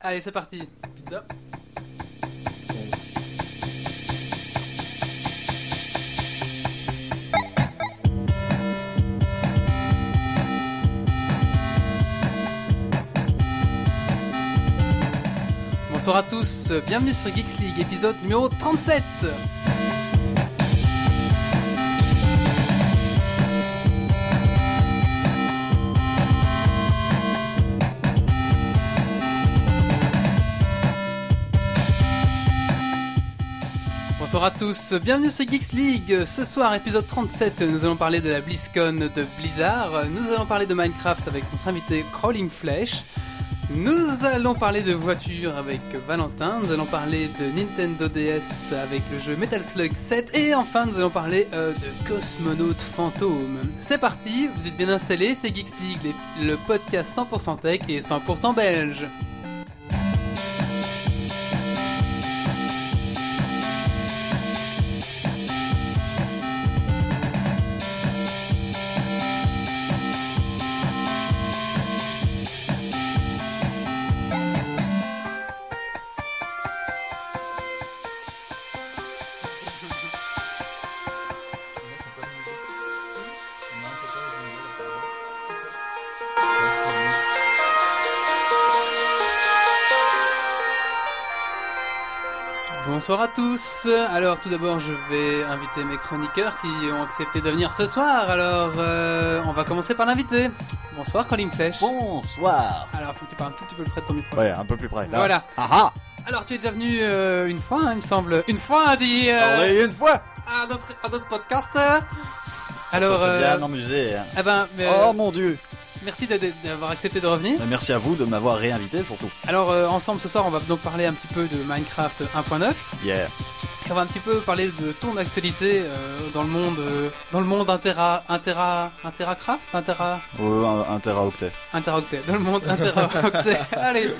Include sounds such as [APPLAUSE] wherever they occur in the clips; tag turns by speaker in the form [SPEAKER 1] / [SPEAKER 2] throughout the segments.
[SPEAKER 1] Allez, c'est parti. Pizza. Bonsoir à tous, bienvenue sur Geeks League, épisode numéro 37. Bonsoir à tous, bienvenue sur Geeks League. Ce soir, épisode 37, nous allons parler de la BlizzCon de Blizzard. Nous allons parler de Minecraft avec notre invité Crawling Flesh. Nous allons parler de voitures avec Valentin. Nous allons parler de Nintendo DS avec le jeu Metal Slug 7. Et enfin, nous allons parler euh, de Cosmonautes Fantôme. C'est parti, vous êtes bien installés, c'est Geeks League, les- le podcast 100% tech et 100% belge. Bonsoir à tous. Alors tout d'abord, je vais inviter mes chroniqueurs qui ont accepté de venir ce soir. Alors, euh, on va commencer par l'invité. Bonsoir, Colin Flèche.
[SPEAKER 2] Bonsoir.
[SPEAKER 1] Alors, faut que tu parles un tout petit peu plus près de ton micro.
[SPEAKER 2] Ouais, un peu plus près. Là.
[SPEAKER 1] Voilà.
[SPEAKER 2] Ah ah.
[SPEAKER 1] Alors, tu es déjà venu euh, une fois, hein, il me semble. Une fois, dit
[SPEAKER 2] On
[SPEAKER 1] euh,
[SPEAKER 2] est une fois.
[SPEAKER 1] à notre à notre podcast. Alors,
[SPEAKER 2] On s'était
[SPEAKER 1] euh,
[SPEAKER 2] bien amusé. hein.
[SPEAKER 1] eh ben, mais,
[SPEAKER 2] Oh mon dieu. Bah,
[SPEAKER 1] merci d'a- d'a- d'avoir accepté de revenir.
[SPEAKER 2] Merci à vous de m'avoir réinvité surtout.
[SPEAKER 1] Alors, euh, ensemble ce soir, on va donc parler un petit peu de Minecraft 1.9.
[SPEAKER 2] Yeah.
[SPEAKER 1] Et on va un petit peu parler de ton actualité euh, dans le monde, euh, dans le monde intera, intera, interacraft, intera,
[SPEAKER 2] Oh, un, un teraoctet.
[SPEAKER 1] interoctet, dans le monde interoctet. Allez.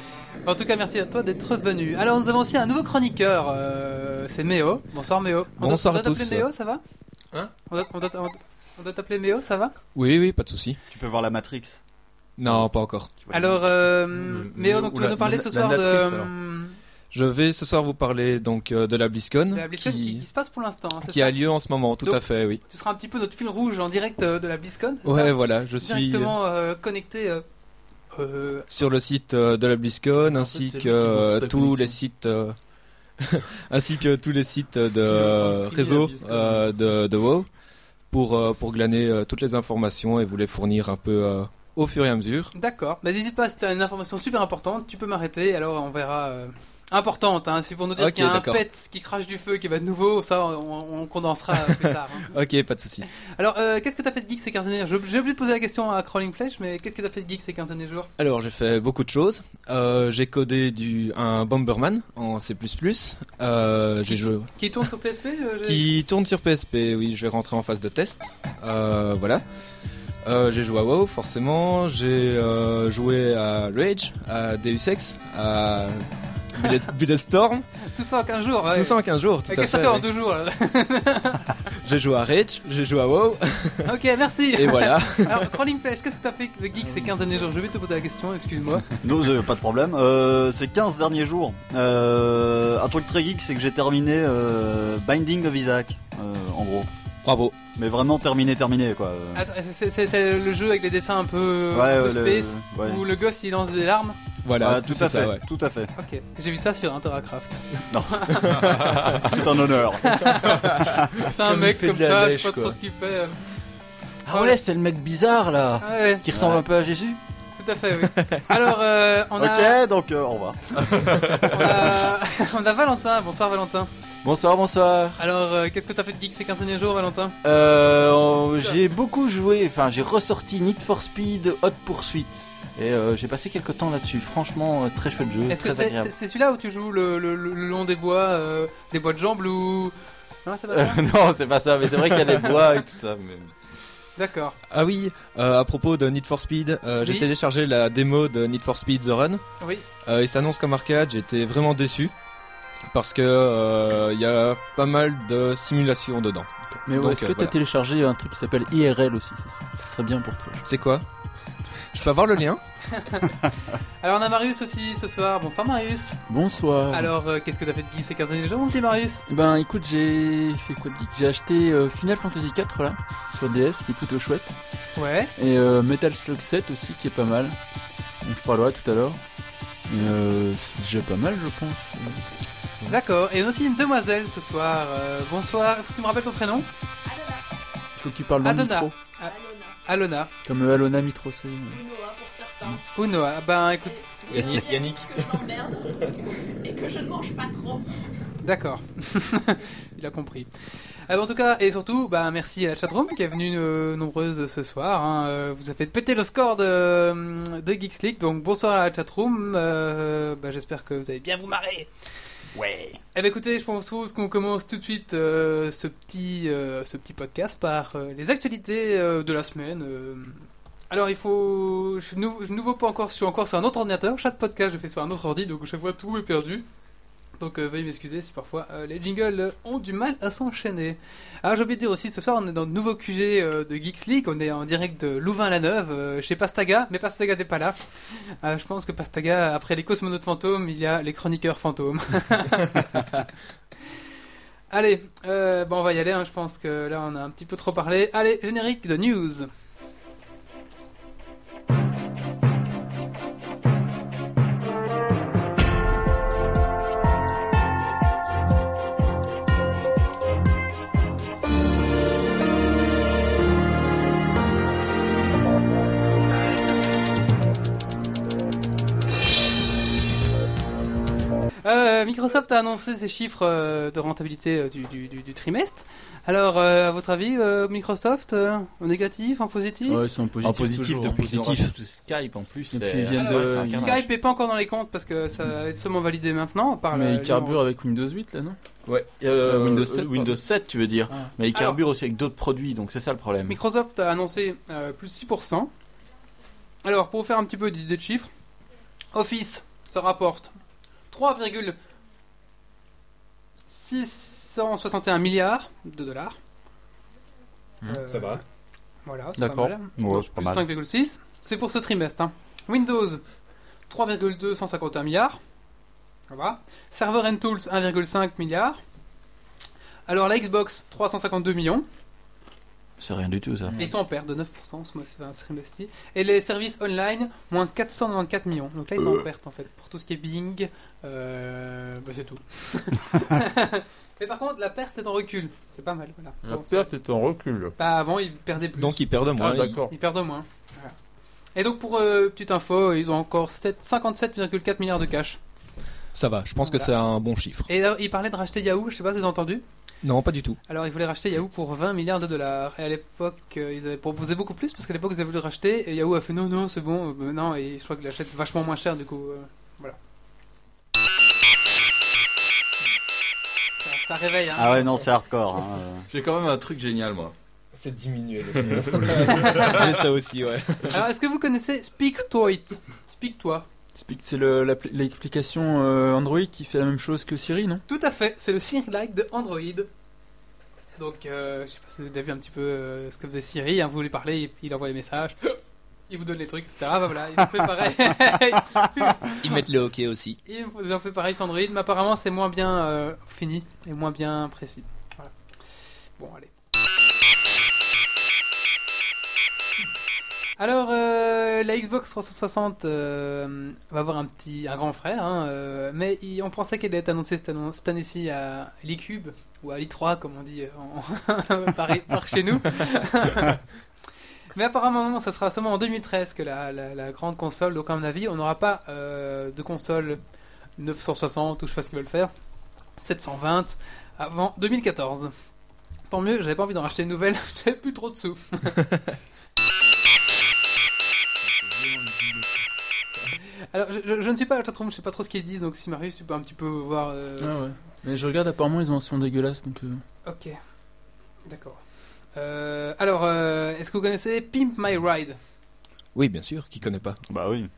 [SPEAKER 1] En tout cas, merci à toi d'être venu. Alors, nous avons aussi un nouveau chroniqueur. euh, c'est Méo. Bonsoir Méo. On
[SPEAKER 3] Bonsoir
[SPEAKER 1] doit,
[SPEAKER 3] à
[SPEAKER 1] on doit t'appeler
[SPEAKER 3] tous.
[SPEAKER 1] Méo, ça va
[SPEAKER 4] Hein
[SPEAKER 1] On doit, on doit- on doit- on doit t'appeler Méo, ça va
[SPEAKER 3] Oui, oui, pas de souci.
[SPEAKER 2] Tu peux voir la Matrix.
[SPEAKER 3] Non, pas encore.
[SPEAKER 2] Tu vois
[SPEAKER 1] Alors, euh,
[SPEAKER 4] Le-
[SPEAKER 1] Méo,
[SPEAKER 4] le-
[SPEAKER 1] donc tu
[SPEAKER 4] ou
[SPEAKER 1] vas
[SPEAKER 4] la-
[SPEAKER 1] nous parler
[SPEAKER 4] la-
[SPEAKER 1] ce
[SPEAKER 4] la
[SPEAKER 1] soir de,
[SPEAKER 4] natrice, alors.
[SPEAKER 1] hum,
[SPEAKER 3] Je vais ce soir vous parler donc euh, de la BlizzCon,
[SPEAKER 1] de la BlizzCon qui... qui
[SPEAKER 3] qui,
[SPEAKER 1] se passe pour l'instant. hein, c'est
[SPEAKER 3] qui
[SPEAKER 1] ça
[SPEAKER 3] a lieu en ce moment, tout
[SPEAKER 1] Donc-
[SPEAKER 3] à fait, oui.
[SPEAKER 1] Tu seras un petit peu notre fil rouge en direct euh, de la BlizzCon. c'est ça
[SPEAKER 3] Ouais, voilà, je suis
[SPEAKER 1] directement euh, connecté. euh, euh,
[SPEAKER 3] sur le site euh, de la BlizzCon ainsi
[SPEAKER 4] c'est lui
[SPEAKER 3] que
[SPEAKER 4] qui montre
[SPEAKER 3] euh,
[SPEAKER 4] ta
[SPEAKER 3] tous
[SPEAKER 4] connexion.
[SPEAKER 3] les sites euh, [LAUGHS] ainsi que tous les sites euh, de
[SPEAKER 4] est en train de
[SPEAKER 3] euh,
[SPEAKER 4] streamer la
[SPEAKER 3] réseau
[SPEAKER 4] BlizzCon.
[SPEAKER 3] euh, de, de WoW pour euh, pour glaner euh, toutes les informations et vous les fournir un peu euh, au fur et
[SPEAKER 1] [LAUGHS]
[SPEAKER 3] à mesure.
[SPEAKER 1] D'accord. Bah, N'hésite pas, si t'as une information super importante, tu peux m'arrêter. Alors on verra. euh, Importante, hein. c'est pour nous dire
[SPEAKER 3] Ok,
[SPEAKER 1] qu'il y a un
[SPEAKER 3] d'accord.
[SPEAKER 1] pet qui crache du feu qui va être nouveau, ça on, on condensera euh, plus tard.
[SPEAKER 3] [LAUGHS]
[SPEAKER 1] hein.
[SPEAKER 3] Ok, pas de souci.
[SPEAKER 1] Alors euh, qu'est-ce que t'as fait de geek ces 15 derniers jours J'ai j'ai oublié de poser la question à Crawling Flesh, mais qu'est-ce que t'as fait de geek ces 15 derniers jours
[SPEAKER 3] Alors j'ai fait beaucoup de choses. Euh, j'ai codé du un Bomberman en C++. Euh, j'ai joué
[SPEAKER 1] Qui tourne sur PSP euh, j'ai-
[SPEAKER 3] qui tourne sur PSP. Oui, je vais rentrer en phase de test. Euh, voilà. Euh, j'ai joué à WoW forcément. J'ai euh, joué à Rage, à Deus Ex, à Bullet-
[SPEAKER 1] [LAUGHS]
[SPEAKER 3] Bulletstorm.
[SPEAKER 1] Tout ça en 15 jours. ouais.
[SPEAKER 3] Tout ça en 15 jours, tout
[SPEAKER 1] Euh,
[SPEAKER 3] à
[SPEAKER 1] Qu'est-ce que ça
[SPEAKER 3] fait.
[SPEAKER 1] fait en deux jours là [LAUGHS]
[SPEAKER 3] J'ai joué à Rage, j'ai joué à WoW
[SPEAKER 1] Ok, merci.
[SPEAKER 3] et voilà.
[SPEAKER 1] Alors Crawling Flesh, qu'est-ce que t'as fait de geek ces 15 derniers jours Je vais te poser la question, excuse-moi.
[SPEAKER 2] Non, euh, pas de problème. Euh, ces 15 derniers jours. Euh, un truc très geek, c'est que j'ai terminé euh, Binding of Isaac, euh, en gros.
[SPEAKER 3] Bravo.
[SPEAKER 2] Mais vraiment terminé, terminé quoi. Euh,
[SPEAKER 1] Attends, c'est- c'est c'est- c'est le jeu avec les dessins un peu, Ah, euh, un peu
[SPEAKER 2] ouais, le-
[SPEAKER 1] space
[SPEAKER 2] ouais.
[SPEAKER 1] où le gosse il lance des larmes. Bah,
[SPEAKER 3] Voilà,
[SPEAKER 2] Voilà,
[SPEAKER 3] c'est-
[SPEAKER 2] tout
[SPEAKER 3] c'est
[SPEAKER 2] à
[SPEAKER 3] ça,
[SPEAKER 2] fait,
[SPEAKER 3] ouais.
[SPEAKER 2] tout à fait.
[SPEAKER 1] Ok, j'ai vu ça sur Interacraft.
[SPEAKER 2] C'est un [LAUGHS] honneur.
[SPEAKER 1] C'est un
[SPEAKER 4] Comme il
[SPEAKER 1] mec
[SPEAKER 4] fait
[SPEAKER 1] comme
[SPEAKER 4] de la
[SPEAKER 1] ça, je
[SPEAKER 4] lèche,
[SPEAKER 1] sais pas trop
[SPEAKER 4] quoi.
[SPEAKER 1] ce qu'il fait.
[SPEAKER 5] Ah ouais, c'est le mec bizarre là,
[SPEAKER 1] Ouais,
[SPEAKER 5] qui ressemble
[SPEAKER 2] Ouais.
[SPEAKER 5] un peu à Jésus.
[SPEAKER 1] tout à fait, oui. Alors, euh, on, a,
[SPEAKER 2] Ok, donc euh, au revoir.
[SPEAKER 1] on, a, [LAUGHS] on a Valentin. Bonsoir Valentin.
[SPEAKER 5] Bonsoir, bonsoir.
[SPEAKER 1] Alors, euh, qu'est-ce que t'as fait de geek ces 15 derniers jours, Valentin
[SPEAKER 5] Euh, on- j'ai beaucoup joué, enfin j'ai ressorti Need for Speed Hot Pursuit. Et euh, j'ai passé quelques temps là-dessus. Franchement, euh, très chouette jeu,
[SPEAKER 1] Est-ce que
[SPEAKER 5] très
[SPEAKER 1] c'est
[SPEAKER 5] agréable.
[SPEAKER 1] c'est- c'est celui-là où tu joues le, le- le- le long des bois, euh, des bois de jambes ou. Non, c'est pas ça
[SPEAKER 6] [LAUGHS]
[SPEAKER 5] Euh, [LAUGHS] non, c'est pas ça, mais c'est vrai qu'il y a des bois et tout ça. mais-
[SPEAKER 1] D'accord.
[SPEAKER 3] Ah oui, euh, à propos de Need for Speed, euh, j'ai
[SPEAKER 1] Oui.
[SPEAKER 3] téléchargé la démo de Need for Speed The Run.
[SPEAKER 1] Oui.
[SPEAKER 3] Euh, il s'annonce comme arcade, j'étais vraiment déçu parce que euh, il y a pas mal de simulations dedans.
[SPEAKER 5] Mais
[SPEAKER 3] Donc,
[SPEAKER 5] ouais, est-ce
[SPEAKER 3] euh,
[SPEAKER 5] que t'as
[SPEAKER 3] voilà.
[SPEAKER 5] téléchargé un truc qui s'appelle IRL aussi Ça, ça- ça serait bien pour toi.
[SPEAKER 3] C'est quoi Je peux avoir le lien
[SPEAKER 1] Alors on a Marius aussi ce soir. Bonsoir Marius.
[SPEAKER 4] Bonsoir.
[SPEAKER 1] Alors euh, qu'est-ce que t'as fait de Guy ces 15 années déjà, mon petit Marius
[SPEAKER 4] Eh Ben écoute, j'ai fait quoi de geek J'ai acheté euh, Final Fantasy 4 là, sur DS, qui est plutôt chouette.
[SPEAKER 1] Ouais.
[SPEAKER 4] Et euh, Metal Slug 7 aussi, qui est pas mal. Donc je parlerai tout à l'heure. Et euh, c'est déjà pas mal, je pense.
[SPEAKER 1] D'accord. Et on a aussi une demoiselle ce soir. Euh, bonsoir. Faut que tu me rappelles ton prénom
[SPEAKER 4] Il faut que tu parles dans
[SPEAKER 1] Adonna.
[SPEAKER 4] le micro.
[SPEAKER 1] Alona.
[SPEAKER 4] Comme euh, Alona euh, Mitrosé. ouais.
[SPEAKER 7] Unoa pour certains.
[SPEAKER 1] Ou Noah. Ben écoute,
[SPEAKER 3] Yannick, Yannick.
[SPEAKER 7] Parce que je m'emmerde et que je ne mange pas trop.
[SPEAKER 1] d'accord. [LAUGHS] Il a compris. Ah, bon, en tout cas, et surtout, ben, merci à la chatroom qui est venue euh, nombreuse ce soir. hein. Euh, Vous avez fait péter le score euh, de, de Geeks League. Donc bonsoir à la chatroom. Euh, ben, J'espère que vous allez bien vous marrer.
[SPEAKER 5] Ouais.
[SPEAKER 1] Eh bien écoutez, je propose qu'on commence tout de suite euh, ce, petit, euh, ce petit podcast par euh, les actualités euh, de la semaine. Euh, alors il faut... Je suis nou- je suis nouveau pas encore, je suis encore sur un autre ordinateur. Chaque podcast je fais sur un autre ordi, donc chaque fois tout est perdu. Donc euh, veuillez m'excuser si parfois euh, les jingles euh, ont du mal à s'enchaîner. Ah j'ai oublié de dire aussi, ce soir on est dans le nouveau QG euh, de Geeks League, on est en direct de Louvain-la-Neuve, euh, chez Pastaga, mais Pastaga n'est pas là. Euh, je pense que Pastaga, après les cosmonautes fantômes, il y a les chroniqueurs fantômes. [LAUGHS] Allez, euh, bon, on va y aller, hein, je pense que là on a un petit peu trop parlé. Allez, générique de news. Euh, Microsoft a annoncé ses chiffres euh, de rentabilité euh, du, du- du- du trimestre. Alors, euh, à votre avis, euh, Microsoft, euh, en négatif, en positif
[SPEAKER 4] Ouais, ils sont
[SPEAKER 5] En
[SPEAKER 4] positifs.
[SPEAKER 5] positif,
[SPEAKER 4] toujours,
[SPEAKER 5] de
[SPEAKER 4] hein.
[SPEAKER 5] positif. Skype en plus.
[SPEAKER 4] Et
[SPEAKER 5] c'est-
[SPEAKER 4] puis ils viennent
[SPEAKER 5] Ah,
[SPEAKER 4] de-
[SPEAKER 5] ouais, c'est un
[SPEAKER 4] ils-
[SPEAKER 5] carnage.
[SPEAKER 1] Skype est pas encore dans les comptes parce que ça va être seulement validé maintenant. Par
[SPEAKER 4] Mais
[SPEAKER 1] le-
[SPEAKER 4] ils carburent avec Windows 8 là, non
[SPEAKER 5] Ouais, euh,
[SPEAKER 4] Euh, Windows 7,
[SPEAKER 5] Windows
[SPEAKER 4] pardon.
[SPEAKER 5] 7, tu veux dire.
[SPEAKER 4] Ah.
[SPEAKER 5] Mais il
[SPEAKER 1] Alors-
[SPEAKER 5] carbure aussi avec d'autres produits, donc c'est ça le problème.
[SPEAKER 1] Microsoft a annoncé euh, plus 6%. Alors, pour vous faire un petit peu d'idée de chiffres, Office, ça rapporte 3,661 milliards de dollars. Euh,
[SPEAKER 3] Mmh. Ça va.
[SPEAKER 1] Voilà, c'est
[SPEAKER 4] D'accord.
[SPEAKER 1] pas mal.
[SPEAKER 2] Ouais,
[SPEAKER 1] Donc,
[SPEAKER 2] c'est pas
[SPEAKER 1] plus
[SPEAKER 2] mal.
[SPEAKER 1] 5,6. C'est pour ce trimestre. hein. Windows, 3,251 milliards. Voilà. Server and Tools, 1,5 milliard. Alors, la Xbox, 352 millions.
[SPEAKER 5] C'est rien du tout ça.
[SPEAKER 1] Ils sont en perte de 9% ce mois-ci, enfin, ce trimestre-ci. Et les services online, moins 494 millions. Donc là, ils sont
[SPEAKER 2] Euh.
[SPEAKER 1] en perte en fait. Pour tout ce qui est Bing, euh, bah, c'est tout.
[SPEAKER 2] [LAUGHS]
[SPEAKER 1] Mais par contre, la perte est en recul. C'est pas mal. Voilà.
[SPEAKER 4] La
[SPEAKER 1] Bon, ça-
[SPEAKER 4] perte est en recul.
[SPEAKER 1] Bah, avant, ils perdaient plus.
[SPEAKER 3] Donc ils perdent moins.
[SPEAKER 4] Ah, d'accord.
[SPEAKER 1] Ils perdent moins. Voilà. Et donc, pour euh, petite info, ils ont encore 7- 57,4 milliards de cash.
[SPEAKER 3] Ça va, je pense que c'est un bon chiffre.
[SPEAKER 1] Et alors, ils parlaient de racheter Yahoo, je sais pas si vous avez entendu.
[SPEAKER 3] Non, pas du [LAUGHS] tout.
[SPEAKER 1] Alors, ils voulaient racheter Yahoo pour 20 milliards de dollars. Et à l'époque, euh, ils avaient proposé beaucoup plus parce qu'à l'époque, ils avaient voulu racheter. Et Yahoo a fait non, non, c'est bon. euh, non, et je crois qu'ils l'achètent vachement moins cher du coup. euh, voilà. Ça, ça réveille, hein.
[SPEAKER 2] Ah ouais, non, c'est hardcore. hein, euh.
[SPEAKER 5] J'ai quand même un truc génial, moi.
[SPEAKER 3] C'est diminué J'ai ça aussi, ouais.
[SPEAKER 1] Alors, est-ce que vous connaissez Speak to It Speak toi.
[SPEAKER 4] Explique, c'est le- l'appli- l'application euh, Android qui fait la même chose que Siri, non
[SPEAKER 1] Tout à fait, c'est le Siri-like de Android. Donc, euh, je sais pas si vous avez déjà vu un petit peu euh, ce que faisait Siri. hein, vous lui parlez, il, il envoie les messages, [GASPS] il vous donne les trucs, etc. Bah voilà, il en fait pareil. [LAUGHS]
[SPEAKER 3] Ils mettent le hockey aussi.
[SPEAKER 1] il vous en fait pareil sur Android, mais apparemment c'est moins bien euh, fini et moins bien précis. Voilà. Bon, allez. Alors, euh, la Xbox 360 euh, va avoir un petit, un grand frère, hein, euh, mais il- on pensait qu'elle allait être annoncée cette, annonce- cette année-ci à l'E-Cube, ou à l'I3, comme on dit euh, en- [LAUGHS] par, par chez nous. mais apparemment, non, ça sera seulement en 2013 que la, la- la grande console, donc à mon avis, on n'aura pas euh, de console 960, ou je sais pas ce qu'ils veulent faire, 720, avant 2014. Tant mieux, j'avais pas envie d'en racheter une nouvelle, [LAUGHS] j'avais plus trop de sous. Alors, je, je- je ne suis pas à la chatroom, je sais pas trop ce qu'ils disent, donc si Marius, tu peux un petit peu voir. euh,
[SPEAKER 4] Ah ouais. Mais je regarde, apparemment, ils en sont dégueulasses, donc. euh,
[SPEAKER 1] Ok, d'accord. Euh, alors, euh, est-ce que vous connaissez Pimp My Ride
[SPEAKER 3] Oui, bien sûr, qui connaît pas.
[SPEAKER 2] Bah oui.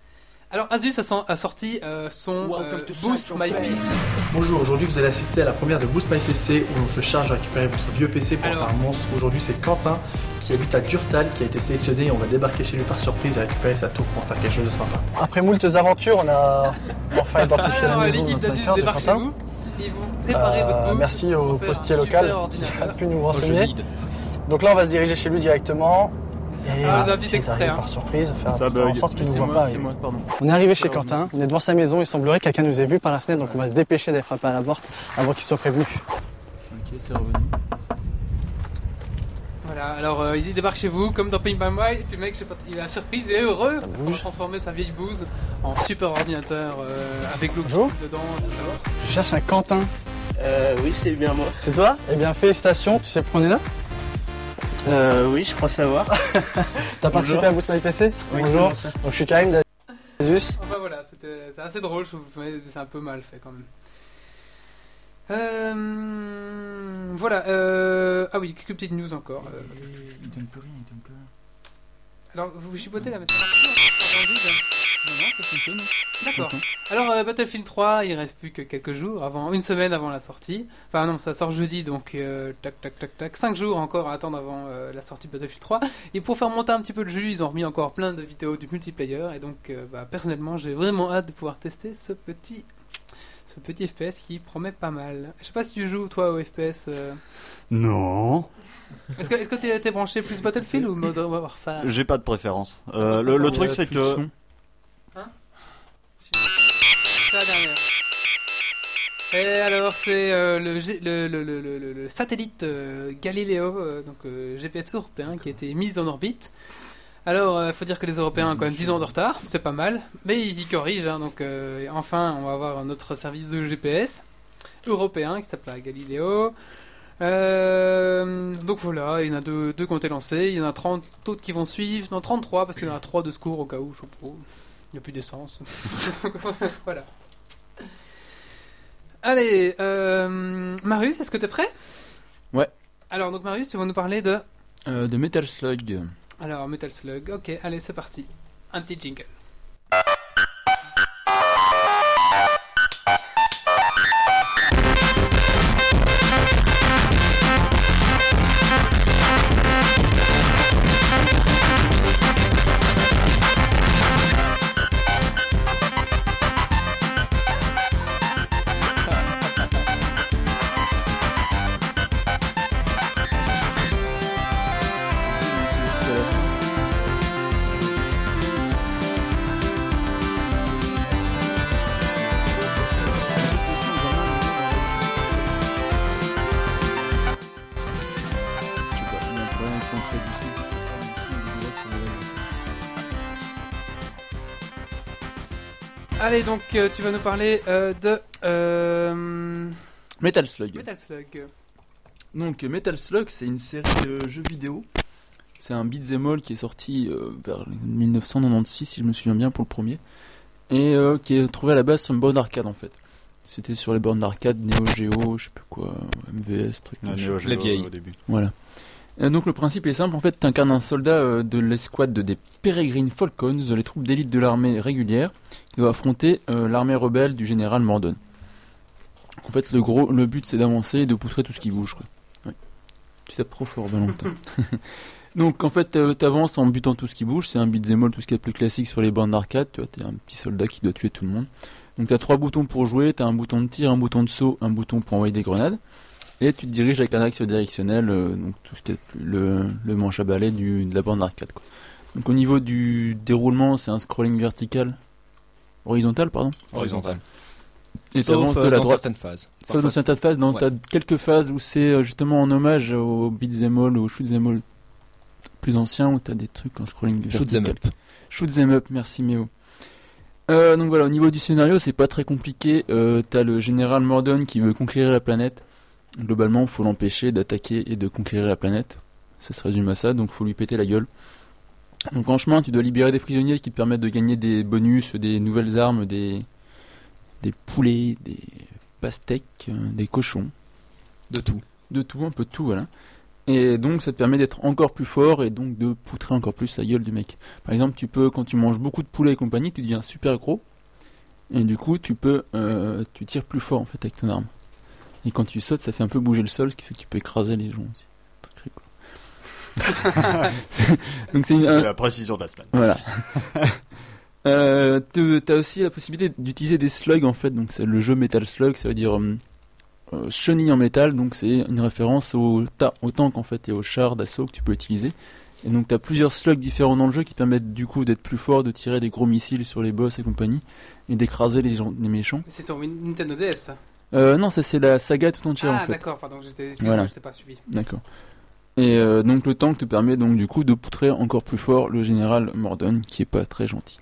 [SPEAKER 1] Alors Asus a, sen- a sorti euh, son
[SPEAKER 8] Welcome
[SPEAKER 1] euh,
[SPEAKER 8] to
[SPEAKER 1] Boost
[SPEAKER 8] Central
[SPEAKER 1] My
[SPEAKER 8] Play.
[SPEAKER 1] Piece.
[SPEAKER 9] Bonjour, aujourd'hui vous allez assister à la première de Boost My PC où l'on se charge de récupérer votre vieux PC pour en
[SPEAKER 1] Alors.
[SPEAKER 9] faire un monstre. Aujourd'hui c'est Quentin qui habite à Durtal qui a été sélectionné et on va débarquer chez lui par surprise et récupérer sa tour pour en faire quelque chose de sympa.
[SPEAKER 10] Après moultes aventures, on a enfin identifié
[SPEAKER 1] Alors
[SPEAKER 10] la maison de
[SPEAKER 1] l'équipe
[SPEAKER 10] notre
[SPEAKER 1] d'Asus
[SPEAKER 10] hacker, de
[SPEAKER 1] débarque chez
[SPEAKER 10] Quentin.
[SPEAKER 1] vous. Ils vont préparer
[SPEAKER 10] Euh,
[SPEAKER 1] votre Boost.
[SPEAKER 10] merci
[SPEAKER 1] pour
[SPEAKER 10] au
[SPEAKER 1] faire un
[SPEAKER 10] postier
[SPEAKER 1] super euh,
[SPEAKER 10] local qui a
[SPEAKER 1] ordinateur.
[SPEAKER 10] pu nous renseigner. Donc là, on va se diriger chez lui directement. Et
[SPEAKER 1] Ah, vous
[SPEAKER 10] euh,
[SPEAKER 1] invite
[SPEAKER 10] s'il
[SPEAKER 1] extrait,
[SPEAKER 10] arrive
[SPEAKER 1] hein.
[SPEAKER 10] par surprise, faire
[SPEAKER 2] Ça
[SPEAKER 10] en
[SPEAKER 2] bug.
[SPEAKER 10] sorte qu'il ne
[SPEAKER 4] C'est
[SPEAKER 10] nous voit
[SPEAKER 4] moi,
[SPEAKER 10] pas.
[SPEAKER 4] c'est
[SPEAKER 10] arriver.
[SPEAKER 4] moi, pardon.
[SPEAKER 10] On est arrivé chez Quentin, on est devant sa maison, il semblerait que quelqu'un nous ait vu par la fenêtre, donc on va se dépêcher d'aller frapper à la porte avant qu'il soit prévenu.
[SPEAKER 4] Ok, c'est revenu.
[SPEAKER 1] Voilà, alors euh, il débarque chez vous, comme dans Ping Bang Wai, et puis le mec, je sais pas, il est surprise, il est heureux, parce qu'on va transformer sa vieille bouse en super ordinateur euh, avec
[SPEAKER 10] Bonjour.
[SPEAKER 1] Bluetooth dedans, tout ça.
[SPEAKER 10] Je cherche un Quentin.
[SPEAKER 8] Euh, oui, c'est bien moi.
[SPEAKER 10] C'est toi Eh bien, félicitations, tu sais pourquoi on est là
[SPEAKER 8] Euh, oui, je crois savoir.
[SPEAKER 10] T'as participé à Boost My PC
[SPEAKER 8] Oui, c'est
[SPEAKER 10] Bonjour,
[SPEAKER 8] bien ça.
[SPEAKER 10] donc je suis Karim d'Asus.
[SPEAKER 1] Enfin Ah bah voilà, c'était- c'est assez drôle, je trouve, mais c'est un peu mal fait quand même. Euh, voilà, euh, ah oui, quelques petites news encore. euh.
[SPEAKER 4] Il donne plus rien, il donne plus rien.
[SPEAKER 1] alors, vous chipotez la mais c'est parti, on s'en rend
[SPEAKER 4] Non, non, ça fonctionne.
[SPEAKER 1] vite. D'accord. Alors, euh, Battlefield 3, il reste plus que quelques jours, avant, une semaine avant la sortie. Enfin, non, ça sort jeudi, donc euh, tac, tac, tac, tac. 5 jours encore à attendre avant euh, la sortie de Battlefield 3. Et pour faire monter un petit peu le jus, ils ont remis encore plein de vidéos du multiplayer. Et donc, euh, bah, personnellement, j'ai vraiment hâte de pouvoir tester ce petit, ce petit FPS qui promet pas mal. Je sais pas si tu joues, toi, au FPS. euh.
[SPEAKER 2] Non.
[SPEAKER 1] Est-ce que est-ce que t'es t'es branché plus Battlefield ou Modern Warfare
[SPEAKER 2] J'ai pas de préférence. Euh, le le truc c'est que.
[SPEAKER 1] C'est la dernière. Et alors, c'est euh, le, G- le, le, le, le- le- le satellite euh, Galileo, euh, donc euh, GPS européen, qui a été mis en orbite. Alors, euh, faut dire que les Européens ont quand même 10 ans de retard, c'est pas mal, mais ils, ils corrigent, hein, donc euh, enfin, on va avoir notre service de GPS européen qui s'appelle Galileo. Euh, donc voilà, il y en a deux, deux qui ont été lancés, il y en a 30 autres qui vont suivre, non 33 parce qu'il y en a 3 de secours au cas où, je sais pas, il n'y a plus d'essence. voilà. Allez, euh, Marius, est-ce que t'es prêt
[SPEAKER 4] Ouais.
[SPEAKER 1] Alors, donc Marius, tu vas nous parler de...
[SPEAKER 4] Euh, de Metal Slug.
[SPEAKER 1] Alors, Metal Slug, ok, allez, c'est parti. Un petit jingle. Allez, donc, euh, tu vas nous parler euh, de... euh,
[SPEAKER 4] Metal Slug.
[SPEAKER 1] Metal Slug.
[SPEAKER 4] Donc euh, Metal Slug, c'est une série de jeux vidéo. C'est un beat'em all qui est sorti euh, vers 1996 si je me souviens bien pour le premier et euh, qui est trouvé à la base sur une borne d'arcade en fait. C'était sur les bornes d'arcade Neo Geo, je sais plus quoi, MVS,
[SPEAKER 2] Ah,
[SPEAKER 4] truc. machin.
[SPEAKER 2] euh,
[SPEAKER 3] La vieille.
[SPEAKER 4] Voilà. Euh, donc le principe est simple, en fait, t'incarnes un soldat euh, de l'escouade des Peregrine Falcons, les troupes d'élite de l'armée régulière, qui doit affronter euh, l'armée rebelle du général Mordon. En fait, le gros, le but c'est d'avancer et de poutrer tout ce qui bouge. Quoi. Ouais. Tu tapes trop fort, Valentin. [LAUGHS] donc en fait, euh, t'avances en butant tout ce qui bouge, c'est un beat'em all, tout ce qui est plus classique sur les bandes d'arcade, tu vois, t'es un petit soldat qui doit tuer tout le monde. Donc t'as trois boutons pour jouer, t'as un bouton de tir, un bouton de saut, un bouton pour envoyer des grenades. Et tu te diriges avec un axe directionnel, euh, donc tout ce qui est le, le manche à balai du, de la bande d'arcade. quoi. Donc au niveau du déroulement, c'est un scrolling vertical, horizontal, pardon.
[SPEAKER 3] Horizontale.
[SPEAKER 4] Et
[SPEAKER 3] Sauf
[SPEAKER 4] t'avances
[SPEAKER 3] euh,
[SPEAKER 4] de la
[SPEAKER 3] dans
[SPEAKER 4] droite.
[SPEAKER 3] certaines phases.
[SPEAKER 4] Sauf dans
[SPEAKER 3] Parfois,
[SPEAKER 4] certaines phases, dans
[SPEAKER 3] Ouais.
[SPEAKER 4] t'as quelques phases où c'est euh, justement en hommage aux beat'em all, aux shoot'em all plus anciens, où t'as des trucs en scrolling
[SPEAKER 3] Shoot them
[SPEAKER 4] vertical.
[SPEAKER 3] up.
[SPEAKER 4] Shoot them up, merci Méo. Euh, donc voilà, au niveau du scénario, c'est pas très compliqué. Euh, T'as le général Mordon qui veut conquérir la planète. Globalement, faut l'empêcher d'attaquer et de conquérir la planète. Ça se résume à ça, donc faut lui péter la gueule. Donc en chemin, tu dois libérer des prisonniers qui te permettent de gagner des bonus, des nouvelles armes, des, des poulets, des pastèques, euh, des cochons
[SPEAKER 3] De tout.
[SPEAKER 4] de tout, un peu de tout, voilà. Et donc ça te permet d'être encore plus fort et donc de poutrer encore plus la gueule du mec. Par exemple, tu peux, quand tu manges beaucoup de poulet et compagnie, tu deviens super gros. Et du coup, tu peux, euh, tu tires plus fort en fait avec ton arme. Et quand tu sautes, ça fait un peu bouger le sol, ce qui fait que tu peux écraser les gens aussi. Très, très cool. donc [LAUGHS] c'est une,
[SPEAKER 2] C'est
[SPEAKER 4] un-
[SPEAKER 2] la précision de la semaine.
[SPEAKER 4] voilà. [LAUGHS] euh, tu as aussi la possibilité d'utiliser des slugs en fait, donc c'est le jeu Metal Slug, ça veut dire hum, euh, chenille en métal, donc c'est une référence au, ta- au tank en fait et au char d'assaut que tu peux utiliser. Et donc tu as plusieurs slugs différents dans le jeu qui te permettent du coup d'être plus fort, de tirer des gros missiles sur les boss et compagnie et d'écraser les, gens- les méchants.
[SPEAKER 1] C'est sur Win- Nintendo DS. ça.
[SPEAKER 4] Euh, non, ça c'est la saga tout entière
[SPEAKER 1] Ah,
[SPEAKER 4] en fait.
[SPEAKER 1] d'accord, pardon, j'étais
[SPEAKER 4] Voilà.
[SPEAKER 1] voilà. pas suivi.
[SPEAKER 4] D'accord. Et euh, donc le tank te permet donc du coup de poutrer encore plus fort le général Mordon qui est pas très gentil.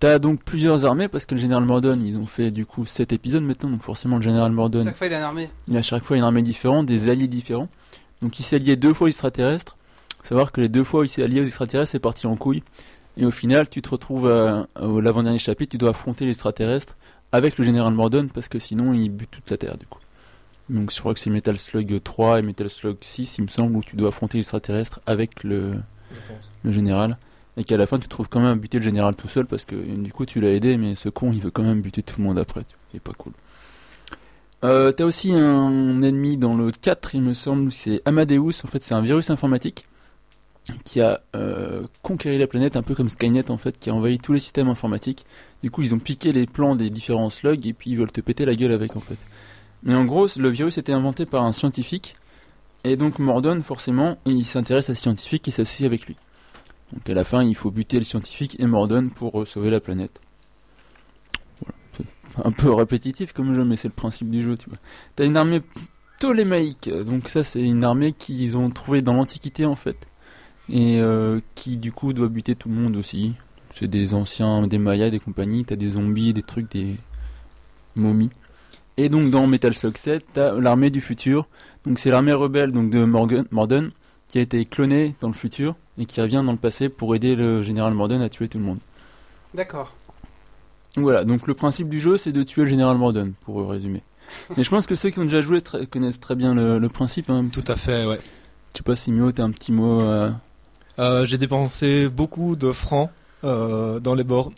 [SPEAKER 4] T'as donc plusieurs armées parce que le général Mordon ils ont fait du coup 7 épisodes maintenant donc forcément le général Mordon
[SPEAKER 1] Chaque fois, il a une armée.
[SPEAKER 4] il a chaque fois une armée différente, des alliés différents. Donc il s'est allié deux fois aux extraterrestres. Faut Savoir que les deux fois où il s'est allié aux extraterrestres c'est parti en couille. Et au final tu te retrouves à, au l'avant-dernier chapitre, tu dois affronter les extraterrestres avec le général Mordon parce que sinon il bute toute la Terre du coup. Donc je crois que c'est Metal Slug 3 et Metal Slug 6 il me semble où tu dois affronter les extraterrestres avec le, le général. Et qu'à la fin tu te trouves quand même à buter le général tout seul parce que du coup tu l'as aidé mais ce con il veut quand même buter tout le monde après. C'est pas cool. Euh, T'as aussi un ennemi dans le 4, il me semble, c'est Amadeus. En fait, c'est un virus informatique qui a euh, conquéri la planète, un peu comme Skynet, en fait, qui a envahi tous les systèmes informatiques. Du coup, ils ont piqué les plans des différents slugs et puis ils veulent te péter la gueule avec, en fait. Mais en gros, le virus était inventé par un scientifique. Et donc, Mordon, forcément, il s'intéresse à ce scientifique et s'associe avec lui. Donc, à la fin, il faut buter le scientifique et Mordon pour euh, sauver la planète. Voilà. C'est un peu répétitif comme jeu, mais c'est le principe du jeu, tu vois. T'as une armée ptolémaïque, donc ça c'est une armée qu'ils ont trouvée dans l'Antiquité en fait, et euh, qui du coup doit buter tout le monde aussi. C'est des anciens, des mayas, des compagnies, t'as des zombies, des trucs, des momies. Et donc dans Metal Slug 7, t'as l'armée du futur, donc c'est l'armée rebelle donc de Morgan, Morden, qui a été clonée dans le futur, et qui revient dans le passé pour aider le général Morden à tuer tout le monde.
[SPEAKER 1] D'accord.
[SPEAKER 4] Voilà, donc le principe du jeu, c'est de tuer le général Morden, pour euh,
[SPEAKER 1] [LAUGHS]
[SPEAKER 4] résumer. Mais je pense que ceux qui ont déjà joué très- connaissent très bien le, le principe. Hein.
[SPEAKER 3] Tout à fait, ouais.
[SPEAKER 4] Je sais pas, Simio, t'as un petit mot. euh,
[SPEAKER 3] Euh, j'ai dépensé beaucoup de francs euh, dans les bords.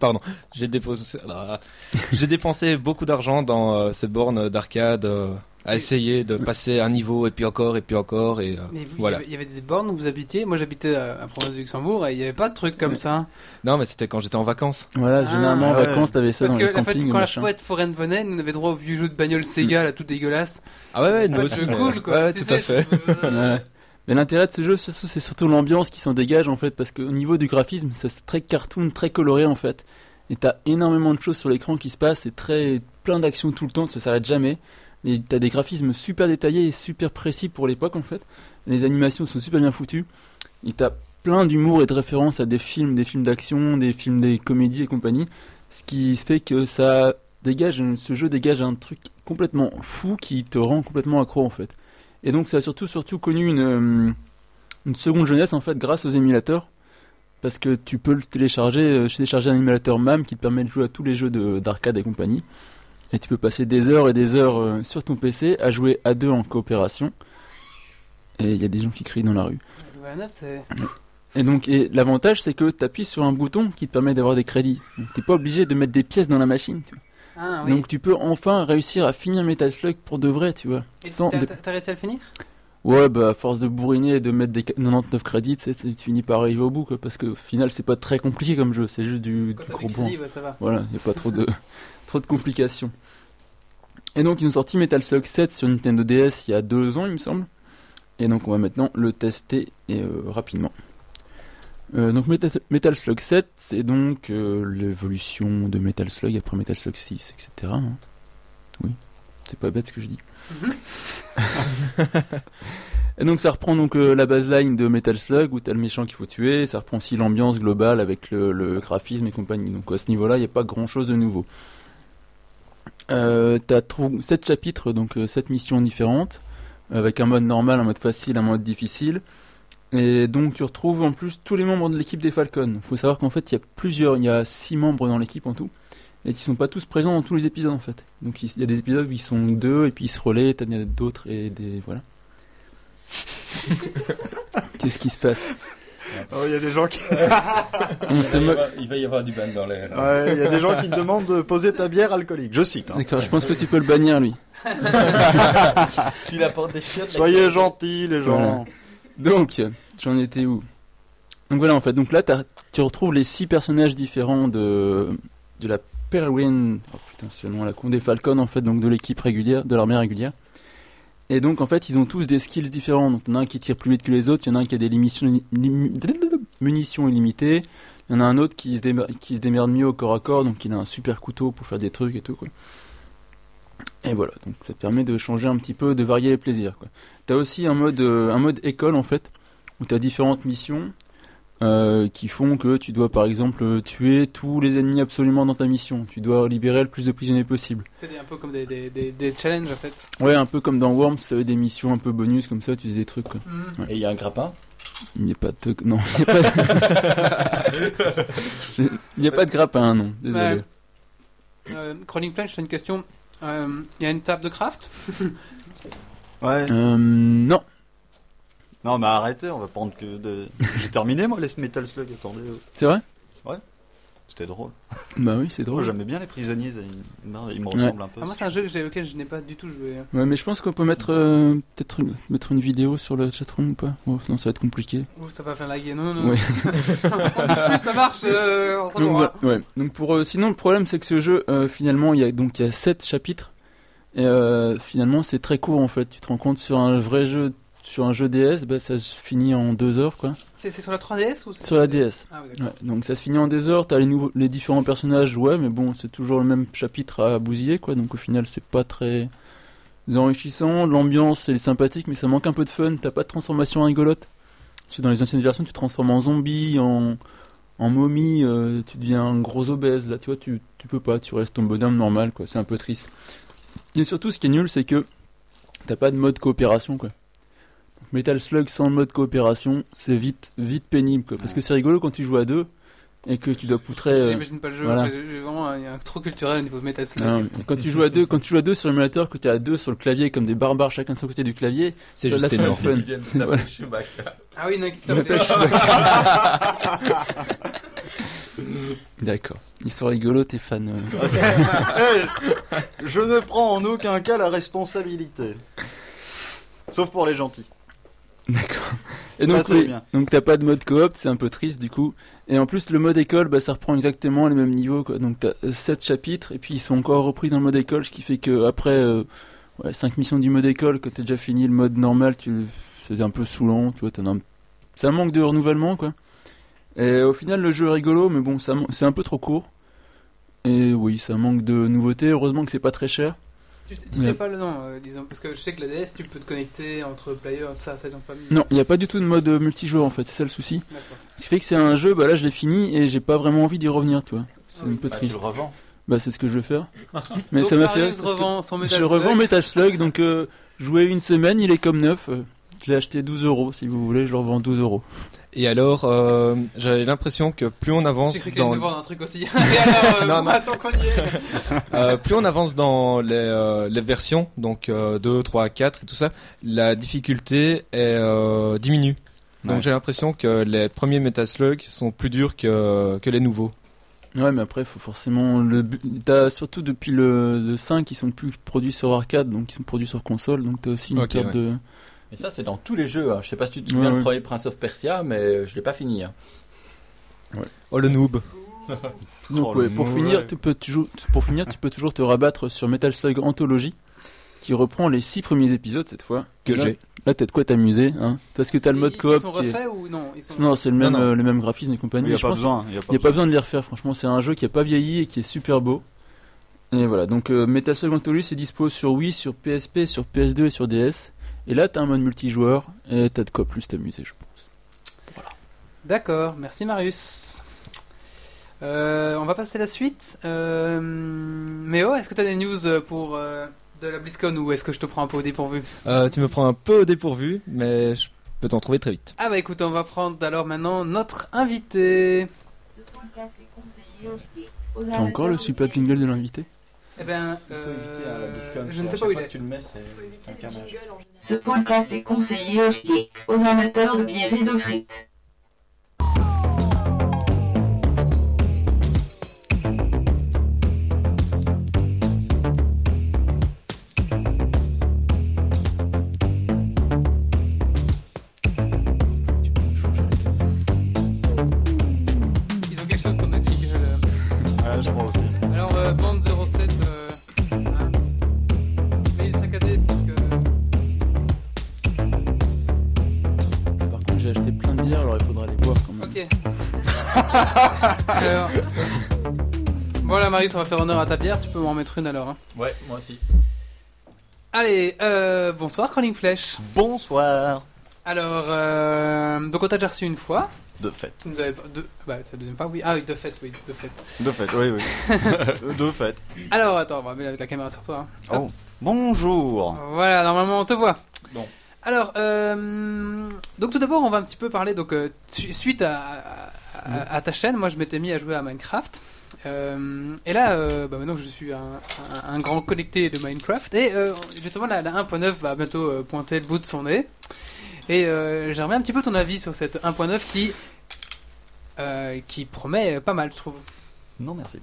[SPEAKER 3] Pardon, j'ai dépensé, ah. j'ai dépensé beaucoup d'argent dans euh, ces bornes d'arcade euh, à essayer de passer un niveau et puis encore et puis encore et euh,
[SPEAKER 1] Mais vous, il y
[SPEAKER 3] voilà.
[SPEAKER 1] avait- il y avait des bornes où vous habitiez. Moi, j'habitais à, à Provence du Luxembourg et il n'y avait pas de truc comme
[SPEAKER 4] Ouais.
[SPEAKER 1] ça. hein.
[SPEAKER 3] Non, mais c'était quand j'étais en vacances.
[SPEAKER 4] Voilà,
[SPEAKER 1] Ah.
[SPEAKER 4] généralement en
[SPEAKER 2] Ah ouais.
[SPEAKER 4] vacances, t'avais ça
[SPEAKER 1] Parce
[SPEAKER 4] dans
[SPEAKER 1] que,
[SPEAKER 4] les
[SPEAKER 1] en
[SPEAKER 4] campings.
[SPEAKER 1] fait,
[SPEAKER 4] ou
[SPEAKER 1] quand la
[SPEAKER 4] machin. Mm.
[SPEAKER 1] fouette foraine venait, on avait droit au vieux jeu de bagnole Sega, là, tout dégueulasse.
[SPEAKER 3] Ah ouais, ouais, nous
[SPEAKER 1] Pas de
[SPEAKER 3] aussi.
[SPEAKER 1] jeu
[SPEAKER 3] mais-
[SPEAKER 1] cool, quoi.
[SPEAKER 3] Ouais, ouais,
[SPEAKER 1] Tu
[SPEAKER 3] tout à
[SPEAKER 1] sais, euh,
[SPEAKER 3] fait.
[SPEAKER 1] tu-
[SPEAKER 4] Ouais. Mais l'intérêt de ce jeu, surtout, c'est surtout l'ambiance qui s'en dégage en fait, parce qu'au niveau du graphisme, ça, c'est très cartoon, très coloré en fait. Et t'as énormément de choses sur l'écran qui se passent, c'est très plein d'actions tout le temps, ça s'arrête jamais. Et t'as des graphismes super détaillés et super précis pour l'époque en fait. Les animations sont super bien foutues. Et t'as plein d'humour et de références à des films, des films d'action, des films des comédies et compagnie. Ce qui fait que ça dégage, ce jeu dégage un truc complètement fou qui te rend complètement accro en fait. Et donc ça a surtout, surtout connu une, euh, une seconde jeunesse en fait grâce aux émulateurs. Parce que tu peux le télécharger, euh, télécharger un émulateur MAM qui te permet de jouer à tous les jeux de- d'arcade et compagnie. Et tu peux passer des heures et des heures euh, sur ton PC à jouer à deux en coopération. Et il y a des gens qui crient dans la rue.
[SPEAKER 1] Voilà, neuf, c'est-
[SPEAKER 4] Et donc, et l'avantage, c'est que tu appuies sur un bouton qui te permet d'avoir des crédits. Donc, t'es pas obligé de mettre des pièces dans la machine. tu vois.
[SPEAKER 1] Ah, oui.
[SPEAKER 4] Donc, tu peux enfin réussir à finir Metal Slug pour de vrai, tu vois.
[SPEAKER 1] Et
[SPEAKER 4] sans
[SPEAKER 1] t'as-
[SPEAKER 4] de-
[SPEAKER 1] t'as t'as réussi à le finir
[SPEAKER 4] Ouais, bah, à force de bourriner et de mettre des 99 crédits, tu sais, tu finis par arriver au bout, quoi. Parce que, au final, c'est pas très compliqué comme jeu, c'est juste du,
[SPEAKER 1] Quand
[SPEAKER 4] du
[SPEAKER 1] t'as
[SPEAKER 4] gros
[SPEAKER 1] des
[SPEAKER 4] bourrin.
[SPEAKER 1] crédits, ouais, ça va.
[SPEAKER 4] Voilà, il a pas trop de, [LAUGHS] trop de complications. Et donc, ils ont sorti Metal Slug 7 sur Nintendo DS il y a deux ans, il me semble. Et donc, on va maintenant le tester et, euh, rapidement. Euh, donc, Metal, Metal Slug 7, c'est donc euh, l'évolution de Metal Slug après Metal Slug 6, etc. hein. Oui, c'est pas bête ce que je dis. Et donc ça reprend donc euh, la baseline de Metal Slug où t'as le méchant qu'il faut tuer, ça reprend aussi l'ambiance globale avec le, le graphisme et compagnie. Donc à ce niveau-là, il n'y a pas grand-chose de nouveau. Euh, t'as 7 chapitres, donc 7 missions différentes, avec un mode normal, un mode facile, un mode difficile. Et donc tu retrouves en plus tous les membres de l'équipe des Falcons. faut savoir qu'en fait il y a plusieurs, il y a 6 membres dans l'équipe en tout, et qui sont pas tous présents dans tous les épisodes en fait. Donc il y a des épisodes où ils sont deux, et puis ils se relaient, t'as d'autres, et des... voilà. Qu'est-ce qui se passe
[SPEAKER 2] Oh, il y a des gens qui.
[SPEAKER 4] On se mo-
[SPEAKER 11] Il va y avoir du ban dans l'air.
[SPEAKER 2] [LAUGHS] Ouais, il y a des gens qui te demandent de poser ta bière alcoolique. Je cite. hein.
[SPEAKER 4] D'accord, je pense que tu peux le bannir lui.
[SPEAKER 5] S'il apporte des chiottes,
[SPEAKER 2] Soyez gentils, les gens.
[SPEAKER 4] Donc, j'en étais où Donc voilà, en fait, donc là, t'as- tu retrouves les six personnages différents de, de la Perwin, oh putain, ce nom, la con des Falcons, en fait, donc de l'équipe régulière, de l'armée régulière. Et donc, en fait, ils ont tous des skills différents. Donc, il y en a un qui tire plus vite que les autres, il y en a un qui a des limitions- lim- munitions illimitées, il y en a un autre qui se, démer- qui se démerde mieux au corps à corps, donc il a un super couteau pour faire des trucs et tout, quoi. Et voilà, donc ça te permet de changer un petit peu, de varier les plaisirs, quoi. T'as aussi un mode, euh, un mode école, en fait, où tu as différentes missions euh, qui font que tu dois par exemple euh, tuer tous les ennemis absolument dans ta mission. Tu dois libérer le plus de prisonniers possible.
[SPEAKER 1] C'est des- un peu comme des, des, des, des challenges en fait.
[SPEAKER 4] Ouais, un peu comme dans Worms, tu des missions un peu bonus comme ça, tu faisais des trucs. Quoi.
[SPEAKER 5] Et il y a un grappin.
[SPEAKER 4] Il n'y a pas de. Non, il n'y a pas de. [LAUGHS] J'ai- il n'y a pas de grappin, non, désolé.
[SPEAKER 1] Ouais. Euh, Crawling Flash, j'ai une question. Euh, Il y a une table de craft
[SPEAKER 2] Ouais.
[SPEAKER 4] Euh, non,
[SPEAKER 2] Non, mais arrêtez, on va prendre que de. J'ai terminé, moi, les Metal Slug. Attendez, euh,
[SPEAKER 4] c'est vrai
[SPEAKER 2] c'était drôle.
[SPEAKER 4] Bah oui, c'est
[SPEAKER 2] Moi,
[SPEAKER 4] drôle.
[SPEAKER 2] j'aimais bien les prisonniers. Ils, ils me ressemblent un peu.
[SPEAKER 1] Ah, Moi, c'est un jeu que j'ai- auquel je n'ai pas du tout joué.
[SPEAKER 4] Ouais, mais je pense qu'on peut mettre euh, peut-être une- mettre une vidéo sur le chatroom ou pas Oh, Non, ça va être compliqué.
[SPEAKER 1] Ouh, ça va faire laguer. Non, non, non.
[SPEAKER 4] Ouais.
[SPEAKER 1] [LAUGHS] ça marche, euh, on s'en
[SPEAKER 4] Donc,
[SPEAKER 1] va.
[SPEAKER 4] voilà, ouais. donc pour euh, sinon le problème c'est que ce jeu euh, finalement il y a donc il y a 7 chapitres et euh, finalement c'est très court en fait tu te rends compte sur un vrai jeu sur un jeu DS bah, ça se finit en 2 heures quoi
[SPEAKER 1] C'est c'est sur la 3DS ou c'est
[SPEAKER 4] sur la DS
[SPEAKER 1] Ah, oui, d'accord.
[SPEAKER 4] Ouais, donc ça se finit en 2 heures t'as les nouveaux les différents personnages ouais mais bon c'est toujours le même chapitre à bousiller quoi donc au final c'est pas très enrichissant l'ambiance elle est sympathique mais ça manque un peu de fun t'as pas de transformation rigolote parce que dans les anciennes versions tu te transformes en zombie en en momie, euh, tu deviens un gros obèse. Là, tu vois, tu, tu peux pas, tu restes ton bonhomme normal, quoi. C'est un peu triste. Et surtout, ce qui est nul, c'est que t'as pas de mode coopération, quoi. Donc, Metal Slug sans mode coopération, c'est vite, vite pénible, quoi. Parce que c'est rigolo quand tu joues à deux et que tu dois poutrer. euh,
[SPEAKER 1] J'imagine pas le jeu.
[SPEAKER 4] voilà.
[SPEAKER 1] enfin, j'ai- j'ai vraiment, euh, il y a un trop culturel au niveau de Metal Slug.
[SPEAKER 4] non, mais hein, quand tu joues à deux, quand tu joues à deux sur l'émulateur, que t'es à deux sur le clavier comme des barbares chacun de son côté du clavier,
[SPEAKER 3] C'est
[SPEAKER 4] Là,
[SPEAKER 3] juste
[SPEAKER 4] c'est
[SPEAKER 3] énorme.
[SPEAKER 4] fun. C'est- voilà.
[SPEAKER 1] Ah oui, non, qui se
[SPEAKER 4] Il
[SPEAKER 1] tape
[SPEAKER 4] m'appelle
[SPEAKER 1] les-
[SPEAKER 4] D'accord. Ils sont rigolos, tes fans. euh.
[SPEAKER 2] Ah, c'est- Eh, je ne prends en aucun cas la responsabilité. Sauf pour les gentils.
[SPEAKER 4] D'accord. Et
[SPEAKER 2] Ça,
[SPEAKER 4] donc,
[SPEAKER 2] c'est
[SPEAKER 4] oui,
[SPEAKER 2] bien.
[SPEAKER 4] donc t'as pas de mode coop, c'est un peu triste du coup. Et en plus, le mode école, bah, ça reprend exactement les mêmes niveaux. Quoi. Donc t'as 7 chapitres, et puis ils sont encore repris dans le mode école, ce qui fait que après 5 missions du mode école, quand t'as déjà fini le mode normal, tu c'est un peu saoulant, tu vois, t'en as un- ça manque de renouvellement quoi. Et au final, le jeu est rigolo, mais bon, ça man- c'est un peu trop court. Et oui, ça manque de nouveautés. Heureusement que c'est pas très cher.
[SPEAKER 1] Tu, tu
[SPEAKER 4] Ouais.
[SPEAKER 1] sais pas le nom, euh, disons, parce que je sais que la DS, tu peux te connecter entre players, ça, ça ils ont pas mis.
[SPEAKER 4] Non, il n'y a pas du tout de mode euh, multijoueur en fait, c'est ça le souci.
[SPEAKER 1] D'accord.
[SPEAKER 4] Ce qui fait que c'est un jeu, bah là je l'ai fini et j'ai pas vraiment envie d'y revenir, tu vois. C'est un peu
[SPEAKER 5] Bah, tu
[SPEAKER 4] triste.
[SPEAKER 5] le revends.
[SPEAKER 4] Bah c'est ce que je vais
[SPEAKER 1] [LAUGHS]
[SPEAKER 4] faire. Mais
[SPEAKER 1] Donc,
[SPEAKER 4] ça m'a fait. rire
[SPEAKER 1] Marius
[SPEAKER 4] parce que
[SPEAKER 1] revend son Metal
[SPEAKER 4] Je
[SPEAKER 1] Slug.
[SPEAKER 4] revends Metal Slug, donc euh, joué une semaine, il est comme neuf. euh, Je l'ai acheté 12 euros, si vous voulez, je le revends 12 euros.
[SPEAKER 3] Et alors, euh, j'avais l'impression que plus on avance
[SPEAKER 1] J'ai cru qu'il allait
[SPEAKER 3] dans
[SPEAKER 1] me vendre un truc aussi. [LAUGHS] Et
[SPEAKER 4] [LAUGHS]
[SPEAKER 1] alors, euh,
[SPEAKER 3] Non,
[SPEAKER 1] on
[SPEAKER 3] non.
[SPEAKER 1] attend qu'on y est.
[SPEAKER 3] Euh, plus on avance dans les, euh, les versions, donc euh, 2, 3, 4 et tout ça, la difficulté est, euh, diminue. Donc
[SPEAKER 2] Ouais.
[SPEAKER 3] j'ai l'impression que les premiers Metal Slug sont plus durs que, que les nouveaux.
[SPEAKER 4] Ouais, mais après, faut forcément. Le... but- T'as surtout depuis le, le 5, ils sont plus produits sur arcade, donc ils sont produits sur console, donc t'as aussi une
[SPEAKER 3] Ok,
[SPEAKER 4] carte
[SPEAKER 3] ouais.
[SPEAKER 4] de.
[SPEAKER 5] Mais ça, c'est dans tous les jeux. hein. Je sais pas si tu te souviens
[SPEAKER 4] Ouais,
[SPEAKER 5] le
[SPEAKER 4] ouais.
[SPEAKER 5] premier Prince of Persia, mais je l'ai pas fini. hein.
[SPEAKER 3] Oh le noob.
[SPEAKER 4] Donc,
[SPEAKER 2] Oh, le
[SPEAKER 4] ouais, pour,
[SPEAKER 2] mauvais.
[SPEAKER 4] finir, tu peux, tu joues- tu- pour finir, tu peux toujours te rabattre sur Metal Slug Anthology, qui reprend les 6 premiers épisodes cette fois.
[SPEAKER 3] Que
[SPEAKER 4] Là,
[SPEAKER 3] j'ai.
[SPEAKER 4] Là, t'as de quoi t'amuser, hein. Parce que t'as le mode
[SPEAKER 1] Ils-
[SPEAKER 4] coop.
[SPEAKER 1] Ils sont
[SPEAKER 4] qui est-
[SPEAKER 1] refaits ou non Ils sont.
[SPEAKER 4] Non, c'est le
[SPEAKER 3] Non,
[SPEAKER 4] même,
[SPEAKER 3] non.
[SPEAKER 4] euh, le même graphisme et
[SPEAKER 2] Il
[SPEAKER 4] compagnie.
[SPEAKER 2] n'y a
[SPEAKER 4] Je
[SPEAKER 2] pas
[SPEAKER 4] pense
[SPEAKER 2] besoin. Il n'y a pas
[SPEAKER 4] il n'y a pas besoin de les refaire, franchement. C'est un jeu qui n'a pas vieilli et qui est super beau. Et voilà, donc euh, Metal Slug Anthology est dispo sur Wii, sur PSP, sur PS2 et sur DS. Et là, t'as un mode multijoueur et t'as de quoi plus t'amuser, je pense.
[SPEAKER 1] D'accord, merci Marius. Euh, on va passer à la suite. Euh, Méo, est-ce que tu as des news euh, pour euh, de la BlizzCon ou est-ce que je te prends un peu au dépourvu
[SPEAKER 3] Euh, tu me prends un peu au dépourvu, mais je peux t'en trouver très vite.
[SPEAKER 1] Ah bah écoute, on va prendre alors maintenant notre invité.
[SPEAKER 4] T'as encore le super jingle de l'invité
[SPEAKER 1] Eh ben,
[SPEAKER 5] Il faut
[SPEAKER 1] euh,
[SPEAKER 5] éviter à la biscone.
[SPEAKER 1] je ne
[SPEAKER 5] à
[SPEAKER 1] sais
[SPEAKER 5] chaque
[SPEAKER 1] pas où il
[SPEAKER 5] fois que
[SPEAKER 1] est.
[SPEAKER 5] tu le mets, c'est
[SPEAKER 7] Faut éviter
[SPEAKER 5] c'est un
[SPEAKER 7] le
[SPEAKER 5] carnage.
[SPEAKER 7] jingle en général.
[SPEAKER 11] Ce podcast est conseillé aux flics, aux amateurs de bière et de frites.
[SPEAKER 1] Ils ont quelque chose comme notre jingle. euh.
[SPEAKER 2] Ouais, je crois aussi.
[SPEAKER 1] Alors, euh, bande 07. Euh, ah. hein. Mais il est saccadé, c'est parce que. euh,
[SPEAKER 4] Par contre, j'ai acheté plein de bières, alors il faudra les boire quand même.
[SPEAKER 1] Ok. alors. Voilà, Marius, on va faire honneur à ta bière. Tu peux m'en mettre une alors. hein.
[SPEAKER 5] Ouais, moi aussi.
[SPEAKER 1] Allez, euh, bonsoir, Crawling Flesh.
[SPEAKER 2] Bonsoir.
[SPEAKER 1] Alors, euh, donc on t'a déjà reçu une fois.
[SPEAKER 2] De fait.
[SPEAKER 1] Tu nous avais. pas- Deux... Bah, c'est la deuxième fois, oui. Ah, oui, de fait, oui, de fait.
[SPEAKER 2] De fait, oui, oui.
[SPEAKER 4] [LAUGHS]
[SPEAKER 2] De fait.
[SPEAKER 1] Alors, attends, on va mettre la caméra sur toi. hein.
[SPEAKER 2] Oh. Bonjour.
[SPEAKER 1] Voilà, normalement on te voit.
[SPEAKER 5] Bon.
[SPEAKER 1] Alors, euh, donc tout d'abord, on va un petit peu parler. Donc, euh, su- suite à, à- à ta chaîne, moi je m'étais mis à jouer à Minecraft. Euh, et là, euh, bah, maintenant que je suis un, un- un grand connecté de Minecraft, et euh, justement la, la 1.9 va bientôt euh, pointer le bout de son nez. Et euh, j'aimerais un petit peu ton avis sur cette 1.9 qui, euh, qui promet pas mal, je trouve.
[SPEAKER 2] Non, merci.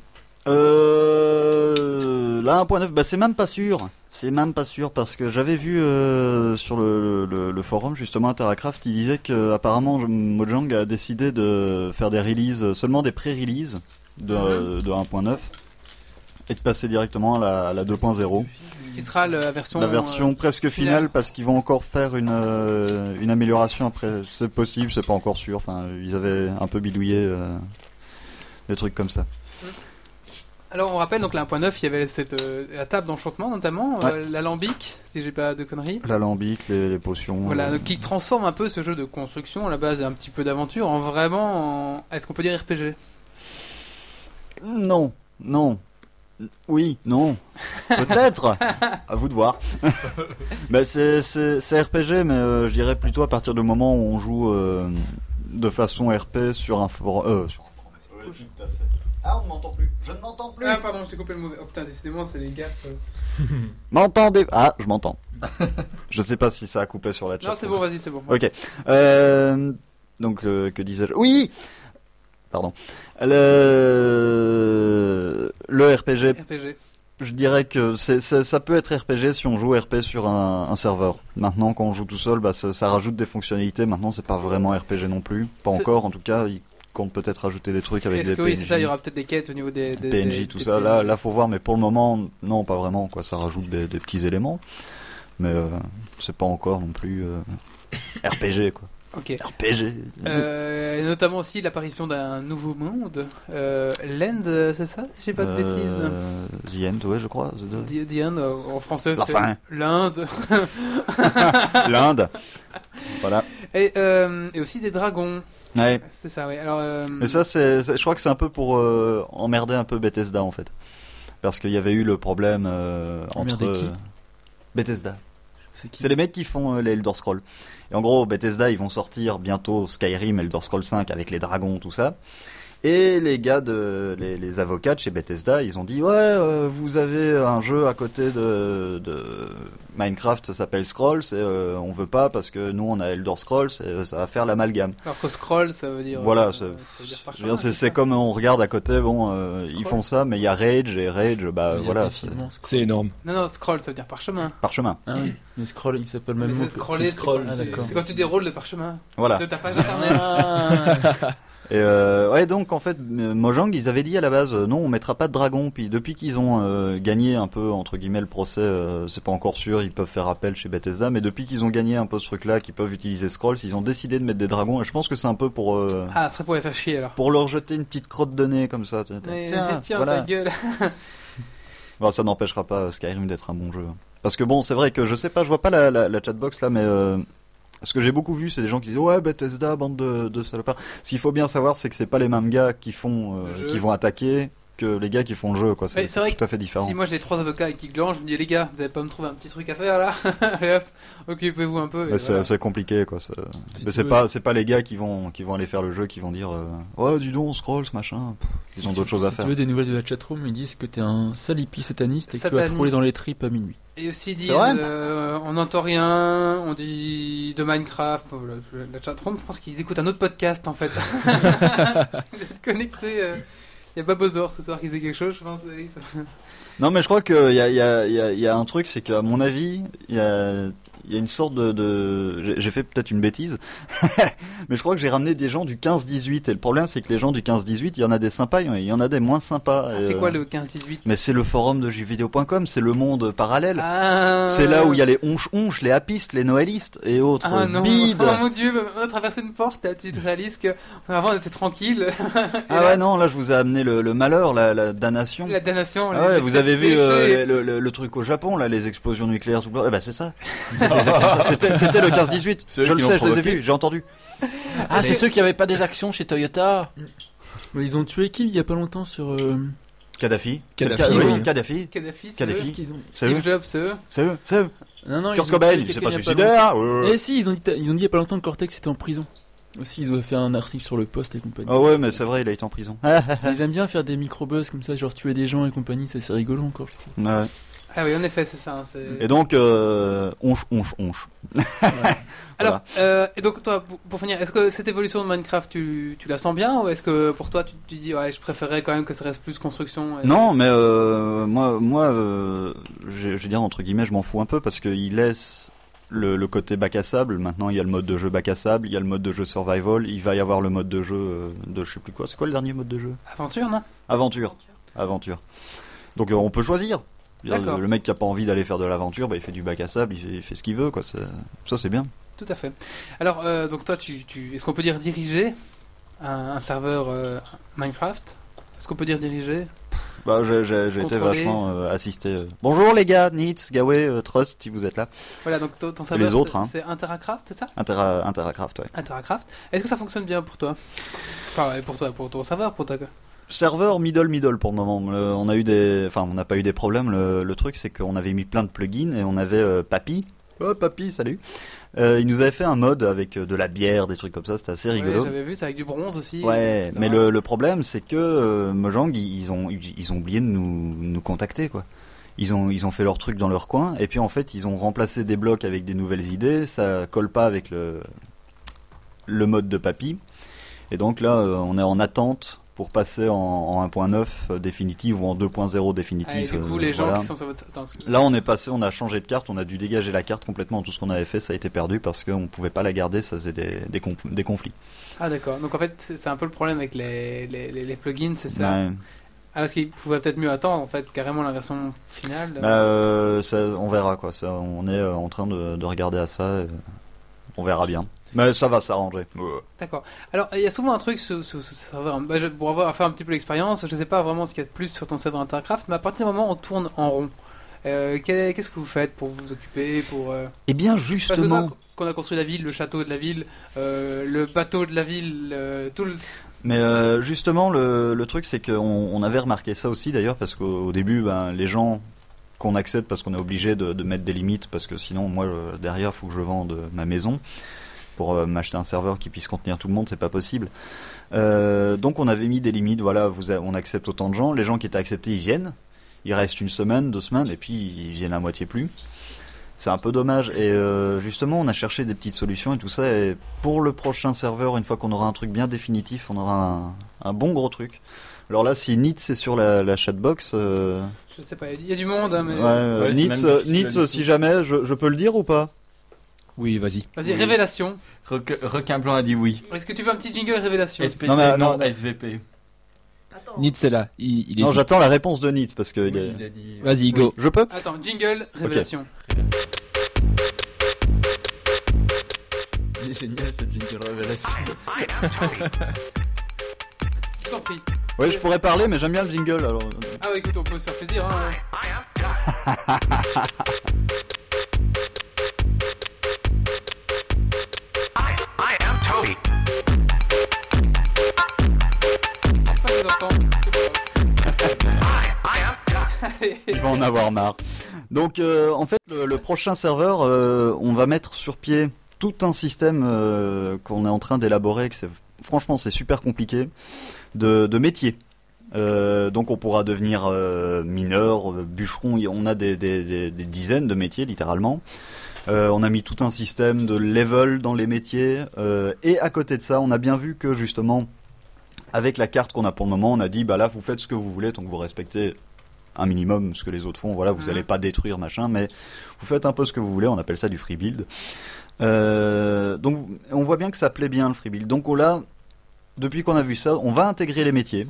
[SPEAKER 2] Euh, là, 1.9, bah, c'est même pas sûr. C'est même pas sûr parce que j'avais vu euh, sur le, le- le forum justement à TerraCraft, il disait que apparemment Mojang a décidé de faire des releases, euh, seulement des pré-releases de, euh, de 1.9 et de passer directement à la, à la 2.0.
[SPEAKER 1] Qui sera la version.
[SPEAKER 2] La version presque finale
[SPEAKER 1] finale.
[SPEAKER 2] parce qu'ils vont encore faire une, euh, une amélioration après. C'est possible, c'est pas encore sûr. Enfin, ils avaient un peu bidouillé euh, des trucs comme ça.
[SPEAKER 1] Alors on rappelle donc la 1.9, il y avait cette euh, la table d'enchantement notamment, euh, l'alambic si j'ai pas de conneries.
[SPEAKER 2] L'alambic, les, les potions.
[SPEAKER 1] Voilà,
[SPEAKER 2] euh,
[SPEAKER 1] donc qui transforme un peu ce jeu de construction à la base un petit peu d'aventure en vraiment en- est-ce qu'on peut dire RPG
[SPEAKER 2] Non, non. Oui,
[SPEAKER 1] [LAUGHS]
[SPEAKER 2] non. Peut-être. à vous de voir. Bah, c'est- c'est c'est RPG, mais euh, je dirais plutôt à partir du moment où on joue euh, de façon RP sur un forum. euh, sur un forum. Ah, on m'entend plus. Je ne m'entends plus.
[SPEAKER 1] Ah pardon, je t'ai coupé le mauvais. Oh putain, décidément, c'est les gaffes. euh.
[SPEAKER 2] M'entendez Ah, je
[SPEAKER 1] [LAUGHS]
[SPEAKER 2] m'entends. je sais pas si ça a coupé sur la chat.
[SPEAKER 1] Non, c'est bon, vas-y, c'est bon.
[SPEAKER 2] Ok. Euh, donc, euh, que disais-je Oui Pardon. Le, le RPG
[SPEAKER 1] RPG.
[SPEAKER 2] Je dirais que c'est- ça, ça peut être RPG si on joue RP sur un, un serveur. Maintenant, quand on joue tout seul, bah, ça, ça rajoute des fonctionnalités. Maintenant, c'est pas vraiment RPG non plus. Pas
[SPEAKER 1] C'est-
[SPEAKER 2] encore, en tout cas. Ils comptent peut-être rajouter des trucs avec
[SPEAKER 1] Est-ce
[SPEAKER 2] des
[SPEAKER 1] que
[SPEAKER 2] PNJ,
[SPEAKER 1] oui, c'est ça, il y aura peut-être des quêtes au niveau des, des-
[SPEAKER 2] PNJ,
[SPEAKER 1] des-
[SPEAKER 2] tout
[SPEAKER 1] des
[SPEAKER 2] ça.
[SPEAKER 1] PNJ.
[SPEAKER 2] Là, là, faut voir. Mais pour le moment, non, pas vraiment. Quoi, ça rajoute des, des petits éléments, mais euh, c'est pas encore non plus euh, RPG quoi.
[SPEAKER 1] OK.
[SPEAKER 2] RPG.
[SPEAKER 1] Euh, et notamment aussi l'apparition d'un nouveau monde, euh, Land, euh, c'est ça Si J'ai pas de bêtises.
[SPEAKER 2] Euh, The End, ouais, je crois. The-
[SPEAKER 1] The, the End, euh, en français,
[SPEAKER 2] La
[SPEAKER 1] c'est
[SPEAKER 2] fin.
[SPEAKER 1] l'Inde.
[SPEAKER 2] L'Inde. voilà.
[SPEAKER 1] Et, euh, et aussi des dragons.
[SPEAKER 2] Ouais.
[SPEAKER 1] C'est ça, oui. Alors, euh,
[SPEAKER 2] Mais ça, c'est, c'est- je crois que c'est un peu pour euh, emmerder un peu Bethesda en fait. Parce qu'il y avait eu le problème euh, entre.
[SPEAKER 4] Emmerder qui
[SPEAKER 2] euh, Bethesda.
[SPEAKER 4] C'est qui
[SPEAKER 2] C'est les mecs qui font euh, les Elder Scrolls. Et en gros, Bethesda, ils vont sortir bientôt Skyrim, Elder Scrolls 5 avec les dragons, tout ça. Et les gars, de, les, les avocats de chez Bethesda, ils ont dit Ouais, euh, vous avez un jeu à côté de, de Minecraft, ça s'appelle Scrolls, et euh, on veut pas parce que nous on a Elder Scrolls, et, euh, ça va faire l'amalgame.
[SPEAKER 1] alors que scroll, ça veut dire.
[SPEAKER 2] Voilà,
[SPEAKER 1] euh,
[SPEAKER 2] c'est-
[SPEAKER 1] veut dire par
[SPEAKER 2] je veux
[SPEAKER 1] chemin,
[SPEAKER 2] dire, c'est
[SPEAKER 1] c'est
[SPEAKER 2] c'est
[SPEAKER 1] ça.
[SPEAKER 2] comme on regarde à côté, bon, euh, ils font ça, mais il y a Rage, et Rage, bah
[SPEAKER 4] Il y a
[SPEAKER 2] voilà,
[SPEAKER 4] des
[SPEAKER 2] c'est
[SPEAKER 4] films,
[SPEAKER 3] C'est énorme.
[SPEAKER 1] Non, non, scroll, ça veut dire parchemin.
[SPEAKER 2] parchemin.
[SPEAKER 4] Ah [COUGHS] oui, mais scroll, il s'appelle
[SPEAKER 1] Mais
[SPEAKER 4] même mot
[SPEAKER 1] c'est
[SPEAKER 4] que-
[SPEAKER 1] scroller,
[SPEAKER 4] que
[SPEAKER 1] c'est
[SPEAKER 4] scroll.
[SPEAKER 1] quand-
[SPEAKER 4] Ah,
[SPEAKER 1] c'est-
[SPEAKER 4] d'accord.
[SPEAKER 1] c'est quand tu déroules le parchemin
[SPEAKER 2] Voilà.
[SPEAKER 1] de ta page internet.
[SPEAKER 4] Ah,
[SPEAKER 2] Et euh, ouais, donc en fait, euh, Mojang, ils avaient dit à la base, euh, non, on mettra pas de dragon. Puis depuis qu'ils ont euh, gagné un peu entre guillemets le procès, euh, c'est pas encore sûr, ils peuvent faire appel chez Bethesda, mais depuis qu'ils ont gagné un peu ce truc-là, qu'ils peuvent utiliser Scrolls, ils ont décidé de mettre des dragons. Et je pense que c'est un peu pour euh,
[SPEAKER 1] Ah, ce serait pour les faire chier alors.
[SPEAKER 2] pour leur jeter une petite crotte de nez comme ça.
[SPEAKER 1] Mais-
[SPEAKER 2] Bah, Tiens,
[SPEAKER 1] tiens,
[SPEAKER 2] voilà.
[SPEAKER 1] ta gueule.
[SPEAKER 2] Bon, Bah, ça n'empêchera pas euh, Skyrim d'être un bon jeu. hein. Parce que bon, c'est vrai que je sais pas, je vois pas la, la, la chatbox là, mais euh, ce que j'ai beaucoup vu, c'est des gens qui disent ouais Bethesda, bande de, de salopards. Ce qu'il faut bien savoir, c'est que c'est pas les mêmes gars qui font, euh,
[SPEAKER 1] Le jeu.
[SPEAKER 2] qui vont attaquer que les gars qui font le jeu, quoi. C'est
[SPEAKER 1] Ouais, c'est vrai
[SPEAKER 2] tout à fait différent.
[SPEAKER 1] Si moi j'ai trois avocats qui glandent, je me dis les gars, vous allez pas me trouver un petit truc à faire là [LAUGHS] Allez hop, occupez-vous un peu. et
[SPEAKER 2] Mais c'est
[SPEAKER 1] voilà.
[SPEAKER 2] c'est compliqué quoi. c'est-
[SPEAKER 1] Si
[SPEAKER 2] [LAUGHS]
[SPEAKER 1] tu
[SPEAKER 2] Mais c'est
[SPEAKER 1] veux-
[SPEAKER 2] pas c'est pas les gars qui vont qui vont aller faire le jeu qui vont dire euh, ouais dis donc scroll ce machin. Pff, Ils ont d'autres choses à
[SPEAKER 4] si
[SPEAKER 2] faire.
[SPEAKER 4] tu veux des nouvelles de la chatroom, ils disent que t'es un sale hippie sataniste et que tu vas
[SPEAKER 1] Sataniste.
[SPEAKER 4] te rouler dans les tripes à minuit.
[SPEAKER 1] Et aussi ils disent
[SPEAKER 2] vrai
[SPEAKER 1] euh, on n'entend rien, on dit de Minecraft, voilà, la chatroom, je pense qu'ils écoutent un autre podcast
[SPEAKER 2] [LAUGHS]
[SPEAKER 1] en fait. [LAUGHS] Vous êtes connectés. euh, Il y a Babozor ce soir qui disait quelque chose, je pense. euh, ils sont-
[SPEAKER 2] Non, mais je crois qu'il y a, y, a, y, a, y a un truc, c'est qu'à mon avis, il y a, y a une sorte de. de... j'ai- J'ai fait peut-être une bêtise, [LAUGHS] mais je crois que j'ai ramené des gens du 15-18. Et le problème, c'est que les gens du 15-18, il y en a des sympas, il y en a des moins sympas.
[SPEAKER 1] Ah,
[SPEAKER 2] Et,
[SPEAKER 1] c'est quoi
[SPEAKER 2] euh,
[SPEAKER 1] le 15-18
[SPEAKER 2] Mais c'est le forum de jeuxvideo.com, c'est le monde parallèle.
[SPEAKER 1] Ah.
[SPEAKER 2] C'est là où il y a les onches-onches, les happistes, les noëlistes et autres
[SPEAKER 1] Ah non,
[SPEAKER 2] bides.
[SPEAKER 1] [LAUGHS] oh mon dieu, même on a traversé une porte, là, tu te réalises que avant on était tranquille.
[SPEAKER 2] Ah ouais, non, là je vous ai amené le, le malheur, la, la
[SPEAKER 1] [LAUGHS]
[SPEAKER 2] damnation.
[SPEAKER 1] La damnation,
[SPEAKER 4] Oh,
[SPEAKER 2] Ah
[SPEAKER 1] les-
[SPEAKER 2] ouais,
[SPEAKER 1] les
[SPEAKER 2] vous
[SPEAKER 1] sept
[SPEAKER 2] avez vu
[SPEAKER 1] péchés.
[SPEAKER 2] euh, le, le- le truc au Japon, là, les explosions nucléaires, tout le Eh ben
[SPEAKER 5] [LAUGHS]
[SPEAKER 2] c'est ça. C'était exactement ça. C'était c'était le 15-18.
[SPEAKER 5] C'est eux
[SPEAKER 2] Je
[SPEAKER 5] qui
[SPEAKER 2] le
[SPEAKER 5] l'ont
[SPEAKER 2] sais, je les ai
[SPEAKER 5] provoqué.
[SPEAKER 2] vus, j'ai entendu.
[SPEAKER 5] Ah,
[SPEAKER 4] Mais-
[SPEAKER 5] c'est ceux qui n'avaient pas des actions chez Toyota.
[SPEAKER 4] Mais ils ont tué qui il y a pas longtemps sur. euh,
[SPEAKER 2] Kadhafi.
[SPEAKER 3] Kadhafi,
[SPEAKER 2] Kadhafi.
[SPEAKER 3] oui.
[SPEAKER 2] oui, Kadhafi.
[SPEAKER 1] Kadhafi, c'est
[SPEAKER 2] Kadhafi.
[SPEAKER 1] eux.
[SPEAKER 4] Qu'est-ce qu'ils ont
[SPEAKER 2] C'est
[SPEAKER 1] Steve
[SPEAKER 2] eux.
[SPEAKER 1] Jobs, c'est eux.
[SPEAKER 2] C'est eux. C'est eux.
[SPEAKER 4] Non, non,
[SPEAKER 2] Kurt
[SPEAKER 4] ils ont
[SPEAKER 2] Cobain,
[SPEAKER 4] tué
[SPEAKER 2] il s'est
[SPEAKER 4] quelqu'un
[SPEAKER 2] pas
[SPEAKER 4] il y a
[SPEAKER 2] suicidaire. ouais, ouais,
[SPEAKER 4] longtemps.
[SPEAKER 2] ouais.
[SPEAKER 4] Eh si, ils ont dit, ils ont dit il y a pas longtemps que Cortex était en prison. Aussi, ils ont fait un article sur le poste et compagnie.
[SPEAKER 2] Ah ouais, mais c'est vrai, il a été en prison. [LAUGHS] Ah, ah,
[SPEAKER 4] Ils aiment bien faire des micro-buzz comme ça, genre tuer des gens et compagnie, ça, c'est rigolo encore. je trouve.
[SPEAKER 2] ah. Ouais.
[SPEAKER 1] Ah oui, en effet, c'est ça. hein, c'est-
[SPEAKER 2] Et donc, euh, onche, onche, onche.
[SPEAKER 1] Alors, euh, et donc toi, pour, pour finir, est-ce que cette évolution de Minecraft, tu, tu la sens bien ou est-ce que pour toi, tu, tu dis, ouais, je préférais quand même que ça reste plus construction et-
[SPEAKER 2] Non, mais euh, moi, moi, euh, je, je veux dire entre guillemets, je m'en fous un peu parce qu'il laisse le, le côté bac à sable. Maintenant, il y a le mode de jeu bac à sable, il y a le mode de jeu survival, il va y avoir le mode de jeu euh, de je sais plus quoi. C'est quoi le dernier mode de jeu
[SPEAKER 1] Aventure, non
[SPEAKER 2] Aventure. Aventure. Donc euh, on peut choisir. Je veux dire,
[SPEAKER 1] D'accord.
[SPEAKER 2] Le mec qui a pas envie d'aller faire de l'aventure, bah, il fait du bac à sable, il fait, il fait ce qu'il veut, quoi. C'est- Ça c'est bien.
[SPEAKER 1] Tout à fait. Alors, euh, donc toi, tu, tu- est-ce qu'on peut dire diriger un, un serveur euh, Minecraft Est-ce qu'on peut dire diriger
[SPEAKER 2] Bah, j'ai- j'ai j'ai été
[SPEAKER 1] Contrôler.
[SPEAKER 2] vachement euh, assisté. euh. Bonjour les gars, Nitz, Gaway, euh, Trust, si vous êtes là.
[SPEAKER 1] Voilà, donc ton, ton serveur,
[SPEAKER 2] Les autres,
[SPEAKER 1] c'est,
[SPEAKER 2] hein.
[SPEAKER 1] c'est Interacraft, c'est ça
[SPEAKER 2] Intera, Interacraft, ouais.
[SPEAKER 1] Interacraft. Est-ce que ça fonctionne bien pour toi Enfin, ouais, pour toi, pour ton serveur, pour ta...
[SPEAKER 2] Serveur middle middle pour le moment. Le- on a eu des, enfin on n'a pas eu des problèmes. Le, le truc c'est qu'on avait mis plein de plugins et on avait euh, Papy. Oh Papy, salut. Euh, il nous avait fait un mode avec euh, de la bière, des trucs comme ça. C'était assez
[SPEAKER 1] Ouais,
[SPEAKER 2] rigolo.
[SPEAKER 1] j'avais vu, c'est avec du bronze aussi. Ah,
[SPEAKER 2] Ouais,
[SPEAKER 1] etc.
[SPEAKER 2] mais le, le problème c'est que euh, Mojang ils ils ont ils ont oublié de nous, nous contacter quoi. Ils ont ils ont fait leur truc dans leur coin et puis en fait ils ont remplacé des blocs avec des nouvelles idées. Ça colle pas avec le le mode de papy. Et donc là euh, on est en attente pour passer en, en 1.9 euh, définitive ou en 2.0
[SPEAKER 1] Ah, et
[SPEAKER 2] définitive.
[SPEAKER 1] du coup,
[SPEAKER 2] euh,
[SPEAKER 1] les gens
[SPEAKER 2] voilà.
[SPEAKER 1] qui sont sur votre... Attends, excuse-
[SPEAKER 2] Là, on est passé, on a changé de carte, on a dû dégager la carte complètement. Tout ce qu'on avait fait, ça a été perdu parce qu'on pouvait pas la garder, ça faisait des, des, conf- des conflits.
[SPEAKER 1] Ah d'accord, donc en fait c'est c'est un peu le problème avec les, les, les, les plugins, c'est ça
[SPEAKER 2] Ouais.
[SPEAKER 1] Alors qu'il pouvait peut-être mieux attendre en fait carrément la version finale.
[SPEAKER 2] Bah, euh, ça, on verra quoi. Ça, on est euh, en train de, de regarder à ça. euh, on verra bien. Mais ça va s'arranger. Ouais.
[SPEAKER 1] D'accord. Alors il y a souvent un truc sur sur- sur ce serveur, Bah, je- pour avoir à faire un petit peu l'expérience, je sais pas vraiment ce qu'il y a de plus sur ton serveur Intercraft, mais à partir du moment où on tourne en rond, euh, quel- qu'est-ce que vous faites pour vous occuper pour, euh,
[SPEAKER 2] Eh bien,
[SPEAKER 1] Parce que
[SPEAKER 2] justement.
[SPEAKER 1] toi, qu'on a construit la ville, le château de la ville, euh, le bateau de la ville, euh, tout le...
[SPEAKER 2] Mais euh, justement, le, le truc, c'est qu'on on avait remarqué ça aussi d'ailleurs, parce qu'au au début, ben, les gens qu'on accepte parce qu'on est obligé de, de mettre des limites, parce que sinon, moi, euh, derrière, faut que je vende ma maison pour euh, m'acheter un serveur qui puisse contenir tout le monde, c'est pas possible. Euh, donc, on avait mis des limites. Voilà, vous a- on accepte autant de gens. Les gens qui étaient acceptés, ils viennent. Ils restent une semaine, deux semaines, et puis ils viennent à moitié plus. C'est un peu dommage. Et euh, justement, on a cherché des petites solutions et tout ça. Et pour le prochain serveur, une fois qu'on aura un truc bien définitif, on aura un, un bon gros truc. Alors là, si Nitz est sur la, la chatbox, euh,
[SPEAKER 1] Je sais pas, il y a du monde, hein, mais...
[SPEAKER 2] ouais, euh,
[SPEAKER 3] Ouais, c'est
[SPEAKER 2] Nitz,
[SPEAKER 3] même
[SPEAKER 2] euh,
[SPEAKER 3] difficile à
[SPEAKER 2] Nitz,
[SPEAKER 3] dire.
[SPEAKER 2] si jamais, je, je peux le dire ou pas
[SPEAKER 3] Oui, vas-y.
[SPEAKER 1] Vas-y, révélation.
[SPEAKER 6] Requ- Requin blanc a dit oui.
[SPEAKER 1] Est-ce que tu veux un petit jingle révélation
[SPEAKER 6] SPC,
[SPEAKER 2] Non, mais
[SPEAKER 6] non,
[SPEAKER 2] non.
[SPEAKER 6] SVP.
[SPEAKER 7] Attends,
[SPEAKER 3] Nitz est là. Il, il
[SPEAKER 2] Non,
[SPEAKER 3] hésite.
[SPEAKER 2] j'attends la réponse de Nitz parce que il est-
[SPEAKER 6] Oui, il a dit.
[SPEAKER 3] Vas-y, go.
[SPEAKER 2] je peux.
[SPEAKER 1] Attends, jingle, révélation.
[SPEAKER 4] Il est génial ce jingle révélation.
[SPEAKER 1] Je t'en prie.
[SPEAKER 2] Oui, je pourrais parler, mais j'aime bien le jingle. Alors, euh.
[SPEAKER 1] Ah ouais, écoute, on peut se faire plaisir. Hein. Je sais pas si vous entendez, je sais pas.
[SPEAKER 2] va en avoir marre. Donc, euh, en fait, le, le prochain serveur, euh, on va mettre sur pied tout un système euh, qu'on est en train d'élaborer. que c'est- Franchement, c'est super compliqué de, de métier. Euh, donc, on pourra devenir euh, mineur, euh, bûcheron. Il y- On a des, des- des- des dizaines de métiers, littéralement. Euh, on a mis tout un système de level dans les métiers. euh, et à côté de ça, on a bien vu que justement, avec la carte qu'on a pour le moment, on a dit bah là vous faites ce que vous voulez tant que vous respectez un minimum ce que les autres font. Voilà, vous n'allez pas détruire machin, mais vous faites un peu ce que vous voulez. On appelle ça du free build. Euh, donc on voit bien que ça plaît bien le free build. Donc on l'a depuis qu'on a vu ça, on va intégrer les métiers.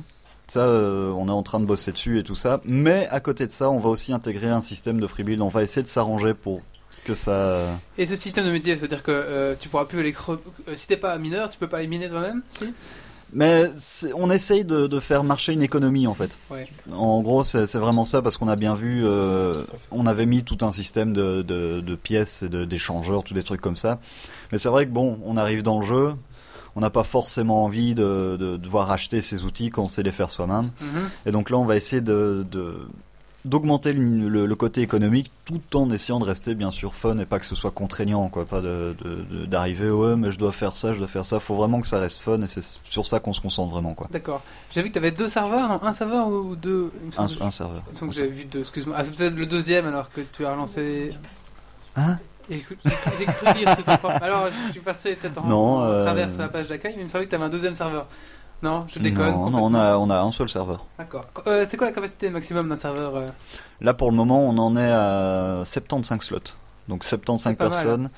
[SPEAKER 2] Ça, euh, on est en train de bosser dessus et tout ça. Mais à côté de ça, on va aussi intégrer un système de free build. On va essayer de s'arranger pour que ça.
[SPEAKER 1] Et ce système de métier, c'est-à-dire que euh, tu pourras plus les cre- euh, si t'es pas mineur, tu peux pas les miner toi-même, si
[SPEAKER 2] Mais c'est- on essaye de, de faire marcher une économie en fait.
[SPEAKER 1] Ouais.
[SPEAKER 2] En gros, c'est c'est vraiment ça parce qu'on a bien vu, euh, on avait mis tout un système de, de- de pièces, et de- d'échangeurs, tous des trucs comme ça. Mais c'est vrai que bon, on arrive dans le jeu, on n'a pas forcément envie de, de devoir acheter ces outils quand on sait les faire soi-même.
[SPEAKER 1] Mhm.
[SPEAKER 2] Et donc là, on va essayer de- de- d'augmenter le, le- le côté économique tout en essayant de rester bien sûr fun et pas que ce soit contraignant quoi pas de- de- de- d'arriver ouais mais je dois faire ça je dois faire ça faut vraiment que ça reste fun et c'est sur ça qu'on se concentre vraiment quoi
[SPEAKER 1] D'accord. J'ai vu que t'avais deux serveurs, un serveur ou deux il me semble
[SPEAKER 2] Un-
[SPEAKER 1] que-
[SPEAKER 2] un serveur.
[SPEAKER 1] Il me semble que j'avais vu deux, excuse-moi. Ah, c'est peut-être le deuxième alors que tu as relancé.
[SPEAKER 2] Hein
[SPEAKER 1] Et écoute, J'ai j'ai cru lire sur ton profil. Alors, je suis passé peut-être en,
[SPEAKER 2] Non,
[SPEAKER 1] en
[SPEAKER 2] euh,
[SPEAKER 1] travers sur la page d'accueil, mais il me semblait que t'avais un deuxième serveur. Non, je déconne.
[SPEAKER 2] non, non, on a on a un seul serveur
[SPEAKER 1] D'accord. Euh, c'est quoi la capacité maximum d'un serveur euh,
[SPEAKER 2] Là, pour le moment, on en est à 75 slots. Donc 75
[SPEAKER 1] C'est pas mal. hein.
[SPEAKER 2] personnes.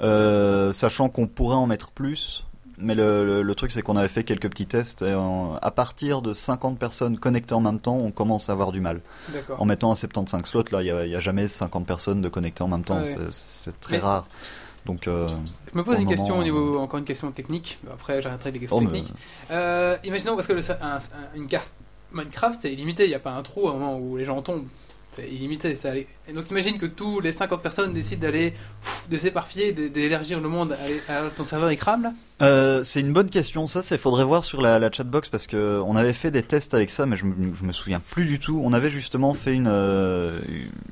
[SPEAKER 2] Euh, sachant qu'on pourrait en mettre plus. Mais le, le- le truc, c'est qu'on avait fait quelques petits tests. Et en- à partir de 50 personnes connectées en même temps, on commence à avoir du mal.
[SPEAKER 1] D'accord.
[SPEAKER 2] En mettant à 75 slots, là, il n'y a, jamais 50 personnes de connectées en même temps.
[SPEAKER 1] Ouais.
[SPEAKER 2] C'est- C'est très
[SPEAKER 1] Mais-
[SPEAKER 2] rare. Donc, euh,
[SPEAKER 1] Je me
[SPEAKER 2] pour
[SPEAKER 1] pose
[SPEAKER 2] le
[SPEAKER 1] une
[SPEAKER 2] moment,
[SPEAKER 1] question au
[SPEAKER 2] euh,
[SPEAKER 1] niveau, encore une question technique, après j'arrêterai les questions
[SPEAKER 2] Oh, mais-
[SPEAKER 1] techniques. Euh, imaginons, parce que le- un- un- une carte Minecraft c'est illimité, il n'y a pas un trou à un moment où les gens tombent. C'est illimité. Ça, allait- et donc imagine que tous les 50 personnes décident d'aller, pff, de s'éparpiller, de- d'élargir le monde. Allez, alors, ton serveur il crame là
[SPEAKER 2] Euh, c'est une bonne question. Ça, c'est faudrait voir sur la, la chatbox parce que on avait fait des tests avec ça, mais je, me- je me souviens plus du tout. On avait justement fait une euh,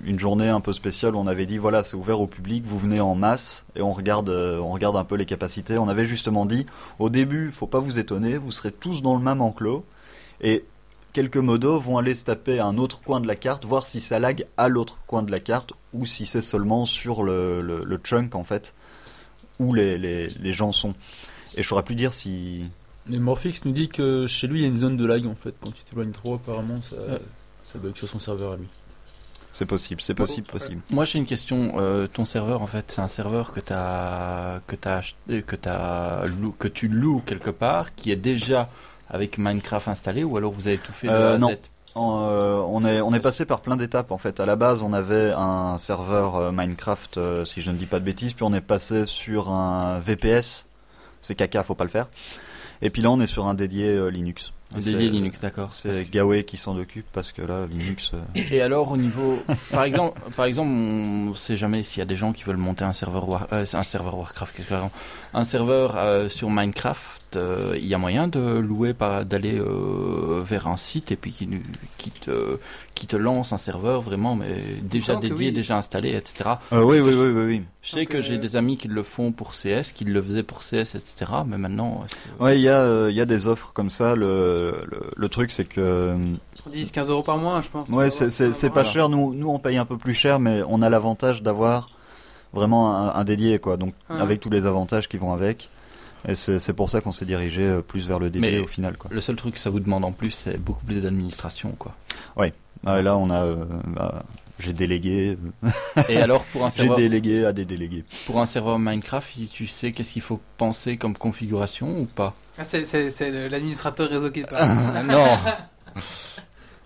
[SPEAKER 2] une journée un peu spéciale. Où on avait dit voilà, c'est ouvert au public, vous venez en masse et on regarde euh, on regarde un peu les capacités. On avait justement dit au début, faut pas vous étonner, vous serez tous dans le même enclos et quelques modos vont aller se taper à un autre coin de la carte, voir si ça lag à l'autre coin de la carte ou si c'est seulement sur le, le, le chunk en fait où les, les, les gens sont. Et je saurais plus dire si.
[SPEAKER 4] Mais Morphix nous dit que chez lui, il y a une zone de lag en fait. Quand tu t'éloignes trop, apparemment, ça, ça bug sur son serveur à lui.
[SPEAKER 2] C'est possible, c'est possible, possible.
[SPEAKER 6] Moi j'ai une question. Euh, ton serveur en fait, c'est un serveur que t'as que t'as acheté- que t'as lou- que tu loues quelque part, qui est déjà avec Minecraft installé, ou alors vous avez tout fait de
[SPEAKER 2] Euh,
[SPEAKER 6] A à
[SPEAKER 2] non.
[SPEAKER 6] Z
[SPEAKER 2] En, euh, on, est, on est passé par plein d'étapes en fait. À la base, on avait un serveur euh, Minecraft, euh, si je ne dis pas de bêtises, puis on est passé sur un VPS. C'est caca, faut pas le faire. Et puis là, on est sur un dédié euh, Linux.
[SPEAKER 6] Un
[SPEAKER 2] Et
[SPEAKER 6] dédié
[SPEAKER 2] c'est-
[SPEAKER 6] Linux, d'accord. Parce
[SPEAKER 2] C'est
[SPEAKER 6] que-
[SPEAKER 2] Gawé qui s'en occupe parce que là, Linux. euh,
[SPEAKER 6] Et alors au niveau, par exemple, par exemple, on sait jamais s'il y a des gens qui veulent monter un serveur War- euh, un serveur Warcraft, qu'est-ce que je raconte un serveur euh, sur Minecraft, euh, il y a moyen de louer par d'aller euh, vers un site et puis qui nous- qui te qui te lance un serveur vraiment mais déjà
[SPEAKER 2] semble que
[SPEAKER 6] dédié,
[SPEAKER 2] oui.
[SPEAKER 6] déjà installé, etc.
[SPEAKER 2] Euh, oui, oui, oui, oui, oui.
[SPEAKER 6] Je sais que j'ai des amis qui le font pour CS, qui le faisaient pour CS, etc. Mais maintenant, est-ce que-
[SPEAKER 2] Ouais, il y, a, euh, il y a des offres comme ça. Le, le, le truc, c'est que. euh,
[SPEAKER 1] 10, 15 euros par mois, je pense. Tu
[SPEAKER 2] Ouais,
[SPEAKER 1] vas
[SPEAKER 2] c'est-
[SPEAKER 1] avoir
[SPEAKER 2] c'est
[SPEAKER 1] un
[SPEAKER 2] c'est
[SPEAKER 1] bras.
[SPEAKER 2] pas cher. Nous, nous, on paye un peu plus cher, mais on a l'avantage d'avoir vraiment un, un dédié, quoi. Donc,
[SPEAKER 1] Ah.
[SPEAKER 2] avec tous les avantages qui vont avec. Et c'est c'est pour ça qu'on s'est dirigé euh, plus vers le dédié
[SPEAKER 6] Mais
[SPEAKER 2] au final, quoi.
[SPEAKER 6] le seul truc que ça vous demande en plus, c'est beaucoup plus d'administration, quoi.
[SPEAKER 2] Ouais. Ah, et là, on a. euh, bah, J'ai délégué. euh,
[SPEAKER 6] Et alors pour un
[SPEAKER 2] [LAUGHS]
[SPEAKER 6] serveur
[SPEAKER 2] J'ai délégué à des délégués.
[SPEAKER 6] Pour un serveur Minecraft, il- tu sais qu'est-ce qu'il faut penser comme configuration ou pas
[SPEAKER 1] Ah, c'est- c'est c'est le- l'administrateur réseau qui parle.
[SPEAKER 5] [LAUGHS]
[SPEAKER 6] Non.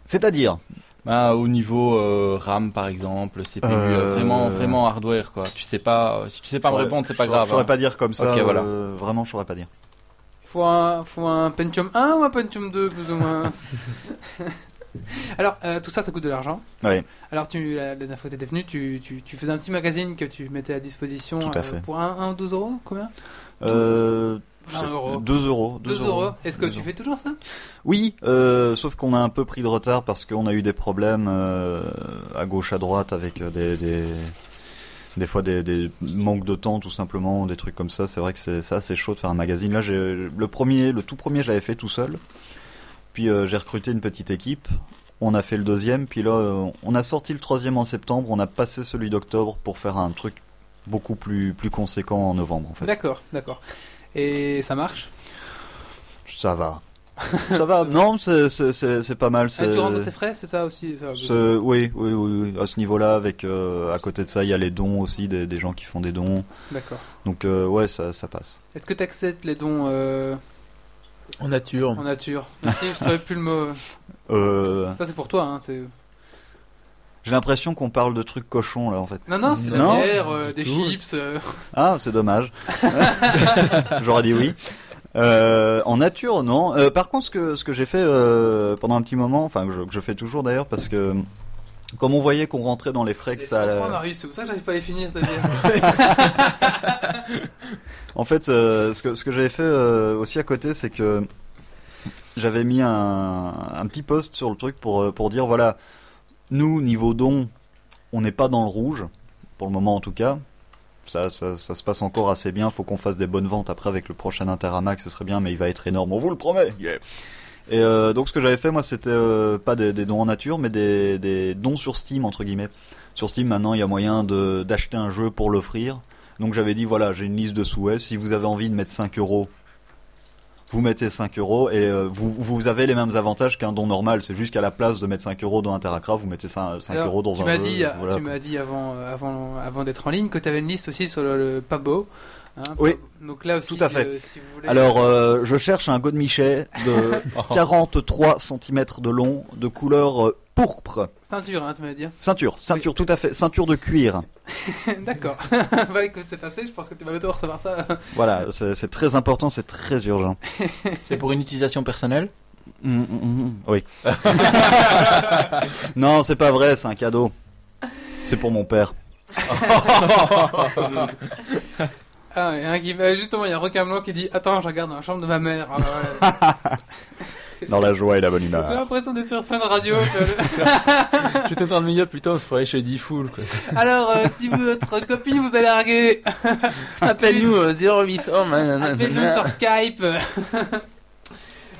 [SPEAKER 2] C'est-à-dire
[SPEAKER 6] bah, au niveau euh, RAM par exemple, CPU,
[SPEAKER 2] Euh,
[SPEAKER 6] vraiment vraiment hardware quoi. Tu sais pas euh, si tu sais pas me
[SPEAKER 2] J'aurais-
[SPEAKER 6] répondre, c'est pas
[SPEAKER 2] j'aurais-
[SPEAKER 6] grave.
[SPEAKER 2] Je saurais
[SPEAKER 6] hein.
[SPEAKER 2] pas dire comme ça.
[SPEAKER 6] OK, voilà.
[SPEAKER 2] euh, vraiment, je saurais pas dire.
[SPEAKER 1] Faut un, faut un Pentium 1 ou un Pentium 2, plus ou moins Alors, euh, tout ça, ça coûte de l'argent.
[SPEAKER 2] Ouais.
[SPEAKER 1] Alors, tu, la la dernière fois que tu étais venu, tu, tu, tu faisais un petit magazine que tu mettais à disposition
[SPEAKER 2] Tout
[SPEAKER 1] euh,
[SPEAKER 2] à fait.
[SPEAKER 1] pour 1, ou 12 euros Combien
[SPEAKER 2] Euh,
[SPEAKER 1] Un euro.
[SPEAKER 2] 2 euros. deux
[SPEAKER 1] 2 euros. Est-ce que tu fais toujours ça
[SPEAKER 2] Oui, euh, sauf qu'on a un peu pris de retard parce qu'on a eu des problèmes euh, à gauche, à droite avec euh, des, des, des fois des, des manques de temps tout simplement, des trucs comme ça. C'est vrai que c'est c'est assez chaud de faire un magazine. Là, j'ai le premier, le tout premier, je l'avais fait tout seul. Puis euh, j'ai recruté une petite équipe. On a fait le deuxième, puis là, euh, on a sorti le troisième en septembre. On a passé celui d'octobre pour faire un truc beaucoup plus plus conséquent en novembre en fait.
[SPEAKER 1] D'accord, d'accord. Et ça marche
[SPEAKER 2] Ça va. ça va, non, c'est- c'est c'est- c'est pas mal.
[SPEAKER 1] Ah,
[SPEAKER 2] c'est-
[SPEAKER 1] Tu rentres dans tes frais, c'est ça aussi ça,
[SPEAKER 2] c'est- Oui, oui, oui, oui, à ce niveau-là, avec euh, à côté de ça, il y a les dons aussi, des, des gens qui font des dons.
[SPEAKER 1] D'accord.
[SPEAKER 2] Donc euh, ouais, ça, ça passe.
[SPEAKER 1] Est-ce que tu acceptes les dons euh,
[SPEAKER 4] En nature.
[SPEAKER 1] en
[SPEAKER 2] [LAUGHS]
[SPEAKER 1] nature Merci, je trouvais plus le mot.
[SPEAKER 2] Euh,
[SPEAKER 1] Ça, c'est pour toi. Hein, c'est-
[SPEAKER 2] J'ai l'impression qu'on parle de trucs cochons là, en fait.
[SPEAKER 1] Non, non, c'est la bière, euh, des chips. euh.
[SPEAKER 2] Ah, c'est dommage. J'aurais dit oui. Euh, en nature, non. Euh, par contre, ce que, ce que j'ai fait euh, pendant un petit moment, enfin que je, que je fais toujours d'ailleurs, parce que comme on voyait qu'on rentrait dans les frais, que ça... euh,
[SPEAKER 1] Trois, Marius, c'est pour ça que j'arrive pas à les finir, ta bière.
[SPEAKER 2] En fait, euh, ce que, ce que j'avais fait euh, aussi à côté, c'est que j'avais mis un, un petit post sur le truc pour, euh, pour dire voilà, nous, niveau don, on n'est pas dans le rouge, pour le moment en tout cas. Ça, ça, ça se passe encore assez bien, faut qu'on fasse des bonnes ventes après avec le prochain Interamax, ce serait bien, mais il va être énorme, on vous le promet yeah. Et euh, donc ce que j'avais fait moi c'était euh, pas des, des dons en nature mais des, des dons sur Steam entre guillemets. Sur Steam maintenant il y a moyen de- d'acheter un jeu pour l'offrir. Donc j'avais dit voilà j'ai une liste de souhaits, si vous avez envie de mettre 5 euros, vous mettez 5 euros et euh, vous, vous avez les mêmes avantages qu'un don normal, c'est juste qu'à la place de mettre 5 euros dans Interacraft, vous mettez 5,
[SPEAKER 1] Alors,
[SPEAKER 2] euros dans
[SPEAKER 1] tu
[SPEAKER 2] un
[SPEAKER 1] m'as
[SPEAKER 2] jeu.
[SPEAKER 1] dit,
[SPEAKER 2] voilà,
[SPEAKER 1] tu m'as dit avant, euh, avant, avant d'être en ligne que tu avais une liste aussi sur le, le Pabo. hein,
[SPEAKER 2] Oui.
[SPEAKER 1] Pabo. Donc là aussi,
[SPEAKER 2] Tout à fait.
[SPEAKER 1] euh, si vous voulez-
[SPEAKER 2] Alors, euh, je cherche un godemichet de
[SPEAKER 4] [LAUGHS] Oh.
[SPEAKER 2] 43 cm de long, de couleur euh, pourpre.
[SPEAKER 1] Ceinture, hein, [LAUGHS] tu m'as dit.
[SPEAKER 2] Ceinture, ceinture, tout à fait, ceinture de cuir.
[SPEAKER 1] D'accord. [LAUGHS] bah écoute, c'est passé, je pense que tu vas bientôt recevoir ça. [LAUGHS]
[SPEAKER 2] Voilà, c'est c'est très important, c'est très urgent.
[SPEAKER 5] C'est pour une utilisation
[SPEAKER 4] [LAUGHS]
[SPEAKER 5] personnelle
[SPEAKER 2] Oui. non, c'est pas vrai, c'est un cadeau. C'est pour mon père.
[SPEAKER 1] Ah, et un qui, euh, justement, il y a Requin Blanc qui dit Attends, je regarde dans la chambre de ma mère. Ah,
[SPEAKER 2] [LAUGHS]
[SPEAKER 1] bah, voilà.
[SPEAKER 2] Dans la joie et la bonne
[SPEAKER 1] J'ai
[SPEAKER 2] humeur.
[SPEAKER 1] l'impression d'être sur Fun Radio.
[SPEAKER 4] J'étais en train de me dire, putain, on se ferait chez D-Fool, quoi.
[SPEAKER 1] Alors, euh, si votre copine vous a [LAUGHS] largué,
[SPEAKER 4] [LAUGHS] Appelle-nous au 0800. oh, nanana.
[SPEAKER 1] appelez-le sur Skype. [LAUGHS]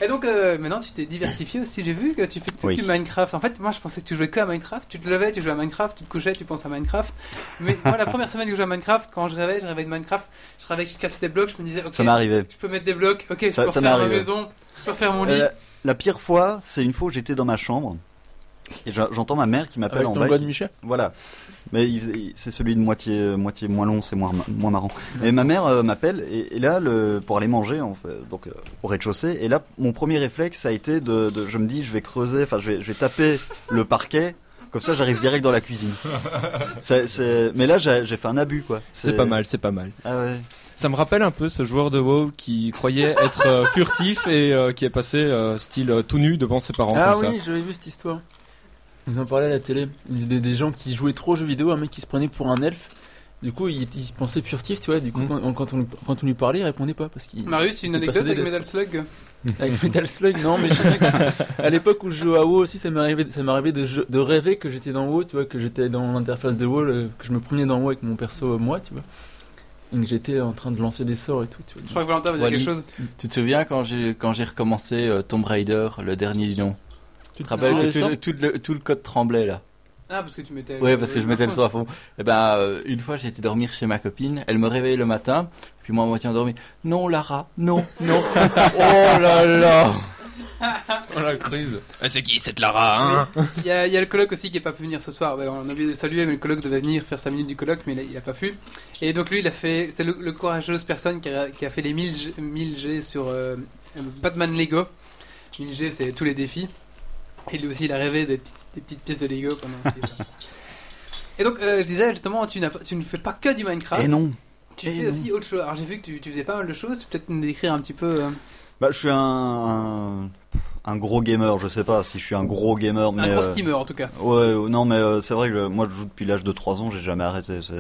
[SPEAKER 1] Et donc, euh, maintenant, tu t'es diversifié aussi. J'ai vu que tu fais plus
[SPEAKER 2] Oui.
[SPEAKER 1] que Minecraft. En fait, moi, je pensais que tu jouais que à Minecraft. Tu te levais, tu jouais à Minecraft, tu te couchais, tu penses à Minecraft. Mais moi, la première semaine que je jouais à Minecraft, quand je rêvais, je rêvais de Minecraft. Je rêvais, je cassais des blocs, je me disais, ok,
[SPEAKER 2] Ça m'est arrivé.
[SPEAKER 1] je peux mettre des blocs, ok, je
[SPEAKER 2] Ça-
[SPEAKER 1] peux
[SPEAKER 2] ça
[SPEAKER 1] refaire
[SPEAKER 2] m'est
[SPEAKER 1] ma
[SPEAKER 2] arrivé.
[SPEAKER 1] maison, je peux refaire mon lit.
[SPEAKER 2] Euh, la pire fois, c'est une fois où j'étais dans ma chambre et j'a- j'entends ma mère qui m'appelle
[SPEAKER 4] Avec
[SPEAKER 2] en
[SPEAKER 4] ton
[SPEAKER 2] bas.
[SPEAKER 4] doigt de
[SPEAKER 2] qui-
[SPEAKER 4] Michel
[SPEAKER 2] Voilà. Mais il faisait- il- c'est celui de moitié, euh, moitié moins long, c'est moins, moins marrant. Et ma mère euh, m'appelle et, et là, le, pour aller manger, en fait, donc euh, au rez-de-chaussée. Et là, mon premier réflexe ça a été de, de- je me dis, je vais creuser, enfin, je vais, je vais taper le parquet. Comme ça, j'arrive direct dans la cuisine. C'est- c'est- Mais là, j'ai j'ai fait un abus, quoi.
[SPEAKER 3] C'est pas mal, c'est pas mal.
[SPEAKER 2] Ah ouais.
[SPEAKER 3] Ça me rappelle un peu ce joueur de WoW qui croyait être euh, furtif et euh, qui est passé euh, style euh, tout nu devant ses parents
[SPEAKER 4] Ah
[SPEAKER 3] comme
[SPEAKER 4] oui, j'avais vu cette histoire. Ils en parlaient à la télé. Il y avait des gens qui jouaient trop aux jeux vidéo, un mec qui se prenait pour un elfe. Du coup, il, il se pensait furtif, tu vois. Du coup, quand, quand on, lui- quand on lui parlait, il répondait pas. Parce qu'il
[SPEAKER 1] Marius, une
[SPEAKER 4] était
[SPEAKER 1] anecdote
[SPEAKER 4] persuadé
[SPEAKER 1] avec
[SPEAKER 4] d'être-
[SPEAKER 1] Metal Slug
[SPEAKER 4] Avec Metal Slug, non, mais je sais que- à l'époque où je jouais à WoW aussi, ça m'est arrivé, ça m'est arrivé de, jeu- de rêver que j'étais dans WoW, tu vois, que j'étais dans l'interface de WoW, le- que je me promenais dans WoW avec mon perso, euh, moi, tu vois. Et que j'étais en train de lancer des sorts et tout, tu vois.
[SPEAKER 1] Je crois que Valentin va dire
[SPEAKER 5] Wally,
[SPEAKER 1] quelque chose.
[SPEAKER 5] Tu te souviens quand j'ai quand j'ai recommencé euh, Tomb Raider, le dernier du nom Tu te
[SPEAKER 4] Ah,
[SPEAKER 5] rappelles
[SPEAKER 1] souviens
[SPEAKER 5] que
[SPEAKER 1] des
[SPEAKER 5] tout,
[SPEAKER 1] sorts
[SPEAKER 5] le- tout le, tout le code tremblait là
[SPEAKER 1] Ah, parce que tu mettais.
[SPEAKER 5] Ouais, parce que je mettais le son à fond. Et ben, euh, une fois, j'ai été dormir chez ma copine. Elle me réveillait le matin. Puis moi, à moitié endormi. Non, Lara, non, non. oh là là
[SPEAKER 3] Oh la crise C'est qui cette Lara hein
[SPEAKER 1] Il y, a, il y a le colloque aussi qui n'est pas pu venir ce soir. Ouais, on a oublié de le saluer, mais le colloque devait venir faire 5 minutes du colloque, mais il n'a pas pu. Et donc lui, il a fait. C'est le, le courageuse personne qui a, qui a fait les 1000 G, 1000 G sur euh, Batman Lego. 1000 G, c'est tous les défis. Et lui aussi, il a rêvé des, petites- des petites pièces de Lego pendant qu'il- Et donc, euh, je disais justement, tu, n'as pas- tu ne fais pas que du Minecraft.
[SPEAKER 2] Et non.
[SPEAKER 1] Tu
[SPEAKER 2] Eh
[SPEAKER 1] fais
[SPEAKER 2] non.
[SPEAKER 1] aussi autre chose. Alors j'ai vu que tu, tu faisais pas mal de choses. Peut-être nous décrire un petit peu. euh,
[SPEAKER 2] Bah, je suis un, un- un gros gamer, je sais pas si je suis un gros gamer, mais.
[SPEAKER 1] Un gros
[SPEAKER 2] euh,
[SPEAKER 1] steamer, en tout cas.
[SPEAKER 2] Ouais, euh, non, mais euh, c'est vrai que euh, moi je joue depuis l'âge de 3 ans, j'ai jamais arrêté. c'est-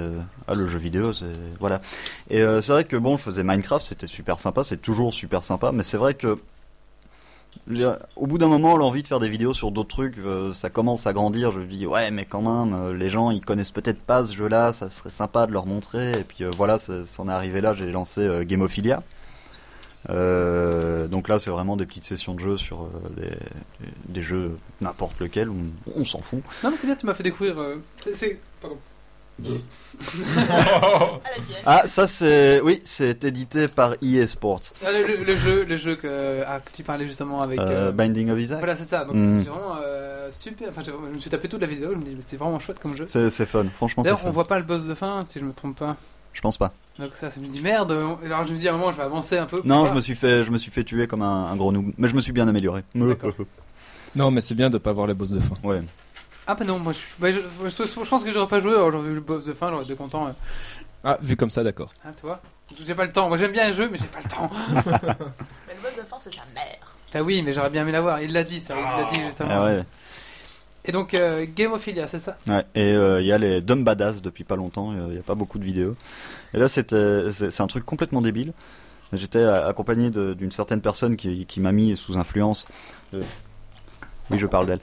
[SPEAKER 2] Ah, le jeu vidéo, c'est. Voilà. Et euh, c'est vrai que bon, je faisais Minecraft, c'était super sympa, c'est toujours super sympa, mais c'est vrai que. je veux dire, Au bout d'un moment, l'envie de faire des vidéos sur d'autres trucs, euh, ça commence à grandir. Je me dis, ouais, mais quand même, euh, les gens ils connaissent peut-être pas ce jeu-là, ça serait sympa de leur montrer. Et puis euh, voilà, ça- c'en est arrivé là, j'ai lancé euh, Gamophilia. Euh, donc là, c'est vraiment des petites sessions de jeu sur euh, des, des- des jeux n'importe lequel, on, on s'en fout.
[SPEAKER 1] Non, mais c'est bien, tu m'as fait découvrir. euh, c'est- C'est. Pardon.
[SPEAKER 2] Ah, ça c'est. Oui, c'est édité par EA Sports.
[SPEAKER 1] Ah, le, le- le jeu, le jeu que, ah, que tu parlais justement avec.
[SPEAKER 2] Euh, Binding of Isaac.
[SPEAKER 1] Voilà, c'est ça. Donc,
[SPEAKER 2] Mm.
[SPEAKER 1] c'est vraiment euh, super. Enfin, j'ai- je me suis tapé toute la vidéo. Je me dis, mais c'est vraiment chouette comme jeu.
[SPEAKER 2] C'est c'est fun, franchement c'est
[SPEAKER 1] D'ailleurs, on
[SPEAKER 2] fun.
[SPEAKER 1] voit pas le boss de fin, si je me trompe pas.
[SPEAKER 2] Je pense pas.
[SPEAKER 1] Donc, ça, ça me dit merde. euh, Alors, je me dis, à un moment, je vais avancer un peu.
[SPEAKER 2] Non,
[SPEAKER 1] Pourquoi
[SPEAKER 2] je me suis fait, je me suis fait tuer comme un, un gros noob, mais je me suis bien amélioré.
[SPEAKER 6] [LAUGHS]
[SPEAKER 3] Non, mais c'est bien de pas voir les boss de fin.
[SPEAKER 2] Ouais.
[SPEAKER 1] Ah, bah non, moi, je, bah, je, je- je- je pense que j'aurais pas joué. Alors, j'aurais eu le boss de fin, j'aurais été content. euh.
[SPEAKER 3] Ah, vu comme ça, d'accord.
[SPEAKER 1] Ah, tu vois J'ai pas le temps. Moi, j'aime bien un jeu, mais j'ai pas le temps. [LAUGHS]
[SPEAKER 7] Mais le boss de force, c'est sa mère.
[SPEAKER 1] ah oui, mais j'aurais bien aimé l'avoir. Il l'a dit, ça. Il l'a dit justement.
[SPEAKER 2] Ah ouais.
[SPEAKER 1] Et donc, euh, Gamophilia, c'est ça
[SPEAKER 2] Ouais, et euh, il y a les Dumb Badass depuis pas longtemps, il n'y a pas beaucoup de vidéos. Et là, c'était, c'est c'est un truc complètement débile. J'étais euh, accompagné de- d'une certaine personne qui, qui m'a mis sous influence. Euh, oui, je parle d'elle.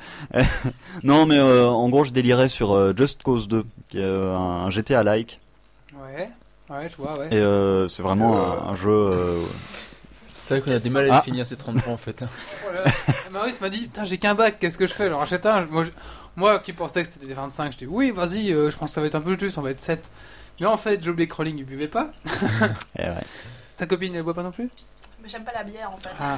[SPEAKER 2] [LAUGHS] non, mais euh, en gros, je délirais sur euh, Just Cause 2, qui est euh, un GTA-like.
[SPEAKER 1] Ouais. Ouais, je vois, ouais.
[SPEAKER 2] Et euh, c'est vraiment un, un jeu. euh,
[SPEAKER 4] C'est vrai qu'on a des mal à
[SPEAKER 2] Ah.
[SPEAKER 4] définir ces 30 points en fait. hein.
[SPEAKER 1] Oh là là. Marius m'a dit Putain, j'ai qu'un bac, qu'est-ce que je fais J'en rachète un. Moi, je- moi qui pensais que c'était des 25, je dis Oui, vas-y, euh, je pense que ça va être un peu juste, on va être 7. Mais en fait, j'ai oublié que Rowling, il buvait pas.
[SPEAKER 2] eh ouais.
[SPEAKER 1] Sa copine, elle boit pas non plus
[SPEAKER 7] Mais j'aime pas la bière en fait.
[SPEAKER 1] Ah.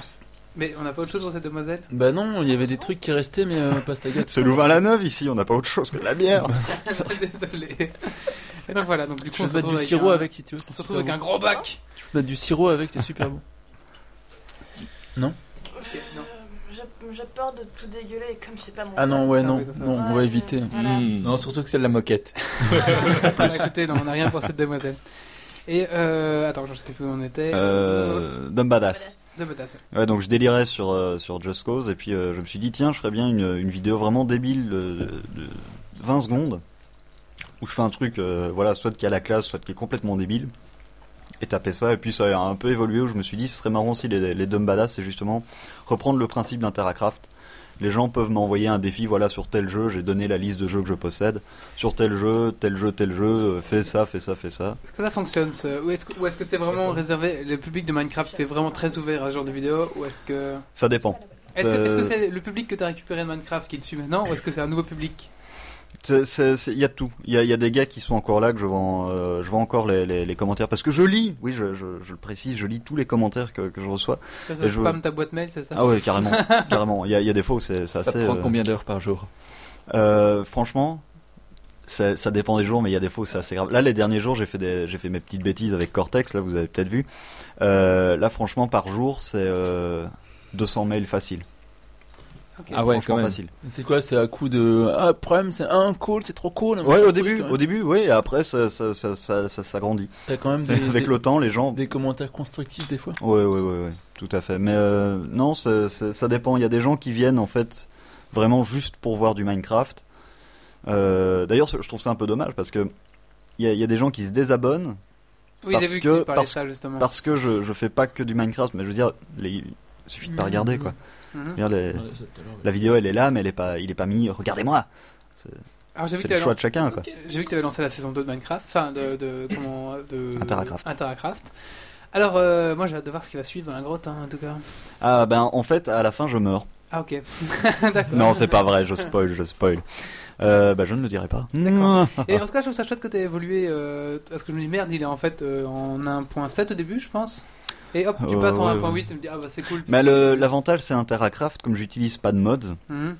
[SPEAKER 1] Mais on n'a pas autre chose pour cette
[SPEAKER 4] [LAUGHS]
[SPEAKER 1] demoiselle
[SPEAKER 4] Bah non, il y avait des trucs qui restaient, mais euh, pas Stagat.
[SPEAKER 2] C'est Louvain-la-Neuve ici, on n'a pas autre chose que de la bière.
[SPEAKER 1] Désolé. Et donc voilà, donc du coup,
[SPEAKER 4] Je
[SPEAKER 1] on
[SPEAKER 4] peux
[SPEAKER 1] se
[SPEAKER 4] mettre
[SPEAKER 1] retrouve
[SPEAKER 4] du
[SPEAKER 1] avec
[SPEAKER 4] sirop
[SPEAKER 1] un-
[SPEAKER 4] avec si tu veux,
[SPEAKER 1] On
[SPEAKER 4] c'est
[SPEAKER 1] se retrouve avec
[SPEAKER 4] super
[SPEAKER 1] un
[SPEAKER 4] bon.
[SPEAKER 1] gros bac.
[SPEAKER 4] Je peux mettre du sirop avec, c'est super bon.
[SPEAKER 7] J'ai Euh, j'ai peur de tout dégueuler et comme c'est pas mon.
[SPEAKER 4] Ah non,
[SPEAKER 7] cas,
[SPEAKER 4] ouais,
[SPEAKER 7] ça-
[SPEAKER 4] non, non, on va éviter. Mm.
[SPEAKER 3] Hmm.
[SPEAKER 6] Non, surtout que c'est de la moquette.
[SPEAKER 1] [LAUGHS] Voilà, écoutez, non, on n'a rien pour cette demoiselle. Et euh, attends, je sais plus où on était.
[SPEAKER 2] Euh, Dumb Badass.
[SPEAKER 1] De Badass, ouais.
[SPEAKER 2] Ouais, donc je délirais sur, euh, sur Just Cause et puis euh, je me suis dit, tiens, je ferais bien une, une vidéo vraiment débile euh, de, 20 secondes où je fais un truc, euh, voilà, soit qui a la classe, soit qui est complètement débile. Et taper ça, et puis ça a un peu évolué où je me suis dit, ce serait marrant si les, les Dumb Badass, c'est justement reprendre le principe d'Interacraft. Les gens peuvent m'envoyer un défi, voilà, sur tel jeu, j'ai donné la liste de jeux que je possède. Sur tel jeu, tel jeu, tel jeu, euh, fais ça, fais ça, fais ça.
[SPEAKER 1] Est-ce que ça fonctionne ce- Ou est-ce que ou est-ce que c'était vraiment réservé Le public de Minecraft était vraiment très ouvert à ce genre de vidéo Ou est-ce que.
[SPEAKER 2] Ça dépend.
[SPEAKER 1] Est-ce que
[SPEAKER 2] Euh,
[SPEAKER 1] est-ce que c'est le public que tu as récupéré de Minecraft qui est dessus maintenant Ou est-ce que c'est un nouveau public
[SPEAKER 2] C'est- c'est- c'est- Il y a de tout. Il y a, il y a des gars qui sont encore là que je vois, en- euh, je vois encore les, les- les commentaires parce que je lis. Oui, je, je- je le précise, je lis tous les commentaires que, que je reçois.
[SPEAKER 1] Ça,
[SPEAKER 2] Et
[SPEAKER 1] ça
[SPEAKER 2] je-
[SPEAKER 1] spam ta boîte mail, c'est ça
[SPEAKER 2] Ah ouais, carrément, carrément. Il y a, il y a des fois où c'est c'est
[SPEAKER 6] Ça
[SPEAKER 2] assez.
[SPEAKER 6] prend
[SPEAKER 2] euh,
[SPEAKER 6] combien d'heures par jour
[SPEAKER 2] euh, Franchement, ça, ça dépend des jours, mais il y a des fois où c'est assez grave. Là, les derniers jours, j'ai fait des, j'ai fait mes petites bêtises avec Cortex. Là, vous avez peut-être vu. Euh, là, franchement, par jour, c'est euh, 200 mails faciles.
[SPEAKER 4] Ah ouais,
[SPEAKER 2] Franchement
[SPEAKER 4] quand même.
[SPEAKER 2] facile.
[SPEAKER 4] C'est quoi C'est à coup de. Ah, problème, c'est un cool, c'est trop cool.
[SPEAKER 2] Ouais, au début, au début, oui. Et après, ça, ça, ça, ça, ça s'agrandit.
[SPEAKER 4] T'as quand même
[SPEAKER 2] C'est-
[SPEAKER 4] des-
[SPEAKER 2] avec
[SPEAKER 4] des-
[SPEAKER 2] le temps, les gens.
[SPEAKER 4] Des commentaires constructifs des fois.
[SPEAKER 2] Ouais, ouais, ouais, ouais, tout à fait. Mais euh, non, ça, ça- ça dépend. Il y a des gens qui viennent en fait vraiment juste pour voir du Minecraft. Euh, D'ailleurs, je trouve ça un peu dommage parce que il y, a- il y a des gens qui se désabonnent.
[SPEAKER 1] Oui, j'ai
[SPEAKER 2] parce
[SPEAKER 1] vu que
[SPEAKER 2] que
[SPEAKER 1] tu parlais de
[SPEAKER 2] parce,
[SPEAKER 1] ça, justement.
[SPEAKER 2] parce que je, je fais pas que du Minecraft, mais je veux dire, les, il suffit de pas
[SPEAKER 1] Mhm.
[SPEAKER 2] regarder quoi.
[SPEAKER 1] Mhm.
[SPEAKER 2] Je veux dire, les-
[SPEAKER 1] Ouais, ça, tout à l'heure,
[SPEAKER 2] la vidéo elle est là, mais elle est pas, il est pas mis. Regardez-moi. C'est
[SPEAKER 1] Alors, j'ai vu
[SPEAKER 2] c'est
[SPEAKER 1] que
[SPEAKER 2] le
[SPEAKER 1] t'as
[SPEAKER 2] choix
[SPEAKER 1] lancé-
[SPEAKER 2] de chacun quoi.
[SPEAKER 1] J'ai vu que tu avais lancé la saison 2 de Minecraft, enfin de, de comment de
[SPEAKER 2] Mm. Interacraft.
[SPEAKER 1] Interacraft. Alors euh, moi j'ai hâte de voir ce qui va suivre dans la grotte hein, en tout cas.
[SPEAKER 2] Ah ben en fait, à la fin, je meurs.
[SPEAKER 1] Ah
[SPEAKER 2] [LAUGHS]
[SPEAKER 1] ok. D'accord.
[SPEAKER 2] Non, c'est pas vrai. Je spoil, je spoil. Euh, bah, je ne le dirai pas. D'accord.
[SPEAKER 1] Et en tout cas, je trouve ça chouette que t'aies évolué. euh, parce que je me dis, merde, il est en fait euh, en 1.7 au début, je pense. Et hop, tu
[SPEAKER 2] Euh,
[SPEAKER 1] passes en
[SPEAKER 2] ouais,
[SPEAKER 1] 1.8,
[SPEAKER 2] ouais.
[SPEAKER 1] tu me dis, ah bah c'est cool.
[SPEAKER 2] Mais le- l'avantage, c'est Interacraft, comme j'utilise pas de mods.
[SPEAKER 1] Mhm.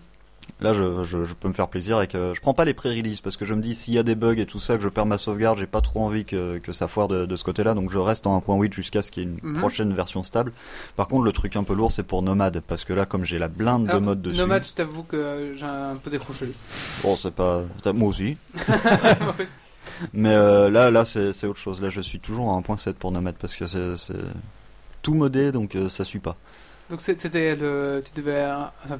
[SPEAKER 2] Là, je, je, je peux me faire plaisir avec. euh, je prends pas les pré-releases parce que je me dis s'il y a des bugs et tout ça, que je perds ma sauvegarde, j'ai pas trop envie que, que ça foire de, de ce côté-là, donc je reste en 1.8 jusqu'à ce qu'il y ait une
[SPEAKER 1] Mhm.
[SPEAKER 2] prochaine version stable. Par contre, le truc un peu lourd, c'est pour Nomade parce que là, comme j'ai la blinde
[SPEAKER 1] Alors,
[SPEAKER 2] de mods dessus.
[SPEAKER 1] Ah, Nomade, je t'avoue que j'ai un peu
[SPEAKER 2] [LAUGHS]
[SPEAKER 1] décroché.
[SPEAKER 2] Bon, c'est pas. t'as- Moi aussi. Mais euh, là, là c'est c'est autre chose. Là, je suis toujours à 1.7 pour Nomade parce que c'est c'est tout modé, donc euh, ça suit pas.
[SPEAKER 1] Donc c'est- c'était le. Tu devais. enfin,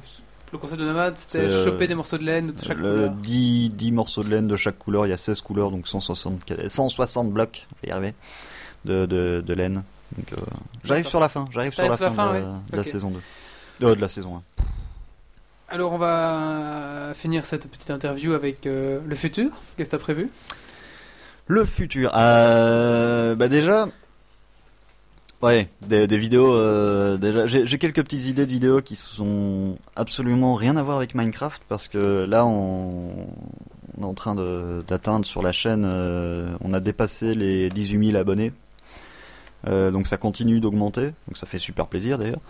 [SPEAKER 1] le concept de nomade, c'était
[SPEAKER 2] C'est, euh,
[SPEAKER 1] choper des morceaux de laine de chaque
[SPEAKER 2] le
[SPEAKER 1] couleur.
[SPEAKER 2] 10, 10 morceaux de laine de chaque couleur, il y a 16 couleurs, donc 160, 160 blocs, je vais y arriver, de, de, de laine. Donc, euh, j'arrive
[SPEAKER 1] D'accord.
[SPEAKER 2] sur la fin, j'arrive sur la
[SPEAKER 1] T'arrives
[SPEAKER 2] fin, de, la,
[SPEAKER 1] ouais.
[SPEAKER 2] de la
[SPEAKER 1] Ok.
[SPEAKER 2] saison 2. Euh, de la saison 1.
[SPEAKER 1] Alors on va euh, finir cette petite interview avec euh, le futur. Qu'est-ce que t'as prévu
[SPEAKER 2] Le futur. Euh, bah déjà, ouais, des, des vidéos. euh, déjà, j'ai j'ai quelques petites idées de vidéos qui sont absolument rien à voir avec Minecraft parce que là, on, on est en train de- d'atteindre sur la chaîne, euh, on a dépassé les 18 000 abonnés. Euh, donc ça continue d'augmenter, donc ça fait super plaisir d'ailleurs.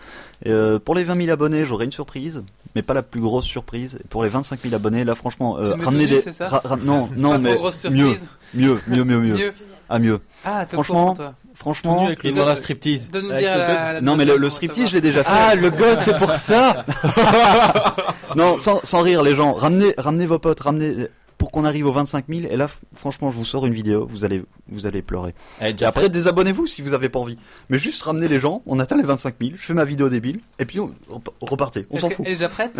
[SPEAKER 2] Et, euh, pour les 20 000 abonnés, j'aurai une surprise, mais pas la plus grosse surprise. Et pour les 25 000 abonnés, là franchement, euh,
[SPEAKER 1] Tu me
[SPEAKER 2] ramenez
[SPEAKER 1] dis,
[SPEAKER 2] des,
[SPEAKER 1] c'est ça
[SPEAKER 2] ra- ra- non, non,
[SPEAKER 1] Pas trop
[SPEAKER 2] mais
[SPEAKER 1] grosse
[SPEAKER 2] mieux,
[SPEAKER 1] surprise.
[SPEAKER 2] mieux, mieux, mieux, mieux,
[SPEAKER 1] Mieux.
[SPEAKER 2] ah mieux.
[SPEAKER 1] Ah, t'es au courant,
[SPEAKER 2] franchement,
[SPEAKER 1] toi.
[SPEAKER 2] franchement,
[SPEAKER 6] Il demande un striptease.
[SPEAKER 1] Donne-nous
[SPEAKER 6] Avec
[SPEAKER 1] bien
[SPEAKER 6] le
[SPEAKER 1] la-
[SPEAKER 6] code.
[SPEAKER 1] la
[SPEAKER 2] non mais le, le striptease, je l'ai déjà fait.
[SPEAKER 6] Ah, le god, c'est pour ça
[SPEAKER 2] non, sans, sans rire, les gens, ramenez, ramenez vos potes, ramenez pour qu'on arrive aux 25 000. Et là, f- franchement, je vous sors une vidéo, vous allez, vous allez pleurer.
[SPEAKER 6] Elle est
[SPEAKER 2] Et
[SPEAKER 6] déjà
[SPEAKER 2] après,
[SPEAKER 6] faite.
[SPEAKER 2] désabonnez-vous si vous avez pas envie. Mais juste ramenez les gens, on atteint les 25 000. Je fais ma vidéo débile, et puis on rep- repartez. On
[SPEAKER 1] Est-ce
[SPEAKER 2] s'en
[SPEAKER 1] que-
[SPEAKER 2] fout.
[SPEAKER 1] Elle est déjà prête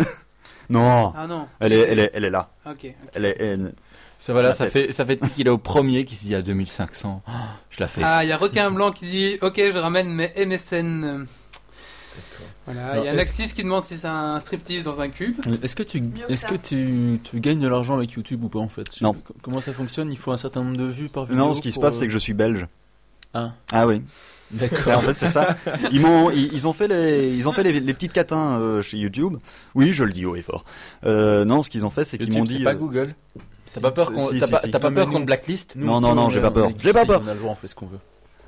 [SPEAKER 2] Non.
[SPEAKER 1] Ah non.
[SPEAKER 2] Elle est, elle est, elle est là.
[SPEAKER 1] Ok, ok.
[SPEAKER 2] Elle est. elle-
[SPEAKER 6] Ça va là,
[SPEAKER 2] La
[SPEAKER 6] ça
[SPEAKER 2] tête.
[SPEAKER 6] fait, ça fait depuis qu'il est au premier qu'il se dit à 2500. Ah, Je la fais.
[SPEAKER 1] Ah, il y a Requin Blanc qui dit Ok, je ramène mes MSN. Voilà, il y a
[SPEAKER 4] Alors, est-ce-
[SPEAKER 1] Naxis qui demande si c'est un striptease dans un cube.
[SPEAKER 4] [LAUGHS] Est-ce que, tu, est-ce que tu, tu gagnes de l'argent avec YouTube ou pas en fait Je sais
[SPEAKER 2] Non.
[SPEAKER 4] pas co- Comment ça fonctionne Il faut un certain nombre de vues par vidéo
[SPEAKER 2] Non, ce qui se
[SPEAKER 4] pour,
[SPEAKER 2] passe,
[SPEAKER 4] euh,
[SPEAKER 2] c'est que je suis belge.
[SPEAKER 4] Ah.
[SPEAKER 2] Ah oui.
[SPEAKER 4] D'accord.
[SPEAKER 2] Ben, en fait, c'est ça. Ils m'ont, ils, ils ont fait les, ils ont fait les, les petits catins euh, chez YouTube. Oui, je le dis haut et fort. Euh, non, ce qu'ils ont fait, c'est qu'ils
[SPEAKER 6] YouTube,
[SPEAKER 2] m'ont
[SPEAKER 6] c'est
[SPEAKER 2] dit.
[SPEAKER 6] pas
[SPEAKER 2] euh,
[SPEAKER 6] Google T'as pas peur qu'on
[SPEAKER 2] Si,
[SPEAKER 6] t'as
[SPEAKER 2] si,
[SPEAKER 6] pas-
[SPEAKER 2] si.
[SPEAKER 6] t'as pas
[SPEAKER 4] Non,
[SPEAKER 6] peur
[SPEAKER 4] mais
[SPEAKER 6] qu'on
[SPEAKER 4] nous-
[SPEAKER 6] te blacklist
[SPEAKER 4] nous,
[SPEAKER 2] Non, non,
[SPEAKER 4] on
[SPEAKER 2] non,
[SPEAKER 4] est-
[SPEAKER 2] j'ai pas
[SPEAKER 4] on est
[SPEAKER 2] peur.
[SPEAKER 4] geeks,
[SPEAKER 2] J'ai pas
[SPEAKER 4] c'est-
[SPEAKER 2] peur.
[SPEAKER 4] On a le droit, on fait ce qu'on veut.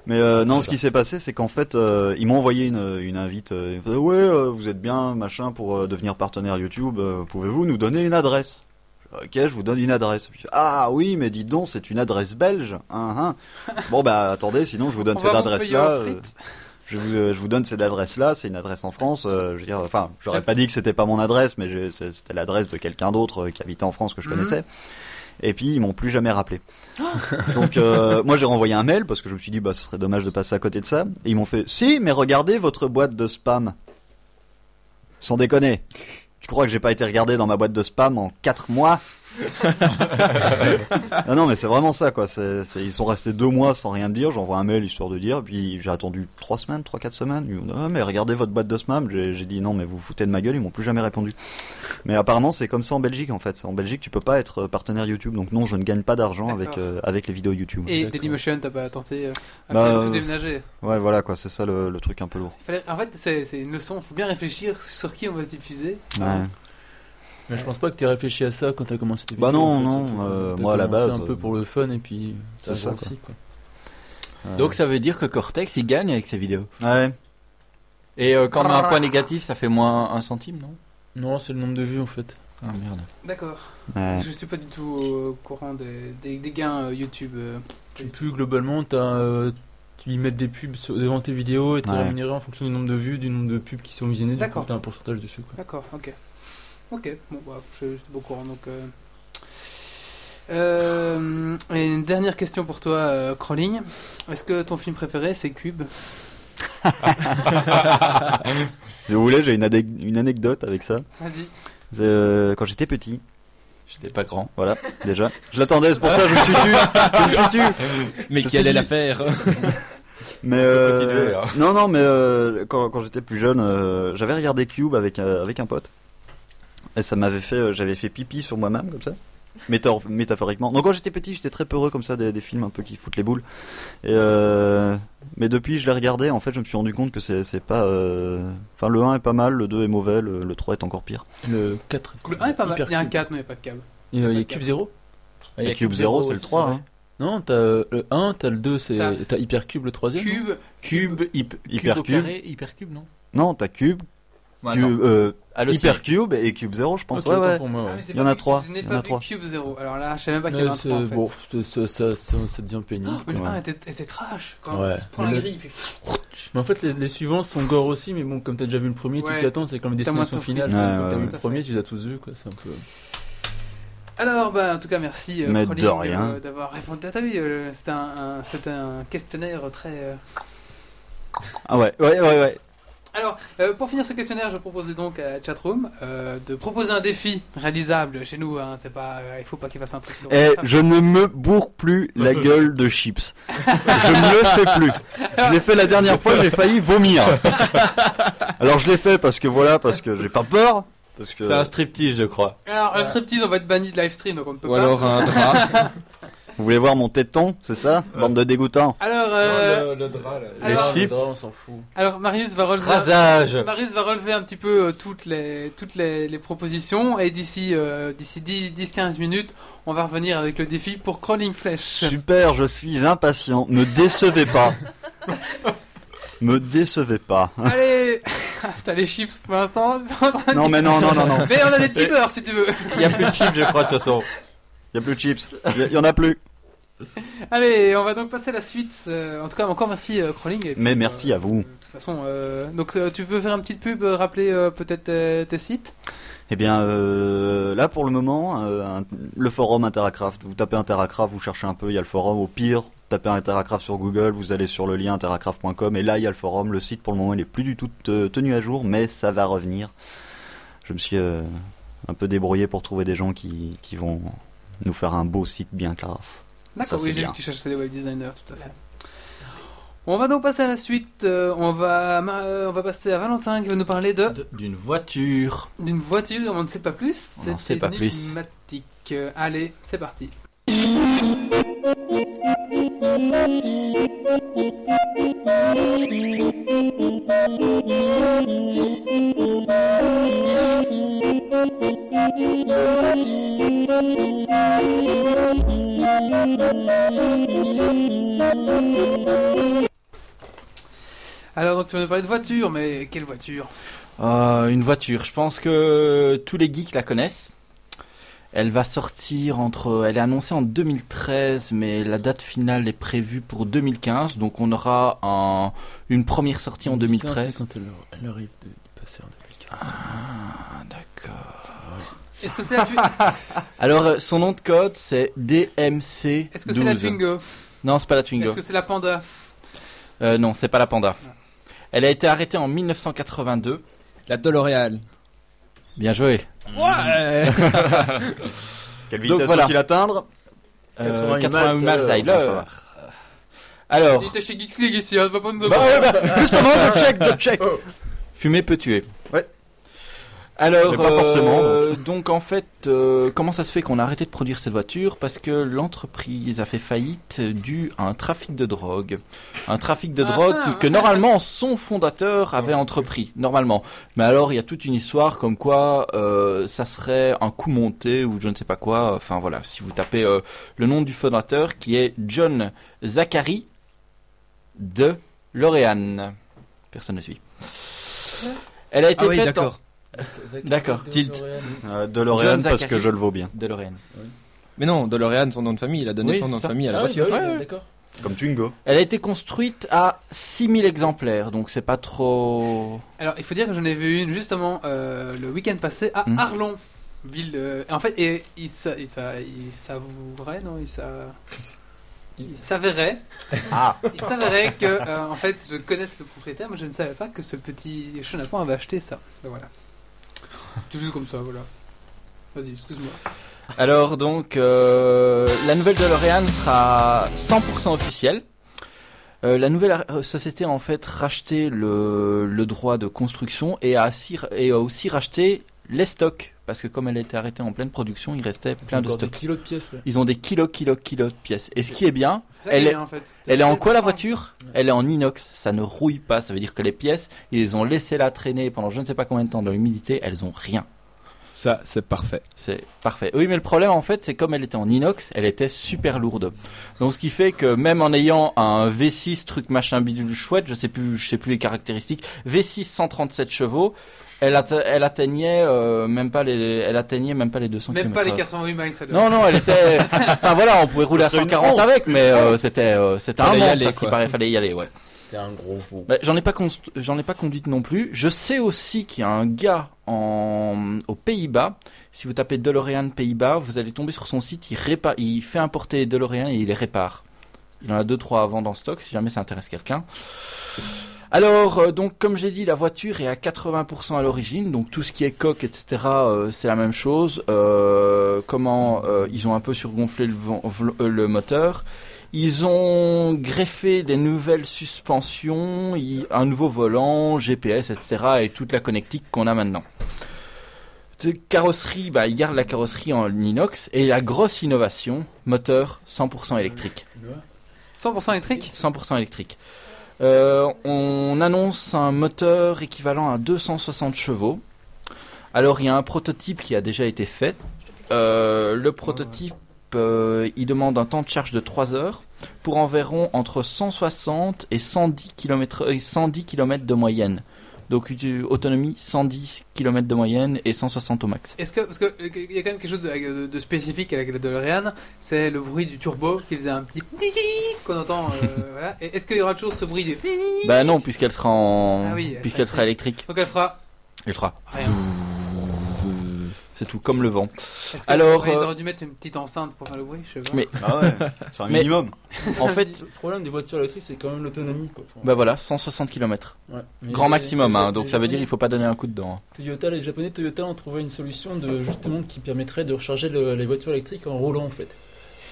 [SPEAKER 2] Mais euh, non,
[SPEAKER 4] Voilà.
[SPEAKER 2] ce qui s'est passé, c'est qu'en fait, euh, ils m'ont envoyé une, une invite. euh, ils me disaient, ouais, euh, vous êtes bien, machin, pour euh, devenir partenaire YouTube. euh, Pouvez-vous nous donner une adresse Je dis, Ok, je vous donne une adresse. Puis, ah oui, mais dites donc, c'est une adresse belge. Hein, hein. Bon bah attendez, sinon je vous donne
[SPEAKER 1] On
[SPEAKER 2] cette
[SPEAKER 1] va vous payer
[SPEAKER 2] adresse-là.
[SPEAKER 1] en
[SPEAKER 2] euh,
[SPEAKER 1] frites.
[SPEAKER 2] je vous, euh, je vous donne cette adresse-là, c'est une adresse en France. euh, je veux dire, enfin, j'aurais pas dit que c'était pas mon adresse, mais j'ai- c'est- c'était l'adresse de quelqu'un d'autre euh, qui habitait en France que je
[SPEAKER 1] Mhm.
[SPEAKER 2] connaissais. Et puis ils m'ont plus jamais rappelé. Donc euh, moi j'ai renvoyé un mail parce que je me suis dit bah ce serait dommage de passer à côté de ça. Et ils m'ont fait si mais regardez votre boîte de spam. Sans déconner. Tu crois que j'ai pas été regardé dans ma boîte de spam en 4 mois Ah non, non, mais c'est vraiment ça, quoi. C'est- c'est- ils sont restés deux mois sans rien me dire. J'envoie un mail histoire de dire. Puis j'ai attendu trois semaines, trois, quatre semaines. Ils m'ont dit, Ah, mais regardez votre boîte de spam. J'ai j'ai dit non, mais vous vous foutez de ma gueule. Ils m'ont plus jamais répondu. Mais apparemment, c'est comme ça en Belgique, en fait. En Belgique, tu peux pas être euh, partenaire YouTube. Donc non, je ne gagne pas d'argent avec,
[SPEAKER 1] D'accord.
[SPEAKER 2] euh, avec les vidéos YouTube.
[SPEAKER 1] Et Dailymotion, t'as pas tenté euh, à
[SPEAKER 2] Bah,
[SPEAKER 1] faire
[SPEAKER 2] euh,
[SPEAKER 1] tout déménager
[SPEAKER 2] Ouais, voilà, quoi. C'est ça le, le truc un peu lourd.
[SPEAKER 1] Fallait- En fait, c'est c'est une leçon, faut bien réfléchir sur qui on va se diffuser.
[SPEAKER 2] Ouais.
[SPEAKER 4] Mais je pense pas que tu réfléchi à ça quand tu as commencé tes
[SPEAKER 2] Bah
[SPEAKER 4] vidéos,
[SPEAKER 2] non,
[SPEAKER 4] en fait.
[SPEAKER 2] non,
[SPEAKER 4] T'as
[SPEAKER 2] euh,
[SPEAKER 4] commencé
[SPEAKER 2] moi, à la base,
[SPEAKER 4] un peu
[SPEAKER 2] euh,
[SPEAKER 4] pour le fun et puis ça
[SPEAKER 2] c'est ça,
[SPEAKER 4] va
[SPEAKER 2] quoi.
[SPEAKER 4] aussi, quoi.
[SPEAKER 6] Donc ça veut dire que Cortex il gagne avec ses vidéos.
[SPEAKER 2] Ouais.
[SPEAKER 6] Et euh, quand on a un point négatif, ça fait moins un centime, non
[SPEAKER 4] Non, c'est le nombre de vues en fait.
[SPEAKER 6] Ah merde.
[SPEAKER 1] D'accord.
[SPEAKER 2] Ouais.
[SPEAKER 1] Je suis pas du tout au courant des, des- des gains euh, YouTube. euh.
[SPEAKER 4] Tu plus globalement, t'as, euh, tu y mets des pubs sur- devant tes vidéos et t'es
[SPEAKER 2] Ouais.
[SPEAKER 4] rémunéré en fonction du nombre de vues, du nombre de pubs qui sont visionnées. Du coup,
[SPEAKER 1] D'accord.
[SPEAKER 4] t'as un pourcentage dessus. Quoi.
[SPEAKER 1] D'accord, ok. Ok, bon, bah, je je suis pas au courant donc. euh. Euh, et une dernière question pour toi, euh, Crawling. Est-ce que ton film préféré c'est Cube
[SPEAKER 2] Si vous voulez, j'ai une, adec- une anecdote avec ça.
[SPEAKER 1] Vas-y.
[SPEAKER 2] C'est, euh, quand j'étais petit,
[SPEAKER 6] J'étais pas grand.
[SPEAKER 2] Voilà, déjà. Je l'attendais, c'est pour ça que je me suis tu. Je me suis tu.
[SPEAKER 6] Mais
[SPEAKER 2] Je
[SPEAKER 6] qui
[SPEAKER 2] me
[SPEAKER 6] allait
[SPEAKER 2] suis
[SPEAKER 6] la
[SPEAKER 2] dit-
[SPEAKER 6] faire
[SPEAKER 2] Mais
[SPEAKER 6] peut
[SPEAKER 2] euh,
[SPEAKER 6] continuer, hein. là.
[SPEAKER 2] non, non, mais euh, quand, quand j'étais plus jeune, euh, j'avais regardé Cube avec euh, avec un pote, et ça m'avait fait, euh, j'avais fait pipi sur moi-même comme ça, Métaor- métaphoriquement. Donc quand j'étais petit, j'étais très peureux comme ça des, des films un peu qui foutent les boules. Et, euh, mais depuis, je les regardais. En fait, je me suis rendu compte que c'est c'est pas, euh, enfin le 1 est pas mal, le 2 est mauvais, le, le 3 est encore pire.
[SPEAKER 4] Le 4.
[SPEAKER 1] Le 1 est pas mal.
[SPEAKER 4] Hyper
[SPEAKER 1] Ah, Il y a un
[SPEAKER 4] Cube.
[SPEAKER 1] 4, mais il n'y a pas de câble.
[SPEAKER 4] Et, euh, Il y a
[SPEAKER 1] Ok.
[SPEAKER 4] Cube 0
[SPEAKER 6] Il y a
[SPEAKER 2] Et Cube 0, c'est le 3. hein.
[SPEAKER 4] Non, t'as euh, le 1, t'as le 2, c'est...
[SPEAKER 1] T'as-
[SPEAKER 4] t'as Hypercube le 3
[SPEAKER 1] Cube,
[SPEAKER 6] Cube, hyp-
[SPEAKER 2] Hypercube.
[SPEAKER 6] cube au carré, hypercube, non
[SPEAKER 2] Non, t'as Cube,
[SPEAKER 6] Bon, attends.
[SPEAKER 2] Cube, euh,
[SPEAKER 6] Ah, le
[SPEAKER 2] Hypercube et Cube 0, je pense.
[SPEAKER 4] Ok,
[SPEAKER 2] ouais,
[SPEAKER 4] autant
[SPEAKER 2] ouais.
[SPEAKER 4] pour moi,
[SPEAKER 1] Ah,
[SPEAKER 4] ouais.
[SPEAKER 1] mais c'est
[SPEAKER 2] Il y en
[SPEAKER 1] pas
[SPEAKER 2] a
[SPEAKER 1] vu-
[SPEAKER 2] trois,
[SPEAKER 1] Je n'ai
[SPEAKER 2] il y en
[SPEAKER 1] pas
[SPEAKER 2] a
[SPEAKER 1] vu
[SPEAKER 2] trois.
[SPEAKER 1] Cube 0. Alors là, je savais même pas qu'il y avait
[SPEAKER 4] Ouais,
[SPEAKER 1] un
[SPEAKER 4] c'est-
[SPEAKER 1] 3 en fait.
[SPEAKER 4] Bon, c'est- ça, ça, ça, ça devient pénible.
[SPEAKER 1] Oh, mais le
[SPEAKER 2] Ouais.
[SPEAKER 1] 1 était, était trash. Quand
[SPEAKER 4] Ouais.
[SPEAKER 1] il se prend
[SPEAKER 4] Mais
[SPEAKER 1] la
[SPEAKER 4] le-
[SPEAKER 1] grille, il fait.
[SPEAKER 4] Mais en fait, les, les suivants sont gore aussi, mais bon, comme t'as déjà vu le premier,
[SPEAKER 1] Ouais.
[SPEAKER 4] tu t'y attends, c'est comme les
[SPEAKER 1] T'as moins de
[SPEAKER 4] destinations finales.
[SPEAKER 2] surprise.
[SPEAKER 4] c'est-
[SPEAKER 2] Ouais,
[SPEAKER 4] quand t'as
[SPEAKER 2] ouais,
[SPEAKER 4] vu
[SPEAKER 1] ouais.
[SPEAKER 4] le premier, tu les as tous vus, quoi. C'est un peu.
[SPEAKER 1] Alors, bah, en tout cas, merci euh,
[SPEAKER 2] Mais de
[SPEAKER 1] Crawling, euh,
[SPEAKER 2] rien.
[SPEAKER 1] d'avoir répondu. Ah, T'as vu, euh, c'était un, un- c'était un questionnaire très. euh,
[SPEAKER 2] Ah ouais, ouais, ouais, ouais.
[SPEAKER 1] Alors, euh, pour finir ce questionnaire, je proposais donc à la chatroom euh, de proposer un défi réalisable chez nous. Hein, c'est pas, euh, il faut pas qu'il fasse un truc. sur-
[SPEAKER 2] Eh, je ne me bourre plus la gueule de chips. Je ne le fais plus. Je l'ai fait la dernière fois, j'ai failli vomir. Alors je l'ai fait parce que voilà, parce que j'ai pas peur. parce que-
[SPEAKER 6] C'est un striptease, je crois.
[SPEAKER 1] Alors, un striptease, on va être banni de live stream, donc on ne peut pas.
[SPEAKER 6] [LAUGHS]
[SPEAKER 2] Vous voulez voir mon téton, c'est ça Bande de dégoûtants.
[SPEAKER 1] Alors, euh,
[SPEAKER 3] le, drap, là.
[SPEAKER 1] Le alors-
[SPEAKER 6] chips.
[SPEAKER 1] on s'en Alors Marius va relever,
[SPEAKER 6] Rasage.
[SPEAKER 1] Marius va relever un petit peu euh, toutes les toutes les, les propositions et d'ici euh, d'ici 10-15 minutes, on va revenir avec le défi pour Crawling Flesh.
[SPEAKER 2] Super, je suis impatient. Me décevez pas. Me décevez pas.
[SPEAKER 1] Allez, [LAUGHS] t'as les chips pour l'instant. [LAUGHS] c'est en train de-
[SPEAKER 2] Non, mais Eh. non, non, non, non.
[SPEAKER 1] Mais on a des petits beurres si tu veux.
[SPEAKER 2] Y de toute façon. Y a plus de chips. Y, a- y en a plus.
[SPEAKER 1] Allez, on va donc passer à la suite. Euh, En tout cas, encore merci euh, Crawling. Et puis,
[SPEAKER 2] Mais merci à vous.
[SPEAKER 1] De toute façon, euh, donc euh, tu veux faire une petite pub, euh, rappeler euh, peut-être euh, tes sites.
[SPEAKER 2] Eh bien, euh, là pour le moment, euh, un- le forum Interacraft. Vous tapez Interacraft, vous cherchez un peu, il y a le forum. Au pire, tapez Interacraft sur Google, vous allez sur le lien interacraft.com et là il y a le forum. Le site pour le moment il est plus du tout euh, tenu à jour, mais ça va revenir. Je me suis euh, un peu débrouillé pour trouver des gens qui, qui vont nous faire un beau site bien classe.
[SPEAKER 1] D'accord,
[SPEAKER 2] Ça,
[SPEAKER 1] oui,
[SPEAKER 2] c'est
[SPEAKER 1] j'ai vu
[SPEAKER 2] bien.
[SPEAKER 1] que tu cherchais des web designers, tout à fait. On va donc passer à la suite. Euh, on, va, ma- euh, on va passer à Valentin qui va nous parler de
[SPEAKER 6] D'une voiture.
[SPEAKER 1] d'une voiture, on ne sait pas plus.
[SPEAKER 6] On n'en
[SPEAKER 1] C'est
[SPEAKER 6] sait pas plus.
[SPEAKER 1] énigmatique. Euh, Allez, c'est parti. Alors, donc tu vas nous parler de voiture, mais quelle voiture
[SPEAKER 6] Euh, une voiture. Je pense que tous les geeks la connaissent. Elle va sortir entre. Elle est annoncée en 2013, mais la date finale est prévue pour 2015. Donc on aura un- une première sortie en 2013.
[SPEAKER 4] C'est quand elle, elle arrive de- du passé en 2015.
[SPEAKER 6] Ah, d'accord.
[SPEAKER 1] Est-ce que c'est
[SPEAKER 6] [LAUGHS]
[SPEAKER 1] la tu-
[SPEAKER 6] Alors euh, son nom de code c'est DMC.
[SPEAKER 1] Est-ce que c'est la Twingo
[SPEAKER 6] Non, c'est pas la Twingo.
[SPEAKER 1] Est-ce que c'est la Panda
[SPEAKER 6] Euh, non, c'est pas la Panda. Elle a été arrêtée en 1982.
[SPEAKER 3] La DeLorean.
[SPEAKER 6] Bien [LAUGHS] joué.
[SPEAKER 3] Ouais
[SPEAKER 6] Euh,
[SPEAKER 2] Quelle
[SPEAKER 6] Donc,
[SPEAKER 2] vitesse
[SPEAKER 6] voilà.
[SPEAKER 2] faut-il atteindre
[SPEAKER 6] Euh,
[SPEAKER 2] 80
[SPEAKER 6] 80
[SPEAKER 2] miles,
[SPEAKER 6] miles
[SPEAKER 2] euh,
[SPEAKER 6] à
[SPEAKER 2] enfin, ça
[SPEAKER 6] l'heure.
[SPEAKER 2] va.
[SPEAKER 6] Alors,
[SPEAKER 1] Il était chez Geeks League ici, hein, va pas nous
[SPEAKER 6] Bah ouais, bah, justement, je check, je
[SPEAKER 2] check.
[SPEAKER 6] fumer peut tuer.
[SPEAKER 2] Ouais.
[SPEAKER 6] Alors,
[SPEAKER 2] Mais pas
[SPEAKER 6] euh,
[SPEAKER 2] forcément,
[SPEAKER 6] donc. en fait, euh, comment ça se fait qu'on a arrêté de produire cette voiture Parce que l'entreprise a fait faillite dû à un trafic de drogue. Un trafic de
[SPEAKER 1] Ah,
[SPEAKER 6] drogue
[SPEAKER 1] ah.
[SPEAKER 6] que normalement son fondateur avait entrepris, normalement. Mais alors, il y a toute une histoire comme quoi euh, ça serait un coup monté ou je ne sais pas quoi. Enfin voilà, si vous tapez euh, le nom du fondateur qui est John Zachary de Loréane. Personne ne suit. Elle a été
[SPEAKER 3] Ah oui,
[SPEAKER 6] faite
[SPEAKER 3] d'accord.
[SPEAKER 6] en- D'accord.
[SPEAKER 3] Tilt.
[SPEAKER 2] Euh, DeLorean,
[SPEAKER 6] John
[SPEAKER 2] parce
[SPEAKER 6] Zachary.
[SPEAKER 2] que je le vaux bien.
[SPEAKER 6] DeLorean.
[SPEAKER 3] Mais non, DeLorean, son nom de famille, il a donné
[SPEAKER 6] Oui,
[SPEAKER 3] son nom
[SPEAKER 6] c'est
[SPEAKER 3] de
[SPEAKER 6] ça.
[SPEAKER 3] famille à la
[SPEAKER 6] Ah oui,
[SPEAKER 3] voiture.
[SPEAKER 6] bah oui, Ouais, ouais.
[SPEAKER 4] d'accord.
[SPEAKER 2] Comme Twingo.
[SPEAKER 6] Elle a été construite à 6000 exemplaires, donc c'est pas trop.
[SPEAKER 1] Alors, il faut dire que j'en ai vu une justement euh, le week-end passé à
[SPEAKER 6] Mhm.
[SPEAKER 1] Arlon, ville. de- En fait, et il, sa- il, sa- il savourait, non, il, sa- il s'avérait,
[SPEAKER 2] Ah
[SPEAKER 1] il s'avérait que, euh, en fait, je connaisse le propriétaire, mais je ne savais pas que ce petit chenapan avait acheté ça. Donc voilà. Tout juste comme ça, voilà. Vas-y, excuse-moi.
[SPEAKER 6] Alors donc, euh, la nouvelle DeLorean sera 100% officielle. Euh, la nouvelle euh, société a en fait racheté le, le droit de construction et a, assi- et a aussi racheté les stocks. Parce que comme elle a été arrêtée en pleine production, il restait plein de
[SPEAKER 4] encore des
[SPEAKER 6] stocks.
[SPEAKER 4] kilos de pièces, ouais.
[SPEAKER 6] Ils ont des kilos, kilos, kilos de pièces. Et ce qui est bien,
[SPEAKER 1] C'est ça qui est
[SPEAKER 6] elle est,
[SPEAKER 1] bien, en fait.
[SPEAKER 6] elle est en quoi la voiture Elle est en inox, ça ne rouille pas. Ça veut dire que les pièces, ils les ont laissées là traîner pendant je ne sais pas combien de temps dans l'humidité, elles ont rien.
[SPEAKER 3] Ça, c'est parfait.
[SPEAKER 6] C'est parfait. Oui, mais le problème en fait, c'est comme elle était en inox, elle était super lourde. Donc ce qui fait que même en ayant un V6 truc machin bidule chouette, je sais plus, je sais plus les caractéristiques, V6 137 chevaux, elle, atte- elle atteignait euh, même pas les, elle atteignait même pas les 200
[SPEAKER 1] Même
[SPEAKER 6] km/h.
[SPEAKER 1] pas les 88 miles à l'heure.
[SPEAKER 6] Non, non, elle était. enfin voilà, on pouvait rouler à
[SPEAKER 1] C'est une
[SPEAKER 6] 140
[SPEAKER 1] honte.
[SPEAKER 6] avec, mais euh, c'était, euh, c'était un
[SPEAKER 3] Fallait y
[SPEAKER 6] monstre,
[SPEAKER 3] aller,
[SPEAKER 6] parce qu'il
[SPEAKER 3] quoi.
[SPEAKER 6] paraît, fallait y aller, ouais.
[SPEAKER 12] C'était un gros fou.
[SPEAKER 6] Bah, j'en ai pas const- j'en ai pas conduite non plus. Je sais aussi qu'il y a un gars en aux Pays-Bas. Si vous tapez DeLorean Pays-Bas, vous allez tomber sur son site. Il répa- il fait importer les DeLorean et il les répare. Il en a deux trois à vendre en stock si jamais ça intéresse quelqu'un. Alors, euh, donc, comme j'ai dit, la voiture est à 80% à l'origine, donc tout ce qui est coque, etc., euh, c'est la même chose. Euh, comment ils ont un peu surgonflé le, vent- vl- euh, le moteur. Ils ont greffé des nouvelles suspensions, y- un nouveau volant, GPS, etc., et toute la connectique qu'on a maintenant. De carrosserie, bah, ils gardent la carrosserie en inox, et la grosse innovation, moteur 100% électrique.
[SPEAKER 1] 100% électrique
[SPEAKER 6] 100% électrique. Euh, on annonce un moteur équivalent à 260 chevaux. Alors il y a un prototype qui a déjà été fait. Euh, le prototype, euh, il demande un temps de charge de 3 heures pour environ entre 160 et 110 km, 110 km de moyenne. Donc une autonomie 110 km de moyenne et 160 au max.
[SPEAKER 1] Est-ce que parce que euh, il y a quand même quelque chose de, euh, de- de spécifique avec le DeLorean, c'est le bruit du turbo qui faisait un petit qu'on entend.
[SPEAKER 6] [LAUGHS]
[SPEAKER 1] euh, voilà. Et Est-ce qu'il y aura toujours ce bruit du
[SPEAKER 6] Bah non, puisqu'elle sera en...
[SPEAKER 1] Ah oui, elle
[SPEAKER 6] puisqu'elle sera électrique.
[SPEAKER 1] Donc elle fera.
[SPEAKER 6] Elle fera.
[SPEAKER 1] Rien.
[SPEAKER 6] C'est tout, comme le vent.
[SPEAKER 1] Est-ce que
[SPEAKER 6] Alors,
[SPEAKER 1] après, ils
[SPEAKER 6] euh,
[SPEAKER 1] auraient dû mettre une petite enceinte pour faire le bruit, je sais pas.
[SPEAKER 6] Mais-
[SPEAKER 2] Ah [LAUGHS] ouais, c'est un minimum.
[SPEAKER 1] [LAUGHS]
[SPEAKER 6] en fait,
[SPEAKER 4] le problème des voitures électriques, c'est quand même l'autonomie. quoi.
[SPEAKER 6] bah voilà, 160 km.
[SPEAKER 4] Ouais. Mais
[SPEAKER 6] Grand
[SPEAKER 4] les-
[SPEAKER 6] maximum,
[SPEAKER 4] les-
[SPEAKER 6] hein,
[SPEAKER 4] les-
[SPEAKER 6] donc
[SPEAKER 4] les
[SPEAKER 6] ça veut dire
[SPEAKER 4] Japonais-
[SPEAKER 6] il faut pas donner un coup hein. dedans.
[SPEAKER 4] Toyota, les japonais Toyota ont trouvé une solution de justement qui permettrait de recharger le- les voitures électriques en roulant en fait.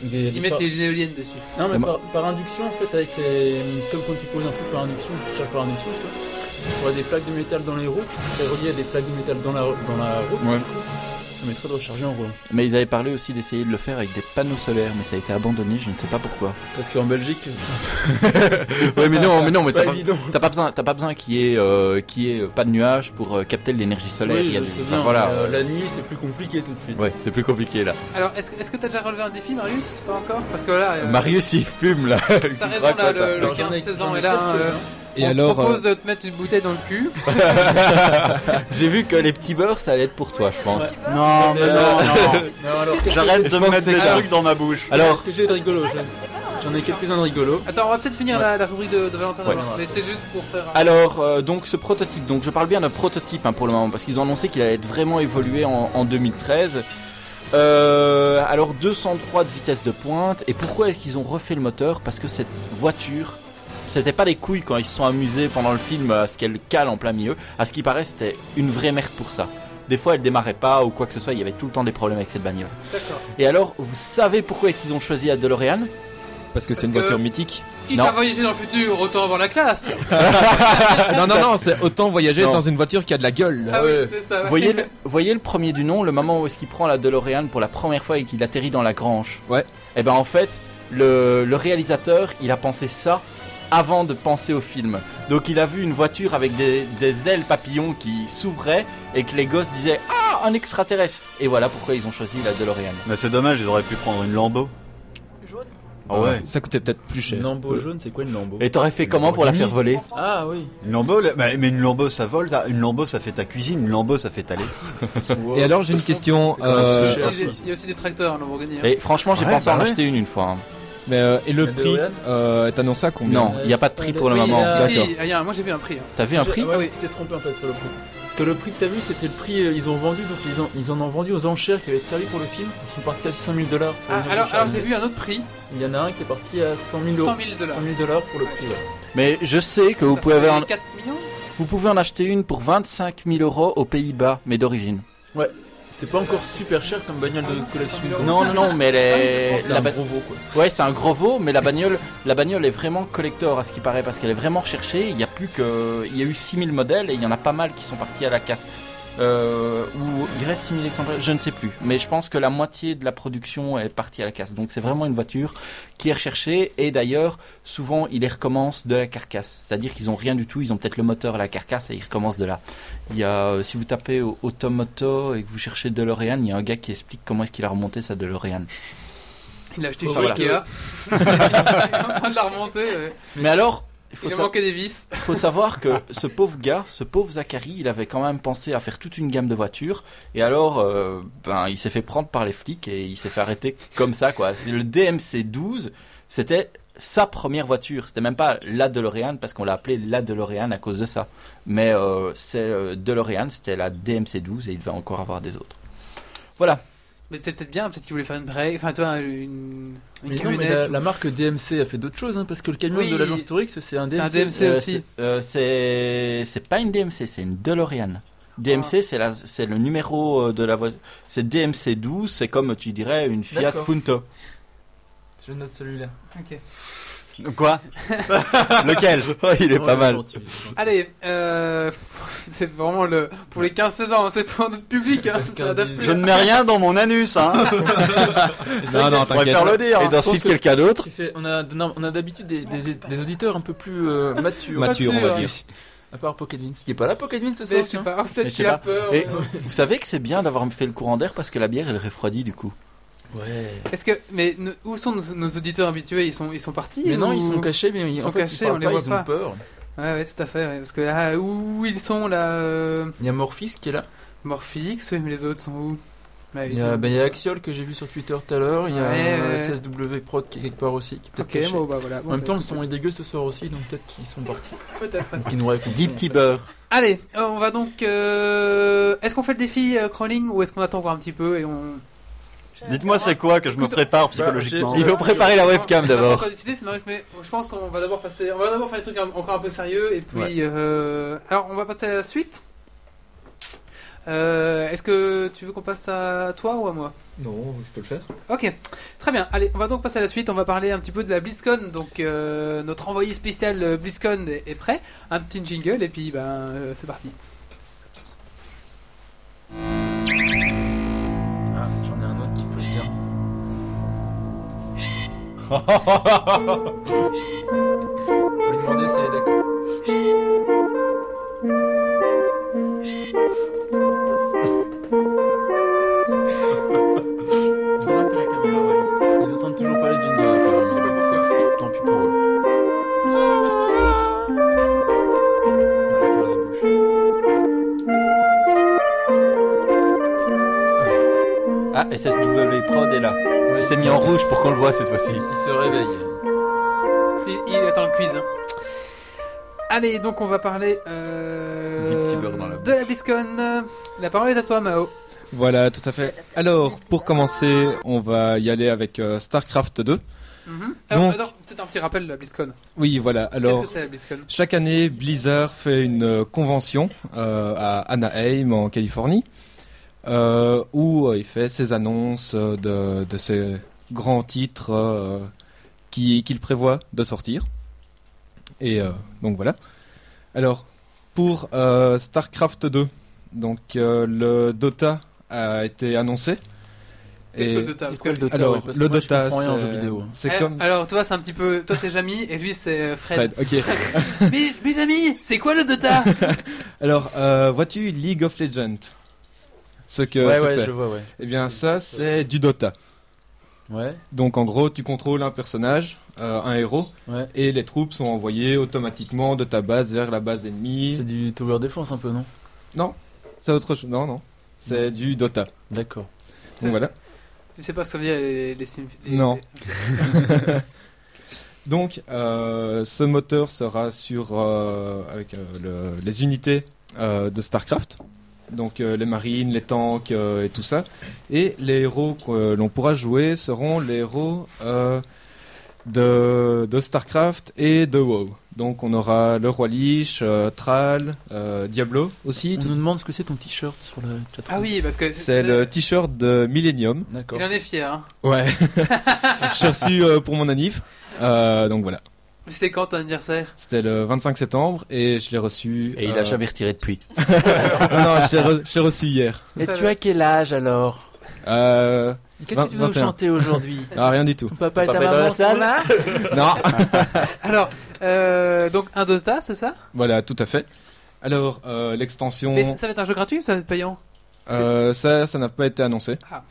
[SPEAKER 4] Des- des
[SPEAKER 1] Ils mettent
[SPEAKER 4] par-
[SPEAKER 1] une éolienne dessus.
[SPEAKER 4] Non mais
[SPEAKER 6] Mais moi-
[SPEAKER 4] par, par induction en fait avec les comme quand tu poses un truc par induction, tu charges par induction, tu vois. Tu aurais des plaques de métal dans les roues qui seraient reliées à des plaques de métal dans la dans la roue.
[SPEAKER 6] Ouais.
[SPEAKER 4] Ça permettrait de recharger en roulant.
[SPEAKER 6] Mais ils avaient parlé aussi d'essayer de le faire avec des panneaux solaires, mais ça a été abandonné, je ne sais pas pourquoi.
[SPEAKER 4] Parce qu'en Belgique, c'est
[SPEAKER 6] [LAUGHS] ouais, mais non, mais non, mais
[SPEAKER 4] pas
[SPEAKER 6] t'as pas,
[SPEAKER 4] évident.
[SPEAKER 6] t'as pas besoin, t'as pas besoin qu'il y ait, euh, qu'il y ait pas de nuages pour euh, capter de l'énergie solaire.
[SPEAKER 4] Oui,
[SPEAKER 6] il y a
[SPEAKER 4] je
[SPEAKER 6] des-
[SPEAKER 4] sais
[SPEAKER 6] enfin,
[SPEAKER 4] bien,
[SPEAKER 6] voilà.
[SPEAKER 4] mais, euh, la nuit c'est plus compliqué tout de suite.
[SPEAKER 6] Ouais, c'est plus compliqué là.
[SPEAKER 1] Alors, est-ce, que- est-ce que t'as déjà relevé un défi, Marius Pas encore Parce que là. euh,
[SPEAKER 6] Marius il fume
[SPEAKER 4] [LAUGHS]
[SPEAKER 6] là. [LAUGHS]
[SPEAKER 1] T'as
[SPEAKER 6] Tu
[SPEAKER 1] raison, là,
[SPEAKER 6] racontes,
[SPEAKER 1] le,
[SPEAKER 6] hein.
[SPEAKER 1] le
[SPEAKER 4] Alors, j'en ai-
[SPEAKER 1] 15-16
[SPEAKER 4] j'en ai
[SPEAKER 1] ans est là. hein,
[SPEAKER 4] quelques-uns.
[SPEAKER 1] euh,
[SPEAKER 3] Et
[SPEAKER 1] on te
[SPEAKER 3] alors,
[SPEAKER 1] propose de te mettre une bouteille dans le cul.
[SPEAKER 6] J'ai vu que les petits beurres ça allait être pour toi, je pense.
[SPEAKER 2] Non, mais non, non.
[SPEAKER 4] Ah, Euh, [LAUGHS] Non, alors,
[SPEAKER 2] J'arrête de
[SPEAKER 6] Je pense
[SPEAKER 2] mettre
[SPEAKER 6] que
[SPEAKER 2] des
[SPEAKER 6] c'est
[SPEAKER 2] trucs dans ma bouche.
[SPEAKER 6] Alors,
[SPEAKER 4] ce que j'ai de rigolo, j'en- j'en ai quelques-uns de rigolo.
[SPEAKER 1] Attends, on va peut-être finir
[SPEAKER 4] Ouais.
[SPEAKER 1] la, la rubrique de, de Valentin.
[SPEAKER 6] Ouais.
[SPEAKER 1] d'abord. Mais c'était juste pour faire. un-
[SPEAKER 6] alors euh, donc ce prototype, donc je parle bien d'un prototype hein, pour le moment parce qu'ils ont annoncé qu'il allait être vraiment évolué en, en 2013. Euh, alors 203 de vitesse de pointe. Et pourquoi est-ce qu'ils ont refait le moteur Parce que cette voiture, c'était pas des couilles quand ils se sont amusés pendant le film à ce qu'elle cale en plein milieu. À ce qui paraît, c'était une vraie merde pour ça. Des fois, elle démarrait pas ou quoi que ce soit. Il y avait tout le temps des problèmes avec cette bagnole.
[SPEAKER 1] D'accord.
[SPEAKER 6] Et alors, vous savez pourquoi est-ce qu'ils ont choisi la DeLorean
[SPEAKER 3] Parce que c'est
[SPEAKER 1] Parce
[SPEAKER 3] une
[SPEAKER 1] que-
[SPEAKER 3] voiture mythique.
[SPEAKER 1] Qui
[SPEAKER 6] Non.
[SPEAKER 1] va voyager dans le futur Autant avoir la classe.
[SPEAKER 3] Ah, non, non, non, c'est autant voyager
[SPEAKER 6] Non.
[SPEAKER 3] dans une voiture qui a de la gueule.
[SPEAKER 1] Ah oui,
[SPEAKER 6] ouais.
[SPEAKER 1] c'est ça. ouais.
[SPEAKER 6] voyez, le, voyez le premier du nom, le moment où est-ce qu'il prend la DeLorean pour la première fois et qu'il atterrit dans la grange.
[SPEAKER 3] Ouais.
[SPEAKER 6] Et ben en fait, le, le réalisateur, il a pensé ça avant de penser au film. Donc il a vu une voiture avec des, des ailes papillons qui s'ouvraient et que les gosses disaient Ah, un extraterrestre Et voilà pourquoi ils ont choisi la DeLorean.
[SPEAKER 2] Mais c'est dommage, ils auraient pu prendre une Lambo.
[SPEAKER 7] Jaune.
[SPEAKER 2] Ah ouais.
[SPEAKER 3] Ça coûtait peut-être plus cher.
[SPEAKER 4] Une lambeau jaune, c'est quoi une lambeau
[SPEAKER 6] Et t'aurais fait comment pour la faire voler
[SPEAKER 7] Enfant.
[SPEAKER 4] Ah oui.
[SPEAKER 2] Une Lambo, là- bah, mais une Lambo ça vole, là. une Lambo ça fait ta cuisine, une Lambo ça fait ta laitie.
[SPEAKER 3] Et alors, j'ai une question.
[SPEAKER 4] quand même
[SPEAKER 1] Il y
[SPEAKER 3] euh,
[SPEAKER 1] a aussi des- il y a aussi des tracteurs en Lamborghini. hein.
[SPEAKER 6] Et franchement, j'ai
[SPEAKER 2] Ouais,
[SPEAKER 6] pensé
[SPEAKER 2] bah
[SPEAKER 6] en
[SPEAKER 2] ouais.
[SPEAKER 6] acheter une une fois. hein.
[SPEAKER 3] mais, euh, et le
[SPEAKER 4] La
[SPEAKER 3] prix
[SPEAKER 4] DeLorean
[SPEAKER 3] euh, est annoncé à combien
[SPEAKER 6] Non,
[SPEAKER 4] Euh,
[SPEAKER 6] il n'y a pas
[SPEAKER 4] c'est
[SPEAKER 6] de prix
[SPEAKER 4] pas
[SPEAKER 6] pour le
[SPEAKER 4] le prix,
[SPEAKER 6] moment.
[SPEAKER 4] il y a-
[SPEAKER 1] Si,
[SPEAKER 6] D'accord.
[SPEAKER 1] si, il y a un- moi j'ai vu un prix. hein.
[SPEAKER 6] T'as vu un
[SPEAKER 4] euh, Je-
[SPEAKER 6] prix
[SPEAKER 4] ouais,
[SPEAKER 1] Ah oui.
[SPEAKER 4] Tu t'es trompé en fait sur le prix. Parce que le prix que t'as vu, c'était le prix. euh, Ils ont vendu, donc ils, ont, ils en ont vendu aux enchères qui avaient servi pour le film. Ils sont partis à 600 000 dollars.
[SPEAKER 1] Ah, alors, alors j'ai vu un autre prix
[SPEAKER 4] Il y en a un qui est parti à 100 000
[SPEAKER 1] 100
[SPEAKER 4] euros.
[SPEAKER 1] 000
[SPEAKER 4] 100
[SPEAKER 1] dollars.
[SPEAKER 4] 000 dollars pour le prix. ouais.
[SPEAKER 6] Mais je sais que vous pouvez, avoir un-
[SPEAKER 1] 4 millions
[SPEAKER 6] vous pouvez en acheter une pour 25 000 euros aux Pays-Bas, mais d'origine.
[SPEAKER 4] C'est pas encore super cher comme bagnole de collection.
[SPEAKER 1] Ah,
[SPEAKER 4] quoi.
[SPEAKER 6] Non, non, non, mais elle est-
[SPEAKER 4] c'est
[SPEAKER 6] la
[SPEAKER 4] un
[SPEAKER 6] ba-
[SPEAKER 4] gros veau quoi.
[SPEAKER 6] Ouais, c'est un gros veau, mais la bagnole, la bagnole est vraiment collector à ce qui paraît, parce qu'elle est vraiment recherchée. Il y a plus que. Il y a eu 6000 modèles et il y en a pas mal qui sont partis à la casse. Euh, ou il reste 6000 exemplaires, je ne sais plus. Mais je pense que la moitié de la production est partie à la casse. Donc c'est vraiment une voiture qui est recherchée. Et d'ailleurs, souvent, ils les recommencent de la carcasse. C'est-à-dire qu'ils ont rien du tout. Ils ont peut-être le moteur à la carcasse et ils recommencent de là. Il y a, euh, si vous tapez au- Automoto et que vous cherchez DeLorean, il y a un gars qui explique comment est-ce qu'il a remonté sa DeLorean.
[SPEAKER 1] Il l'a acheté
[SPEAKER 4] Ah,
[SPEAKER 1] chez
[SPEAKER 4] voilà.
[SPEAKER 1] Ikea. il est en train de la remonter. ouais.
[SPEAKER 6] Mais alors, il faut
[SPEAKER 1] Il a
[SPEAKER 6] sa-
[SPEAKER 1] manqué des vis.
[SPEAKER 6] faut savoir que ce pauvre gars, ce pauvre Zachary, il avait quand même pensé à faire toute une gamme de voitures. Et alors, euh, ben, il s'est fait prendre par les flics et il s'est fait arrêter comme ça, quoi. C'est le DMC 12. C'était sa première voiture. C'était même pas la DeLorean parce qu'on l'a appelée la DeLorean à cause de ça. Mais euh, c'est euh, DeLorean, c'était la DMC 12 et il devait encore avoir des autres. Voilà.
[SPEAKER 1] Mais c'est peut-être bien, peut-être qu'ils voulaient faire une break. Enfin, toi, une. une
[SPEAKER 4] Mais non, mais la,
[SPEAKER 1] camionnette ou-
[SPEAKER 4] la marque DMC a fait d'autres choses, hein, parce que le camion
[SPEAKER 1] Oui.
[SPEAKER 4] de l'agence Tourix, c'est un
[SPEAKER 1] C'est un
[SPEAKER 4] DMC.
[SPEAKER 1] DMC
[SPEAKER 4] Euh,
[SPEAKER 1] aussi.
[SPEAKER 4] c'est-
[SPEAKER 5] Euh, c'est c'est pas une DMC, c'est une DeLorean. DMC, c'est la- c'est le numéro euh, de la voiture. C'est DMC 12, c'est comme tu dirais une Fiat
[SPEAKER 4] D'accord.
[SPEAKER 5] Punto.
[SPEAKER 4] Je note celui-là.
[SPEAKER 1] Ok.
[SPEAKER 2] Quoi [LAUGHS] Lequel Oh, Il est
[SPEAKER 4] Oh,
[SPEAKER 2] pas mal.
[SPEAKER 4] gentil, gentil.
[SPEAKER 1] Allez, euh, [LAUGHS] c'est vraiment le pour les 15-16 ans, c'est pour notre public, hein, c'est adapté.
[SPEAKER 2] Je ne mets rien dans mon anus,
[SPEAKER 3] [LAUGHS]
[SPEAKER 2] hein
[SPEAKER 3] Non, non,
[SPEAKER 2] On pourrait faire le dire.
[SPEAKER 4] Et
[SPEAKER 2] hein.
[SPEAKER 4] d'ensuite,
[SPEAKER 5] quelqu'un d'autre
[SPEAKER 4] Tu fais- on a, on a d'habitude des, des- des auditeurs un peu plus euh,
[SPEAKER 3] [LAUGHS]
[SPEAKER 4] matures.
[SPEAKER 3] Mature, on va
[SPEAKER 1] Mature.
[SPEAKER 3] dire.
[SPEAKER 4] À part Pocket Vince, qui est pas là, Pocket Vince ce soir.
[SPEAKER 1] Mais je sais
[SPEAKER 4] tiens.
[SPEAKER 1] pas,
[SPEAKER 5] Mais
[SPEAKER 1] peut-être
[SPEAKER 5] je sais
[SPEAKER 1] qu'il a
[SPEAKER 5] pas.
[SPEAKER 1] peur.
[SPEAKER 5] Et-
[SPEAKER 1] euh.
[SPEAKER 5] Vous savez que c'est bien d'avoir fait le courant d'air parce que la bière elle refroidit du coup.
[SPEAKER 1] Est-ce que mais ne- où sont nos, nos auditeurs habitués Ils sont ils sont partis
[SPEAKER 4] Mais non,
[SPEAKER 1] ou-
[SPEAKER 4] ils sont cachés, mais ils,
[SPEAKER 1] Ils
[SPEAKER 4] en
[SPEAKER 1] sont
[SPEAKER 4] fait, ils
[SPEAKER 1] cachés,
[SPEAKER 4] parlent
[SPEAKER 1] on les
[SPEAKER 4] pas,
[SPEAKER 1] voit
[SPEAKER 4] ils
[SPEAKER 1] pas.
[SPEAKER 4] ont peur.
[SPEAKER 1] Ouais, ouais, tout à fait. ouais, parce que là, où ils sont là euh,
[SPEAKER 4] Il y a Morphis qui est là.
[SPEAKER 1] Morphix, oui, mais les autres sont où Là, ils
[SPEAKER 4] Il y a,
[SPEAKER 1] sont-
[SPEAKER 4] bah, il y a Axiol que j'ai vu sur Twitter tout à l'heure. Il y a
[SPEAKER 1] Ouais, ouais.
[SPEAKER 4] euh, SSW Prod qui est quelque part aussi, qui est peut-être
[SPEAKER 1] Ok,
[SPEAKER 4] caché.
[SPEAKER 1] bon bah voilà.
[SPEAKER 4] en même temps, le son est dégueu ce soir aussi, donc peut-être qu'ils sont partis.
[SPEAKER 1] peut-être.
[SPEAKER 4] Ils nous répondent.
[SPEAKER 5] Guy petit beurre.
[SPEAKER 1] Allez, euh, on va donc. euh, Est-ce qu'on fait le défi euh, crawling ou est-ce qu'on attend voir un petit peu et on.
[SPEAKER 2] Dites-moi, c'est quoi que je me prépare psychologiquement
[SPEAKER 4] Bah, j'ai-
[SPEAKER 5] Il faut préparer la webcam d'abord.
[SPEAKER 1] On a pas encore décidé, c'est Marie, mais je pense qu'on va d'abord passer. On va d'abord faire des trucs un- encore un peu sérieux et puis.
[SPEAKER 4] Ouais.
[SPEAKER 1] euh, Alors, on va passer à la suite. Euh, Est-ce que tu veux qu'on passe à toi ou à moi
[SPEAKER 3] Non, je peux le faire.
[SPEAKER 1] Ok, très bien. Allez, on va donc passer à la suite. On va parler un petit peu de la BlizzCon. Donc, euh, notre envoyé spécial euh, BlizzCon est, est prêt. Un petit jingle et puis, ben, euh, c'est parti.
[SPEAKER 4] Ah, j'en ai un autre qui peut le faire. Faut lui demander si elle est d'accord. Ils entendent toujours pas les jingles, apparemment. Tant pis pour eux. On va la faire à la bouche.
[SPEAKER 5] Ah, SSW Prod est là.
[SPEAKER 4] Ouais,
[SPEAKER 5] Il s'est mis en rouge pour qu'on le voit cette fois-ci.
[SPEAKER 4] Il se réveille.
[SPEAKER 1] Il, il attend le quiz. hein. Allez, donc on va parler euh,
[SPEAKER 5] Des petits beurres dans la bouche.
[SPEAKER 1] de la BlizzCon. La parole est à toi, Mao.
[SPEAKER 3] [LAUGHS] Voilà, tout à fait. Alors, pour commencer, on va y aller avec euh, StarCraft 2.
[SPEAKER 1] Mhm. Alors,
[SPEAKER 3] Donc-
[SPEAKER 1] attends, peut-être un petit rappel la BlizzCon.
[SPEAKER 3] Oui, voilà.
[SPEAKER 1] Qu'est-ce
[SPEAKER 3] Alors,
[SPEAKER 1] que c'est la BlizzCon
[SPEAKER 3] chaque année, Blizzard fait une euh, convention euh, à Anaheim, en Californie, euh, où euh, il fait ses annonces euh, de, de ses grands titres euh, qui- qu'il prévoit de sortir. Et euh, donc voilà. Alors, pour euh, StarCraft 2, donc euh, le Dota a été annoncé.
[SPEAKER 1] Qu'est-ce
[SPEAKER 3] Et-
[SPEAKER 1] que le Dota Parce
[SPEAKER 4] C'est quoi le
[SPEAKER 1] que-
[SPEAKER 4] Dota
[SPEAKER 3] alors,
[SPEAKER 4] ouais, parce que
[SPEAKER 3] le
[SPEAKER 4] moi,
[SPEAKER 3] Dota,
[SPEAKER 4] je comprends rien en
[SPEAKER 3] c'est-
[SPEAKER 4] jeu vidéo. hein.
[SPEAKER 3] c'est
[SPEAKER 1] Eh,
[SPEAKER 3] comme
[SPEAKER 1] Alors, toi, c'est un petit peu. Toi, t'es Jamie et lui, c'est euh, Fred.
[SPEAKER 3] Fred. Ok.
[SPEAKER 1] [LAUGHS] Mais, mais Jamie, c'est quoi le
[SPEAKER 3] [LAUGHS]
[SPEAKER 1] Dota
[SPEAKER 3] Alors, euh, vois-tu League of Legends Ce que
[SPEAKER 4] ouais,
[SPEAKER 3] ce que
[SPEAKER 4] ouais,
[SPEAKER 3] c'est.
[SPEAKER 4] je vois, ouais.
[SPEAKER 3] Eh bien, ça, c'est du Dota.
[SPEAKER 4] Ouais,
[SPEAKER 3] Donc, en gros, tu contrôles un personnage, euh, un héros,
[SPEAKER 4] ouais.
[SPEAKER 3] et les troupes sont envoyées automatiquement de ta base vers la base ennemie.
[SPEAKER 4] C'est du tower défense un peu, non
[SPEAKER 3] C'est autre chose. Non, non. C'est du Dota.
[SPEAKER 4] D'accord.
[SPEAKER 1] C'est-
[SPEAKER 3] Donc, voilà.
[SPEAKER 1] Tu sais pas ce que ça veut dire les, les sim- les-
[SPEAKER 3] Non.
[SPEAKER 1] les-
[SPEAKER 3] Donc, euh, ce moteur sera sur euh, avec euh, le- les unités euh, de Starcraft, donc euh, les marines, les tanks euh, et tout ça. Et les héros que l'on pourra jouer seront les héros euh, de, de Starcraft et de WoW. Donc, on aura le roi Lich, euh, Thrall, euh, Diablo aussi.
[SPEAKER 4] On
[SPEAKER 3] Tout-
[SPEAKER 4] nous demande ce que c'est ton t-shirt sur le chat.
[SPEAKER 1] Ah oui, parce que.
[SPEAKER 3] C'est le t-shirt de Millennium.
[SPEAKER 4] D'accord.
[SPEAKER 1] Il en est fier. Hein.
[SPEAKER 3] [LAUGHS] Ouais. J'ai reçu euh, pour mon anniv. Euh, donc voilà.
[SPEAKER 1] C'était quand ton anniversaire
[SPEAKER 3] C'était le 25 septembre et je l'ai reçu.
[SPEAKER 5] Et il
[SPEAKER 3] euh,
[SPEAKER 5] a jamais retiré depuis.
[SPEAKER 3] [LAUGHS] non, non, je l'ai re- je l'ai reçu hier.
[SPEAKER 4] Et
[SPEAKER 1] Ça
[SPEAKER 4] tu
[SPEAKER 1] va.
[SPEAKER 4] as quel âge alors
[SPEAKER 3] Euh,
[SPEAKER 4] Qu'est-ce que tu veux nous
[SPEAKER 3] 21.
[SPEAKER 4] chanter aujourd'hui
[SPEAKER 3] ah, rien
[SPEAKER 5] [LAUGHS]
[SPEAKER 3] du tout.
[SPEAKER 4] Ton papa et ta
[SPEAKER 5] papa est dans
[SPEAKER 4] maman
[SPEAKER 5] la
[SPEAKER 4] sont
[SPEAKER 5] salle
[SPEAKER 4] là
[SPEAKER 3] Non.
[SPEAKER 1] Alors, euh, donc un Dota, c'est ça
[SPEAKER 3] voilà, tout à fait. Alors, euh, l'extension,
[SPEAKER 1] Mais ça, ça va être un jeu gratuit ou ça va être
[SPEAKER 3] [LAUGHS]
[SPEAKER 1] payant
[SPEAKER 3] euh, ça, ça n'a pas été annoncé.
[SPEAKER 1] Ah.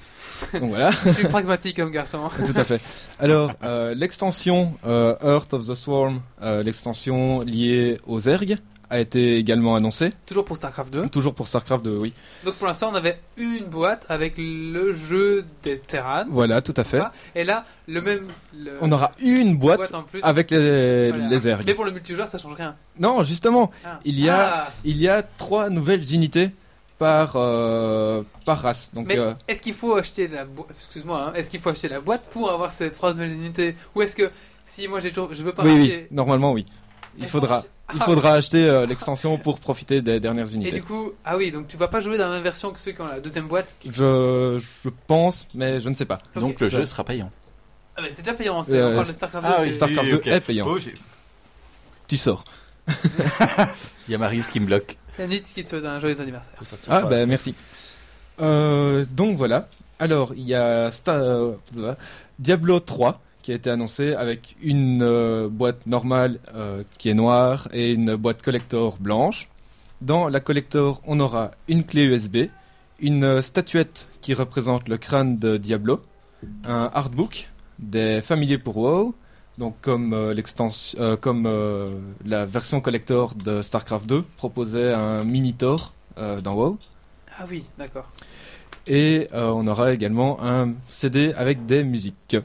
[SPEAKER 1] [LAUGHS]
[SPEAKER 3] Donc voilà,
[SPEAKER 1] Je suis pragmatique comme garçon. hein.
[SPEAKER 3] tout à fait. Alors, euh, l'extension euh, Earth of the Swarm, euh, l'extension liée aux ergs, a été également annoncée.
[SPEAKER 1] Toujours pour StarCraft 2.
[SPEAKER 3] Toujours pour Starcraft 2, oui.
[SPEAKER 1] Donc pour l'instant, on avait une boîte avec le jeu des Terrans.
[SPEAKER 3] Voilà, tout à fait.
[SPEAKER 1] Ah, Et là, le même. le-
[SPEAKER 3] On aura une
[SPEAKER 1] une
[SPEAKER 3] boîte
[SPEAKER 1] en plus.
[SPEAKER 3] avec les,
[SPEAKER 1] Voilà.
[SPEAKER 3] les ergs.
[SPEAKER 1] Mais pour le multijoueur, ça change rien.
[SPEAKER 3] Non, justement,
[SPEAKER 1] Ah.
[SPEAKER 3] Il y a-
[SPEAKER 1] Ah,
[SPEAKER 3] il y a trois nouvelles unités par, euh, par race. Donc,
[SPEAKER 1] Mais
[SPEAKER 3] euh,
[SPEAKER 1] est-ce qu'il faut acheter la boîte Excuse-moi, hein, est-ce qu'il faut acheter la boîte pour avoir ces trois nouvelles unités Ou est-ce que si moi j'ai toujours, je veux pas
[SPEAKER 3] oui, oui,
[SPEAKER 1] acheter
[SPEAKER 3] normalement, oui.
[SPEAKER 1] Mais
[SPEAKER 3] Il faudra,
[SPEAKER 1] faut acheter-
[SPEAKER 3] il
[SPEAKER 1] Ah.
[SPEAKER 3] faudra acheter euh, l'extension pour profiter des dernières
[SPEAKER 1] et
[SPEAKER 3] unités.
[SPEAKER 1] du coup, ah oui, donc tu vas pas jouer dans la même version que ceux qui ont la deuxième boîte.
[SPEAKER 3] Je, je pense, mais je ne sais pas.
[SPEAKER 1] Donc, le
[SPEAKER 3] Ça-
[SPEAKER 1] jeu
[SPEAKER 5] sera payant.
[SPEAKER 1] Ah mais c'est déjà payant, c'est
[SPEAKER 3] Euh,
[SPEAKER 1] encore le
[SPEAKER 3] c'est-
[SPEAKER 1] Starcraft
[SPEAKER 3] ah
[SPEAKER 1] 2,
[SPEAKER 3] oui,
[SPEAKER 1] c'est-
[SPEAKER 3] Starcraft
[SPEAKER 5] Oui,
[SPEAKER 3] 2
[SPEAKER 5] ok.
[SPEAKER 3] est payant.
[SPEAKER 5] Oh, j'ai-
[SPEAKER 3] Tu sors.
[SPEAKER 5] Il y a Marius qui me
[SPEAKER 3] [LAUGHS]
[SPEAKER 5] bloque.
[SPEAKER 1] Yannick qui te donne un joyeux anniversaire.
[SPEAKER 3] Ah bah merci. Euh, donc voilà. Alors il y a Sta- euh, voilà. Diablo 3 qui a été annoncé avec une euh, boîte normale euh, qui est noire et une boîte collector blanche. Dans la collector, on aura une clé USB, une euh, statuette qui représente le crâne de Diablo, un artbook, des familiers pour WoW, donc comme euh, l'extension, euh, comme euh, la version collector de Starcraft 2 proposait un Minitor euh, dans WoW.
[SPEAKER 1] Ah oui, d'accord.
[SPEAKER 3] Et euh, on aura également un CD avec des musiques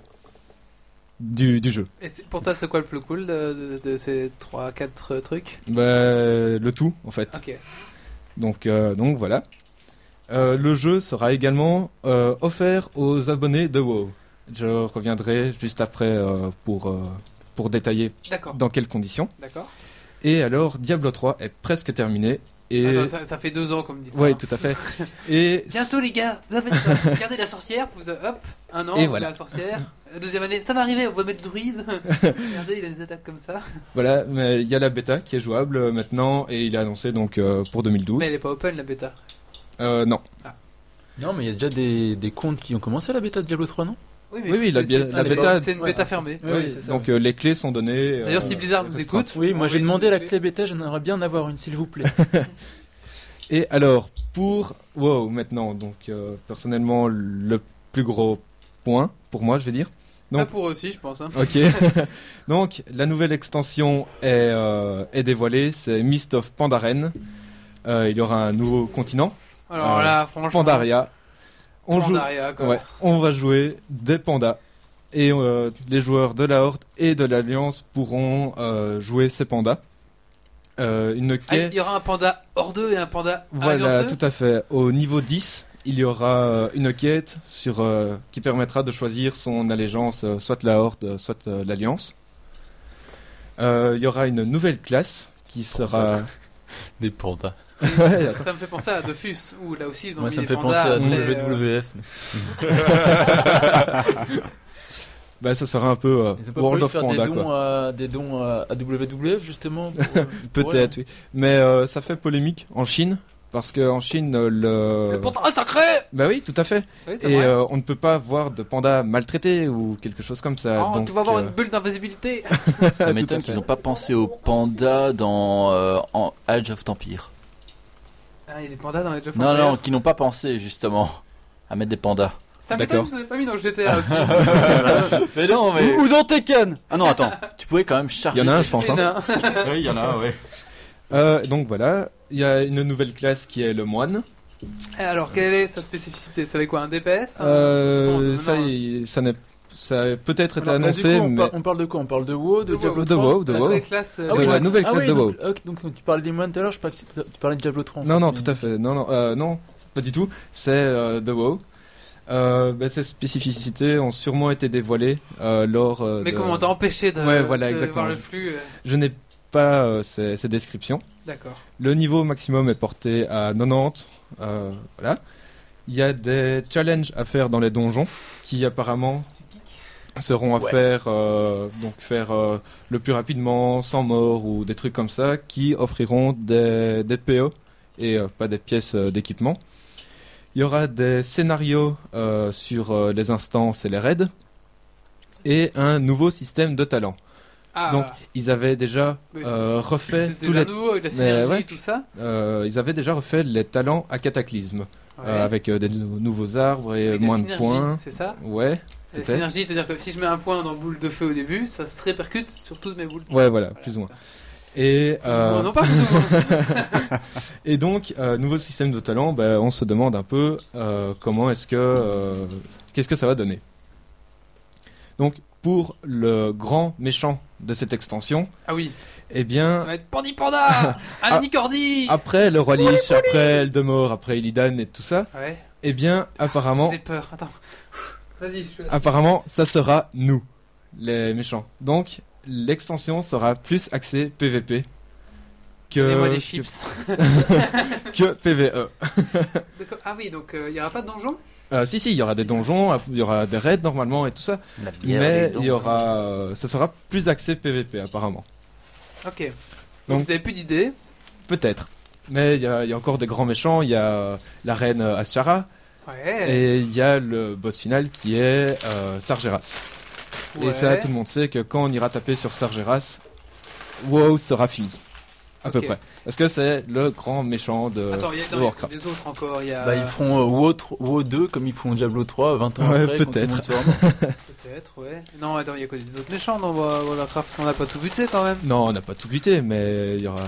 [SPEAKER 3] du, du jeu.
[SPEAKER 1] Et c'est- pour toi, c'est quoi le plus cool de, de- de ces 3-4 trucs
[SPEAKER 3] Bah, le tout, en fait.
[SPEAKER 1] Ok.
[SPEAKER 3] Donc, euh, donc voilà. Euh, le jeu sera également euh, offert aux abonnés de WoW. Je reviendrai juste après euh, pour, euh, pour détailler
[SPEAKER 1] D'accord.
[SPEAKER 3] dans quelles conditions.
[SPEAKER 1] D'accord.
[SPEAKER 3] Et alors, Diablo 3 est presque terminé. Et...
[SPEAKER 1] Attends, ça, ça fait deux ans qu'on me dit ça.
[SPEAKER 3] Ouais,
[SPEAKER 1] hein.
[SPEAKER 3] tout
[SPEAKER 1] [LAUGHS]
[SPEAKER 3] à fait. Et
[SPEAKER 1] Bientôt, les gars, vous
[SPEAKER 3] [LAUGHS]
[SPEAKER 1] avez regardez la sorcière, vous euh, hop, un an,
[SPEAKER 3] Et
[SPEAKER 1] vous
[SPEAKER 3] voilà.
[SPEAKER 1] la sorcière. La Deuxième année, ça va arriver, on va mettre le
[SPEAKER 3] [LAUGHS]
[SPEAKER 1] druide. regardez, il a des attaques comme ça.
[SPEAKER 3] Voilà, mais il y a la bêta qui est jouable euh, maintenant et il est annoncé donc euh, pour 2012.
[SPEAKER 1] Mais elle est pas open la bêta.
[SPEAKER 3] Euh, non.
[SPEAKER 4] Non, mais il y a déjà des, des comptes qui ont commencé la bêta de Diablo 3, non
[SPEAKER 1] Oui,
[SPEAKER 3] Oui, oui, la,
[SPEAKER 4] c'est-
[SPEAKER 3] bia-
[SPEAKER 4] c'est-
[SPEAKER 3] la
[SPEAKER 4] c'est-
[SPEAKER 3] bêta.
[SPEAKER 1] c'est une bêta fermée.
[SPEAKER 4] Oui,
[SPEAKER 1] Ouais,
[SPEAKER 4] oui,
[SPEAKER 1] c'est
[SPEAKER 4] c'est ça.
[SPEAKER 3] Donc euh, les clés sont données. euh,
[SPEAKER 1] D'ailleurs, si Blizzard nous écoute,
[SPEAKER 4] Oui, moi j'ai
[SPEAKER 1] envoyez-nous
[SPEAKER 4] demandé la
[SPEAKER 1] des
[SPEAKER 4] clé bêta, j'aimerais bien en avoir une, s'il vous plaît.
[SPEAKER 3] Et alors, pour WoW maintenant, donc euh, personnellement, le plus gros point, pour moi, je vais
[SPEAKER 1] [LAUGHS]
[SPEAKER 3] dire. Donc,
[SPEAKER 1] Pas pour eux aussi, je pense. hein.
[SPEAKER 3] Ok. [LAUGHS] donc, la nouvelle extension est, euh, est dévoilée, c'est Mist of Pandaren. Euh, il y aura un nouveau continent.
[SPEAKER 1] Alors là, franchement,
[SPEAKER 3] Pandaria. Euh, On joue-
[SPEAKER 1] Pandaria, quoi.
[SPEAKER 3] Ouais, on va jouer des pandas. Et euh, les joueurs de la Horde et de l'Alliance pourront euh, jouer ces pandas. Euh, une
[SPEAKER 1] Ah,
[SPEAKER 3] quai.
[SPEAKER 1] il y aura un panda hors 2 et un panda
[SPEAKER 3] Voilà,
[SPEAKER 1] allianceux.
[SPEAKER 3] tout à fait. Au niveau 10, il y aura euh, une quête sur, euh, qui permettra de choisir son allégeance, euh, soit la Horde, euh, soit euh, l'Alliance. Euh, il y aura une nouvelle classe qui sera...
[SPEAKER 4] [LAUGHS] Des pandas.
[SPEAKER 3] [LAUGHS] Ouais,
[SPEAKER 1] Ça me fait penser à Dofus, où là aussi ils ont
[SPEAKER 4] Moi
[SPEAKER 1] mis
[SPEAKER 4] ça me
[SPEAKER 1] les
[SPEAKER 4] fait
[SPEAKER 1] pandas
[SPEAKER 4] penser à
[SPEAKER 1] après, euh,
[SPEAKER 3] E.
[SPEAKER 4] WWF.
[SPEAKER 3] bah, ça sera un peu euh,
[SPEAKER 4] Ils ont pas
[SPEAKER 3] World
[SPEAKER 4] voulu
[SPEAKER 3] of
[SPEAKER 4] faire
[SPEAKER 3] Panda,
[SPEAKER 4] des
[SPEAKER 3] quoi.
[SPEAKER 4] dons, hein. à, des dons à, à WWF justement pour- euh, pour eux,
[SPEAKER 3] [LAUGHS] Peut-être, oui. Mais euh, ça fait polémique en Chine, parce qu'en Chine, euh, le...
[SPEAKER 1] Le panda sacré
[SPEAKER 3] Bah oui, tout à fait.
[SPEAKER 1] Oui, c'est
[SPEAKER 3] Et
[SPEAKER 1] vrai.
[SPEAKER 3] euh, on ne peut pas voir de panda maltraité ou quelque chose comme ça.
[SPEAKER 1] Oh,
[SPEAKER 3] donc,
[SPEAKER 1] tu vas avoir
[SPEAKER 3] euh,
[SPEAKER 1] une bulle d'invisibilité.
[SPEAKER 3] Tout
[SPEAKER 5] Ça
[SPEAKER 3] à
[SPEAKER 5] m'étonne
[SPEAKER 3] fait.
[SPEAKER 5] qu'ils n'ont pas pensé aux pandas dans euh, en Age of Tempire.
[SPEAKER 1] Ah, il y a des pandas dans les jeux
[SPEAKER 5] Non, non, qui n'ont pas pensé justement à mettre des pandas.
[SPEAKER 1] Ça m'étonne que vous n'avez pas mis dans le GTA
[SPEAKER 3] [LAUGHS]
[SPEAKER 1] aussi.
[SPEAKER 5] mais
[SPEAKER 3] Oh,
[SPEAKER 5] non, mais.
[SPEAKER 2] Ou dans Tekken Ah non,
[SPEAKER 3] [LAUGHS]
[SPEAKER 2] attends.
[SPEAKER 5] Tu pouvais quand même charger.
[SPEAKER 3] Il y en a un, je pense,
[SPEAKER 1] Les
[SPEAKER 3] hein.
[SPEAKER 1] nains.
[SPEAKER 5] Oui, il y en a un, ouais.
[SPEAKER 3] Euh, donc voilà, il y a une nouvelle classe qui est le moine.
[SPEAKER 1] Et Alors, quelle est sa spécificité Ça fait quoi Un DPS Ah, un hein. son,
[SPEAKER 3] Euh,
[SPEAKER 1] non,
[SPEAKER 3] ça,
[SPEAKER 1] non,
[SPEAKER 3] il- ça, n'est- ça a peut-être été
[SPEAKER 4] Alors, là, du
[SPEAKER 3] annoncé,
[SPEAKER 4] coup, on,
[SPEAKER 3] mais
[SPEAKER 4] par- on parle de quoi On parle de WoW, de
[SPEAKER 1] De
[SPEAKER 4] Diablo
[SPEAKER 3] de
[SPEAKER 4] 3
[SPEAKER 3] WoW, Oh, de
[SPEAKER 1] la
[SPEAKER 3] WoW.
[SPEAKER 1] classe, euh,
[SPEAKER 3] de
[SPEAKER 1] ouais.
[SPEAKER 3] la nouvelle
[SPEAKER 4] Ah
[SPEAKER 3] classe
[SPEAKER 4] oui,
[SPEAKER 3] de
[SPEAKER 4] donc, ok, donc, donc, tu parlais des moines tout à l'heure, je parlais que tu parlais de Diablo 3. en
[SPEAKER 3] Non,
[SPEAKER 4] fait,
[SPEAKER 3] non,
[SPEAKER 4] mais-
[SPEAKER 3] tout à fait. Non, non, euh, non pas du tout. C'est euh, de WoW. Euh, ben, ces spécificités ont sûrement été dévoilées euh, lors. euh,
[SPEAKER 1] Mais
[SPEAKER 3] de-
[SPEAKER 1] comment t'a empêché de,
[SPEAKER 3] Ouais, voilà,
[SPEAKER 1] de
[SPEAKER 3] exactement.
[SPEAKER 1] voir le flux euh,
[SPEAKER 3] Je n'ai pas euh, ces, ces descriptions.
[SPEAKER 1] D'accord.
[SPEAKER 3] Le niveau maximum est porté à 90. euh, voilà. Il y a des challenges à faire dans les donjons qui apparemment seront à
[SPEAKER 5] Ouais.
[SPEAKER 3] faire euh, donc faire euh, le plus rapidement sans mort ou des trucs comme ça qui offriront des, des PO et euh, pas des pièces euh, d'équipement. Il y aura des scénarios euh, sur euh, les instances et les raids et un nouveau système de talent.
[SPEAKER 1] Ah,
[SPEAKER 3] Donc ils avaient déjà
[SPEAKER 1] Mais
[SPEAKER 3] euh, refait
[SPEAKER 1] c'est
[SPEAKER 3] tous
[SPEAKER 1] déjà
[SPEAKER 3] les
[SPEAKER 1] nouveau avec la
[SPEAKER 3] Mais
[SPEAKER 1] synergie
[SPEAKER 3] ouais.
[SPEAKER 1] et tout ça.
[SPEAKER 3] euh, ils avaient déjà refait les talents à Cataclysme,
[SPEAKER 1] Ouais.
[SPEAKER 3] euh, avec euh, des nou- nouveaux arbres et
[SPEAKER 1] Avec la
[SPEAKER 3] moins de
[SPEAKER 1] synergie,
[SPEAKER 3] points.
[SPEAKER 1] C'est ça
[SPEAKER 3] Ouais,
[SPEAKER 1] La
[SPEAKER 3] peut-être.
[SPEAKER 1] synergie, c'est-à-dire que si je mets un point dans boule de feu au début, ça se répercute sur toutes mes boules.
[SPEAKER 3] ouais, voilà, plus ou moins. Et, euh,
[SPEAKER 1] Ou non, pas plus ou moins.
[SPEAKER 3] [LAUGHS] et donc, euh, nouveau système de talent, bah, on se demande un peu euh, comment est-ce que. euh, Qu'est-ce que ça va donner Donc, pour le grand méchant de cette extension,
[SPEAKER 1] Ah oui,
[SPEAKER 3] Eh bien.
[SPEAKER 1] Ça va être Pandi
[SPEAKER 3] Ah.
[SPEAKER 1] Panda Un Cordy
[SPEAKER 3] Après le Roi Lich, après Eldemort, après Illidan et tout ça.
[SPEAKER 1] Ouais.
[SPEAKER 3] Eh bien, apparemment.
[SPEAKER 1] J'ai peur, attends. Vas-y, je suis là.
[SPEAKER 3] Apparemment, ça sera nous, les méchants. Donc, l'extension sera plus axée PVP
[SPEAKER 1] Donnez-moi
[SPEAKER 3] que,
[SPEAKER 1] des chips.
[SPEAKER 3] que PVE.
[SPEAKER 1] D'accord. Ah oui, donc il n'y aura pas de donjon
[SPEAKER 3] Euh, si, si, il y aura des donjons, il y aura des raids normalement et tout ça.
[SPEAKER 2] La bière,
[SPEAKER 3] Mais
[SPEAKER 2] les dents.
[SPEAKER 3] il y aura, euh, ça sera plus axé PVP apparemment.
[SPEAKER 1] Ok. Donc,
[SPEAKER 3] Donc-
[SPEAKER 1] vous avez plus d'idées
[SPEAKER 3] Peut-être. Mais il y, a, il y a encore des grands méchants. Il y a euh, la reine euh, Ashara
[SPEAKER 1] Ouais.
[SPEAKER 3] et il y a le boss final qui est euh, Sargeras.
[SPEAKER 1] Ouais.
[SPEAKER 3] Et ça, tout le monde sait que quand on ira taper sur Sargeras, WoW sera fini. À peu
[SPEAKER 1] Ok.
[SPEAKER 3] près. Parce que c'est le grand méchant de,
[SPEAKER 1] Attends, il y a
[SPEAKER 3] de
[SPEAKER 1] non, il y a
[SPEAKER 3] Warcraft.
[SPEAKER 1] des autres encore. Il y a...
[SPEAKER 4] Bah, ils feront euh, WoW, tr- WoW 2 comme ils font Diablo 3 20 ans
[SPEAKER 3] Ouais,
[SPEAKER 4] après. quand tout le
[SPEAKER 3] peut-être.
[SPEAKER 4] monde sera mort.
[SPEAKER 1] Peut-être, ouais. Non, attends, il y a quoi des autres méchants dans Wa- Warcraft On n'a pas tout buté quand même.
[SPEAKER 3] Non, on n'a pas tout buté, mais il y aura.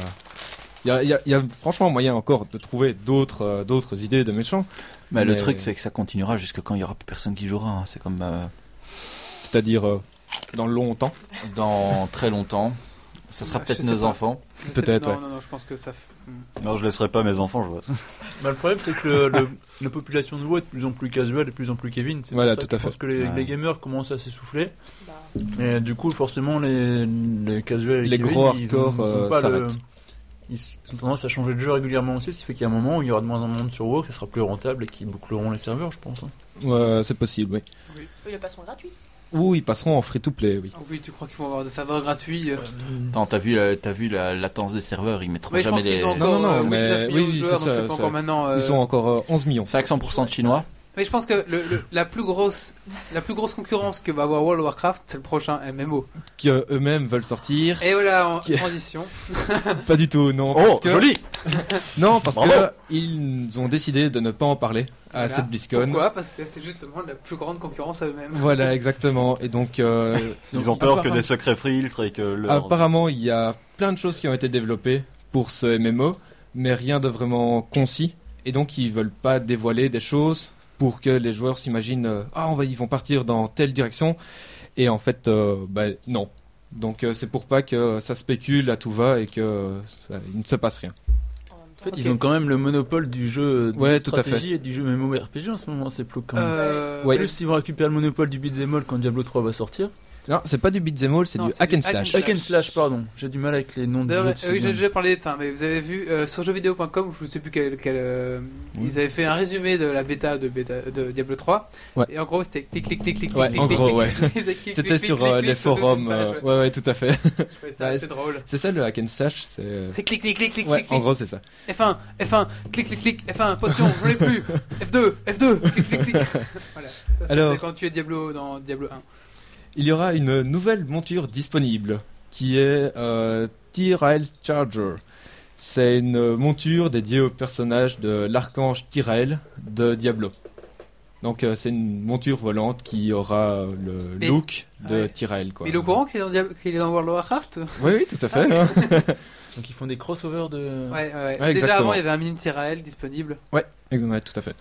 [SPEAKER 3] Il y a, il y a- il y a franchement moyen encore de trouver d'autres euh, d'autres idées de méchants.
[SPEAKER 5] Mais, le
[SPEAKER 3] Mais-
[SPEAKER 5] truc, c'est que ça continuera jusque quand il y aura plus personne qui jouera. hein. C'est comme euh,
[SPEAKER 3] C'est-à-dire euh, dans longtemps.
[SPEAKER 5] dans très longtemps. Ça sera
[SPEAKER 3] Ah,
[SPEAKER 1] Bah, je
[SPEAKER 5] peut-être
[SPEAKER 1] sais
[SPEAKER 5] nos
[SPEAKER 1] pas.
[SPEAKER 5] enfants.
[SPEAKER 1] Je sais-
[SPEAKER 3] Peut-être,
[SPEAKER 1] Non,
[SPEAKER 3] ouais.
[SPEAKER 1] non, non, je pense que ça. f- hmm.
[SPEAKER 2] Non, je laisserai pas mes enfants, je vois.
[SPEAKER 4] Bah, le problème, c'est que le- [LAUGHS] le- la population de WoW est de plus en plus casual, de plus en plus Kevin. C'est pour
[SPEAKER 3] Voilà,
[SPEAKER 4] ça
[SPEAKER 3] tout
[SPEAKER 4] que
[SPEAKER 3] à
[SPEAKER 4] je
[SPEAKER 3] fait.
[SPEAKER 4] pense que les,
[SPEAKER 2] Ouais.
[SPEAKER 4] les gamers commencent à s'essouffler. Et du coup, forcément, les, les casuals, et
[SPEAKER 3] Les
[SPEAKER 4] Kevin,
[SPEAKER 3] gros
[SPEAKER 4] ils ont-
[SPEAKER 3] hardcore,
[SPEAKER 4] ils ont
[SPEAKER 3] euh,
[SPEAKER 4] pas le-
[SPEAKER 3] s'arrêtent.
[SPEAKER 4] Ils s- ils ont tendance à changer de jeu régulièrement aussi, ce qui fait qu'il y a un moment où il y aura de moins en moins de sur WoW, que ça sera plus rentable et qui boucleront les serveurs, je pense. hein.
[SPEAKER 3] Ouais, c'est possible, oui.
[SPEAKER 7] Ils le passeront gratuit.
[SPEAKER 3] Ou ils passeront en free to play, oui.
[SPEAKER 1] Ah oui, tu crois qu'ils vont avoir des serveurs gratuits euh,
[SPEAKER 5] Attends, t'as vu, la- t'as vu la latence des serveurs Ils mettront
[SPEAKER 1] Mais je
[SPEAKER 5] jamais
[SPEAKER 1] pense
[SPEAKER 5] des.
[SPEAKER 1] qu'ils ont encore
[SPEAKER 3] Non, non,
[SPEAKER 1] euh, 9
[SPEAKER 3] non, mais-
[SPEAKER 1] millions
[SPEAKER 3] oui,
[SPEAKER 1] de
[SPEAKER 3] oui,
[SPEAKER 1] joueurs,
[SPEAKER 3] c'est
[SPEAKER 1] donc c'est
[SPEAKER 3] ça,
[SPEAKER 1] pas
[SPEAKER 3] ça.
[SPEAKER 1] encore maintenant. euh,
[SPEAKER 3] Ils sont encore euh, 11 millions.
[SPEAKER 5] 500% de chinois
[SPEAKER 1] Mais je pense que le- le- la, plus grosse, la plus grosse concurrence que va avoir World of Warcraft, c'est le prochain MMO.
[SPEAKER 3] Qui euh, eux-mêmes veulent sortir.
[SPEAKER 1] Et voilà, en
[SPEAKER 3] Qui-
[SPEAKER 1] transition.
[SPEAKER 3] Pas du tout, non.
[SPEAKER 1] Oh,
[SPEAKER 3] parce que- Non, parce
[SPEAKER 2] Bravo.
[SPEAKER 3] que ils ont décidé de ne pas en parler à
[SPEAKER 1] Voilà.
[SPEAKER 3] cette BlizzCon.
[SPEAKER 1] Pourquoi Parce que c'est justement la plus grande concurrence à eux-mêmes.
[SPEAKER 3] voilà, exactement. Et donc, euh,
[SPEAKER 2] Ils ont peur que
[SPEAKER 3] apparemment- Ah,
[SPEAKER 2] des secrets filtrent et que leur...
[SPEAKER 3] Apparemment, il y a plein de choses qui ont été développées pour ce MMO, mais rien de vraiment concis. Et donc, ils veulent pas dévoiler des choses pour que les joueurs s'imaginent euh, ah on va, ils vont partir dans telle direction. Et en fait, euh, bah, non. Donc, euh, c'est pour pas que ça spécule à tout va et que euh, ça- il ne se passe rien.
[SPEAKER 7] En même temps.
[SPEAKER 4] En fait,
[SPEAKER 1] Ok.
[SPEAKER 4] ils ont quand même le monopole du jeu du
[SPEAKER 3] Ouais,
[SPEAKER 4] jeu de
[SPEAKER 3] tout à fait.
[SPEAKER 4] stratégie et du jeu MMORPG en ce moment, c'est plus quand même.
[SPEAKER 1] Euh,
[SPEAKER 3] Ouais.
[SPEAKER 4] En plus, ils vont récupérer le monopole du beat'em all quand Diablo 3 va sortir.
[SPEAKER 3] Non, c'est pas du beat'em all, c'est
[SPEAKER 1] Non,
[SPEAKER 3] du
[SPEAKER 1] c'est
[SPEAKER 3] hack
[SPEAKER 1] du
[SPEAKER 3] and
[SPEAKER 1] hack and
[SPEAKER 3] slash.
[SPEAKER 1] slash.
[SPEAKER 4] Hack and slash, pardon. J'ai du mal avec les noms de
[SPEAKER 1] D'ailleurs,
[SPEAKER 4] jeux.
[SPEAKER 1] euh,
[SPEAKER 4] de
[SPEAKER 1] oui, j'ai
[SPEAKER 4] pseudonymes.
[SPEAKER 1] déjà parlé de ça, mais vous avez vu euh, sur jeuxvideo.com, je ne sais plus quel. quel, euh, Ils avaient fait un résumé de la bêta de, bêta, de Diablo 3.
[SPEAKER 3] Ouais.
[SPEAKER 1] Et en gros, c'était clic, clic, clic, clic,
[SPEAKER 3] Ouais,
[SPEAKER 1] clic,
[SPEAKER 3] en
[SPEAKER 1] clic,
[SPEAKER 3] gros,
[SPEAKER 1] clic,
[SPEAKER 3] ouais.
[SPEAKER 1] clic, clic, clic, clic,
[SPEAKER 3] [LAUGHS] C'était
[SPEAKER 1] clic,
[SPEAKER 3] sur
[SPEAKER 1] clic,
[SPEAKER 3] euh,
[SPEAKER 1] clic,
[SPEAKER 3] les
[SPEAKER 1] sur toute une
[SPEAKER 3] forums.
[SPEAKER 1] page,
[SPEAKER 3] euh,
[SPEAKER 1] ouais.
[SPEAKER 3] ouais, ouais, tout à fait.
[SPEAKER 1] Je trouvais ça
[SPEAKER 3] Ouais,
[SPEAKER 1] assez drôle.
[SPEAKER 3] [LAUGHS] c'est ça le hack and slash, c'est. euh,
[SPEAKER 1] C'est clic, clic, clic, clic,
[SPEAKER 3] Ouais,
[SPEAKER 1] clic,
[SPEAKER 3] en
[SPEAKER 1] clic.
[SPEAKER 3] gros, c'est ça.
[SPEAKER 1] F1, F1, clic, clic, clic, F1, potion, je l'ai
[SPEAKER 3] [LAUGHS]
[SPEAKER 1] plus. F2, F2, clic, clic, clic. Voilà. Ça, c'était
[SPEAKER 3] Alors.
[SPEAKER 1] quand tu es Diablo dans Diablo 1.
[SPEAKER 3] Il y aura une nouvelle monture disponible qui est euh, Tyrael Charger. C'est une monture dédiée au personnage de l'archange Tyrael de Diablo. Donc euh, c'est une monture volante qui aura euh, le
[SPEAKER 1] Mais-
[SPEAKER 3] look de
[SPEAKER 1] ouais.
[SPEAKER 3] Tyrael. Quoi.
[SPEAKER 1] Il est au courant Ah qu'il est, dans Diablo- qu'il est dans World of Warcraft
[SPEAKER 3] Oui, oui, tout à fait. hein.
[SPEAKER 4] Donc ils font des crossovers de.
[SPEAKER 1] Ouais, ouais. ouais.
[SPEAKER 3] Ouais,
[SPEAKER 1] Déjà
[SPEAKER 3] exactement.
[SPEAKER 1] avant, il y avait un mini Tyrael disponible.
[SPEAKER 3] Exactement, tout à fait.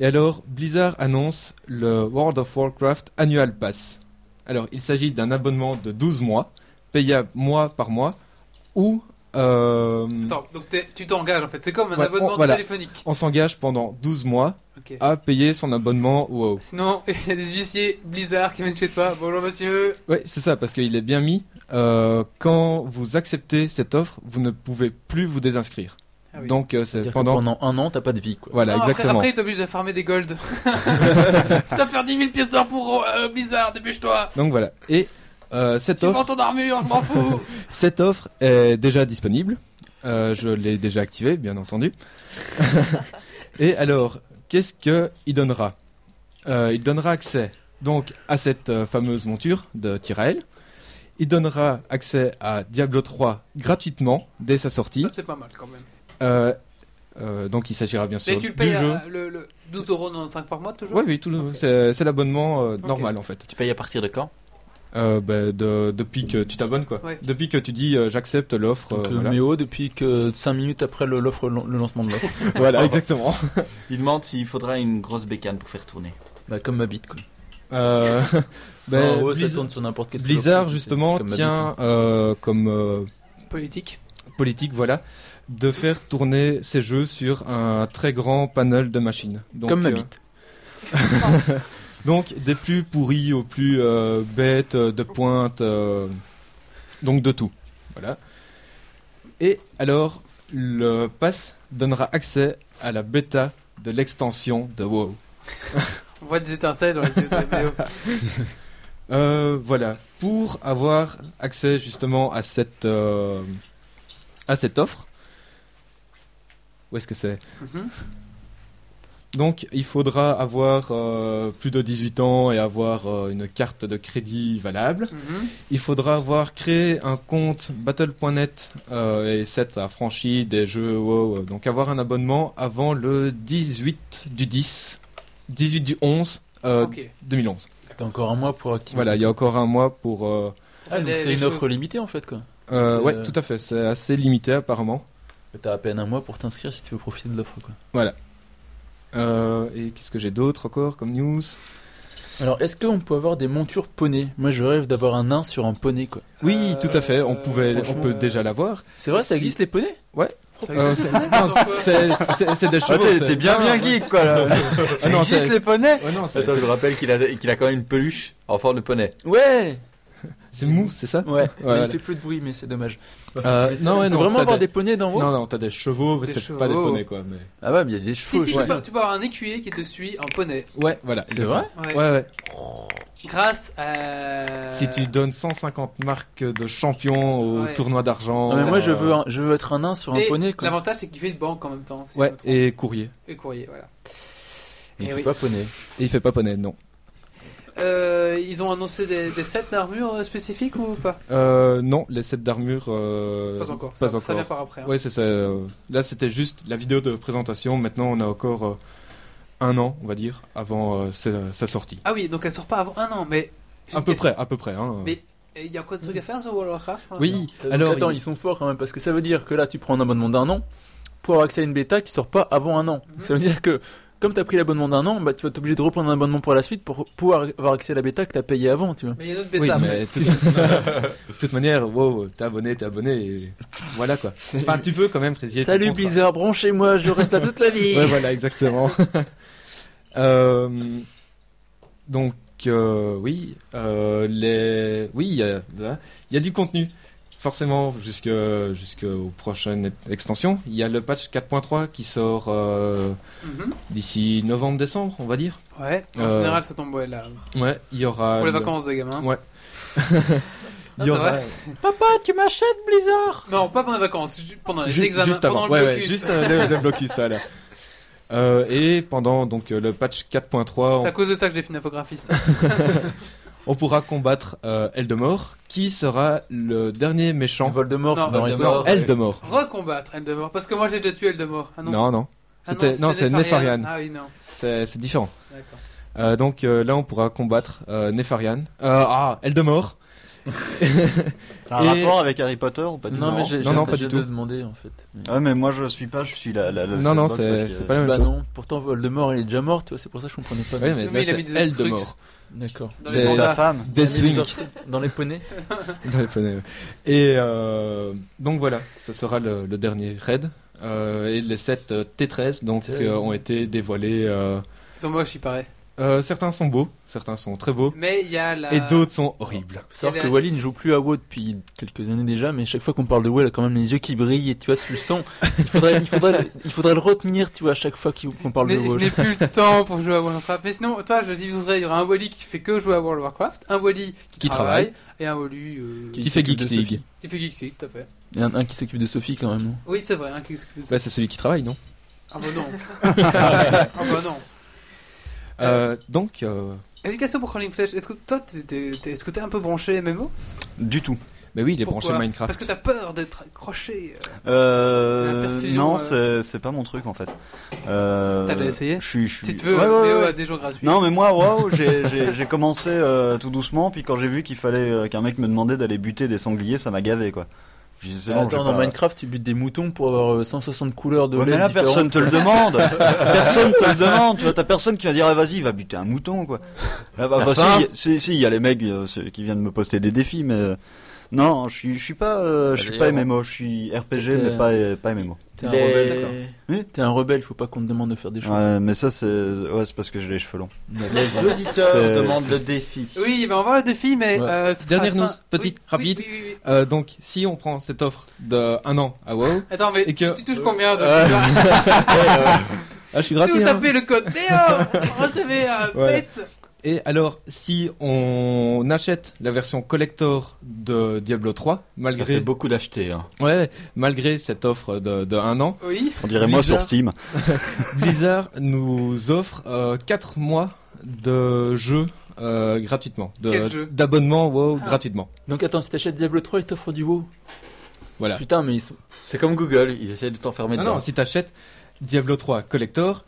[SPEAKER 3] Et alors, Blizzard annonce le World of Warcraft Annual Pass. Alors, il s'agit d'un abonnement de 12 mois, payable mois par mois, ou... euh,
[SPEAKER 1] Attends, donc t'es- tu t'engages en fait. C'est comme un
[SPEAKER 3] Ouais,
[SPEAKER 1] abonnement
[SPEAKER 3] on- voilà.
[SPEAKER 1] téléphonique.
[SPEAKER 3] on s'engage pendant 12 mois
[SPEAKER 1] Ok.
[SPEAKER 3] à payer son abonnement WoW.
[SPEAKER 1] Sinon, [LAUGHS] il y a des huissiers Blizzard qui viennent chez toi. Bonjour monsieur.
[SPEAKER 3] Oui, c'est ça, parce qu'il est bien mis. euh, quand vous acceptez cette offre, vous ne pouvez plus vous désinscrire.
[SPEAKER 1] Ah oui.
[SPEAKER 3] Donc, euh, c'est
[SPEAKER 4] C'est-à-dire que
[SPEAKER 3] pendant...
[SPEAKER 4] pendant... un an, t'as pas de vie, quoi.
[SPEAKER 3] Voilà,
[SPEAKER 1] Non, après-
[SPEAKER 3] exactement.
[SPEAKER 1] Après, ils t'obligent à farmer des
[SPEAKER 3] [LAUGHS]
[SPEAKER 1] golds. tu dois faire 10 000 pièces d'or pour euh, Blizzard, dépêche-toi.
[SPEAKER 3] Donc voilà. Et euh, cette
[SPEAKER 1] Tu
[SPEAKER 3] offre...
[SPEAKER 1] vends ton armure, je m'en
[SPEAKER 3] [LAUGHS]
[SPEAKER 1] fous.
[SPEAKER 3] Cette offre est déjà disponible. Euh, je l'ai déjà activée,
[SPEAKER 1] [LAUGHS]
[SPEAKER 3] bien entendu. Et alors, qu'est-ce qu'il donnera Euh, Il donnera accès donc à cette euh, fameuse monture de Tyrael. Il donnera accès à Diablo 3 gratuitement dès sa sortie.
[SPEAKER 1] Ça, c'est pas mal quand même.
[SPEAKER 3] Euh, euh, donc il s'agira bien
[SPEAKER 1] Mais
[SPEAKER 3] sûr
[SPEAKER 1] tu le
[SPEAKER 3] du
[SPEAKER 1] payes
[SPEAKER 3] jeu.
[SPEAKER 1] à le, le 12,95€ par mois toujours
[SPEAKER 3] Ouais, oui, tout le-
[SPEAKER 1] Ok.
[SPEAKER 3] c'est c'est l'abonnement euh, normal en fait.
[SPEAKER 5] Tu payes à partir de quand
[SPEAKER 3] Euh,
[SPEAKER 6] ben,
[SPEAKER 3] bah, de- depuis que tu t'abonnes quoi.
[SPEAKER 1] Ouais.
[SPEAKER 3] Depuis que tu dis euh, j'accepte l'offre.
[SPEAKER 4] Donc,
[SPEAKER 3] euh,
[SPEAKER 4] euh,
[SPEAKER 3] voilà.
[SPEAKER 4] Méo, depuis que 5 minutes après le, l'offre- le lancement de l'offre.
[SPEAKER 6] [LAUGHS]
[SPEAKER 2] [LAUGHS]
[SPEAKER 3] voilà, exactement.
[SPEAKER 5] Il demande s'il faudra une grosse bécane pour faire tourner.
[SPEAKER 4] bah, comme ma bite, quoi.
[SPEAKER 1] [LAUGHS]
[SPEAKER 3] Euh, ben,
[SPEAKER 4] Non, Oh, ouais, ça
[SPEAKER 6] Bah,
[SPEAKER 3] Blizz-
[SPEAKER 4] tourne sur n'importe quel
[SPEAKER 3] Blizzard
[SPEAKER 4] solo, c'est
[SPEAKER 3] justement
[SPEAKER 4] comme ma bite,
[SPEAKER 3] tient
[SPEAKER 4] hein.
[SPEAKER 3] euh, comme euh,
[SPEAKER 1] Politique.
[SPEAKER 6] politique, voilà, de faire tourner ces jeux sur un très grand panel de machines. Donc,
[SPEAKER 4] Comme ma
[SPEAKER 6] euh,
[SPEAKER 4] bite.
[SPEAKER 6] donc des plus pourris aux plus euh, bêtes, euh, de pointe, euh, donc de tout. Voilà. Et alors, le pass donnera accès à la bêta de l'extension de WoW.
[SPEAKER 1] On voit des étincelles dans les yeux de la
[SPEAKER 3] [LAUGHS]
[SPEAKER 1] vidéo.
[SPEAKER 6] Euh, voilà, pour avoir accès justement à cette, euh, à cette offre, où est-ce que c'est
[SPEAKER 1] Mhm.
[SPEAKER 6] Donc il faudra avoir euh, plus de 18 ans et avoir euh, une carte de crédit valable.
[SPEAKER 1] Mhm.
[SPEAKER 6] Il faudra avoir créé un compte Battle.net euh, et cette affranchi des jeux WoW. euh, Donc avoir un abonnement avant le 18 du 10, 18 du 11 euh,
[SPEAKER 1] Ok.
[SPEAKER 6] 2011.
[SPEAKER 4] T'as encore un mois pour activer.
[SPEAKER 6] Voilà, il y a encore un mois pour... euh,
[SPEAKER 4] Ah, donc
[SPEAKER 1] Les-
[SPEAKER 4] c'est
[SPEAKER 1] les
[SPEAKER 4] une
[SPEAKER 1] choses.
[SPEAKER 4] offre limitée en fait quoi.
[SPEAKER 6] euh,
[SPEAKER 4] C'est,
[SPEAKER 6] ouais,
[SPEAKER 4] euh,
[SPEAKER 6] tout à fait, c'est assez limité apparemment.
[SPEAKER 4] T'as à peine un mois pour t'inscrire si tu veux profiter de l'offre quoi.
[SPEAKER 6] Euh, et qu'est-ce que j'ai d'autre encore comme news
[SPEAKER 4] Alors est-ce qu'on peut avoir des montures poney Moi je rêve d'avoir un nain sur un poney quoi.
[SPEAKER 6] Oui,
[SPEAKER 1] Euh,
[SPEAKER 6] tout à fait, on, pouvait, on
[SPEAKER 1] franchement,
[SPEAKER 6] peut déjà l'avoir.
[SPEAKER 4] C'est vrai, ça
[SPEAKER 6] Si.
[SPEAKER 4] existe les poneys
[SPEAKER 1] Ça [LAUGHS]
[SPEAKER 6] Euh,
[SPEAKER 1] existe.
[SPEAKER 6] c'est-
[SPEAKER 1] Attends, quoi.
[SPEAKER 6] C'est c'est- c'est des
[SPEAKER 2] Ah,
[SPEAKER 6] choses.
[SPEAKER 2] t'es t'es bien, bien geek, quoi, là. Ça
[SPEAKER 6] non,
[SPEAKER 2] existe,
[SPEAKER 6] c'est-
[SPEAKER 2] les poneys
[SPEAKER 6] non, c'est
[SPEAKER 3] Ah, Attends, je vous rappelle qu'il a, qu'il a quand même une peluche en forme de poney.
[SPEAKER 4] Ouais
[SPEAKER 6] c'est mou, c'est ça
[SPEAKER 4] Ouais, mais
[SPEAKER 6] Voilà.
[SPEAKER 4] il fait plus de bruit mais c'est dommage.
[SPEAKER 6] Euh, Non, ouais,
[SPEAKER 4] On peut
[SPEAKER 6] non,
[SPEAKER 4] vraiment
[SPEAKER 6] t'as
[SPEAKER 4] avoir
[SPEAKER 6] des-
[SPEAKER 4] des poneys d'en haut
[SPEAKER 6] Non, non, t'as des chevaux, mais
[SPEAKER 1] Des
[SPEAKER 6] c'est pas des
[SPEAKER 1] chevaux.
[SPEAKER 6] poneys, quoi. Mais...
[SPEAKER 4] Ah ouais, mais il y a des
[SPEAKER 1] Si,
[SPEAKER 4] chevaux
[SPEAKER 1] si,
[SPEAKER 4] aussi.
[SPEAKER 1] tu,
[SPEAKER 6] ouais.
[SPEAKER 1] peux, tu peux avoir un écuyer qui te suit en poney.
[SPEAKER 6] Ouais, voilà.
[SPEAKER 4] C'est
[SPEAKER 6] exactement.
[SPEAKER 4] vrai
[SPEAKER 1] Ouais.
[SPEAKER 6] Ouais, ouais.
[SPEAKER 1] Grâce à.
[SPEAKER 6] Si
[SPEAKER 4] Euh.
[SPEAKER 6] tu donnes 150 marques de champion au
[SPEAKER 1] Ouais.
[SPEAKER 6] tournoi d'argent.
[SPEAKER 4] Non, mais moi
[SPEAKER 6] euh,
[SPEAKER 4] je veux, un- je veux être un nain sur un
[SPEAKER 1] Et
[SPEAKER 4] poney quoi.
[SPEAKER 1] L'avantage, c'est qu'il fait une banque en même temps. si je
[SPEAKER 6] Ouais,
[SPEAKER 1] me trompe.
[SPEAKER 6] et courrier.
[SPEAKER 1] Et courrier, voilà.
[SPEAKER 4] Il
[SPEAKER 1] Eh
[SPEAKER 4] faut
[SPEAKER 1] oui.
[SPEAKER 4] pas poney.
[SPEAKER 6] Et il fait pas poney, non.
[SPEAKER 1] Euh, ils ont annoncé des, des sets d'armure euh, spécifiques ou pas
[SPEAKER 6] Euh, non, les sets d'armure. euh,
[SPEAKER 1] Pas encore.
[SPEAKER 6] Pas
[SPEAKER 1] ça, ça vient
[SPEAKER 6] encore.
[SPEAKER 1] par après. hein.
[SPEAKER 6] Ouais, c'est ça. euh, Là, c'était juste la vidéo de présentation. Maintenant, on a encore euh, un an, on va dire, avant euh, sa, sa sortie.
[SPEAKER 1] Ah oui, donc elle sort pas avant un an, mais.
[SPEAKER 6] À peu près, à peu près. Hein.
[SPEAKER 1] Mais- Et Il y a encore de trucs à faire sur World of Warcraft pour l'instant
[SPEAKER 6] Oui. Alors,
[SPEAKER 4] attends,
[SPEAKER 6] il-
[SPEAKER 4] ils sont forts quand même parce que ça veut dire que là tu prends un abonnement d'un an pour avoir accès à une bêta qui sort pas avant un an.
[SPEAKER 1] Mhm.
[SPEAKER 4] Ça veut dire que comme t'as pris l'abonnement d'un an, bah tu vas t'obliger de reprendre un abonnement pour la suite pour pouvoir avoir accès à la bêta que t'as payé avant, tu vois.
[SPEAKER 1] Mais il y a d'autres
[SPEAKER 6] Oui,
[SPEAKER 1] bêta.
[SPEAKER 6] mais de toute- de [LAUGHS] toute manière, wow, t'es abonné, t'es abonné, et voilà quoi. Enfin, tu peux quand même résilier ton
[SPEAKER 4] Salut
[SPEAKER 6] contrat.
[SPEAKER 4] Blizzard, branchez-moi, je reste là toute la vie.
[SPEAKER 6] Ouais, voilà,
[SPEAKER 4] [LAUGHS]
[SPEAKER 6] exactement. Euh, donc, euh, oui, euh, les... oui, il y a- il y, a du contenu. Forcément, jusque- jusqu'aux prochaines extensions. Il y a le patch 4.3 qui sort euh,
[SPEAKER 1] Mhm.
[SPEAKER 6] d'ici novembre-décembre, on va dire.
[SPEAKER 1] Ouais, en
[SPEAKER 6] Euh,
[SPEAKER 1] général, ça tombe ouais, là.
[SPEAKER 6] Ouais, il y aura.
[SPEAKER 1] Pour les
[SPEAKER 6] le-
[SPEAKER 1] vacances des gamins. [LAUGHS]
[SPEAKER 6] Ouais.
[SPEAKER 1] Ah,
[SPEAKER 6] Il y
[SPEAKER 1] c'est
[SPEAKER 6] aura. [LAUGHS]
[SPEAKER 1] vrai. Non, pas pendant les vacances, ju- pendant les
[SPEAKER 6] Ju-
[SPEAKER 1] examens,
[SPEAKER 6] juste avant,
[SPEAKER 1] pendant le
[SPEAKER 6] ouais, ouais,
[SPEAKER 1] blocus.
[SPEAKER 6] juste euh, le, le blocus,
[SPEAKER 4] [LAUGHS]
[SPEAKER 6] voilà. Euh, et pendant donc euh, le patch 4.3,
[SPEAKER 1] C'est à
[SPEAKER 6] on,
[SPEAKER 1] cause de ça que j'ai fait infographiste.
[SPEAKER 6] on pourra combattre euh, Eldemort, qui sera le dernier méchant.
[SPEAKER 4] Voldemort,
[SPEAKER 1] Non,
[SPEAKER 4] c'est dans Harry
[SPEAKER 3] Voldemort.
[SPEAKER 4] Potter.
[SPEAKER 3] Ouais.
[SPEAKER 6] Eldemort.
[SPEAKER 1] Recombattre Eldemort, parce que moi j'ai déjà tué Eldemort. Ah non,
[SPEAKER 6] Non, non.
[SPEAKER 1] Ah non,
[SPEAKER 6] C'était non, c'est Nefarian.
[SPEAKER 1] Ah oui, non.
[SPEAKER 6] C'est c'est différent.
[SPEAKER 1] D'accord.
[SPEAKER 6] Euh, donc euh, là, on pourra combattre euh, Nefarian. Euh, ah, Eldemort.
[SPEAKER 2] T'as un
[SPEAKER 6] Et-
[SPEAKER 2] rapport avec Harry Potter ou pas du
[SPEAKER 4] Non,
[SPEAKER 2] tout
[SPEAKER 4] mais j'ai
[SPEAKER 6] non, non,
[SPEAKER 4] j'ai-
[SPEAKER 6] pas
[SPEAKER 4] j'ai
[SPEAKER 6] du tout.
[SPEAKER 4] demandé en fait.
[SPEAKER 2] Ah, mais moi je suis pas, je suis la. la, la
[SPEAKER 6] Non, non,
[SPEAKER 2] Xbox parce
[SPEAKER 6] c'est
[SPEAKER 2] que-
[SPEAKER 6] c'est pas la même
[SPEAKER 4] Bah
[SPEAKER 6] chose.
[SPEAKER 4] non, pourtant Voldemort il est déjà mort, tu vois, c'est pour ça que je comprenais pas.
[SPEAKER 6] Ouais, mais
[SPEAKER 1] Oui,
[SPEAKER 6] là,
[SPEAKER 1] il a mis des
[SPEAKER 6] c'est
[SPEAKER 1] autres trucs.
[SPEAKER 6] Eldemort.
[SPEAKER 4] D'accord.
[SPEAKER 1] Dans
[SPEAKER 6] C'est-
[SPEAKER 1] les
[SPEAKER 2] C'est
[SPEAKER 1] mangas.
[SPEAKER 2] sa femme.
[SPEAKER 6] Deathwing.
[SPEAKER 4] Dans les poneys
[SPEAKER 6] Dans les poneys, ouais. Et euh, donc voilà, ça sera le, le dernier raid. Euh, et les 7 T13 donc,
[SPEAKER 4] Terrible.
[SPEAKER 6] euh, ont été dévoilés. euh.
[SPEAKER 1] Ils sont moches, il paraît.
[SPEAKER 6] Euh, certains sont beaux, certains sont très beaux,
[SPEAKER 1] Mais il y a la.
[SPEAKER 6] et d'autres sont horribles.
[SPEAKER 4] Faut savoir
[SPEAKER 1] Et
[SPEAKER 4] que
[SPEAKER 1] la-
[SPEAKER 4] Wally ne joue plus à WoW depuis quelques années déjà, mais chaque fois qu'on parle de WoW, il a quand même les yeux qui brillent et tu vois, tu le sens. Il faudrait, il faudrait, il faudrait le retenir, tu vois, à chaque fois qu'il- qu'on parle
[SPEAKER 1] Je
[SPEAKER 4] de
[SPEAKER 1] n'ai-
[SPEAKER 4] WoW.
[SPEAKER 1] je n'ai plus le temps pour jouer à World of Warcraft. Mais sinon, toi, je diviserais. Il y aura un Wally qui fait que jouer à World of Warcraft, un Wally qui,
[SPEAKER 6] Qui
[SPEAKER 1] travaille, et un Wally euh,
[SPEAKER 6] Qui,
[SPEAKER 1] qui...
[SPEAKER 6] fait
[SPEAKER 4] s'occupe
[SPEAKER 6] Geeks
[SPEAKER 4] de
[SPEAKER 6] League
[SPEAKER 1] fait Geeks League, tout à fait.
[SPEAKER 4] Il y en a un qui s'occupe de Sophie quand même. non
[SPEAKER 1] Oui, c'est vrai, un qui s'occupe de ça.
[SPEAKER 6] Bah, C'est celui qui travaille, non
[SPEAKER 1] Ah bah non. ah bah non.
[SPEAKER 6] Euh, Donc, euh,
[SPEAKER 1] J'ai une question pour Crawling Flash. Est-ce que toi, t'es- t'es- t'es- est-ce que t'es un peu branché MMO
[SPEAKER 2] Du tout.
[SPEAKER 3] bah
[SPEAKER 6] mais oui, il est
[SPEAKER 1] Pourquoi
[SPEAKER 6] branché
[SPEAKER 1] Parce que
[SPEAKER 6] Minecraft.
[SPEAKER 1] t'as peur d'être accroché. euh. La
[SPEAKER 2] Euh,
[SPEAKER 1] perfusion,
[SPEAKER 2] non,
[SPEAKER 1] euh.
[SPEAKER 2] c'est- c'est pas mon truc en fait. Euh,
[SPEAKER 1] T'as déjà essayé
[SPEAKER 2] Je suis. je suis-
[SPEAKER 1] Si tu veux,
[SPEAKER 2] Ouais, ouais, ouais.
[SPEAKER 1] à des gens gratuits.
[SPEAKER 2] Non, mais moi, waouh, j'ai- j'ai j'ai commencé euh, tout doucement, puis quand j'ai vu qu'il fallait euh, qu'un mec me demandait d'aller buter des sangliers, ça m'a gavé quoi. Je dis, c'est bon, j'ai
[SPEAKER 4] Attends, dans
[SPEAKER 2] pas-
[SPEAKER 4] Minecraft, tu butes des moutons pour avoir euh, 160 couleurs de
[SPEAKER 2] Ouais, mais
[SPEAKER 4] LED
[SPEAKER 2] là,
[SPEAKER 4] différentes.
[SPEAKER 2] personne te le [LAUGHS] demande. personne te le demande. Tu vois, t'as personne qui va dire, Ah, vas-y, va buter un mouton, quoi. Ah, bah, bah, si, il y a- si, si, il y a les mecs euh, ceux qui viennent me poster des défis, mais euh, Non, je suis, je suis pas, euh, je
[SPEAKER 4] Allez,
[SPEAKER 2] suis pas
[SPEAKER 4] avant.
[SPEAKER 2] MMO, je suis RPG
[SPEAKER 4] T'es-
[SPEAKER 2] mais pas, euh, pas MMO.
[SPEAKER 4] T'es un rebelle, d'accord.
[SPEAKER 3] Hein
[SPEAKER 4] T'es un rebelle, faut pas qu'on te demande de faire des choses.
[SPEAKER 2] Ouais, mais ça c'est, ouais, c'est parce que j'ai les cheveux longs.
[SPEAKER 4] Les auditeurs
[SPEAKER 2] C'est-
[SPEAKER 4] demandent
[SPEAKER 2] c'est-
[SPEAKER 4] le
[SPEAKER 6] défi.
[SPEAKER 1] Oui, ben on va voir le défi, mais.
[SPEAKER 3] Ouais.
[SPEAKER 1] euh, ce sera
[SPEAKER 3] Dernière
[SPEAKER 1] la
[SPEAKER 3] news,
[SPEAKER 1] fin.
[SPEAKER 3] petite,
[SPEAKER 1] Oui,
[SPEAKER 3] rapide.
[SPEAKER 1] oui, oui, oui.
[SPEAKER 3] Euh, donc, si on prend cette offre de un an à Ah, WoW,
[SPEAKER 1] Attends, mais
[SPEAKER 3] et que
[SPEAKER 1] tu touches combien de [LAUGHS]
[SPEAKER 3] Euh, ah, je suis
[SPEAKER 1] Si
[SPEAKER 3] gratuit.
[SPEAKER 1] vous
[SPEAKER 3] hein.
[SPEAKER 1] tapez le code oh, Léo, recevez
[SPEAKER 3] [LAUGHS]
[SPEAKER 1] un
[SPEAKER 3] Ouais.
[SPEAKER 1] pet.
[SPEAKER 3] Et alors, si on achète la version collector de Diablo 3, malgré
[SPEAKER 6] Ça fait beaucoup d'acheter. Hein.
[SPEAKER 3] Ouais, malgré cette offre de, de un an.
[SPEAKER 1] Oui.
[SPEAKER 2] On dirait moi sur Steam.
[SPEAKER 3] Blizzard nous offre 4 mois de jeu euh, gratuitement. De-
[SPEAKER 4] Quel jeu
[SPEAKER 3] D'abonnement WoW gratuitement.
[SPEAKER 4] Donc attends, si t'achètes Diablo 3, ils t'offrent du WoW.
[SPEAKER 3] Voilà.
[SPEAKER 4] Putain, mais ils sont.
[SPEAKER 6] C'est comme Google, ils essaient de t'enfermer
[SPEAKER 3] Ah, Non,
[SPEAKER 6] dedans.
[SPEAKER 3] non, si t'achètes Diablo 3 collector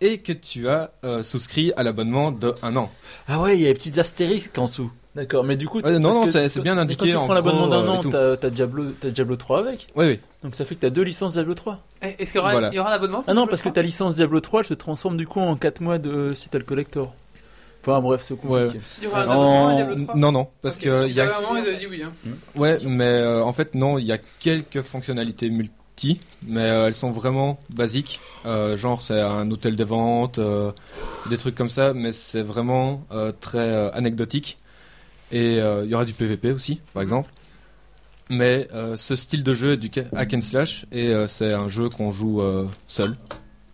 [SPEAKER 3] et que tu as euh, souscrit à l'abonnement de un an.
[SPEAKER 6] Ah ouais, il y a les petites astérisques en dessous.
[SPEAKER 4] D'accord, mais du coup.
[SPEAKER 3] Ouais, Euh, non,
[SPEAKER 4] parce
[SPEAKER 3] non,
[SPEAKER 4] que
[SPEAKER 3] c'est- c'est
[SPEAKER 4] quand-
[SPEAKER 3] bien
[SPEAKER 4] quand
[SPEAKER 3] indiqué
[SPEAKER 4] tu
[SPEAKER 3] en
[SPEAKER 4] prends l'abonnement
[SPEAKER 3] gros,
[SPEAKER 4] d'un
[SPEAKER 3] euh, et
[SPEAKER 4] an,
[SPEAKER 3] tout.
[SPEAKER 4] t'as t'as Diablo, t'as Diablo 3 avec.
[SPEAKER 3] Oui, oui.
[SPEAKER 4] Donc ça fait que t'as deux licences Diablo 3.
[SPEAKER 1] Eh, Est-ce qu'il y, aura-
[SPEAKER 4] Voilà.
[SPEAKER 1] il y aura un abonnement
[SPEAKER 4] Ah non, parce que ta licence Diablo 3, elle se transforme du coup en 4 mois de si t'as le collector. Enfin bref, c'est compliqué.
[SPEAKER 1] Il y aura Ah, un abonnement à
[SPEAKER 3] Non,
[SPEAKER 1] Diablo 3
[SPEAKER 3] non, non, parce
[SPEAKER 1] Ok,
[SPEAKER 3] que
[SPEAKER 1] parce
[SPEAKER 3] y a-
[SPEAKER 1] que Vraiment, ils avaient dit oui. hein.
[SPEAKER 3] Ouais, mais euh, en fait non, il y a quelques fonctionnalités multi, mais euh, elles sont vraiment basiques. Euh, genre c'est un hôtel des ventes, euh, des trucs comme ça, mais c'est vraiment euh, très euh, anecdotique. Et euh, il y aura du PVP aussi,
[SPEAKER 4] Mhm.
[SPEAKER 3] par exemple. Mais euh, ce style de jeu est du ca- hack and slash et euh, c'est un jeu qu'on joue euh, seul.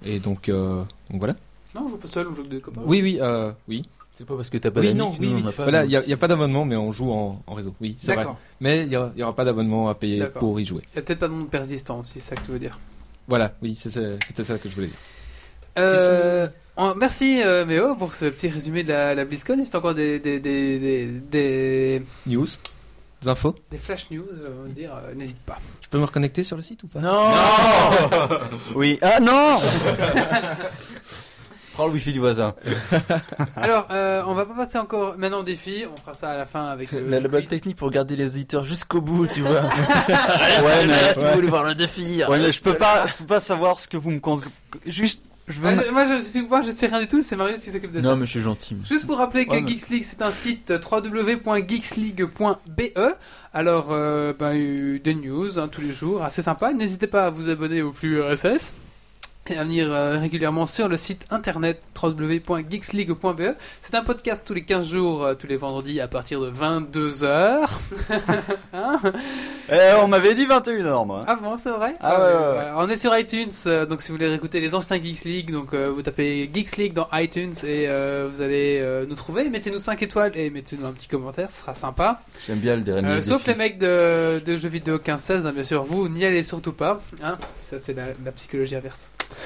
[SPEAKER 3] Et donc, euh, donc voilà.
[SPEAKER 1] Non, on joue pas seul, on joue avec des copains.
[SPEAKER 3] Oui, oui, euh, oui.
[SPEAKER 4] C'est pas parce que t'as pas
[SPEAKER 3] oui,
[SPEAKER 4] d'amis
[SPEAKER 3] non,
[SPEAKER 4] que
[SPEAKER 3] oui,
[SPEAKER 4] nous, on
[SPEAKER 3] oui.
[SPEAKER 4] n'a pas,
[SPEAKER 3] Voilà,
[SPEAKER 4] nous.
[SPEAKER 3] il n'y a, il y a pas d'abonnement, mais on joue en, en réseau. Oui, c'est vrai.
[SPEAKER 1] D'accord.
[SPEAKER 3] Mais il n'y aura, il y aura pas d'abonnement à payer
[SPEAKER 1] D'accord.
[SPEAKER 3] pour y jouer.
[SPEAKER 1] Il y a peut-être pas de monde persistant, si c'est ça que tu veux dire.
[SPEAKER 3] Voilà, oui, c'est ça- c'était ça que je voulais dire.
[SPEAKER 1] Euh, en- merci euh, Méo pour ce petit résumé de la, la BlizzCon. C'est encore des des, des, des, des-
[SPEAKER 3] News Des infos
[SPEAKER 1] des flash news, euh, on va dire. euh, N'hésite pas.
[SPEAKER 3] Je peux me reconnecter sur le site ou pas
[SPEAKER 1] Non
[SPEAKER 2] Oui. Ah non
[SPEAKER 6] [LAUGHS] Prends le wifi du voisin.
[SPEAKER 1] [LAUGHS] Alors, euh, on va pas passer encore maintenant au défi. On fera ça à la fin avec
[SPEAKER 4] [LAUGHS]
[SPEAKER 1] le.
[SPEAKER 4] La, la bonne technique pour garder les auditeurs jusqu'au bout, tu [LAUGHS] vois.
[SPEAKER 2] Ouais, mais- ouais.
[SPEAKER 4] défi.
[SPEAKER 2] Ouais, mais je peux pas, je peux pas savoir ce que vous me comptez. Juste, je veux.
[SPEAKER 1] Ah,
[SPEAKER 2] ma-
[SPEAKER 1] je- moi, je, suis- moi, je sais rien du tout. C'est Marius qui s'occupe de ça.
[SPEAKER 4] Non, mais je suis gentil. moi.
[SPEAKER 1] Juste pour rappeler que
[SPEAKER 4] Ouais, mais-
[SPEAKER 1] Geeks League c'est un site euh, www.geeksleague.be. Alors, euh, ben, euh, des news hein, tous les jours, assez sympa. N'hésitez pas à vous abonner au flux RSS et à venir euh, régulièrement sur le site internet www.geeksleague.be. C'est un podcast tous les 15 jours, euh, tous les vendredis à partir de [LAUGHS] Hein 22h.
[SPEAKER 2] Eh, on m'avait dit 21h moi.
[SPEAKER 1] Ah bon, c'est vrai
[SPEAKER 2] Ah ouais, ouais, ouais.
[SPEAKER 1] Voilà, On est sur iTunes, euh, donc si vous voulez réécouter les anciens Geeks League, donc euh, vous tapez Geeks League dans iTunes et euh, vous allez euh, nous trouver. Mettez-nous 5 étoiles et mettez-nous un petit commentaire, ce sera sympa.
[SPEAKER 6] J'aime bien le dernier.
[SPEAKER 1] Euh, sauf
[SPEAKER 6] défi.
[SPEAKER 1] les mecs de, de jeux vidéo 15-16, hein, bien sûr, vous n'y allez surtout pas. hein. Ça, c'est la, la psychologie inverse.
[SPEAKER 2] [LAUGHS]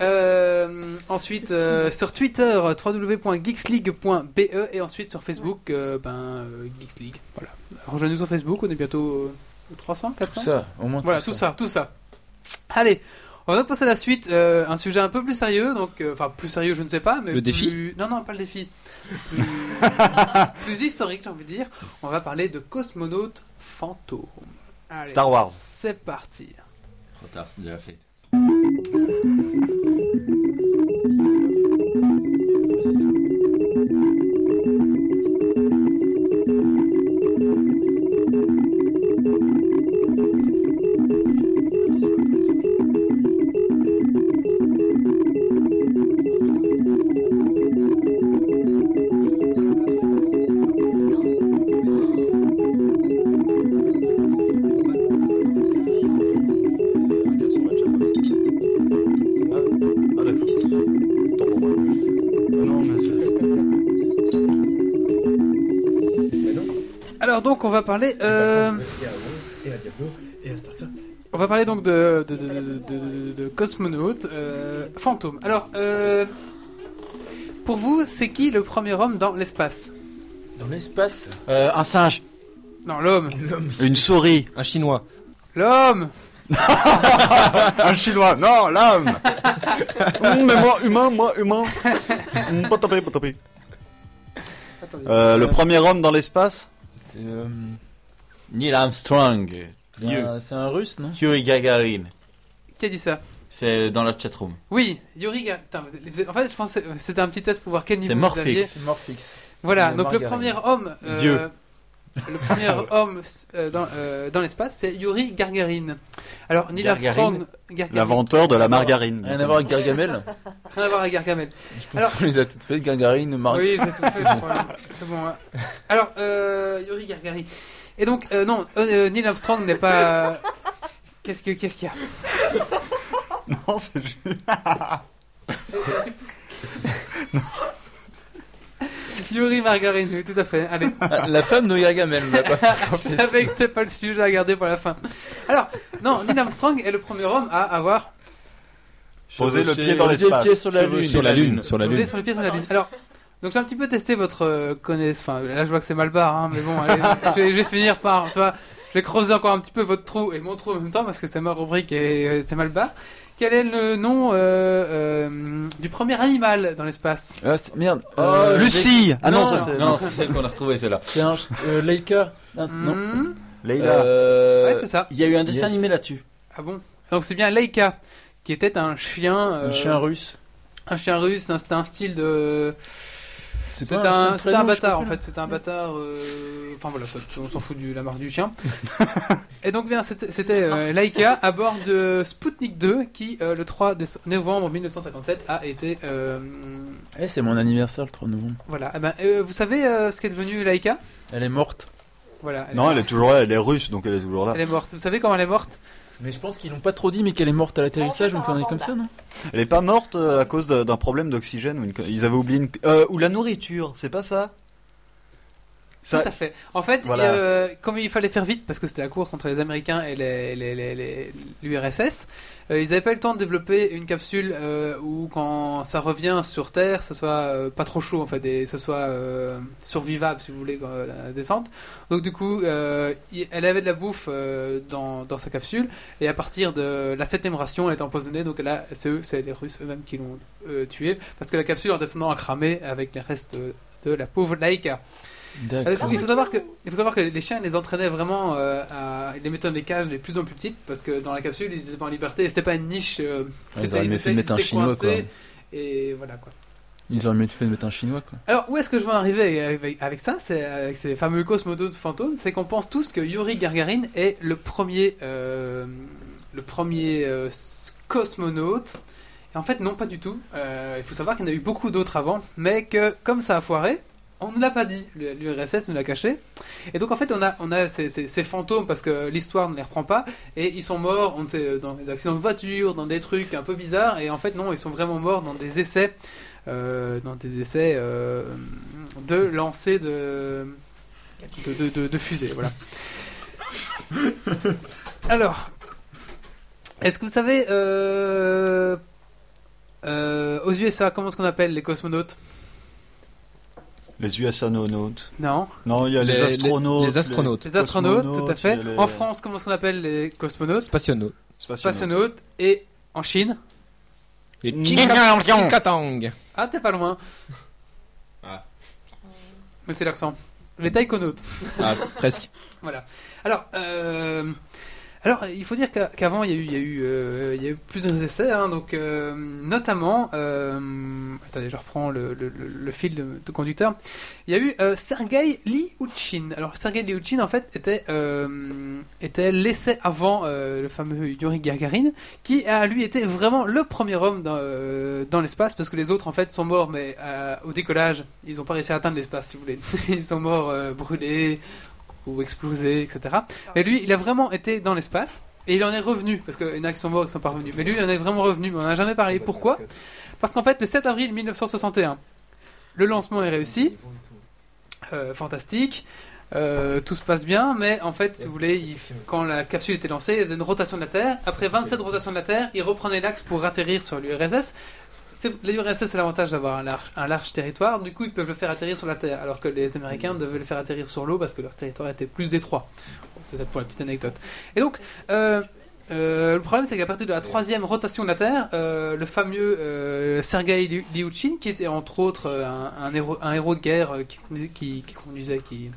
[SPEAKER 1] Euh, ensuite, euh, sur Twitter, www.geeksleague.be et ensuite sur Facebook, euh, ben, euh, Geeks League. Voilà. Rejoignez-nous sur Facebook, on est bientôt euh, 300, 400
[SPEAKER 4] Tout ça, au moins.
[SPEAKER 1] voilà, tout ça. tout ça, Allez, on va donc passer à la suite. euh, un sujet un peu plus sérieux, donc euh, enfin plus sérieux, je ne sais pas, mais
[SPEAKER 3] Le défi
[SPEAKER 1] plus- Non, non, pas le défi. Plus, plus historique, j'ai envie de dire. On va parler de cosmonautes fantômes. Allez,
[SPEAKER 2] Star Wars.
[SPEAKER 1] C'est parti.
[SPEAKER 6] Trop tard, c'est déjà fait.
[SPEAKER 2] hein.
[SPEAKER 1] Alors donc, on va parler. euh,
[SPEAKER 9] Et à WoW, et à Diablo, et à Starcraft.
[SPEAKER 1] On va parler donc de, de, de, de- de- de cosmonautes euh, fantômes. Alors, euh, pour vous, c'est qui le premier homme dans l'espace
[SPEAKER 4] Dans l'espace.
[SPEAKER 6] Euh, un singe.
[SPEAKER 1] Non, l'homme.
[SPEAKER 2] Une souris.
[SPEAKER 3] Un chinois.
[SPEAKER 1] L'homme
[SPEAKER 2] Un chinois. Non, l'homme. Hum, [LAUGHS] mais moi, humain, moi, humain. [LAUGHS] Hum, pas tapé, pas tapé. Euh, le premier homme dans l'espace
[SPEAKER 4] C'est euh,
[SPEAKER 6] Neil Armstrong.
[SPEAKER 4] c'est un, c'est un russe, non
[SPEAKER 6] Yuri Gagarin.
[SPEAKER 1] Qui a dit ça
[SPEAKER 6] C'est dans la chatroom.
[SPEAKER 1] Oui, Yuri Ga- Putain, vous- vous êtes- En fait, je pensais euh, c'était un petit test pour voir quel niveau
[SPEAKER 6] C'est
[SPEAKER 1] vous aviez.
[SPEAKER 6] Morphix.
[SPEAKER 4] C'est Morphix.
[SPEAKER 1] Voilà,
[SPEAKER 4] Euh,
[SPEAKER 1] donc le
[SPEAKER 4] Margaret.
[SPEAKER 1] premier homme. euh,
[SPEAKER 6] Dieu.
[SPEAKER 1] le premier homme euh, dans, euh, dans l'espace, c'est Yuri Gargarine. Alors, Neil Armstrong. Gargarine.
[SPEAKER 2] L'inventeur de la margarine.
[SPEAKER 4] Rien à voir avec Gargamel.
[SPEAKER 1] Rien à voir avec Gargamel.
[SPEAKER 4] Je pense qu'on les a toutes faites, Gargarine, Mar...
[SPEAKER 1] Oui, c'est tout fait. je crois. C'est bon. hein. Alors, euh, Yuri Gargarine. Et donc, euh, non, euh, euh, Neil Armstrong n'est pas. Qu'est-ce que- qu'est-ce qu'il
[SPEAKER 2] [LAUGHS] Non, c'est juste.
[SPEAKER 1] y a Yuri Margarine, oui, tout à fait. Allez.
[SPEAKER 4] Ah, La femme de Gargamel, on l'a [LAUGHS] pas fait.
[SPEAKER 1] Avec c'est pas le sujet à garder pour la fin. Alors, non, Neil Armstrong est le premier homme à avoir
[SPEAKER 2] Poser le pied dans
[SPEAKER 4] Poser le
[SPEAKER 2] l'espace.
[SPEAKER 4] pied sur la
[SPEAKER 3] Cheveux
[SPEAKER 4] lune.
[SPEAKER 3] sur la lune, sur la
[SPEAKER 1] posé
[SPEAKER 3] lune.
[SPEAKER 1] sur les pieds sur la lune. Alors, donc j'ai un petit peu testé votre euh, connaissance. Enfin, là je vois que c'est mal barre, hein, mais bon, allez, je, vais, je vais finir par, tu vois, je vais creuser encore un petit peu votre trou et mon trou en même temps parce que c'est ma rubrique et euh, c'est mal barre. Quel est le nom euh, euh, du premier animal dans l'espace
[SPEAKER 4] Ah, c'est- merde.
[SPEAKER 2] Euh,
[SPEAKER 4] euh,
[SPEAKER 2] Lucie Ah non, ça c'est.
[SPEAKER 6] Non, c'est celle qu'on a retrouvée, celle-là.
[SPEAKER 4] C'est un. euh, Leica. Ah, Non.
[SPEAKER 1] Hmm
[SPEAKER 2] Leïla.
[SPEAKER 6] Euh,
[SPEAKER 1] Ouais, c'est ça.
[SPEAKER 6] Il y a eu un dessin
[SPEAKER 4] Yes.
[SPEAKER 6] animé là-dessus.
[SPEAKER 1] Ah bon Donc c'est bien Laika, qui était un chien. euh,
[SPEAKER 4] Un chien russe.
[SPEAKER 1] un chien russe, un- c'était un style de.
[SPEAKER 4] C'est
[SPEAKER 1] C'était un, c'était un bâtard en fait, c'était un bâtard. euh, Enfin voilà, soit- on s'en fout de la marque du chien. et donc bien, c'était c'était, euh, Laika à bord de Sputnik 2 qui euh, le 3 déce- novembre 1957 a été. euh,
[SPEAKER 4] Eh, c'est mon anniversaire le 3 novembre.
[SPEAKER 1] voilà. Eh ben, euh, vous savez euh, ce qu'est devenu Laika
[SPEAKER 4] Elle est morte.
[SPEAKER 1] Voilà.
[SPEAKER 2] Non, elle est toujours là, elle est russe, donc elle est toujours là.
[SPEAKER 1] elle est morte. Vous savez comment elle est morte
[SPEAKER 4] Mais je pense qu'ils l'ont pas trop dit, mais qu'elle est morte à l'atterrissage,
[SPEAKER 1] Ah,
[SPEAKER 4] donc on est comme ça, non
[SPEAKER 2] Elle est pas morte euh, à cause de- d'un problème d'oxygène ou une co- ils avaient oublié une... euh, ou la nourriture, c'est pas ça Ça
[SPEAKER 1] Tout à fait. En fait,
[SPEAKER 2] Voilà.
[SPEAKER 1] euh, comme il fallait faire vite, parce que c'était la course entre les Américains et les- les- les- les- l'URSS, euh, ils n'avaient pas eu le temps de développer une capsule euh, où, quand ça revient sur Terre, ça soit euh, pas trop chaud, en fait, et ça soit euh, survivable, si vous voulez, euh, la descente. Donc, du coup, euh, il- elle avait de la bouffe euh, dans, dans sa capsule, et à partir de la septième ration, elle était empoisonnée, donc là, c'est eux, c'est les Russes eux-mêmes qui l'ont euh, tuée, parce que la capsule, en descendant, a cramé avec les restes euh, de la pauvre Laïka. Ah, Il faut,
[SPEAKER 4] D'accord.
[SPEAKER 1] il faut savoir que, il faut savoir que les chiens les entraînaient vraiment euh, à ils les mettre dans des cages de plus en plus petites parce que dans la capsule ils étaient pas en liberté et c'était pas une niche. euh,
[SPEAKER 4] Ah, Ils
[SPEAKER 1] c'était-
[SPEAKER 4] auraient
[SPEAKER 1] ils
[SPEAKER 4] mieux fait de
[SPEAKER 1] étaient-
[SPEAKER 4] mettre un
[SPEAKER 1] ils étaient
[SPEAKER 4] chinois, quoi.
[SPEAKER 1] coincés, Et voilà quoi.
[SPEAKER 4] Ils auraient mieux fait de mettre un chinois, quoi.
[SPEAKER 1] Alors où est-ce que je veux arriver avec, avec ça C'est avec ces fameux cosmonautes fantômes, c'est qu'on pense tous que Yuri Gagarin est le premier euh, le premier euh, s- cosmonaute. Et en fait non pas du tout. Euh, il faut savoir qu'il y en a eu beaucoup d'autres avant, mais que comme ça a foiré, on ne l'a pas dit. Le- L'URSS nous l'a caché. Et donc en fait on a on a ces, ces- ces fantômes parce que l'histoire ne les reprend pas et ils sont morts on sait, dans des accidents de voiture, dans des trucs un peu bizarres et en fait non ils sont vraiment morts dans des essais euh, dans des essais euh, de lancer de de, de, de- de fusées. Voilà. Alors, est-ce que vous savez euh, euh, aux USA comment est-ce qu'on appelle les cosmonautes
[SPEAKER 2] Les USAnonautes.
[SPEAKER 1] Non,
[SPEAKER 2] Non, il y a les,
[SPEAKER 3] Les-
[SPEAKER 2] astronautes.
[SPEAKER 3] les- les astronautes.
[SPEAKER 1] les astronautes,
[SPEAKER 2] cosmonautes,
[SPEAKER 1] tout à fait.
[SPEAKER 2] il y a les-
[SPEAKER 1] En France, comment est-ce qu'on appelle les cosmonautes
[SPEAKER 3] Spationo.
[SPEAKER 2] Spationautes.
[SPEAKER 1] Spationautes et en Chine
[SPEAKER 3] Les
[SPEAKER 1] Mm.
[SPEAKER 6] Chika-
[SPEAKER 3] Chikatang.
[SPEAKER 1] Ah, t'es pas loin.
[SPEAKER 3] Ah.
[SPEAKER 1] Mais c'est l'accent. Les taïkonautes.
[SPEAKER 3] Ah, presque.
[SPEAKER 1] Voilà. Alors, euh, alors, il faut dire qu'a- qu'avant, il y a eu, il y a eu, euh, il y a eu plusieurs essais, hein, donc euh, notamment, euh, attendez, je reprends le, le- le- le fil de, de conducteur. Il y a eu euh, Sergei Liuchin. Alors, Sergei Liuchin, en fait, était euh, était l'essai avant euh, le fameux Yuri Gagarin, qui a lui été vraiment le premier homme dans, euh, dans l'espace, parce que les autres, en fait, sont morts, mais euh, au décollage, ils n'ont pas réussi à atteindre l'espace, si vous voulez. [LAUGHS] Ils sont morts euh, brûlés ou explosé, etc. Et lui, il a vraiment été dans l'espace. Et il en est revenu, parce qu'il y en a qui sont morts et qui sont pas revenus. Mais lui, il en est vraiment revenu, mais on n'en a jamais parlé. Pourquoi Parce qu'en fait, le 7 avril 1961, le lancement est réussi. Euh, fantastique. Euh, tout se passe bien, mais en fait, si vous voulez, il- quand la capsule était lancée, elle faisait une rotation de la Terre. Après 27 rotations de la Terre, il reprenait l'axe pour atterrir sur l'URSS. C'est- L'URSS a l'avantage d'avoir un large, un large territoire, du coup ils peuvent le faire atterrir sur la Terre, alors que les Américains devaient le faire atterrir sur l'eau parce que leur territoire était plus étroit. Bon, C'est ça pour la petite anecdote. Et donc, euh, euh, le problème c'est qu'à partir de la troisième rotation de la Terre, euh, le fameux euh, Sergei Liu- Liuchin, qui était entre autres euh, un, un héros, un héros de guerre euh, qui conduisait, qui, qui conduisait, qui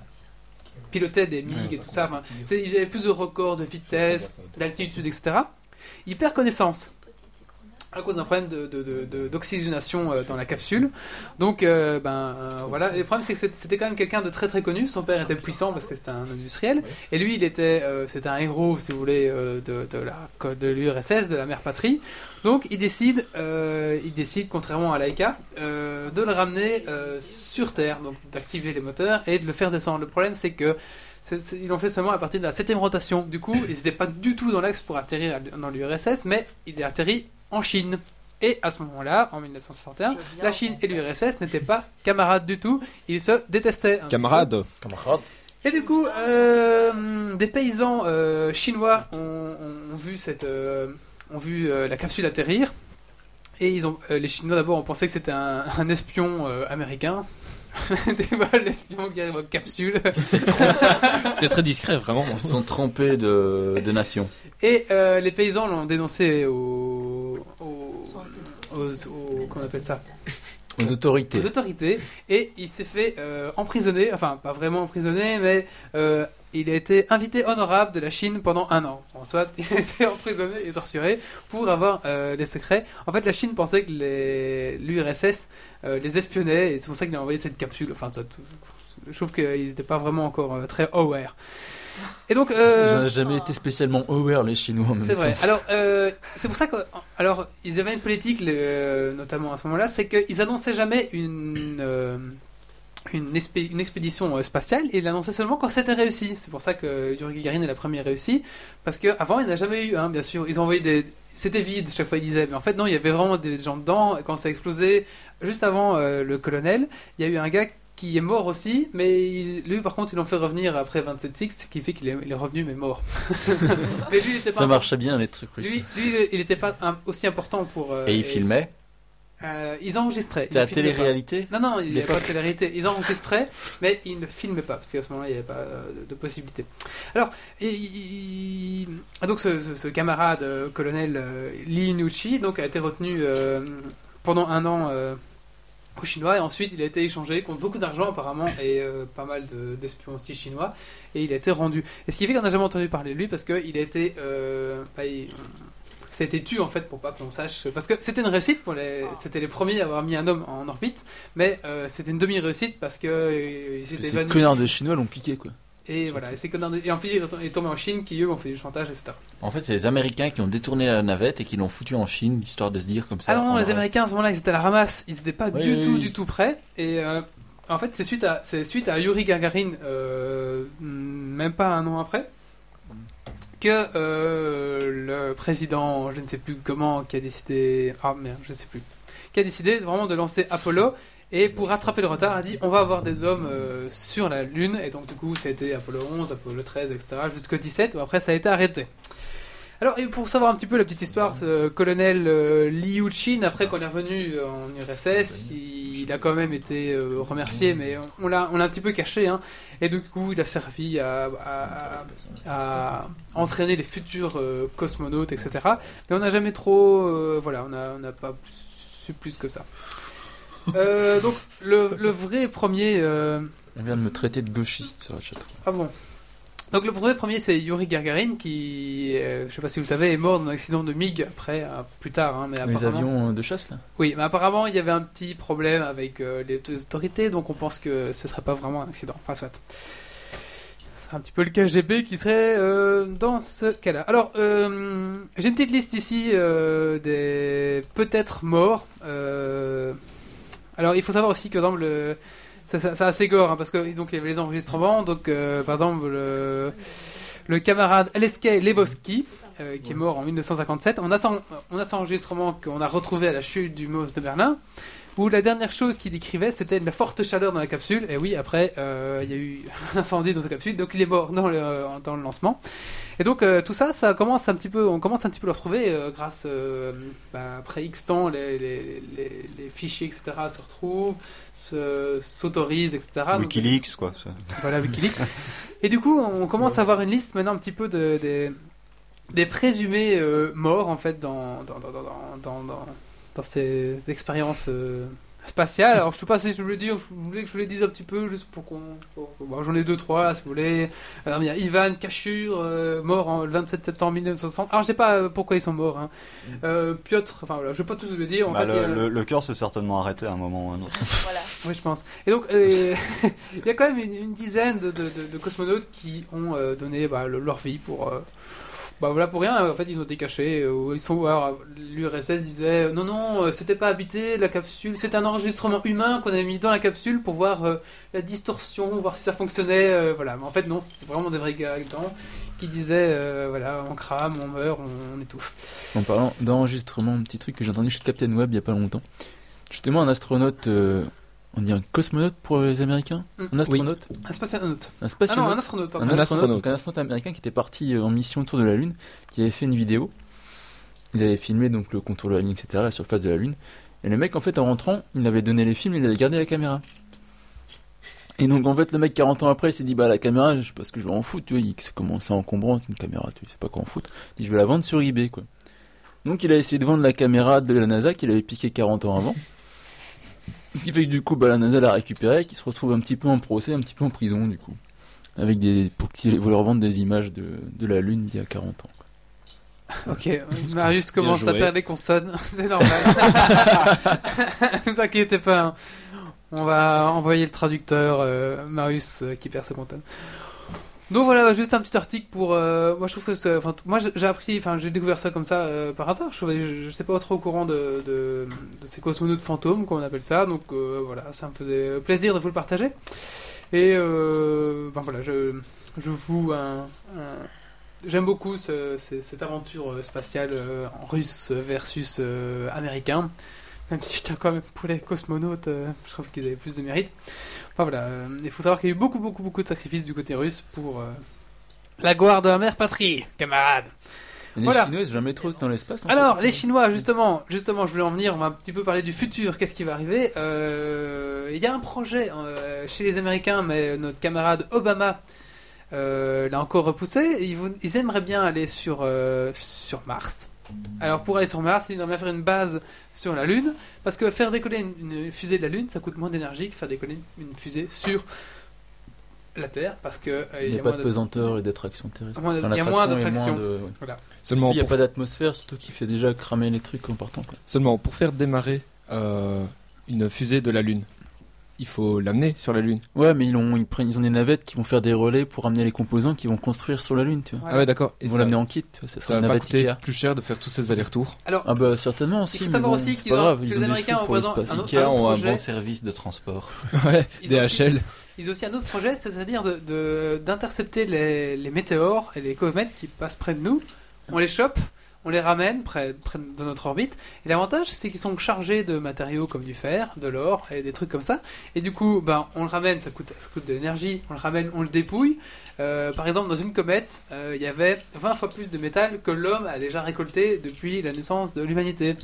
[SPEAKER 1] pilotait des MiG et tout ça, enfin, c'est- il avait plus de records de vitesse, d'altitude, etc., il perd connaissance. à cause d'un problème de- de- de- de- d'oxygénation euh, dans la capsule. Donc, euh, ben euh, voilà. Et Le problème, c'est que c'était- c'était quand même quelqu'un de très très connu. Son père était puissant parce que c'était un industriel. Et lui, il était, euh, c'était un héros, si vous voulez, euh, de, de la de l'URSS, de la mère patrie. Donc, il décide, euh, il décide, contrairement à Laika, euh, de le ramener euh, sur Terre, donc d'activer les moteurs et de le faire descendre. Le problème, c'est que c'est- c'est- ils l'ont fait seulement à partir de la septième rotation. Du coup, ils n'étaient pas du tout dans l'axe pour atterrir à l- dans l'URSS, mais il est atterri en Chine. Et à ce moment-là, en 1961, la Chine et l'URSS n'étaient pas camarades du tout. Ils se détestaient.
[SPEAKER 3] Camarade.
[SPEAKER 1] Camarades. Et du coup, euh, des paysans euh, chinois ont, ont- ont vu, cette, euh, ont vu euh, la capsule atterrir. Et ils ont, euh, les Chinois d'abord ont pensé que c'était un, un espion euh, américain. [LAUGHS] Des vols, l'espion qui arrive en capsule.
[SPEAKER 6] C'est très discret, vraiment. Ils se sont trompés de, de nation.
[SPEAKER 1] Et euh, les paysans l'ont dénoncé au, au- aux, aux- comment on appelle ça
[SPEAKER 4] Aux autorités.
[SPEAKER 1] aux autorités. Et il s'est fait euh, emprisonner, enfin pas vraiment emprisonné, mais euh, il a été invité honorable de la Chine pendant un an. En soit, [LAUGHS] il a été emprisonné et torturé pour avoir euh, des secrets. En fait, la Chine pensait que les- l'URSS euh, les espionnait et c'est pour ça qu'il a envoyé cette capsule. Enfin, ça, tout- je trouve qu'ils n'étaient pas vraiment encore euh, très aware. Et donc, euh,
[SPEAKER 4] Ils n'ont jamais été spécialement aware, les Chinois, en même
[SPEAKER 1] c'est vrai.
[SPEAKER 4] temps.
[SPEAKER 1] Alors, euh, c'est pour ça que, alors, ils avaient une politique, le- euh, notamment à ce moment-là, c'est qu'ils annonçaient jamais une euh, une, expé- une expédition euh, spatiale et ils l'annonçaient seulement quand c'était réussi. C'est pour ça que Yuri Gagarin est la première réussie, parce que avant il n'y en a jamais eu, hein, bien sûr. Ils ont envoyé des c'était vide chaque fois ils disaient mais en fait non il y avait vraiment des gens dedans Et quand ça a explosé juste avant euh, le colonel il y a eu un gars qui est mort aussi mais il- lui par contre ils l'ont fait revenir après 27-6 ce qui fait qu'il est, il est revenu mais mort [LAUGHS] mais lui il était pas
[SPEAKER 4] Ça marchait bien, les trucs russes.
[SPEAKER 1] lui, lui, il n'était pas un- aussi important pour. euh,
[SPEAKER 4] Et il filmait
[SPEAKER 1] Euh, Ils enregistraient.
[SPEAKER 4] C'était
[SPEAKER 1] ils
[SPEAKER 4] à
[SPEAKER 1] filmaient pas.
[SPEAKER 4] télé-réalité
[SPEAKER 1] Non, non, il n'y avait pas de
[SPEAKER 4] L'époque.
[SPEAKER 1] télé-réalité. Ils enregistraient, mais ils ne filmaient pas, parce qu'à ce moment-là, il n'y avait pas euh, de- de possibilité. Alors, et- il- ah, donc ce, ce- ce camarade euh, colonel euh, Li Nucci donc, a été retenu euh, pendant un an. euh, aux Chinois et ensuite il a été échangé contre beaucoup d'argent apparemment et euh, pas mal de- d'espions aussi chinois et il a été rendu. Et ce qui fait qu'on n'a jamais entendu parler de lui parce qu'il a été... euh, bah, il- ça a été tué en fait pour pas qu'on sache. Parce que c'était une réussite, pour les... c'était les premiers à avoir mis un homme en orbite, mais euh, c'était une demi-réussite parce que euh, ils étaient
[SPEAKER 4] Ces
[SPEAKER 1] évanouis.
[SPEAKER 4] connards de Chinois l'ont piqué, quoi.
[SPEAKER 1] Et voilà, et, ces connards de- et en plus il est tombé- il est tombé en Chine qui eux ont fait du chantage, etc.
[SPEAKER 5] En fait, c'est les Américains qui ont détourné la navette et qui l'ont foutu en Chine, histoire de se dire comme ça.
[SPEAKER 1] Ah non, non,
[SPEAKER 5] on
[SPEAKER 1] les
[SPEAKER 5] aurait-
[SPEAKER 1] Américains à ce moment-là, ils étaient à la ramasse, ils n'étaient pas
[SPEAKER 5] Oui,
[SPEAKER 1] du
[SPEAKER 5] oui,
[SPEAKER 1] tout,
[SPEAKER 5] oui.
[SPEAKER 1] du tout prêts. Et euh, en fait, c'est suite à, c'est suite à Yuri Gagarin, euh, même pas un an après, que euh, le président, je ne sais plus comment, qui a décidé, ah merde, je ne sais plus, qui a décidé vraiment de lancer Apollo. Et pour rattraper le retard, a dit on va avoir des hommes euh, sur la Lune. Et donc, du coup, ça a été Apollo 11, Apollo 13, etc. jusqu'au 17, où après ça a été arrêté. Alors, et pour savoir un petit peu la petite histoire, ce colonel euh, Liu Qin, après qu'on est revenu euh, en URSS, il, il a quand même été euh, remercié, mais on l'a on l'a un petit peu caché. hein. Et du coup, il a servi à, à- à entraîner les futurs euh, cosmonautes, etc. Mais on n'a jamais trop. euh, voilà, on n'a on n'a pas su plus que ça. Euh, donc, le, le vrai premier. euh,
[SPEAKER 4] On vient de me traiter de gauchiste sur le chat.
[SPEAKER 1] ah bon. Donc le premier, premier c'est Yuri Gagarin qui, euh, je sais pas si vous le savez, est mort dans un accident de MiG après, euh, plus tard, hein, mais
[SPEAKER 4] Les
[SPEAKER 1] apparemment.
[SPEAKER 4] avions euh, de chasse, là
[SPEAKER 1] Oui, mais apparemment il y avait un petit problème avec euh, les autorités, donc on pense que ce serait pas vraiment un accident. Enfin soit. C'est un petit peu le KGB qui serait euh, dans ce cas-là. Alors euh, j'ai une petite liste ici euh, des peut-être morts. euh, alors, il faut savoir aussi que dans le. ça- ça- C'est assez gore, hein, parce que donc, il y avait les enregistrements. Donc, euh, par exemple, le, le camarade Aleskei Levoski, euh, qui est mort en 1957, on a son, on a son enregistrement qu'on a retrouvé à la chute du mur de Berlin, où la dernière chose qu'il décrivait, c'était la forte chaleur dans la capsule. Et oui, après, euh, il y a eu [LAUGHS] un incendie dans sa capsule, donc il est mort dans le, dans le lancement. Et donc, euh, tout ça, ça commence un petit peu, on commence un petit peu à le retrouver euh, grâce, euh, bah, après X temps, les, les- les- les fichiers, etc., se retrouvent, se- s'autorisent, etc. Ah, Donc,
[SPEAKER 2] Wikileaks, quoi. ça.
[SPEAKER 1] voilà, Wikileaks. Et du coup, on commence à avoir une liste maintenant un petit peu de, des, des présumés euh, morts, en fait, dans, dans, dans, dans, dans, dans- dans ces expériences euh, spatial. Alors, je sais pas si je voulais dire, je voulais que je vous les dise un petit peu, juste pour qu'on. pour- bon, J'en ai deux, trois, là, si vous voulez. Alors, il y a Ivan Kachur, euh, mort en- le 27 septembre 1960. Alors, je sais pas euh, pourquoi ils sont morts. Hein. Euh, Piotr, enfin voilà, je vais pas tous vous le dire. En
[SPEAKER 2] Mm. Bah,
[SPEAKER 1] fait, euh, il y
[SPEAKER 2] le,
[SPEAKER 1] a-
[SPEAKER 2] le- le cœur s'est certainement arrêté à un moment ou à
[SPEAKER 1] [LAUGHS]
[SPEAKER 2] un autre.
[SPEAKER 1] Oui, je pense. Et donc, euh, [LAUGHS] il y a quand même une, une dizaine de, de- de- de cosmonautes qui ont euh, donné bah, le- leur vie pour. euh, bah voilà, pour rien, en fait, ils ont été cachés. euh, ils sont, alors, L'URSS disait euh, non, non, euh, c'était pas habité, la capsule, c'est un enregistrement humain qu'on avait mis dans la capsule pour voir euh, la distorsion, voir si ça fonctionnait. euh, voilà, mais en fait, non, c'était vraiment des vrais gars dedans qui disaient euh, voilà, on crame, on meurt, on, on étouffe.
[SPEAKER 4] En parlant d'enregistrement, un petit truc que j'ai entendu chez Captain Web il y a pas longtemps. Justement, un astronaute, euh, on dit un cosmonaute pour les Américains
[SPEAKER 1] Mm.
[SPEAKER 4] Un astronaute
[SPEAKER 1] Oui. Un spationaute.
[SPEAKER 4] Un spationaute.
[SPEAKER 1] Ah non, un astronaute, pardon.
[SPEAKER 4] Un
[SPEAKER 1] Un
[SPEAKER 4] astronaute,
[SPEAKER 1] astronaute.
[SPEAKER 4] donc un astronaute américain qui était parti euh, en mission autour de la Lune, qui avait fait une vidéo. Ils avaient filmé donc le contour de la Lune, etc., la surface de la Lune. Et le mec, en fait, en rentrant, il avait donné les films, il avait gardé la caméra. Et donc, en fait, le mec, 40 ans après, il s'est dit, bah, la caméra, je sais pas ce que je vais en foutre, tu vois, il s'est commencé à encombrant, une caméra, tu sais pas quoi en foutre. Il dit, je vais la vendre sur eBay, quoi. Donc, il a essayé de vendre la caméra de la NASA qu'il avait piqué 40 ans avant. Ce qui fait que du coup, bah, la NASA l'a récupéré, qui se retrouve un petit peu en procès, un petit peu en prison, du coup. Avec des, pour qu'ils voulaient revendre des images de, de la Lune d'il y a 40 ans.
[SPEAKER 1] Ok, Marius commence à
[SPEAKER 4] joué.
[SPEAKER 1] perdre les consonnes, [LAUGHS] c'est normal. ne vous inquiétez pas, hein. on va envoyer le traducteur euh, Marius euh, qui perd ses consonnes. Donc voilà, juste un petit article pour. euh, moi je trouve que. c'est- Enfin, t- moi j'ai- j'ai appris, enfin j'ai découvert ça comme ça euh, par hasard. Je ne j'étais pas trop au courant de, de, de ces cosmonautes fantômes, comme on appelle ça. Donc euh, voilà, ça me faisait plaisir de vous le partager. Et euh, ben voilà, je, je vous. un- un- J'aime beaucoup ce- ce- cette aventure euh, spatiale euh, en russe versus euh, américain. Même si j'étais quand même pour les cosmonautes, euh, je trouve qu'ils avaient plus de mérite. Enfin voilà, euh, il faut savoir qu'il y a eu beaucoup, beaucoup, beaucoup de sacrifices du côté russe pour euh, la gloire de la mère patrie, camarade.
[SPEAKER 4] Et Les
[SPEAKER 1] Voilà.
[SPEAKER 4] Chinois, ils sont jamais trop dans l'espace. en
[SPEAKER 1] Alors,
[SPEAKER 4] fait.
[SPEAKER 1] les Chinois, justement, justement, je voulais en venir, on va un petit peu parler du futur, qu'est-ce qui va arriver. Euh, Il y a un projet euh, chez les Américains, mais notre camarade Obama euh, l'a encore repoussé. Ils, vou- ils aimeraient bien aller sur, euh, sur Mars. Alors, pour aller sur Mars, ils aimeraient bien faire une base sur la Lune, parce que faire décoller une, une fusée de la Lune, ça coûte moins d'énergie que faire décoller une, une fusée sur la Terre, parce que... euh,
[SPEAKER 4] Il
[SPEAKER 1] y
[SPEAKER 4] n'y
[SPEAKER 1] a
[SPEAKER 4] a pas
[SPEAKER 1] moins
[SPEAKER 4] de
[SPEAKER 1] de-
[SPEAKER 4] pesanteur et d'attraction terrestre.
[SPEAKER 1] Moins de-
[SPEAKER 4] Enfin,
[SPEAKER 1] il y a moins
[SPEAKER 4] l'attraction
[SPEAKER 1] d'attraction.
[SPEAKER 4] est de- ouais.
[SPEAKER 1] Voilà.
[SPEAKER 4] Surtout,
[SPEAKER 3] Seulement
[SPEAKER 4] il n'y a
[SPEAKER 3] pour-
[SPEAKER 4] pas d'atmosphère, surtout qu'il fait déjà cramer les trucs en partant. Quoi.
[SPEAKER 3] Seulement, pour faire démarrer euh, une fusée de la Lune, il faut l'amener sur la Lune. Ah
[SPEAKER 4] Ouais, mais ils ont, ils, prennent, ils ont des navettes qui vont faire des relais pour amener les composants qu'ils vont construire sur la Lune, tu vois.
[SPEAKER 3] Ah ouais, d'accord. Et
[SPEAKER 4] Ils vont
[SPEAKER 3] ça-
[SPEAKER 4] l'amener en kit, tu vois, ça, sera
[SPEAKER 3] Ça
[SPEAKER 4] une
[SPEAKER 3] va pas
[SPEAKER 4] navette
[SPEAKER 3] coûter
[SPEAKER 4] Ikea.
[SPEAKER 3] plus cher de faire tous ces allers-retours.
[SPEAKER 1] Alors,
[SPEAKER 4] Ah bah certainement aussi.
[SPEAKER 1] il faut
[SPEAKER 4] mais
[SPEAKER 1] savoir
[SPEAKER 4] bon,
[SPEAKER 1] aussi
[SPEAKER 4] c'est
[SPEAKER 1] qu'ils
[SPEAKER 4] pas
[SPEAKER 1] ont-
[SPEAKER 4] grave,
[SPEAKER 1] que
[SPEAKER 4] ils
[SPEAKER 1] les
[SPEAKER 4] ont des
[SPEAKER 1] Américains
[SPEAKER 4] sous
[SPEAKER 1] ont
[SPEAKER 4] pour
[SPEAKER 1] besoin-
[SPEAKER 4] l'espace.
[SPEAKER 1] un autre-
[SPEAKER 5] Ikea ont un
[SPEAKER 1] projet.
[SPEAKER 5] bon service de transport.
[SPEAKER 3] [LAUGHS] Ouais,
[SPEAKER 1] Ils ont aussi-
[SPEAKER 3] DHL.
[SPEAKER 1] Ils ont aussi un autre projet, c'est-à-dire de- de- d'intercepter les, les météores et les comètes qui passent près de nous. On les chope, on les ramène près, près de notre orbite. Et l'avantage, c'est qu'ils sont chargés de matériaux comme du fer, de l'or et des trucs comme ça. Et du coup, ben, on le ramène, ça coûte, ça coûte de l'énergie, on le ramène, on le dépouille. Euh, par exemple, dans une comète, euh, il y avait 20 fois plus de métal que l'homme a déjà récolté depuis la naissance de l'humanité.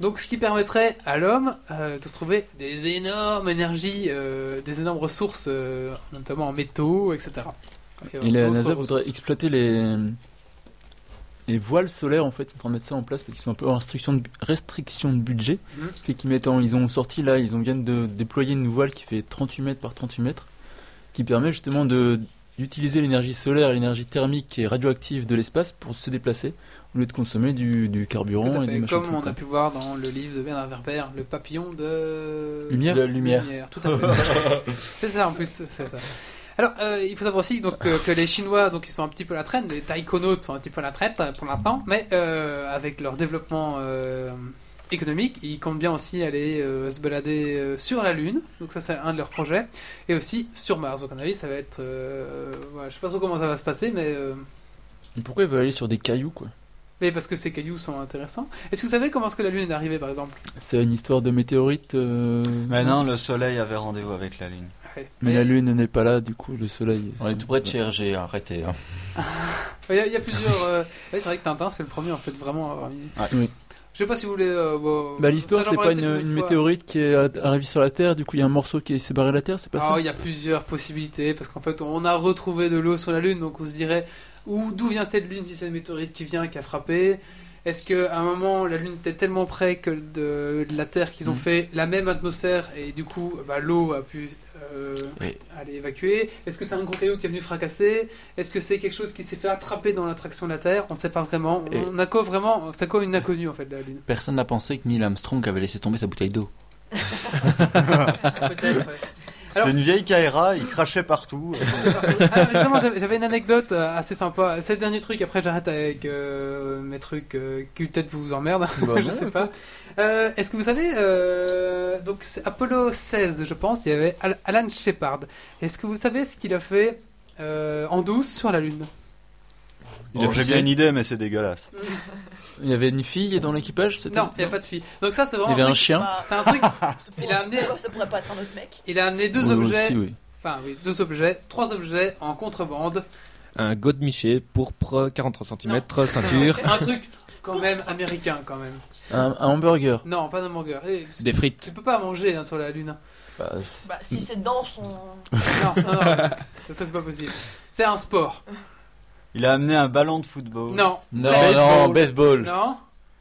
[SPEAKER 1] Donc, ce qui permettrait à l'homme euh, de trouver des énormes énergies, euh, des énormes ressources, euh, notamment en métaux, etc. Et, euh,
[SPEAKER 4] Et la
[SPEAKER 1] d'autres
[SPEAKER 4] NASA
[SPEAKER 1] ressources.
[SPEAKER 4] voudrait exploiter les les voiles solaires en fait, en train de mettre ça en place parce qu'ils sont un peu en restriction de, bu- restriction de budget.
[SPEAKER 1] Mhm.
[SPEAKER 4] Fait qu'ils mettent en- ils ont sorti là, ils ont viennent de déployer une voile qui fait 38 mètres par 38 mètres, qui permet justement de d'utiliser l'énergie solaire, et l'énergie thermique et radioactive de l'espace pour se déplacer au lieu de consommer du, du
[SPEAKER 1] Tout
[SPEAKER 4] carburant
[SPEAKER 1] à
[SPEAKER 4] et des
[SPEAKER 1] fait,
[SPEAKER 4] machins.
[SPEAKER 1] comme
[SPEAKER 4] trucs,
[SPEAKER 1] on
[SPEAKER 4] quoi.
[SPEAKER 1] a pu voir dans le livre de Bernard Werber, le papillon de
[SPEAKER 4] Lumière.
[SPEAKER 5] De lumière.
[SPEAKER 1] Tout
[SPEAKER 5] [LAUGHS]
[SPEAKER 1] à fait. c'est ça en plus, c'est ça. Alors, euh, il faut savoir aussi donc euh, que les Chinois, donc ils sont un petit peu à la traîne, les taïkonautes sont un petit peu à la traîne euh, pour l'instant, mais euh, avec leur développement euh, économique, ils comptent bien aussi aller euh, se balader euh, sur la Lune, donc ça c'est un de leurs projets, et aussi sur Mars. Donc à mon avis, ça va être, euh, voilà, je sais pas trop comment ça va se passer, mais euh,
[SPEAKER 4] Et pourquoi ils veulent aller sur des cailloux quoi
[SPEAKER 1] mais parce que ces cailloux sont intéressants. Est-ce que vous savez comment est-ce que la Lune est arrivée, par exemple
[SPEAKER 4] C'est une histoire de météorite. euh,
[SPEAKER 5] Bah
[SPEAKER 2] Mais non, le soleil avait rendez-vous avec la Lune.
[SPEAKER 1] Ouais.
[SPEAKER 4] Mais la lune n'est pas là, du coup le soleil.
[SPEAKER 5] On est tout près de chez RG, arrêtez. hein.
[SPEAKER 1] Il y a, il y a plusieurs. euh, ouais, c'est vrai que Tintin, c'est le premier en fait vraiment à avoir mis.
[SPEAKER 4] Oui.
[SPEAKER 1] Je sais pas si vous voulez. euh, bon,
[SPEAKER 4] Bah, l'histoire,
[SPEAKER 1] ça, j'en
[SPEAKER 4] c'est pas
[SPEAKER 1] parlerai
[SPEAKER 4] une,
[SPEAKER 1] peut-être
[SPEAKER 4] une
[SPEAKER 1] autre fois.
[SPEAKER 4] météorite qui est arrivée sur la Terre, du coup, il y a un morceau qui est séparé de la Terre, c'est pas
[SPEAKER 1] Ah,
[SPEAKER 4] ça
[SPEAKER 1] il y a plusieurs possibilités parce qu'en fait, on a retrouvé de l'eau sur la Lune, donc on se dirait où d'où vient cette Lune si c'est une météorite qui vient et qui a frappé. Est-ce qu'à un moment, la Lune était tellement près que de, de la Terre qu'ils ont
[SPEAKER 5] Mhm.
[SPEAKER 1] fait la même atmosphère et du coup, bah, l'eau a pu euh,
[SPEAKER 5] Oui.
[SPEAKER 1] aller évacuer Est-ce que c'est un gros caillou qui est venu fracasser Est-ce que c'est quelque chose qui s'est fait attraper dans l'attraction de la Terre On ne sait pas vraiment.
[SPEAKER 5] Et-
[SPEAKER 1] On a quoi vraiment C'est quoi une inconnue en fait, la Lune
[SPEAKER 5] Personne n'a pensé que Neil Armstrong avait laissé tomber sa bouteille d'eau.
[SPEAKER 1] Peut-être, ouais. Alors-
[SPEAKER 2] C'était une vieille Kaira, il
[SPEAKER 1] [LAUGHS]
[SPEAKER 2] crachait partout.
[SPEAKER 1] Ah, justement, j'avais- j'avais une anecdote euh, assez sympa. C'est le dernier truc, après j'arrête avec euh, mes trucs euh, qui peut-être vous emmerdent.
[SPEAKER 4] Bah
[SPEAKER 1] [LAUGHS] je
[SPEAKER 4] non,
[SPEAKER 1] sais pas. Euh, Est-ce que vous savez, euh, donc c'est Apollo 16, je pense, il y avait Al- Alan Shepard. Est-ce que vous savez ce qu'il a fait euh, en douce sur la Lune
[SPEAKER 2] Bon, J'ai bien une idée, mais c'est dégueulasse.
[SPEAKER 4] Il y avait une fille dans l'équipage c'était-
[SPEAKER 1] Non, il n'y a pas de fille. Donc ça, c'est vraiment.
[SPEAKER 4] Il y avait un
[SPEAKER 1] truc-
[SPEAKER 4] chien.
[SPEAKER 1] C'est un
[SPEAKER 4] [LAUGHS]
[SPEAKER 1] truc. Il a amené.
[SPEAKER 7] Ça bah, pourrait pas être un autre mec.
[SPEAKER 1] Il a amené deux
[SPEAKER 4] Oui,
[SPEAKER 1] objets.
[SPEAKER 4] aussi, oui.
[SPEAKER 1] Enfin, oui, deux objets, trois objets en contrebande.
[SPEAKER 3] Un godemiché pourpre, 43 cm,
[SPEAKER 1] [LAUGHS]
[SPEAKER 3] ceinture,
[SPEAKER 1] Un truc quand même américain, quand même.
[SPEAKER 4] Un, un hamburger.
[SPEAKER 1] Non, pas d'hamburger. Eh,
[SPEAKER 3] des frites.
[SPEAKER 1] Tu peux pas manger hein, sur la Lune.
[SPEAKER 4] Bah, c'est-
[SPEAKER 7] Bah,
[SPEAKER 1] Mm.
[SPEAKER 7] si c'est dans son.
[SPEAKER 1] Non, non, [LAUGHS] non, c'est- c'est pas possible. C'est un sport.
[SPEAKER 2] Il a amené un ballon de football.
[SPEAKER 1] Non.
[SPEAKER 5] Non,
[SPEAKER 2] Baseball.
[SPEAKER 5] non, baseball.
[SPEAKER 1] Non.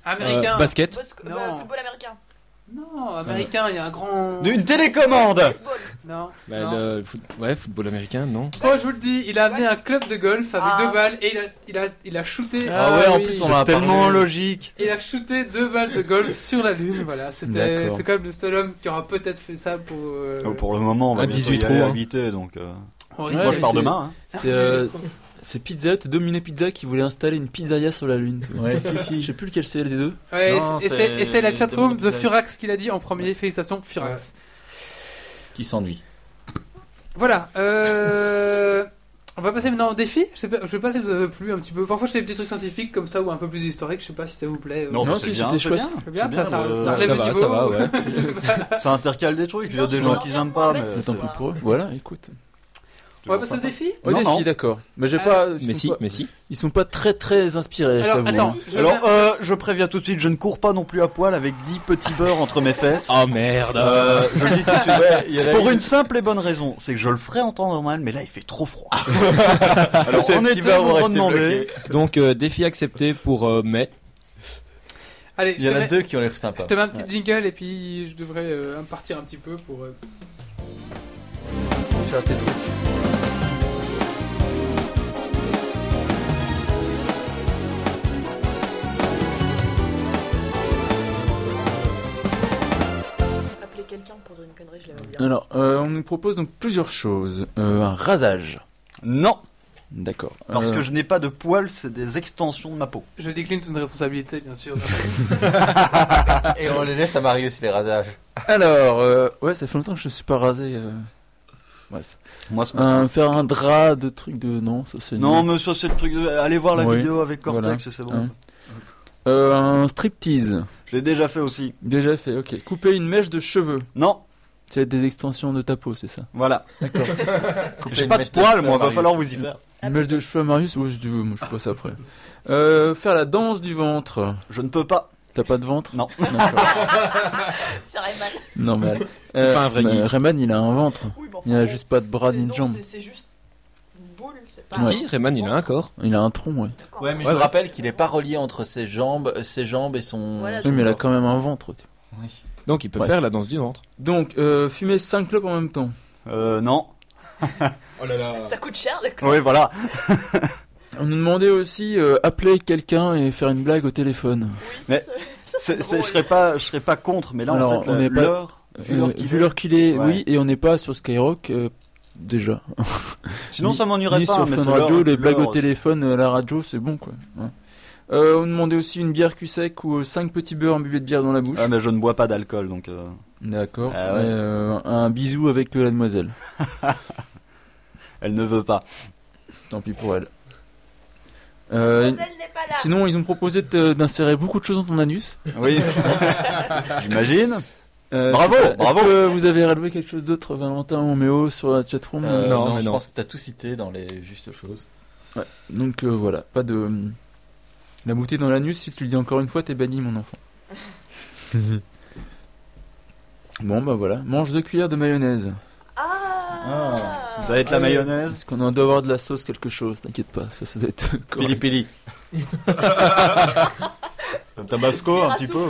[SPEAKER 1] Américain.
[SPEAKER 3] Euh, basket.
[SPEAKER 7] Parce que-
[SPEAKER 1] Non.
[SPEAKER 7] bah, football américain.
[SPEAKER 1] Non, américain, il y a un grand.
[SPEAKER 2] D'une télécommande
[SPEAKER 7] Baseball.
[SPEAKER 1] Non.
[SPEAKER 3] Bah,
[SPEAKER 1] non.
[SPEAKER 3] le foot- Ouais, football américain, non
[SPEAKER 1] Oh, je vous le dis, il a amené un club de golf avec
[SPEAKER 7] Ah.
[SPEAKER 1] deux balles et il a, il a, il a shooté.
[SPEAKER 5] Ah ouais, en
[SPEAKER 1] oui.
[SPEAKER 5] plus, on en
[SPEAKER 2] C'est
[SPEAKER 5] a
[SPEAKER 2] tellement
[SPEAKER 5] parlé.
[SPEAKER 2] logique.
[SPEAKER 1] Il a shooté deux balles de golf sur la Lune. Voilà, c'était.
[SPEAKER 4] D'accord.
[SPEAKER 1] C'est quand même le seul homme qui aura peut-être fait ça pour. euh,
[SPEAKER 2] Oh, pour le moment, on va
[SPEAKER 3] Un
[SPEAKER 2] bientôt
[SPEAKER 3] 18
[SPEAKER 2] y aller
[SPEAKER 3] trous, hein.
[SPEAKER 2] habiter, donc. euh,
[SPEAKER 1] Henri.
[SPEAKER 4] Ouais,
[SPEAKER 2] Moi, je pars
[SPEAKER 4] c'est-
[SPEAKER 2] demain. hein.
[SPEAKER 4] C'est euh, c'est Pizza Hut, Domino Pizza, qui voulait installer une pizzeria sur la Lune. Ouais, si, si. Je sais plus lequel c'est les deux.
[SPEAKER 1] Ouais,
[SPEAKER 5] Non,
[SPEAKER 1] et c'est-
[SPEAKER 5] c'est-
[SPEAKER 1] et c'est la chatroom de
[SPEAKER 5] Dominique
[SPEAKER 1] Furax qui l'a dit en premier. Félicitations, Furax.
[SPEAKER 5] Qui s'ennuie.
[SPEAKER 1] Voilà. euh, On va passer maintenant au défi. Je sais, pas, je sais pas si vous avez plu un petit peu. Parfois, je fais des petits trucs scientifiques comme ça ou un peu plus historiques. Je sais pas si ça vous plaît. euh.
[SPEAKER 2] Non, bah,
[SPEAKER 4] si,
[SPEAKER 2] c'est bien,
[SPEAKER 4] c'était
[SPEAKER 2] c'est
[SPEAKER 4] chouette.
[SPEAKER 2] bien.
[SPEAKER 1] C'est bien,
[SPEAKER 2] C'est
[SPEAKER 1] ça,
[SPEAKER 2] bien,
[SPEAKER 1] ça,
[SPEAKER 2] bah,
[SPEAKER 1] ça relève
[SPEAKER 3] ça
[SPEAKER 1] le
[SPEAKER 3] va,
[SPEAKER 1] niveau.
[SPEAKER 3] ça va, ouais.
[SPEAKER 2] Ça intercale des trucs. Il y a des gens qui aiment pas, mais.
[SPEAKER 4] C'est un peu
[SPEAKER 7] ça.
[SPEAKER 4] pour eux. Voilà, écoute.
[SPEAKER 1] On va passer au défi
[SPEAKER 4] Au
[SPEAKER 2] Non,
[SPEAKER 4] défi,
[SPEAKER 2] non.
[SPEAKER 4] d'accord. Mais j'ai
[SPEAKER 1] Euh,
[SPEAKER 4] pas. ils
[SPEAKER 3] Mais
[SPEAKER 4] sont
[SPEAKER 3] si,
[SPEAKER 4] pas-
[SPEAKER 3] mais si.
[SPEAKER 4] Ils sont pas très très inspirés, je
[SPEAKER 1] Alors,
[SPEAKER 4] t'avoue.
[SPEAKER 1] attends.
[SPEAKER 4] hein.
[SPEAKER 7] Si, si.
[SPEAKER 2] Alors, euh, je préviens tout de suite, je ne cours pas non plus à poil avec 10 petits beurres entre mes [LAUGHS] fesses.
[SPEAKER 3] Oh merde
[SPEAKER 2] Euh, je le dis tout de suite. Pour
[SPEAKER 5] la-
[SPEAKER 2] une simple et bonne raison, c'est que je le ferai en temps normal, mais là il fait trop [LAUGHS] froid. Alors en
[SPEAKER 5] petit
[SPEAKER 2] été,
[SPEAKER 5] beurre, on
[SPEAKER 2] vous me
[SPEAKER 5] reste
[SPEAKER 2] redemandez.
[SPEAKER 3] Donc, euh, défi accepté pour euh, mai.
[SPEAKER 1] Allez,
[SPEAKER 5] Il
[SPEAKER 1] je
[SPEAKER 5] y
[SPEAKER 1] te,
[SPEAKER 5] en a
[SPEAKER 1] mets,
[SPEAKER 5] deux qui ont l'air
[SPEAKER 1] je
[SPEAKER 5] sympas.
[SPEAKER 1] te mets un petit jingle et puis je devrais euh, partir un petit peu pour. euh,
[SPEAKER 7] Appeler quelqu'un pour dire une connerie, je l'avais bien.
[SPEAKER 4] Alors, euh, on nous propose donc plusieurs choses. Euh, un rasage.
[SPEAKER 2] Non,
[SPEAKER 4] D'accord.
[SPEAKER 2] parce
[SPEAKER 4] Euh,
[SPEAKER 2] que je n'ai pas de poils, c'est des extensions de ma peau.
[SPEAKER 1] Je décline toute responsabilité,
[SPEAKER 5] [LAUGHS]
[SPEAKER 1] bien sûr.
[SPEAKER 5] Et on les laisse à Marius les rasages.
[SPEAKER 4] Alors, euh, ouais, ça fait longtemps que je suis pas rasé. euh. Bref.
[SPEAKER 2] Moi, ce
[SPEAKER 3] Ah.
[SPEAKER 4] Un- faire un drap de truc de. Non, ça c'est.
[SPEAKER 2] Euh, Non,
[SPEAKER 4] nul.
[SPEAKER 2] monsieur, c'est le truc. De... Allez voir la
[SPEAKER 4] Oui,
[SPEAKER 2] vidéo avec Cortex,
[SPEAKER 4] voilà.
[SPEAKER 2] c'est bon.
[SPEAKER 4] Hein. Euh, un striptease.
[SPEAKER 2] Je l'ai déjà fait aussi.
[SPEAKER 4] Déjà fait, ok. Couper une mèche de cheveux.
[SPEAKER 2] Non,
[SPEAKER 4] C'est des extensions de ta peau, c'est ça
[SPEAKER 2] voilà.
[SPEAKER 4] D'accord.
[SPEAKER 2] [LAUGHS] J'ai pas de poils, moi. Va falloir vous y faire.
[SPEAKER 7] Ah,
[SPEAKER 4] Une mèche de cheveux à Marius ou si tu veux, moi je passe après. Euh, faire la danse du ventre.
[SPEAKER 2] Je ne peux pas.
[SPEAKER 4] T'as pas de ventre
[SPEAKER 2] Non.
[SPEAKER 4] D'accord.
[SPEAKER 7] C'est Rayman.
[SPEAKER 3] [LAUGHS]
[SPEAKER 4] Normal.
[SPEAKER 3] C'est pas un vrai geek.
[SPEAKER 4] euh, Rayman, il a un ventre.
[SPEAKER 7] Oui, bon,
[SPEAKER 4] Il a
[SPEAKER 7] bon,
[SPEAKER 4] juste pas de bras
[SPEAKER 7] c'est-
[SPEAKER 4] ni de
[SPEAKER 7] non,
[SPEAKER 4] jambes.
[SPEAKER 7] c'est- C'est juste une boule, c'est pas.
[SPEAKER 3] Si, Rayman, il a un corps.
[SPEAKER 4] Il a un tronc, ouais.
[SPEAKER 7] D'accord.
[SPEAKER 2] Ouais, mais
[SPEAKER 5] je rappelle qu'il n'est pas relié entre ses jambes, ses jambes et son.
[SPEAKER 7] Voilà,
[SPEAKER 4] Oui, mais il a quand même un ventre. tu vois.
[SPEAKER 3] Donc, il peut
[SPEAKER 4] Ouais.
[SPEAKER 3] faire la danse du ventre.
[SPEAKER 4] Donc, euh, fumer 5 clopes en même temps.
[SPEAKER 2] Euh, non.
[SPEAKER 3] Oh là là.
[SPEAKER 7] Ça coûte cher, d'accord.
[SPEAKER 2] Oui, voilà.
[SPEAKER 4] On nous demandait aussi euh, appeler quelqu'un et faire une blague au téléphone.
[SPEAKER 2] Mais-
[SPEAKER 7] Ça, ça,
[SPEAKER 2] C'est-
[SPEAKER 7] c'est
[SPEAKER 2] c'est-
[SPEAKER 7] drôle.
[SPEAKER 2] je serais pas, je serais pas contre, mais là en
[SPEAKER 4] Alors,
[SPEAKER 2] fait,
[SPEAKER 4] on
[SPEAKER 2] la-
[SPEAKER 4] n'est pas-
[SPEAKER 2] l'heure, vu
[SPEAKER 4] Euh,
[SPEAKER 2] l'heure qu'il
[SPEAKER 4] vu
[SPEAKER 2] est-
[SPEAKER 4] l'heure qu'il est,
[SPEAKER 2] Ouais.
[SPEAKER 4] oui, et on n'est pas sur Skyrock euh, déjà.
[SPEAKER 2] Sinon,
[SPEAKER 4] ni-
[SPEAKER 2] ça m'ennuierait
[SPEAKER 4] ni
[SPEAKER 2] pas.
[SPEAKER 4] sur
[SPEAKER 2] mais
[SPEAKER 4] Fun
[SPEAKER 2] c'est
[SPEAKER 4] Radio,
[SPEAKER 2] l'heure-
[SPEAKER 4] les blagues au
[SPEAKER 2] l'heure-
[SPEAKER 4] téléphone, euh, la radio, c'est bon quoi. Ouais. Euh, on demandait aussi une bière cul sec ou 5 petits beurres, un buvette de bière dans la bouche.
[SPEAKER 2] Ah, mais je ne bois pas d'alcool, donc. euh,
[SPEAKER 4] D'accord.
[SPEAKER 2] Ah ouais.
[SPEAKER 4] Euh, un bisou avec euh, la demoiselle.
[SPEAKER 2] Elle ne veut pas.
[SPEAKER 4] Tant pis pour elle. Euh,
[SPEAKER 7] Mademoiselle n'est pas là.
[SPEAKER 4] sinon, ils ont proposé de- euh, d'insérer beaucoup de choses dans ton anus.
[SPEAKER 2] Oui. J'imagine.
[SPEAKER 4] Euh,
[SPEAKER 2] Bravo,
[SPEAKER 4] je sais pas,
[SPEAKER 2] bravo.
[SPEAKER 4] Est-ce que vous avez relevé quelque chose d'autre, Valentin ou Méo, sur la chatroom
[SPEAKER 5] Euh,
[SPEAKER 3] Non,
[SPEAKER 5] non,
[SPEAKER 3] mais
[SPEAKER 5] je
[SPEAKER 3] non.
[SPEAKER 5] pense que t'as tout cité dans les justes choses.
[SPEAKER 4] Donc euh, voilà, pas de. La bouteille dans l'anus, si tu le dis encore une fois, t'es banni, mon enfant. bon, bah voilà. Mange deux cuillères de mayonnaise.
[SPEAKER 7] Ah,
[SPEAKER 2] Ça va être la
[SPEAKER 4] Ah oui.
[SPEAKER 2] mayonnaise.
[SPEAKER 4] Parce qu'on en doit avoir de la [LAUGHS] sauce, quelque chose, t'inquiète pas, ça, ça doit être. correct.
[SPEAKER 5] Pili pili.
[SPEAKER 2] Un tabasco, un petit peu.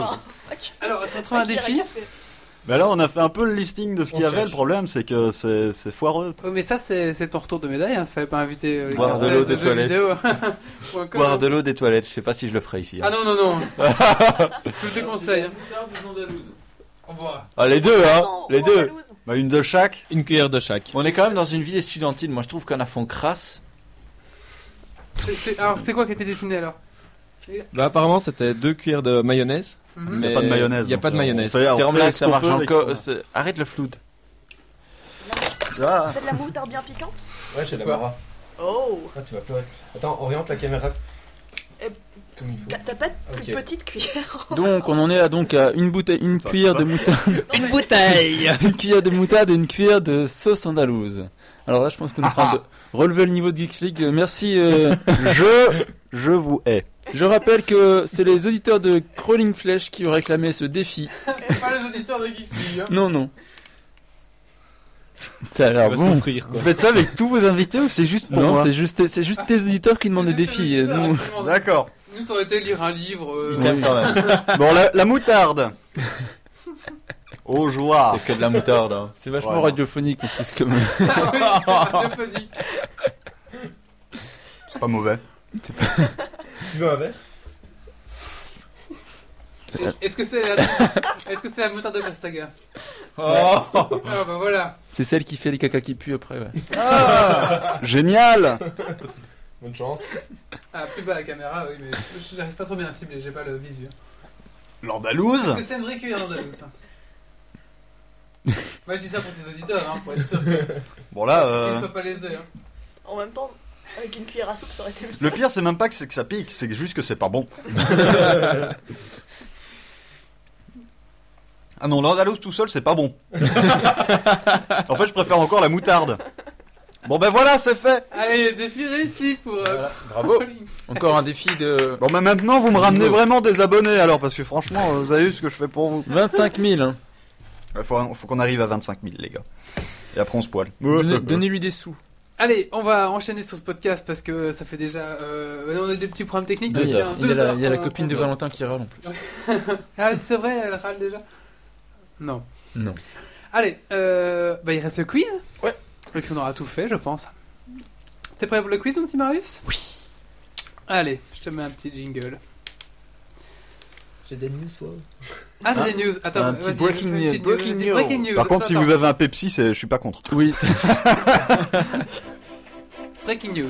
[SPEAKER 1] Alors, on se retrouve un défi.
[SPEAKER 2] Mais là, on a fait un peu le listing de ce
[SPEAKER 1] On
[SPEAKER 2] qu'il y avait.
[SPEAKER 1] cherche.
[SPEAKER 2] Le problème, c'est que c'est c'est foireux.
[SPEAKER 1] Oh, mais ça, c'est c'est ton retour de médaille. Hein. Fallait pas inviter euh, les
[SPEAKER 5] Boire de
[SPEAKER 1] Français
[SPEAKER 5] l'eau des
[SPEAKER 1] jeux
[SPEAKER 5] toilettes.
[SPEAKER 1] vidéo. [LAUGHS] Ou encore- euh,
[SPEAKER 5] Boire de l'eau des toilettes, je sais pas si je le ferai ici. hein.
[SPEAKER 1] Ah non,
[SPEAKER 5] [LAUGHS]
[SPEAKER 1] non, non. Je te
[SPEAKER 6] hein
[SPEAKER 1] hein. déconseille. On boira.
[SPEAKER 5] Ah, les deux, hein Les deux
[SPEAKER 2] Bah, Une de chaque
[SPEAKER 3] Une cuillère de chaque.
[SPEAKER 5] On est quand même dans une vie estudiantine, moi je trouve qu'un à fond crasse.
[SPEAKER 1] C'est- c'est- Alors, c'est quoi qui était dessiné alors
[SPEAKER 3] Bah apparemment c'était deux cuillères de mayonnaise.
[SPEAKER 1] Mhm.
[SPEAKER 3] mais
[SPEAKER 2] Y a pas de mayonnaise,
[SPEAKER 3] Il n'y a
[SPEAKER 2] donc,
[SPEAKER 3] pas de
[SPEAKER 2] euh,
[SPEAKER 3] mayonnaise.
[SPEAKER 2] on fait- on
[SPEAKER 3] Terme
[SPEAKER 2] fait
[SPEAKER 3] là,
[SPEAKER 2] ce
[SPEAKER 3] ça
[SPEAKER 2] qu'on
[SPEAKER 3] marche
[SPEAKER 2] peut avec
[SPEAKER 3] encore.
[SPEAKER 2] ce qu'on a.
[SPEAKER 5] C'est- Arrête le floud.
[SPEAKER 2] Ah.
[SPEAKER 7] C'est de la moutarde bien piquante
[SPEAKER 3] Ouais, c'est Ah,
[SPEAKER 1] la Mara.
[SPEAKER 7] Oh
[SPEAKER 3] tu vas pleurer. Attends, oriente la caméra.
[SPEAKER 7] Euh,
[SPEAKER 3] Comme il faut.
[SPEAKER 7] T'as t'as pas de plus
[SPEAKER 3] Ok.
[SPEAKER 7] petite cuillère
[SPEAKER 4] Donc on en est à donc à une bouteille, une cuillère de moutarde,
[SPEAKER 7] Une
[SPEAKER 4] bouteille, [LAUGHS] une cuillère de moutarde et une cuillère de sauce andalouse. Alors là, je pense qu'on est en train de relever le niveau de Geeks League. Merci. euh, [LAUGHS]
[SPEAKER 2] je, je vous hais.
[SPEAKER 4] je rappelle que c'est les auditeurs de Crawling Flesh qui ont réclamé ce défi.
[SPEAKER 1] Pas les auditeurs de Geeks League, hein.
[SPEAKER 4] Non, non. Ça a
[SPEAKER 5] Ah
[SPEAKER 4] l'air
[SPEAKER 3] va
[SPEAKER 4] bon.
[SPEAKER 3] souffrir quoi.
[SPEAKER 2] Vous faites ça avec tous vos invités ou c'est juste pour
[SPEAKER 4] Non,
[SPEAKER 2] moi
[SPEAKER 4] c'est juste, c'est juste tes auditeurs qui demandent des défis. et nous-
[SPEAKER 2] D'accord.
[SPEAKER 1] Nous, ça aurait été lire un livre.
[SPEAKER 4] [LAUGHS]
[SPEAKER 1] euh,
[SPEAKER 4] Oui.
[SPEAKER 2] Bon, la, la moutarde. [LAUGHS] Au joie.
[SPEAKER 5] C'est que de la moutarde. hein.
[SPEAKER 4] C'est vachement
[SPEAKER 2] Voilà.
[SPEAKER 4] radiophonique en plus que
[SPEAKER 1] Ah [LAUGHS] oui, c'est radiophonique.
[SPEAKER 2] C'est pas mauvais.
[SPEAKER 3] Tu veux un verre
[SPEAKER 1] Est-ce que c'est la... [LAUGHS] Est-ce que c'est la moutarde de Mastaga
[SPEAKER 5] Oh.
[SPEAKER 1] Ah bah voilà.
[SPEAKER 4] c'est celle qui fait les caca qui puent après. ouais.
[SPEAKER 5] Ah.
[SPEAKER 2] Génial.
[SPEAKER 3] Bonne chance.
[SPEAKER 1] Ah, plus bas la caméra, oui, mais je n'arrive pas trop bien à cibler, j'ai pas le visu.
[SPEAKER 2] L'andalouse.
[SPEAKER 1] Est-ce que c'est une vraie cuillère andalouse Moi, je dis ça pour tes auditeurs, hein, pour être sûr qu'ils
[SPEAKER 2] Bon là,
[SPEAKER 1] ne
[SPEAKER 2] euh,
[SPEAKER 1] soient pas lésés. hein.
[SPEAKER 7] En même temps, avec une cuillère à soupe, ça aurait été mieux.
[SPEAKER 2] le pire c'est même pas que c'est que ça pique, c'est juste que c'est
[SPEAKER 5] [LAUGHS]
[SPEAKER 2] pas bon. ah non, l'andalouse tout seul c'est
[SPEAKER 5] [LAUGHS]
[SPEAKER 2] pas bon. en fait, je préfère encore la moutarde. Bon ben voilà, c'est fait.
[SPEAKER 1] Allez, défi réussi pour. euh,
[SPEAKER 4] Bravo.
[SPEAKER 1] Pauline.
[SPEAKER 4] Encore un défi de
[SPEAKER 2] Bon ben maintenant, vous me ramenez vraiment des abonnés alors parce que franchement, euh, vous avez vu ce que je fais pour vous.
[SPEAKER 4] 25 000. hein.
[SPEAKER 2] Il faut, faut qu'on arrive à 25 000 les gars. Et après on se poile.
[SPEAKER 4] Donnez- Donnez-lui des sous.
[SPEAKER 1] Allez, on va enchaîner sur ce podcast parce que ça fait déjà. euh, On a eu des petits problèmes techniques.
[SPEAKER 4] Il
[SPEAKER 1] donc
[SPEAKER 4] y a,
[SPEAKER 1] un-
[SPEAKER 4] il y a
[SPEAKER 1] deux
[SPEAKER 4] la,
[SPEAKER 1] heures
[SPEAKER 4] il y a la
[SPEAKER 1] qu'on-
[SPEAKER 4] copine de
[SPEAKER 1] qu'on-
[SPEAKER 4] Valentin qui râle en plus.
[SPEAKER 1] Ah, c'est vrai, elle râle déjà Non.
[SPEAKER 4] Non.
[SPEAKER 1] Allez, euh, bah, il reste le quiz. Ouais. Et puis on aura tout fait, je pense. T'es prêt pour le quiz, mon petit Marius Oui. Allez, je te mets un petit jingle.
[SPEAKER 9] J'ai des news, ouais.
[SPEAKER 1] Ah, c'est des news. Attends,
[SPEAKER 4] un petit
[SPEAKER 1] vas-y,
[SPEAKER 4] breaking
[SPEAKER 1] fais une
[SPEAKER 4] news,
[SPEAKER 1] petite
[SPEAKER 4] breaking
[SPEAKER 1] vas-y,
[SPEAKER 4] news.
[SPEAKER 1] breaking news.
[SPEAKER 5] Euh,
[SPEAKER 2] Par contre, si
[SPEAKER 1] Attends,
[SPEAKER 2] vous avez un Pepsi, c'est- je suis pas contre.
[SPEAKER 4] Oui, c'est-
[SPEAKER 1] Breaking news.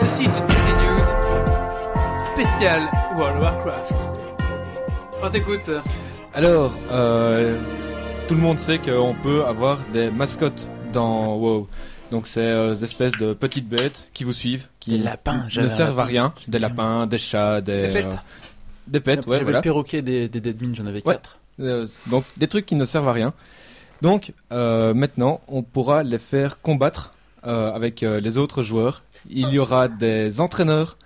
[SPEAKER 1] Ceci est une breaking news spéciale World of Warcraft. On t'écoute. euh,
[SPEAKER 3] Alors, euh, tout le monde sait qu'on peut avoir des mascottes dans WoW. Donc c'est euh, des espèces de petites bêtes qui vous suivent, qui
[SPEAKER 4] lapins.
[SPEAKER 3] ne servent à rien. Des lapins, des chats, des...
[SPEAKER 1] Des pets.
[SPEAKER 3] euh, des pets, ouais,
[SPEAKER 4] J'avais
[SPEAKER 3] voilà.
[SPEAKER 4] le perroquet des, des Deadmins, j'en avais
[SPEAKER 3] Ouais.
[SPEAKER 4] 4.
[SPEAKER 3] Euh, donc des trucs qui ne servent à rien. Donc euh, maintenant, on pourra les faire combattre euh, avec euh, les autres joueurs. Il y aura des entraîneurs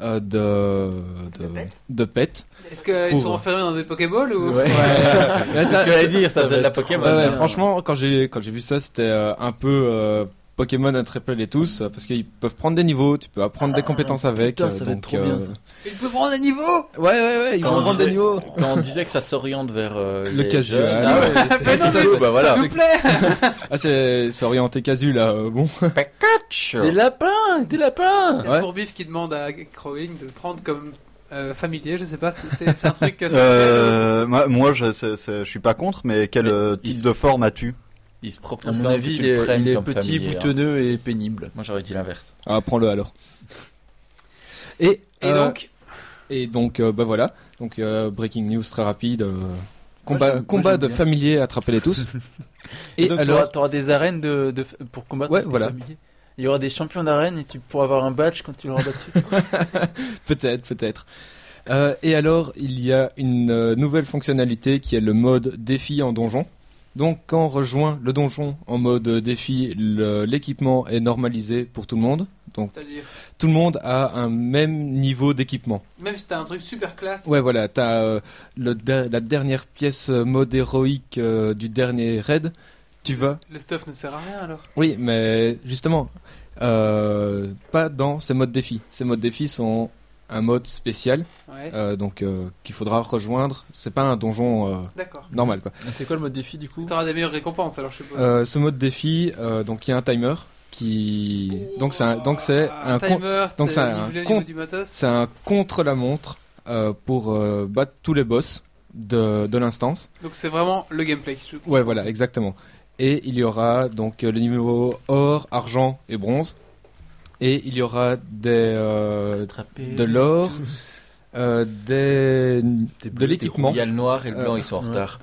[SPEAKER 3] euh, de, de,
[SPEAKER 7] De pets.
[SPEAKER 3] de pets.
[SPEAKER 1] Est-ce qu'ils
[SPEAKER 3] Pour.
[SPEAKER 1] sont enfermés dans des Pokéballs ou
[SPEAKER 3] Ouais, ça-
[SPEAKER 5] C'est
[SPEAKER 2] [LAUGHS]
[SPEAKER 5] ce que j'allais dire, ça
[SPEAKER 4] ça
[SPEAKER 5] faisait
[SPEAKER 4] va
[SPEAKER 5] de la
[SPEAKER 4] être-
[SPEAKER 5] Pokémon.
[SPEAKER 3] Ouais, ouais,
[SPEAKER 4] bien.
[SPEAKER 3] franchement, quand j'ai quand j'ai vu ça, c'était euh, un peu euh, Pokémon attraper tous euh, parce qu'ils peuvent prendre des niveaux, tu peux apprendre des compétences avec.
[SPEAKER 4] Ah,
[SPEAKER 3] euh,
[SPEAKER 4] putain, ça va être trop bien, ça.
[SPEAKER 1] Ils peuvent prendre un niveau
[SPEAKER 3] Ouais, ouais, ouais, ils
[SPEAKER 5] Quand
[SPEAKER 3] vont
[SPEAKER 5] on
[SPEAKER 3] prendre des
[SPEAKER 5] disait-
[SPEAKER 3] niveaux.
[SPEAKER 5] Quand on disait que ça s'oriente vers euh,
[SPEAKER 3] Le
[SPEAKER 5] les
[SPEAKER 3] casual.
[SPEAKER 5] jeunes,
[SPEAKER 3] Ah
[SPEAKER 5] ah
[SPEAKER 3] ouais,
[SPEAKER 5] ouais,
[SPEAKER 1] Mais
[SPEAKER 5] c'est-
[SPEAKER 1] non,
[SPEAKER 5] c'est
[SPEAKER 1] mais-
[SPEAKER 5] ça, bah voilà.
[SPEAKER 1] S'il vous plaît
[SPEAKER 3] Ah, c'est c'est orienté casu là. euh, bon.
[SPEAKER 4] [LAUGHS] Des lapins Des lapins
[SPEAKER 1] Il y a Scourbiff qui demande à Crowing de le prendre comme euh, familier, je sais pas, si c'est c'est un truc que ça
[SPEAKER 2] Euh, moi, moi, je, c'est- c'est- je suis pas contre, mais quel
[SPEAKER 5] Mais
[SPEAKER 2] euh,
[SPEAKER 5] il
[SPEAKER 2] type
[SPEAKER 5] se-
[SPEAKER 2] de forme as-tu
[SPEAKER 5] Il se
[SPEAKER 4] À
[SPEAKER 5] propose
[SPEAKER 4] mon
[SPEAKER 5] quand même que
[SPEAKER 4] avis, il
[SPEAKER 5] tu le
[SPEAKER 4] est,
[SPEAKER 5] prennes
[SPEAKER 4] il est
[SPEAKER 5] comme
[SPEAKER 4] petit,
[SPEAKER 5] familier, hein.
[SPEAKER 4] boutonneux et pénible.
[SPEAKER 5] Moi j'aurais dit l'inverse.
[SPEAKER 3] Ah, prends-le alors. Et,
[SPEAKER 1] Et
[SPEAKER 3] euh,
[SPEAKER 1] donc,
[SPEAKER 3] et donc, euh, bah voilà. Donc euh, breaking news très rapide. euh,
[SPEAKER 4] Moi,
[SPEAKER 3] combat
[SPEAKER 4] j'aime-
[SPEAKER 3] combat
[SPEAKER 4] moi, j'aime
[SPEAKER 3] de
[SPEAKER 4] bien.
[SPEAKER 3] familiers attraper les
[SPEAKER 4] [LAUGHS]
[SPEAKER 3] tous. et
[SPEAKER 4] donc,
[SPEAKER 3] alors,
[SPEAKER 4] t'auras- t'auras des arènes de, de- pour combattre
[SPEAKER 3] Ouais,
[SPEAKER 4] tes
[SPEAKER 3] voilà.
[SPEAKER 4] familiers. Il y aura des champions d'arène et tu pourras avoir un badge quand tu l'auras [LAUGHS] battu.
[SPEAKER 3] Peut-être, peut-être. Euh, et alors, il y a une euh, nouvelle fonctionnalité qui est le mode défi en donjon. Donc, quand on rejoint le donjon en mode défi, le- l'équipement est normalisé pour tout le monde. Donc,
[SPEAKER 1] c'est-à-dire,
[SPEAKER 3] tout le monde a un même niveau d'équipement.
[SPEAKER 1] même si t'as un truc super classe,
[SPEAKER 3] Ouais, voilà, t'as euh, le de- la dernière pièce euh, mode héroïque euh, du dernier raid. Tu vas.
[SPEAKER 1] le stuff ne sert à rien alors.
[SPEAKER 3] Oui, mais justement, Euh, pas dans ces modes défis. Ces modes défis sont un mode spécial,
[SPEAKER 1] Ouais.
[SPEAKER 3] euh, donc euh, qu'il faudra rejoindre. C'est pas un donjon euh,
[SPEAKER 1] D'accord.
[SPEAKER 3] normal, quoi.
[SPEAKER 4] C'est quoi le mode défi du coup
[SPEAKER 1] T'auras des meilleures récompenses alors je suppose.
[SPEAKER 3] Euh, ce mode défi, euh, donc il y a un timer qui donc c'est un donc c'est
[SPEAKER 1] Un
[SPEAKER 3] un, con-
[SPEAKER 1] Oh, timer,
[SPEAKER 3] donc
[SPEAKER 1] t'as nivelé
[SPEAKER 3] c'est un
[SPEAKER 1] au niveau
[SPEAKER 3] con-
[SPEAKER 1] du matos.
[SPEAKER 3] c'est un contre la montre euh, pour euh, battre tous les boss de, de l'instance.
[SPEAKER 1] Donc c'est vraiment le gameplay qui joue.
[SPEAKER 3] Ouais, voilà, exactement. Et il y aura donc euh, les niveaux or, argent et bronze. Et il y aura des euh, de l'or, euh, des, de
[SPEAKER 5] bleus,
[SPEAKER 3] l'équipement.
[SPEAKER 5] t'es rouge. Il y a le noir et le blanc, ils sont en
[SPEAKER 3] ouais.
[SPEAKER 5] retard.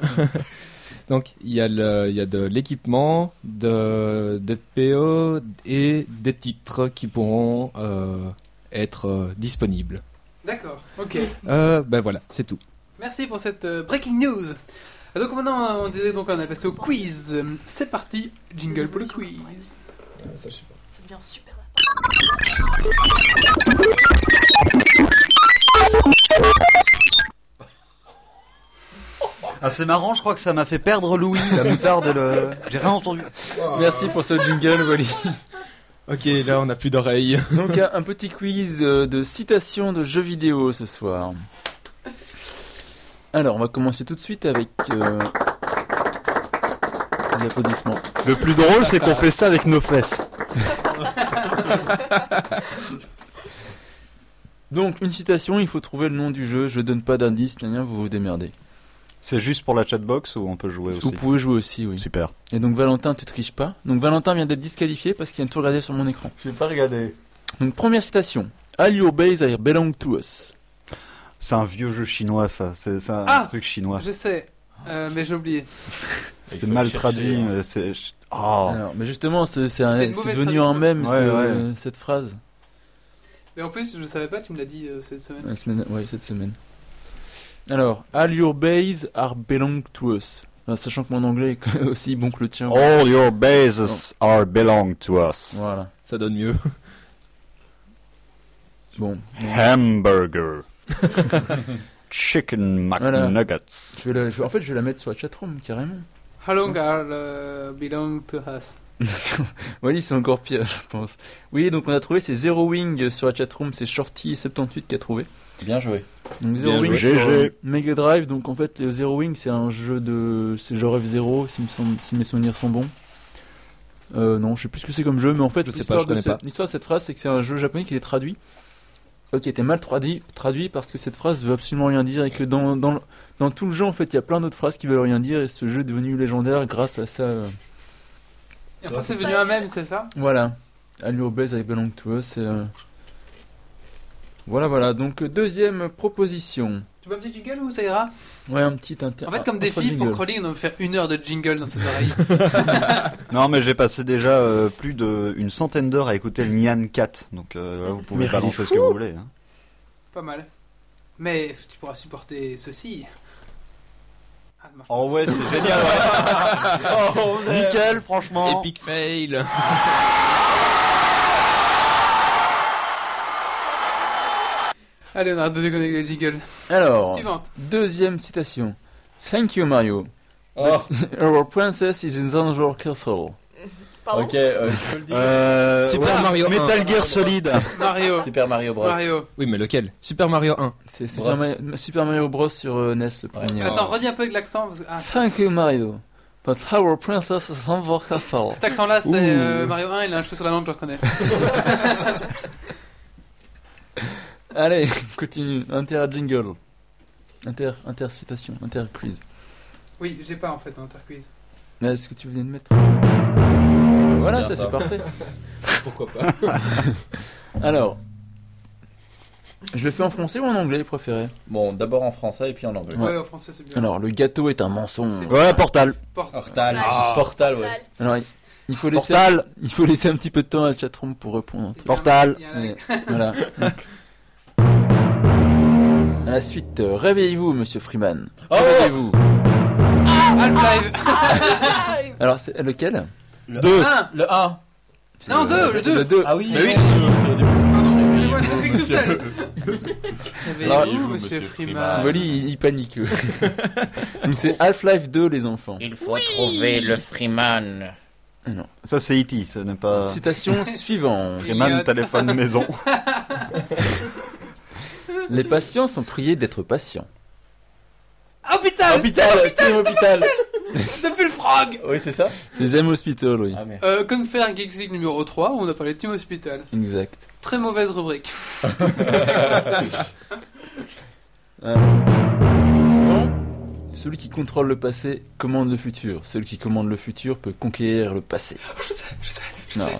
[SPEAKER 3] Donc il y a le, il y a de l'équipement, de des PO et des titres qui pourront euh, être euh, disponibles.
[SPEAKER 1] D'accord, ok.
[SPEAKER 3] Euh, ben voilà, c'est tout.
[SPEAKER 1] Merci pour cette euh, breaking news. Donc maintenant on disait donc on a passé au quiz. Euh, C'est parti, jingle pour le quiz.
[SPEAKER 7] Ça devient super.
[SPEAKER 2] Ah, c'est marrant, je crois que ça m'a fait perdre Louis, la moutarde et le. J'ai rien entendu.
[SPEAKER 4] Merci pour ce jingle, Wally.
[SPEAKER 3] Ok, là on n'a plus d'oreilles.
[SPEAKER 4] [LAUGHS]
[SPEAKER 3] [LAUGHS]
[SPEAKER 4] Donc un un petit quiz euh, de citations de jeux vidéo ce soir. Alors on va commencer tout de suite avec euh, des applaudissements.
[SPEAKER 2] Le plus drôle, c'est qu'on fait ça avec nos fesses.
[SPEAKER 4] Donc une citation, il faut trouver le nom du jeu. Je donne pas d'indice, gna gna, vous vous démerdez.
[SPEAKER 2] C'est juste pour la chatbox ou on peut jouer
[SPEAKER 4] Vous
[SPEAKER 2] aussi
[SPEAKER 4] pouvez jouer aussi, oui.
[SPEAKER 2] Super.
[SPEAKER 4] Et donc Valentin, tu triches pas. Donc Valentin vient d'être disqualifié parce qu'il vient de tout regarder sur mon écran.
[SPEAKER 2] Je vais pas regarder.
[SPEAKER 4] Donc première citation. All your base are belong to us.
[SPEAKER 2] C'est un vieux jeu chinois, ça. C'est c'est un
[SPEAKER 1] Ah
[SPEAKER 2] truc chinois.
[SPEAKER 1] Je sais, euh, mais j'ai oublié.
[SPEAKER 2] C'était
[SPEAKER 5] faut
[SPEAKER 2] mal
[SPEAKER 5] le chercher,
[SPEAKER 2] traduit.
[SPEAKER 5] hein.
[SPEAKER 2] mais c'est- je- Oh.
[SPEAKER 4] Alors, mais justement, c'est c'est
[SPEAKER 1] C'était
[SPEAKER 4] un-
[SPEAKER 1] une
[SPEAKER 4] c'est
[SPEAKER 1] mauvaise
[SPEAKER 4] devenu un
[SPEAKER 1] traduction.
[SPEAKER 4] mème
[SPEAKER 2] Ouais,
[SPEAKER 4] ce- cette phrase.
[SPEAKER 1] Mais en plus je ne savais pas, tu me l'as dit euh, cette semaine.
[SPEAKER 4] La semaine, ouais, cette semaine. Alors, all your base are belong to us. Enfin, sachant que mon anglais est [LAUGHS] aussi bon que le tien.
[SPEAKER 2] All your bases are belong to us.
[SPEAKER 4] Voilà.
[SPEAKER 3] Ça donne mieux.
[SPEAKER 4] Bon, [LAUGHS]
[SPEAKER 2] Hamburger. Chicken
[SPEAKER 4] Voilà.
[SPEAKER 2] McNuggets.
[SPEAKER 4] je vais la- je- en fait, je vais la mettre sur la chatroom carrément.
[SPEAKER 1] How long are euh, belong to us
[SPEAKER 4] Oui, c'est encore pire, je pense. Oui, donc on a trouvé c'est Zero Wing sur la chatroom, c'est Shorty78 qui a trouvé.
[SPEAKER 5] Bien joué.
[SPEAKER 4] Donc Zero
[SPEAKER 3] Bien
[SPEAKER 4] Wing
[SPEAKER 2] joué.
[SPEAKER 4] sur euh,
[SPEAKER 2] GG.
[SPEAKER 4] Mega Drive, donc en fait le Zero Wing c'est un jeu de. C'est Je rêve zéro, si, me semble- si mes souvenirs sont bons. Euh, non, je sais plus ce que c'est comme jeu, mais en fait,
[SPEAKER 3] Je sais pas,
[SPEAKER 4] l'histoire
[SPEAKER 3] je
[SPEAKER 4] de
[SPEAKER 3] connais
[SPEAKER 4] cette-
[SPEAKER 3] pas.
[SPEAKER 4] L'histoire de cette phrase, c'est que c'est un jeu japonais qui est traduit, euh, qui était mal traduit, traduit parce que cette phrase veut absolument rien dire et que dans, dans, le- dans tout le jeu, en fait, il y a plein d'autres phrases qui veulent rien dire et ce jeu est devenu légendaire grâce à ça. euh,
[SPEAKER 1] Et après c'est venu un même, c'est ça
[SPEAKER 4] voilà. Allure Base avec Belong to Us. et, euh, Voilà, voilà. Donc, euh, deuxième proposition.
[SPEAKER 1] Tu veux un petit jingle ou ça ira
[SPEAKER 4] Ouais, un petit inter.
[SPEAKER 1] En fait,
[SPEAKER 4] ah,
[SPEAKER 1] comme
[SPEAKER 4] entre
[SPEAKER 1] défi pour
[SPEAKER 4] jingle.
[SPEAKER 1] Crawling, on va me faire une heure de jingle dans ses [LAUGHS] oreilles.
[SPEAKER 2] Non, mais j'ai passé déjà euh, plus d'une centaine d'heures à écouter le Nyan Cat. Donc euh, là, vous
[SPEAKER 4] Mais
[SPEAKER 2] pouvez
[SPEAKER 4] il est
[SPEAKER 2] balancer ce que vous voulez. hein.
[SPEAKER 1] Pas mal. Mais est-ce que tu pourras supporter ceci Ah, ça marche pas.
[SPEAKER 2] Oh ouais, c'est génial. [LAUGHS] Oh, ouais. Nickel, franchement.
[SPEAKER 3] Epic fail.
[SPEAKER 1] Allez, on arrête de déconnecter le jingle.
[SPEAKER 4] Alors,
[SPEAKER 1] Suivante.
[SPEAKER 4] deuxième citation. Thank you, Mario. But [LAUGHS] Our princess is in Zanzibar Castle.
[SPEAKER 7] Pardon
[SPEAKER 5] Ok, euh, je peux le dire.
[SPEAKER 2] Euh,
[SPEAKER 3] Super
[SPEAKER 2] ouais,
[SPEAKER 3] Mario
[SPEAKER 2] Metal Gear Solid.
[SPEAKER 4] Ah,
[SPEAKER 1] Mario.
[SPEAKER 5] Super Mario Bros.
[SPEAKER 1] Mario.
[SPEAKER 3] Oui, mais lequel Super Mario 1.
[SPEAKER 4] C'est Super,
[SPEAKER 5] Bros.
[SPEAKER 4] Mario- Super Mario Bros. sur euh, NES, le premier.
[SPEAKER 1] Attends, redis un peu avec l'accent. Parce que... ah,
[SPEAKER 4] Thank you, Mario. But our princess is in Zanzibar Castle.
[SPEAKER 1] cet accent-là,
[SPEAKER 4] Ouh.
[SPEAKER 1] c'est euh, Mario 1, il a un cheveu sur la langue, je le reconnais.
[SPEAKER 4] Allez, [LAUGHS] continue. Inter jingle. Inter, inter citation, inter quiz.
[SPEAKER 1] Oui, j'ai pas en fait un interquiz.
[SPEAKER 4] Mais Est-ce Ah, que tu venais de mettre Voilà,
[SPEAKER 5] bien
[SPEAKER 4] ça
[SPEAKER 5] ça. [LAUGHS]
[SPEAKER 4] c'est parfait.
[SPEAKER 3] Pourquoi pas
[SPEAKER 4] [LAUGHS] Alors, je le fais en français ou en anglais préféré
[SPEAKER 5] Bon, d'abord en français et puis en anglais.
[SPEAKER 1] Ouais,
[SPEAKER 4] Ouais.
[SPEAKER 1] en français c'est bien.
[SPEAKER 4] Alors, le gâteau est un mensonge.
[SPEAKER 2] Ouais, Portal.
[SPEAKER 1] Porte.
[SPEAKER 5] Portal.
[SPEAKER 7] Ah.
[SPEAKER 5] Portal, ouais.
[SPEAKER 4] Alors, il- il faut laisser,
[SPEAKER 2] Portal.
[SPEAKER 4] il faut laisser un petit peu de temps à la chatroom pour répondre.
[SPEAKER 1] Il y a un-
[SPEAKER 2] Portal.
[SPEAKER 1] il y a un-
[SPEAKER 4] Mais, voilà. donc. À la suite, euh, réveillez-vous, Monsieur Freeman.
[SPEAKER 5] Oh
[SPEAKER 4] Réveillez-vous.
[SPEAKER 1] Half-Life.
[SPEAKER 4] Ah, Alors, c'est lequel
[SPEAKER 2] Deux.
[SPEAKER 1] Un.
[SPEAKER 5] Le 1.
[SPEAKER 4] C'est
[SPEAKER 1] Ah, Non,
[SPEAKER 4] le-
[SPEAKER 1] deux, le
[SPEAKER 4] Le
[SPEAKER 1] deux.
[SPEAKER 4] 2.
[SPEAKER 5] Ah oui,
[SPEAKER 1] Bah oui.
[SPEAKER 5] c'est au début.
[SPEAKER 1] Pardon, excusez-moi, je fais tout seul. Réveillez-vous,
[SPEAKER 5] Réveillez-vous,
[SPEAKER 1] monsieur
[SPEAKER 5] monsieur
[SPEAKER 1] Freeman.
[SPEAKER 5] Freeman.
[SPEAKER 4] il,
[SPEAKER 1] [LAUGHS]
[SPEAKER 4] il panique. eux. donc, c'est Half-Life 2, les enfants.
[SPEAKER 6] Il faut trouver le Freeman.
[SPEAKER 4] Non.
[SPEAKER 2] Ça, c'est E.T., ce n'est
[SPEAKER 4] Ah,
[SPEAKER 1] Euh. [LAUGHS]
[SPEAKER 2] pas.
[SPEAKER 4] Citation suivante.
[SPEAKER 2] Freeman,
[SPEAKER 4] [LAUGHS]
[SPEAKER 2] téléphone maison.
[SPEAKER 4] Les patients sont priés d'être patients.
[SPEAKER 1] Ah,
[SPEAKER 4] Ah,
[SPEAKER 1] Hôpital
[SPEAKER 6] Hôpital, Team Hôpital.
[SPEAKER 1] Depuis le frog
[SPEAKER 6] Oui, c'est ça
[SPEAKER 4] C'est Zem Hospital, oui.
[SPEAKER 6] Ah merde.
[SPEAKER 1] euh, Confère Geeks League numéro 3, on a parlé de Team Hospital.
[SPEAKER 4] Exact.
[SPEAKER 1] Très mauvaise rubrique.
[SPEAKER 4] Euh, souvent, celui qui contrôle le passé commande le futur. Celui qui commande le futur peut conquérir le passé.
[SPEAKER 1] [LAUGHS] Je sais, je sais, je
[SPEAKER 4] Non,
[SPEAKER 1] sais.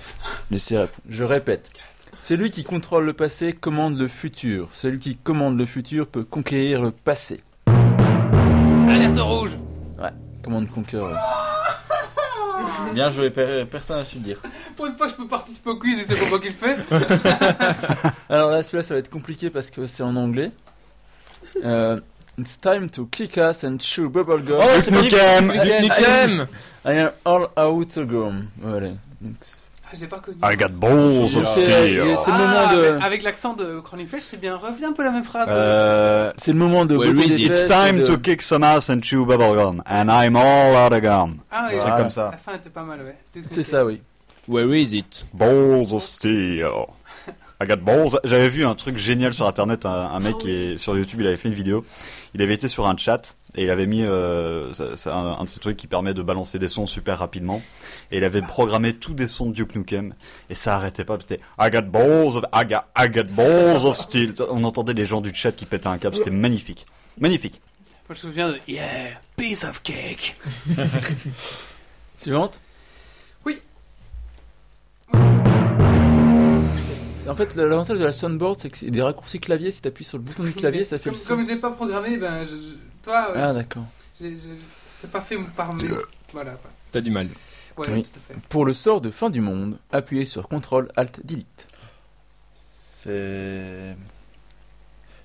[SPEAKER 4] laissez répondre. Je répète. Celui qui contrôle le passé commande le futur. Celui qui commande le futur peut conquérir le passé.
[SPEAKER 1] Alerte rouge
[SPEAKER 4] Commande conquer.
[SPEAKER 6] Bien joué, per- personne à subir.
[SPEAKER 1] Pour une fois que je peux participer au quiz et c'est pas moi qui le fais.
[SPEAKER 4] Alors là, celui-là, ça va être compliqué parce que c'est en anglais. Euh, It's time to kick ass and chew bubblegum.
[SPEAKER 2] Oh,
[SPEAKER 6] c'est magnifique.
[SPEAKER 4] Nickel.
[SPEAKER 3] Nickel
[SPEAKER 4] I am all out to gum. Voilà. Donc, c'est
[SPEAKER 1] Ah, j'ai pas connu.
[SPEAKER 2] I got balls of
[SPEAKER 4] c'est-
[SPEAKER 2] steel.
[SPEAKER 4] c'est
[SPEAKER 1] Ah,
[SPEAKER 4] le moment de.
[SPEAKER 1] mais Avec l'accent de Chronic Flash, c'est bien. Reviens un peu la même phrase.
[SPEAKER 2] Euh,
[SPEAKER 4] C'est le moment de.
[SPEAKER 6] Where
[SPEAKER 4] botter
[SPEAKER 6] is
[SPEAKER 4] des
[SPEAKER 6] it?
[SPEAKER 2] It's
[SPEAKER 4] fesses et
[SPEAKER 2] time
[SPEAKER 4] de-
[SPEAKER 2] to kick some ass and chew bubblegum. And I'm all out of gum.
[SPEAKER 1] ah, oui,
[SPEAKER 2] Un
[SPEAKER 4] Voilà.
[SPEAKER 2] truc comme ça.
[SPEAKER 1] La fin était pas mal, ouais.
[SPEAKER 4] C'est ça, oui.
[SPEAKER 6] Where is it
[SPEAKER 2] Balls of steel. I got balls. J'avais vu un truc génial sur internet. Un, un mec qui est sur YouTube, il avait fait une vidéo. Il avait été sur un chat et il avait mis euh, ça- ça- un, un de ces trucs qui permet de balancer des sons super rapidement. Et il avait programmé tous des sons de Duke Nukem et ça arrêtait pas. C'était I got balls of I got, I got balls of steel. On entendait les gens du chat qui pétaient un câble. C'était magnifique, magnifique.
[SPEAKER 1] Moi, je me souviens de Yeah, piece of cake.
[SPEAKER 4] Suivante
[SPEAKER 1] Oui.
[SPEAKER 4] En fait, le- l'avantage de la soundboard, c'est que c'est des raccourcis clavier. Si t'appuies sur le bouton du clavier, ça fait
[SPEAKER 1] comme,
[SPEAKER 4] le son.
[SPEAKER 1] Comme j'ai pas programmé, ben, je, je- toi,
[SPEAKER 4] Ah,
[SPEAKER 1] je-
[SPEAKER 4] d'accord.
[SPEAKER 1] j'ai- j'ai- c'est pas fait par mes. Voilà, quoi.
[SPEAKER 3] T'as du mal.
[SPEAKER 1] Ouais,
[SPEAKER 4] Oui.
[SPEAKER 1] tout à fait.
[SPEAKER 4] Pour le sort de fin du monde, appuyez sur CTRL ALT DELETE.
[SPEAKER 6] C'est.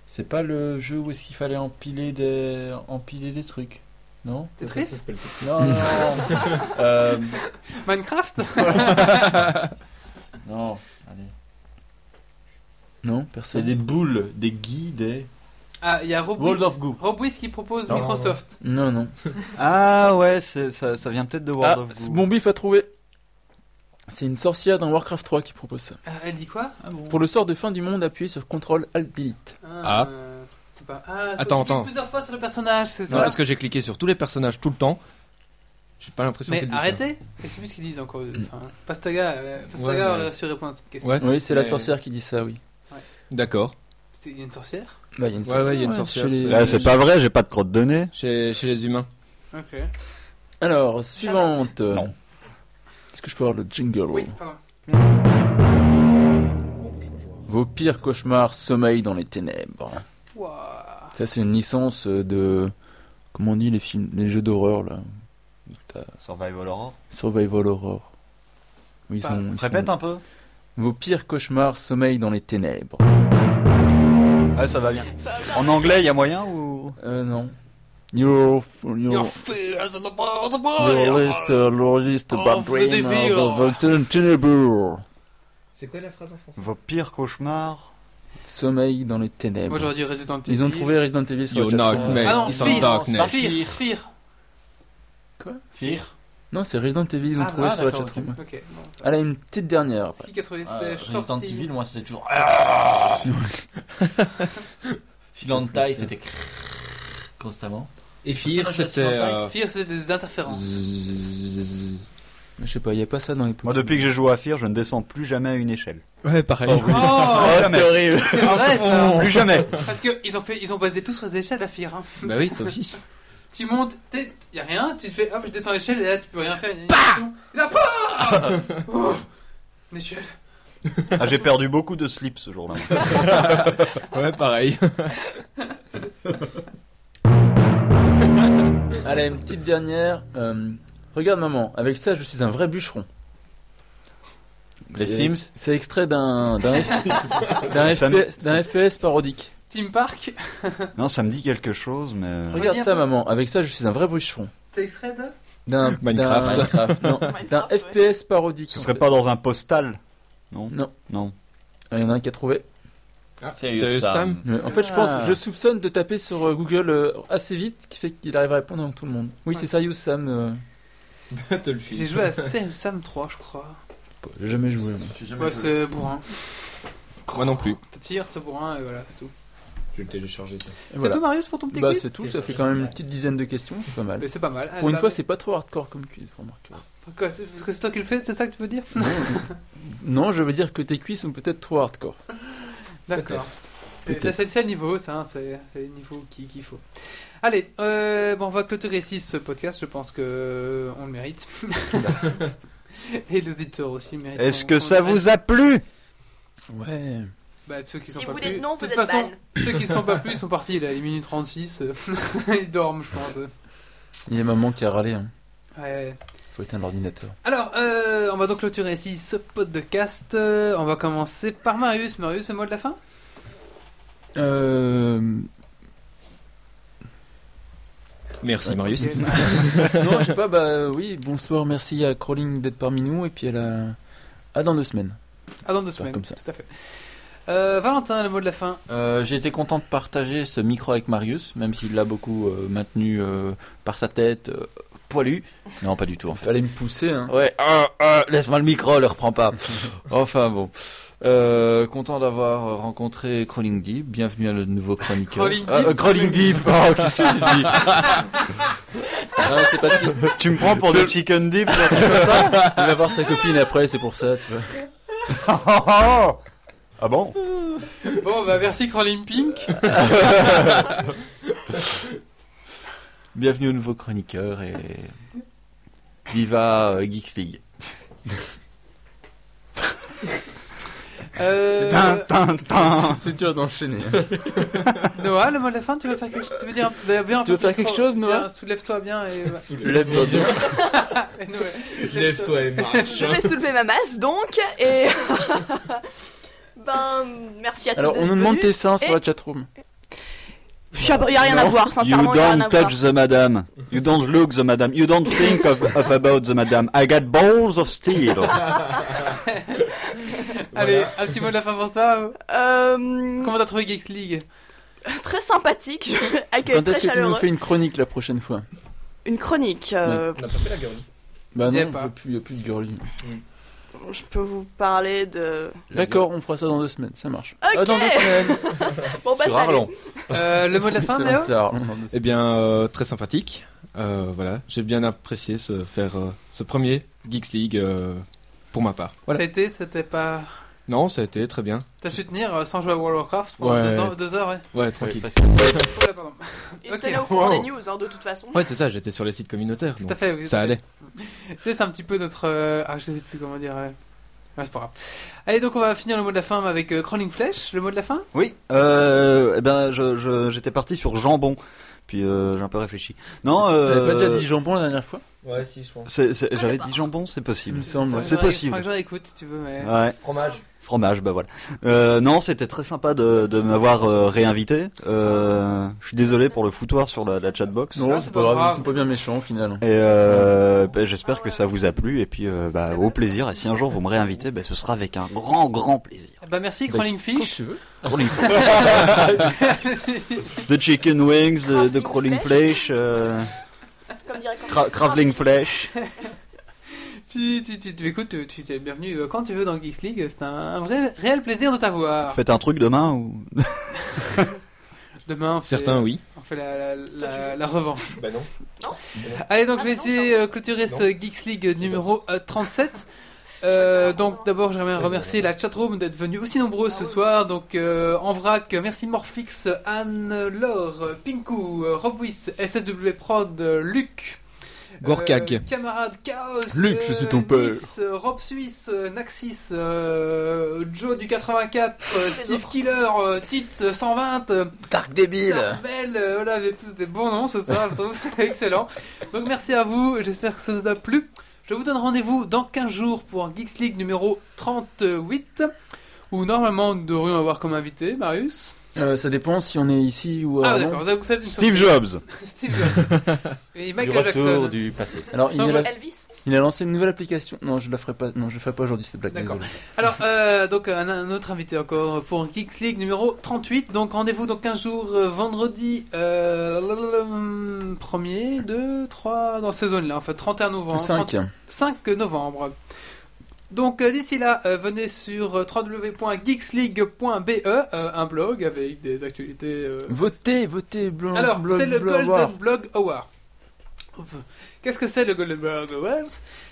[SPEAKER 6] C'est pas le jeu où est-ce qu'il fallait empiler des, empiler des trucs Non
[SPEAKER 1] C'est triste
[SPEAKER 6] Non, non, non. Euh,
[SPEAKER 4] [LAUGHS]
[SPEAKER 1] Minecraft
[SPEAKER 6] non, allez.
[SPEAKER 4] Non,
[SPEAKER 6] C'est
[SPEAKER 4] personne.
[SPEAKER 6] des boules, des guides, des.
[SPEAKER 1] Ah, il y a
[SPEAKER 6] World of
[SPEAKER 1] Robwiz
[SPEAKER 6] Goo.
[SPEAKER 1] Robwiz qui propose
[SPEAKER 2] Non.
[SPEAKER 1] Microsoft.
[SPEAKER 4] Non, non.
[SPEAKER 2] Ah ouais, c'est- ça, ça vient peut-être de World
[SPEAKER 4] Ah,
[SPEAKER 2] of
[SPEAKER 4] c'est
[SPEAKER 2] Goo.
[SPEAKER 4] bon bif à trouver. C'est une sorcière dans Warcraft 3 qui propose ça.
[SPEAKER 1] Ah, elle dit quoi
[SPEAKER 4] Pour le sort de fin du monde, appuyez sur CTRL ALT DELETE.
[SPEAKER 3] Ah.
[SPEAKER 1] euh, c'est pas. Ah,
[SPEAKER 3] Attends,
[SPEAKER 1] tu cliques
[SPEAKER 3] attends.
[SPEAKER 1] plusieurs fois sur le personnage, c'est
[SPEAKER 3] Non,
[SPEAKER 1] ça
[SPEAKER 3] parce que j'ai cliqué sur tous les personnages tout le temps. J'ai pas l'impression
[SPEAKER 1] Mais
[SPEAKER 3] qu'elle dit ça.
[SPEAKER 1] arrêtez Et c'est plus ce qu'ils disent encore.
[SPEAKER 4] Mm.
[SPEAKER 1] Enfin, Pastaga, euh, Pastaga
[SPEAKER 3] Ouais,
[SPEAKER 1] aurait
[SPEAKER 3] mais-
[SPEAKER 1] su répondre à cette question.
[SPEAKER 3] Ouais,
[SPEAKER 4] Oui, c'est la
[SPEAKER 6] Mais-
[SPEAKER 4] sorcière qui dit ça, oui.
[SPEAKER 3] d'accord.
[SPEAKER 1] C'est- Il y a une sorcière
[SPEAKER 4] Bah, il y a une
[SPEAKER 3] Ouais,
[SPEAKER 4] sorcière.
[SPEAKER 3] ouais, il y a une sorcière,
[SPEAKER 4] chez les-
[SPEAKER 3] c'est-
[SPEAKER 2] Là, Eh, Ah, c'est pas vrai, j'ai pas de crotte de nez.
[SPEAKER 3] Chez, chez les humains.
[SPEAKER 1] Ok.
[SPEAKER 4] Alors, suivante.
[SPEAKER 2] Non.
[SPEAKER 4] Est-ce que je peux avoir le jingle
[SPEAKER 1] Oui, pardon.
[SPEAKER 4] Vos pires cauchemars sommeillent dans les ténèbres.
[SPEAKER 1] Ouah.
[SPEAKER 4] Ça, c'est une licence euh, de. Comment on dit les films, les jeux d'horreur là T'as
[SPEAKER 2] Survival Horror.
[SPEAKER 4] Survival Horror. Oui, ils
[SPEAKER 1] Pas-
[SPEAKER 4] sont. ils
[SPEAKER 2] Répète
[SPEAKER 4] sont-
[SPEAKER 2] un peu.
[SPEAKER 4] Vos pires cauchemars sommeillent dans les ténèbres.
[SPEAKER 2] Ouais, ça va bien. En anglais, il y a moyen ou
[SPEAKER 4] Euh, non. Your, your,
[SPEAKER 1] Your
[SPEAKER 4] your
[SPEAKER 1] fears of the world of war.
[SPEAKER 4] list, uh, your list
[SPEAKER 1] Of
[SPEAKER 4] bad
[SPEAKER 1] oh, the
[SPEAKER 4] dreams
[SPEAKER 1] devil.
[SPEAKER 4] of the ténèbres.
[SPEAKER 8] C'est quoi la phrase en français
[SPEAKER 2] vos pires cauchemars
[SPEAKER 4] Sommeillent dans les ténèbres.
[SPEAKER 1] Moi j'aurais dit Resident Evil.
[SPEAKER 4] Eh ben. Ils ont trouvé Resident Evil sur
[SPEAKER 3] Yo,
[SPEAKER 4] le chat.
[SPEAKER 3] Nightmare.
[SPEAKER 1] Ah non,
[SPEAKER 3] Ils sont
[SPEAKER 1] Fear,
[SPEAKER 3] Darkness.
[SPEAKER 1] Fear, Fear.
[SPEAKER 6] Fear
[SPEAKER 4] Non, c'est Resident Evil, ils ont
[SPEAKER 1] Ah,
[SPEAKER 4] trouvé
[SPEAKER 1] ah,
[SPEAKER 4] sur Ah. le
[SPEAKER 1] d'accord,
[SPEAKER 4] chatroom.
[SPEAKER 1] Ok, Ok, bon.
[SPEAKER 4] Allez, une petite dernière. après.
[SPEAKER 1] C'est qui qui a trouvé
[SPEAKER 6] euh,
[SPEAKER 9] Ah,
[SPEAKER 1] C'est
[SPEAKER 6] Resident
[SPEAKER 1] Shorty.
[SPEAKER 6] Evil, moi c'était toujours. ah, Silent Tide, c'était. constamment.
[SPEAKER 3] Et
[SPEAKER 6] Fear, c'était, euh,
[SPEAKER 1] Fear, c'est des interférences.
[SPEAKER 4] Mais Je sais pas, il n'y a pas ça dans les
[SPEAKER 2] Moi, depuis que j'ai joué à Fear, je ne descends plus jamais à une échelle.
[SPEAKER 3] Ouais, pareil.
[SPEAKER 2] Oh.
[SPEAKER 1] Oh,
[SPEAKER 2] jamais.
[SPEAKER 6] horrible.
[SPEAKER 1] c'est vrai ça.
[SPEAKER 2] Plus jamais.
[SPEAKER 1] Parce qu'ils ont fait, ils ont basé tout sur les échelles à Fear. hein.
[SPEAKER 3] Bah oui, top 6.
[SPEAKER 1] Tu montes, t'es- y a rien, tu te fais, hop, je descends l'échelle et là tu peux rien faire. y a une animation. Et là, pah Oh, une échelle.
[SPEAKER 2] Ah, j'ai perdu beaucoup de slips ce jour-là.
[SPEAKER 3] Ouais, pareil.
[SPEAKER 4] Allez, une petite dernière. Euh, regarde maman, avec ça je suis un vrai bûcheron.
[SPEAKER 6] Les
[SPEAKER 4] C'est-
[SPEAKER 6] Sims
[SPEAKER 4] C'est extrait
[SPEAKER 1] [LAUGHS]
[SPEAKER 4] d'un d'un d'un
[SPEAKER 2] Ça me-
[SPEAKER 4] FPS, d'un FPS parodique.
[SPEAKER 1] Team Park,
[SPEAKER 2] Non, ça me dit quelque chose, mais.
[SPEAKER 4] Regarde
[SPEAKER 1] Redis un
[SPEAKER 4] ça
[SPEAKER 1] peu.
[SPEAKER 4] maman, avec ça je suis un vrai bûcheron.
[SPEAKER 1] t'es extrait de
[SPEAKER 4] D'un d'un-
[SPEAKER 3] Minecraft.
[SPEAKER 4] Minecraft, non,
[SPEAKER 1] Ah,
[SPEAKER 4] D'un FPS parodique.
[SPEAKER 2] Ce
[SPEAKER 4] en
[SPEAKER 2] serait
[SPEAKER 4] fait.
[SPEAKER 2] pas dans un postal Non.
[SPEAKER 4] Non.
[SPEAKER 2] Non.
[SPEAKER 4] Ah, Il y en a un qui a trouvé.
[SPEAKER 1] [LAUGHS]
[SPEAKER 3] Sérieux, Ah, Sam
[SPEAKER 4] Ouais, En fait, je pense, je soupçonne de taper sur euh, Google euh, assez vite, qui fait qu'il arrive à répondre à tout le monde. Oui,
[SPEAKER 1] Ouais.
[SPEAKER 4] c'est ça, You Sam. euh.
[SPEAKER 3] Battlefield.
[SPEAKER 1] J'ai joué à Sam Sam 3, je crois.
[SPEAKER 4] J'ai jamais joué. moi.
[SPEAKER 1] Ouais, c'est bourrin.
[SPEAKER 3] Moi non plus.
[SPEAKER 1] Tu tires, c'est bourrin, et voilà, c'est tout.
[SPEAKER 3] Je vais le télécharger. ça.
[SPEAKER 4] Et voilà.
[SPEAKER 1] C'est tout, Marius, pour ton petit
[SPEAKER 4] Bah,
[SPEAKER 1] quiz
[SPEAKER 4] c'est tout, ça fait quand même une petite dizaine de questions, c'est pas mal.
[SPEAKER 1] Mais c'est pas mal. bah,
[SPEAKER 4] Pour
[SPEAKER 1] Elle
[SPEAKER 4] une
[SPEAKER 1] va-
[SPEAKER 4] fois, c'est pas trop hardcore comme quiz,
[SPEAKER 1] [LAUGHS]
[SPEAKER 4] faut remarquer.
[SPEAKER 1] Quoi, c'est- Parce que c'est toi qui le fais, c'est ça que tu veux dire
[SPEAKER 4] Non, je veux dire que tes quiz sont peut-être trop hardcore.
[SPEAKER 1] D'accord.
[SPEAKER 4] Peut-être.
[SPEAKER 1] C'est c'est- c'est le niveau, ça, hein, c'est c'est le niveau qui- qu'il faut. Allez, euh, bon, on va clôturer ici ce podcast, je pense que euh, on le mérite. Et les auditeurs aussi le méritent.
[SPEAKER 2] Est-ce
[SPEAKER 1] On-
[SPEAKER 2] que
[SPEAKER 1] on
[SPEAKER 2] ça
[SPEAKER 1] le mérite.
[SPEAKER 2] vous a plu
[SPEAKER 4] Ouais.
[SPEAKER 1] Bah, ceux qui
[SPEAKER 7] Si
[SPEAKER 1] sont pas
[SPEAKER 7] vous
[SPEAKER 1] plus-
[SPEAKER 7] dites non,
[SPEAKER 1] de
[SPEAKER 7] vous
[SPEAKER 1] toute
[SPEAKER 7] êtes
[SPEAKER 1] façon,
[SPEAKER 7] mal.
[SPEAKER 1] [LAUGHS] Ceux qui ne sont pas plus ils sont partis, là, il est minuit 36. euh, [LAUGHS] ils dorment, je pense.
[SPEAKER 4] Il y a maman qui a râlé, hein.
[SPEAKER 1] Ouais.
[SPEAKER 4] faut éteindre l'ordinateur.
[SPEAKER 1] Alors, euh, on va donc clôturer ici ce podcast. Euh, on va commencer par Marius. Marius, le mot de la fin
[SPEAKER 4] Euh.
[SPEAKER 3] Merci Marius.
[SPEAKER 1] Ok.
[SPEAKER 4] non, je sais pas, bah oui, bonsoir, merci à Crawling d'être parmi nous, et puis à la. À dans deux semaines.
[SPEAKER 1] Ah, dans deux
[SPEAKER 4] Faire
[SPEAKER 1] semaines,
[SPEAKER 4] comme ça.
[SPEAKER 1] tout à fait. Euh, Valentin, le mot de la fin.
[SPEAKER 5] Euh, j'ai été content de partager ce micro avec Marius, même s'il l'a beaucoup euh, maintenu euh, par sa tête euh, poilue. Non, pas du tout en fait.
[SPEAKER 4] Fallait me pousser, hein.
[SPEAKER 5] Ouais, ah, ah, laisse-moi le micro, le reprends pas. [LAUGHS] enfin bon. Euh, content d'avoir rencontré Crawling Deep. Bienvenue à le nouveau chroniqueur.
[SPEAKER 1] Crawling
[SPEAKER 5] Ah,
[SPEAKER 1] Deep.
[SPEAKER 5] euh, Crawling Deep. Oh, qu'est-ce que j'ai dit
[SPEAKER 4] Ah, c'est pas qu'il
[SPEAKER 2] [LAUGHS] Tu me prends pour le chicken
[SPEAKER 5] [LAUGHS]
[SPEAKER 2] dip là
[SPEAKER 4] il va voir sa copine après, c'est pour ça, tu vois.
[SPEAKER 2] Ah bon
[SPEAKER 1] Bon, bah merci Crawling Pink.
[SPEAKER 5] Bienvenue au nouveau chroniqueur et viva euh, Geeks League.
[SPEAKER 1] Euh,
[SPEAKER 2] Tin, tin, tin.
[SPEAKER 4] C'est dur d'enchaîner. hein.
[SPEAKER 1] Noah, le mot de la fin, tu veux faire quelque chose Tu veux dire un- bah, viens,
[SPEAKER 4] Tu veux
[SPEAKER 1] fais ton
[SPEAKER 4] faire quelque
[SPEAKER 1] micro.
[SPEAKER 4] chose, Noah
[SPEAKER 1] Viens, Soulève-toi bien et.
[SPEAKER 4] Lève-toi bien.
[SPEAKER 1] [LAUGHS] et Noah,
[SPEAKER 8] Lève-toi et marche.
[SPEAKER 7] Je vais soulever ma masse donc et. [LAUGHS] ben, merci à tous.
[SPEAKER 4] Alors, on
[SPEAKER 7] d'être
[SPEAKER 4] nous demande
[SPEAKER 7] venus.
[SPEAKER 4] tes seins sur
[SPEAKER 7] Et-
[SPEAKER 4] la chatroom.
[SPEAKER 7] Pff, Y a rien à voir,
[SPEAKER 2] You
[SPEAKER 7] sincèrement, y a rien à
[SPEAKER 2] don't
[SPEAKER 7] voir.
[SPEAKER 2] touch the madam. You don't look the madam. You don't think of, of about the madam. I got balls of steel.
[SPEAKER 1] Allez, un petit mot de la fin pour toi. euh.
[SPEAKER 7] Euh,
[SPEAKER 1] Comment t'as trouvé Geeks League
[SPEAKER 7] très sympathique, [LAUGHS] accueil
[SPEAKER 4] Quand
[SPEAKER 7] très
[SPEAKER 4] est-ce que tu nous
[SPEAKER 7] chaleureux.
[SPEAKER 4] fais une chronique la prochaine fois
[SPEAKER 7] Une chronique. euh,
[SPEAKER 8] On a pas fait la girlie.
[SPEAKER 4] Bah
[SPEAKER 1] Y a
[SPEAKER 4] non,
[SPEAKER 1] pas.
[SPEAKER 4] il plus, y a plus de girly.
[SPEAKER 7] Je peux vous parler de.
[SPEAKER 4] D'accord, on fera ça dans deux semaines, ça marche.
[SPEAKER 7] Ok.
[SPEAKER 4] Ah, dans deux semaines
[SPEAKER 7] [LAUGHS] Bon bah
[SPEAKER 5] Sur
[SPEAKER 7] salut.
[SPEAKER 5] Arlon.
[SPEAKER 1] Euh, Le mot de la fin,
[SPEAKER 4] C'est
[SPEAKER 1] Léo
[SPEAKER 4] lancé à Arlon dans deux
[SPEAKER 3] Eh
[SPEAKER 4] semaines.
[SPEAKER 3] bien, euh, très sympathique. Euh, voilà, j'ai bien apprécié ce, faire, euh, ce premier Geeks League euh, pour ma part.
[SPEAKER 1] Ça
[SPEAKER 3] Voilà.
[SPEAKER 1] a été, c'était pas.
[SPEAKER 3] Non, ça a été très bien.
[SPEAKER 1] T'as su tenir euh, sans jouer à World of Warcraft pendant
[SPEAKER 3] Ouais.
[SPEAKER 1] deux, heures, deux heures, ouais.
[SPEAKER 3] Ouais, tranquille.
[SPEAKER 5] Ouais,
[SPEAKER 1] Oh là, pardon.
[SPEAKER 7] Et se
[SPEAKER 1] Ok.
[SPEAKER 7] tenez au courant des news, hein, de toute façon.
[SPEAKER 3] Ouais, c'est ça, j'étais sur les sites communautaires.
[SPEAKER 1] Tout à
[SPEAKER 3] donc
[SPEAKER 1] fait, oui.
[SPEAKER 3] ça allait.
[SPEAKER 1] Tu sais, c'est un petit peu notre. euh, Ah, je sais plus comment dire. euh, Ouais, c'est pas grave. Allez, donc on va finir le mot de la fin avec euh, Crawling Flesh, le mot de la fin.
[SPEAKER 2] Oui, euh, eh ben, je- je- j'étais parti sur jambon. Puis euh, j'ai un peu réfléchi. Non,
[SPEAKER 4] T'avais
[SPEAKER 2] euh,
[SPEAKER 4] pas déjà dit jambon la dernière fois
[SPEAKER 8] Ouais, si, je pense.
[SPEAKER 2] c'est-
[SPEAKER 7] Ah,
[SPEAKER 2] c'est- J'avais dit jambon, c'est
[SPEAKER 4] Il
[SPEAKER 2] possible.
[SPEAKER 4] me semble.
[SPEAKER 2] C'est possible.
[SPEAKER 1] Faudrait
[SPEAKER 2] Ah.
[SPEAKER 1] que je réécoute si tu veux, mais.
[SPEAKER 2] Ouais.
[SPEAKER 8] Fromage.
[SPEAKER 2] Fromage, bah voilà. Euh, non, c'était très sympa de, de m'avoir euh, réinvité. Euh, je suis désolé pour le foutoir sur la, la chatbox.
[SPEAKER 4] Non,
[SPEAKER 1] Ah,
[SPEAKER 4] c'est pas grave, ils sont pas bien méchants au final.
[SPEAKER 2] Et euh, bah, j'espère que ça vous a plu et puis euh, bah, au plaisir. Et si un jour vous me réinvitez, bah, ce sera avec un grand grand plaisir.
[SPEAKER 1] Bah merci,
[SPEAKER 4] Bah,
[SPEAKER 1] Crawling
[SPEAKER 4] Quand
[SPEAKER 1] Fish.
[SPEAKER 4] tu veux.
[SPEAKER 2] The chicken wings, the, the crawling flesh, euh,
[SPEAKER 7] Comme dirait quand
[SPEAKER 2] tra- traveling flesh.
[SPEAKER 1] tu, tu, tu, tu écoutes, tu, tu es bienvenu euh, quand tu veux dans Geeks League. C'est un, un vrai, réel plaisir de t'avoir.
[SPEAKER 2] Faites un truc demain ou
[SPEAKER 1] Demain, on fait,
[SPEAKER 3] Certains, oui.
[SPEAKER 1] on fait la, la, la, la revanche.
[SPEAKER 8] Bah non.
[SPEAKER 1] [LAUGHS] Allez, donc
[SPEAKER 7] Ah,
[SPEAKER 1] je vais
[SPEAKER 7] non,
[SPEAKER 1] essayer
[SPEAKER 7] non.
[SPEAKER 1] euh, clôturer
[SPEAKER 8] Non.
[SPEAKER 1] ce Geeks League numéro euh, 37. Euh, donc d'abord j'aimerais remercier la chatroom d'être venue aussi nombreuse
[SPEAKER 7] Ah
[SPEAKER 1] ce soir donc euh, en vrac euh, merci Morphix, euh, Anne, Laure, euh, Pinku, euh, Robwis, SSW Prod, euh, Luc,
[SPEAKER 3] Gorkak.
[SPEAKER 1] euh, camarade Chaos,
[SPEAKER 3] Luc, je suis ton père.
[SPEAKER 1] Nitz, euh, Rob Suisse, euh, Naxis, euh, Joe du 84, euh, Steve Killer, euh, Tit euh, 120, euh,
[SPEAKER 5] Dark débile.
[SPEAKER 1] Belle, euh, voilà, vous avez tous des bons noms ce soir, je trouve ça excellent. Donc merci à vous, j'espère que ça vous a plu. Je vous donne rendez-vous dans 15 jours pour Geeks League numéro 38, où normalement nous devrions avoir comme invité Marius.
[SPEAKER 4] Euh, ça dépend si on est ici ou à
[SPEAKER 1] Ah,
[SPEAKER 4] Arlon.
[SPEAKER 1] d'accord, vous avez- vous savez une
[SPEAKER 2] Steve Jobs.
[SPEAKER 1] surprise. Steve Jobs. Et
[SPEAKER 5] Du
[SPEAKER 1] Michael
[SPEAKER 5] retour
[SPEAKER 1] Jackson.
[SPEAKER 5] du passé.
[SPEAKER 4] Alors, il
[SPEAKER 1] Non,
[SPEAKER 4] est là.
[SPEAKER 7] Elvis.
[SPEAKER 4] Il a lancé une nouvelle application. Non, je la ferai pas. Non, je la ferai pas aujourd'hui cette blague.
[SPEAKER 1] D'accord.
[SPEAKER 4] désolé.
[SPEAKER 1] Alors, euh, donc un, un autre invité encore pour Geeks League numéro 38. Donc rendez-vous dans 15 jours, euh, vendredi euh, le- le- le- 1er, 2, 3, dans ces zones-là, en fait, 31 novembre.
[SPEAKER 4] Cinq.
[SPEAKER 1] 30 5 novembre. Donc euh, d'ici là, euh, venez sur euh, www.geeksleague.be, euh, un blog avec des actualités. euh,
[SPEAKER 4] Votez, votez, blanc.
[SPEAKER 1] alors,
[SPEAKER 4] blanc-
[SPEAKER 1] c'est le
[SPEAKER 4] blanc-
[SPEAKER 1] Golden
[SPEAKER 4] noir.
[SPEAKER 1] Blog Awards. Qu'est-ce que c'est le Golden Blog Awards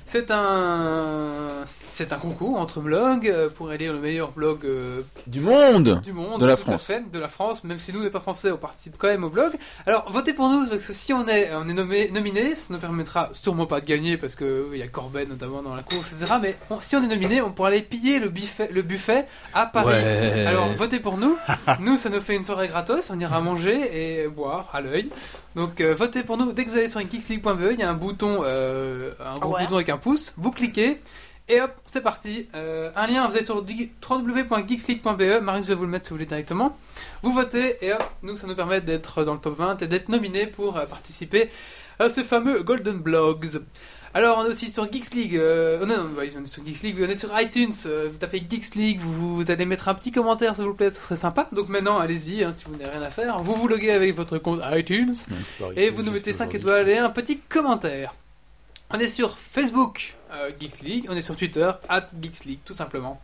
[SPEAKER 1] C'est un c'est un concours entre blogs euh, pour élire le meilleur blog euh,
[SPEAKER 4] Du monde.
[SPEAKER 1] du monde,
[SPEAKER 4] De la
[SPEAKER 1] tout à
[SPEAKER 4] France.
[SPEAKER 1] fait, de la France, même si nous n'est pas français, on participe quand même au blog. Alors votez pour nous parce que si on est on est nommé nominé, ça nous permettra sûrement pas de gagner parce que euh, il y a Corbet notamment dans la course, etc. Mais on- si on est nominé, on pourra aller piller le buffet le buffet à Paris.
[SPEAKER 3] Ouais.
[SPEAKER 1] Alors votez pour nous. nous ça nous fait une soirée gratos, on ira manger et boire à l'œil. Donc euh, votez pour nous. Dès que vous allez sur geeksleague.be, il y a un bouton, euh, un gros
[SPEAKER 7] Ouais.
[SPEAKER 1] bouton avec un pouce. Vous cliquez et hop, c'est parti. Euh, un lien, vous allez sur du- www.geeksleague.be. Marius va vous le mettre si vous voulez directement. Vous votez et hop, nous ça nous permet d'être dans le top 20 et d'être nominé pour euh, participer à ce fameux Golden Blogs. Alors on est aussi sur Geeks League, euh, oh non, non, ouais, on est sur Geeks League, on est sur iTunes, euh, vous tapez Geeks League, vous, vous allez mettre un petit commentaire s'il vous plaît, ce serait sympa. Donc maintenant allez-y, hein, si vous n'avez rien à faire, vous vous loguez avec votre compte iTunes, et vous nous mettez 5 étoiles et un petit commentaire. On est sur Facebook euh, Geeks League, on est sur Twitter, at Geeks League, tout simplement.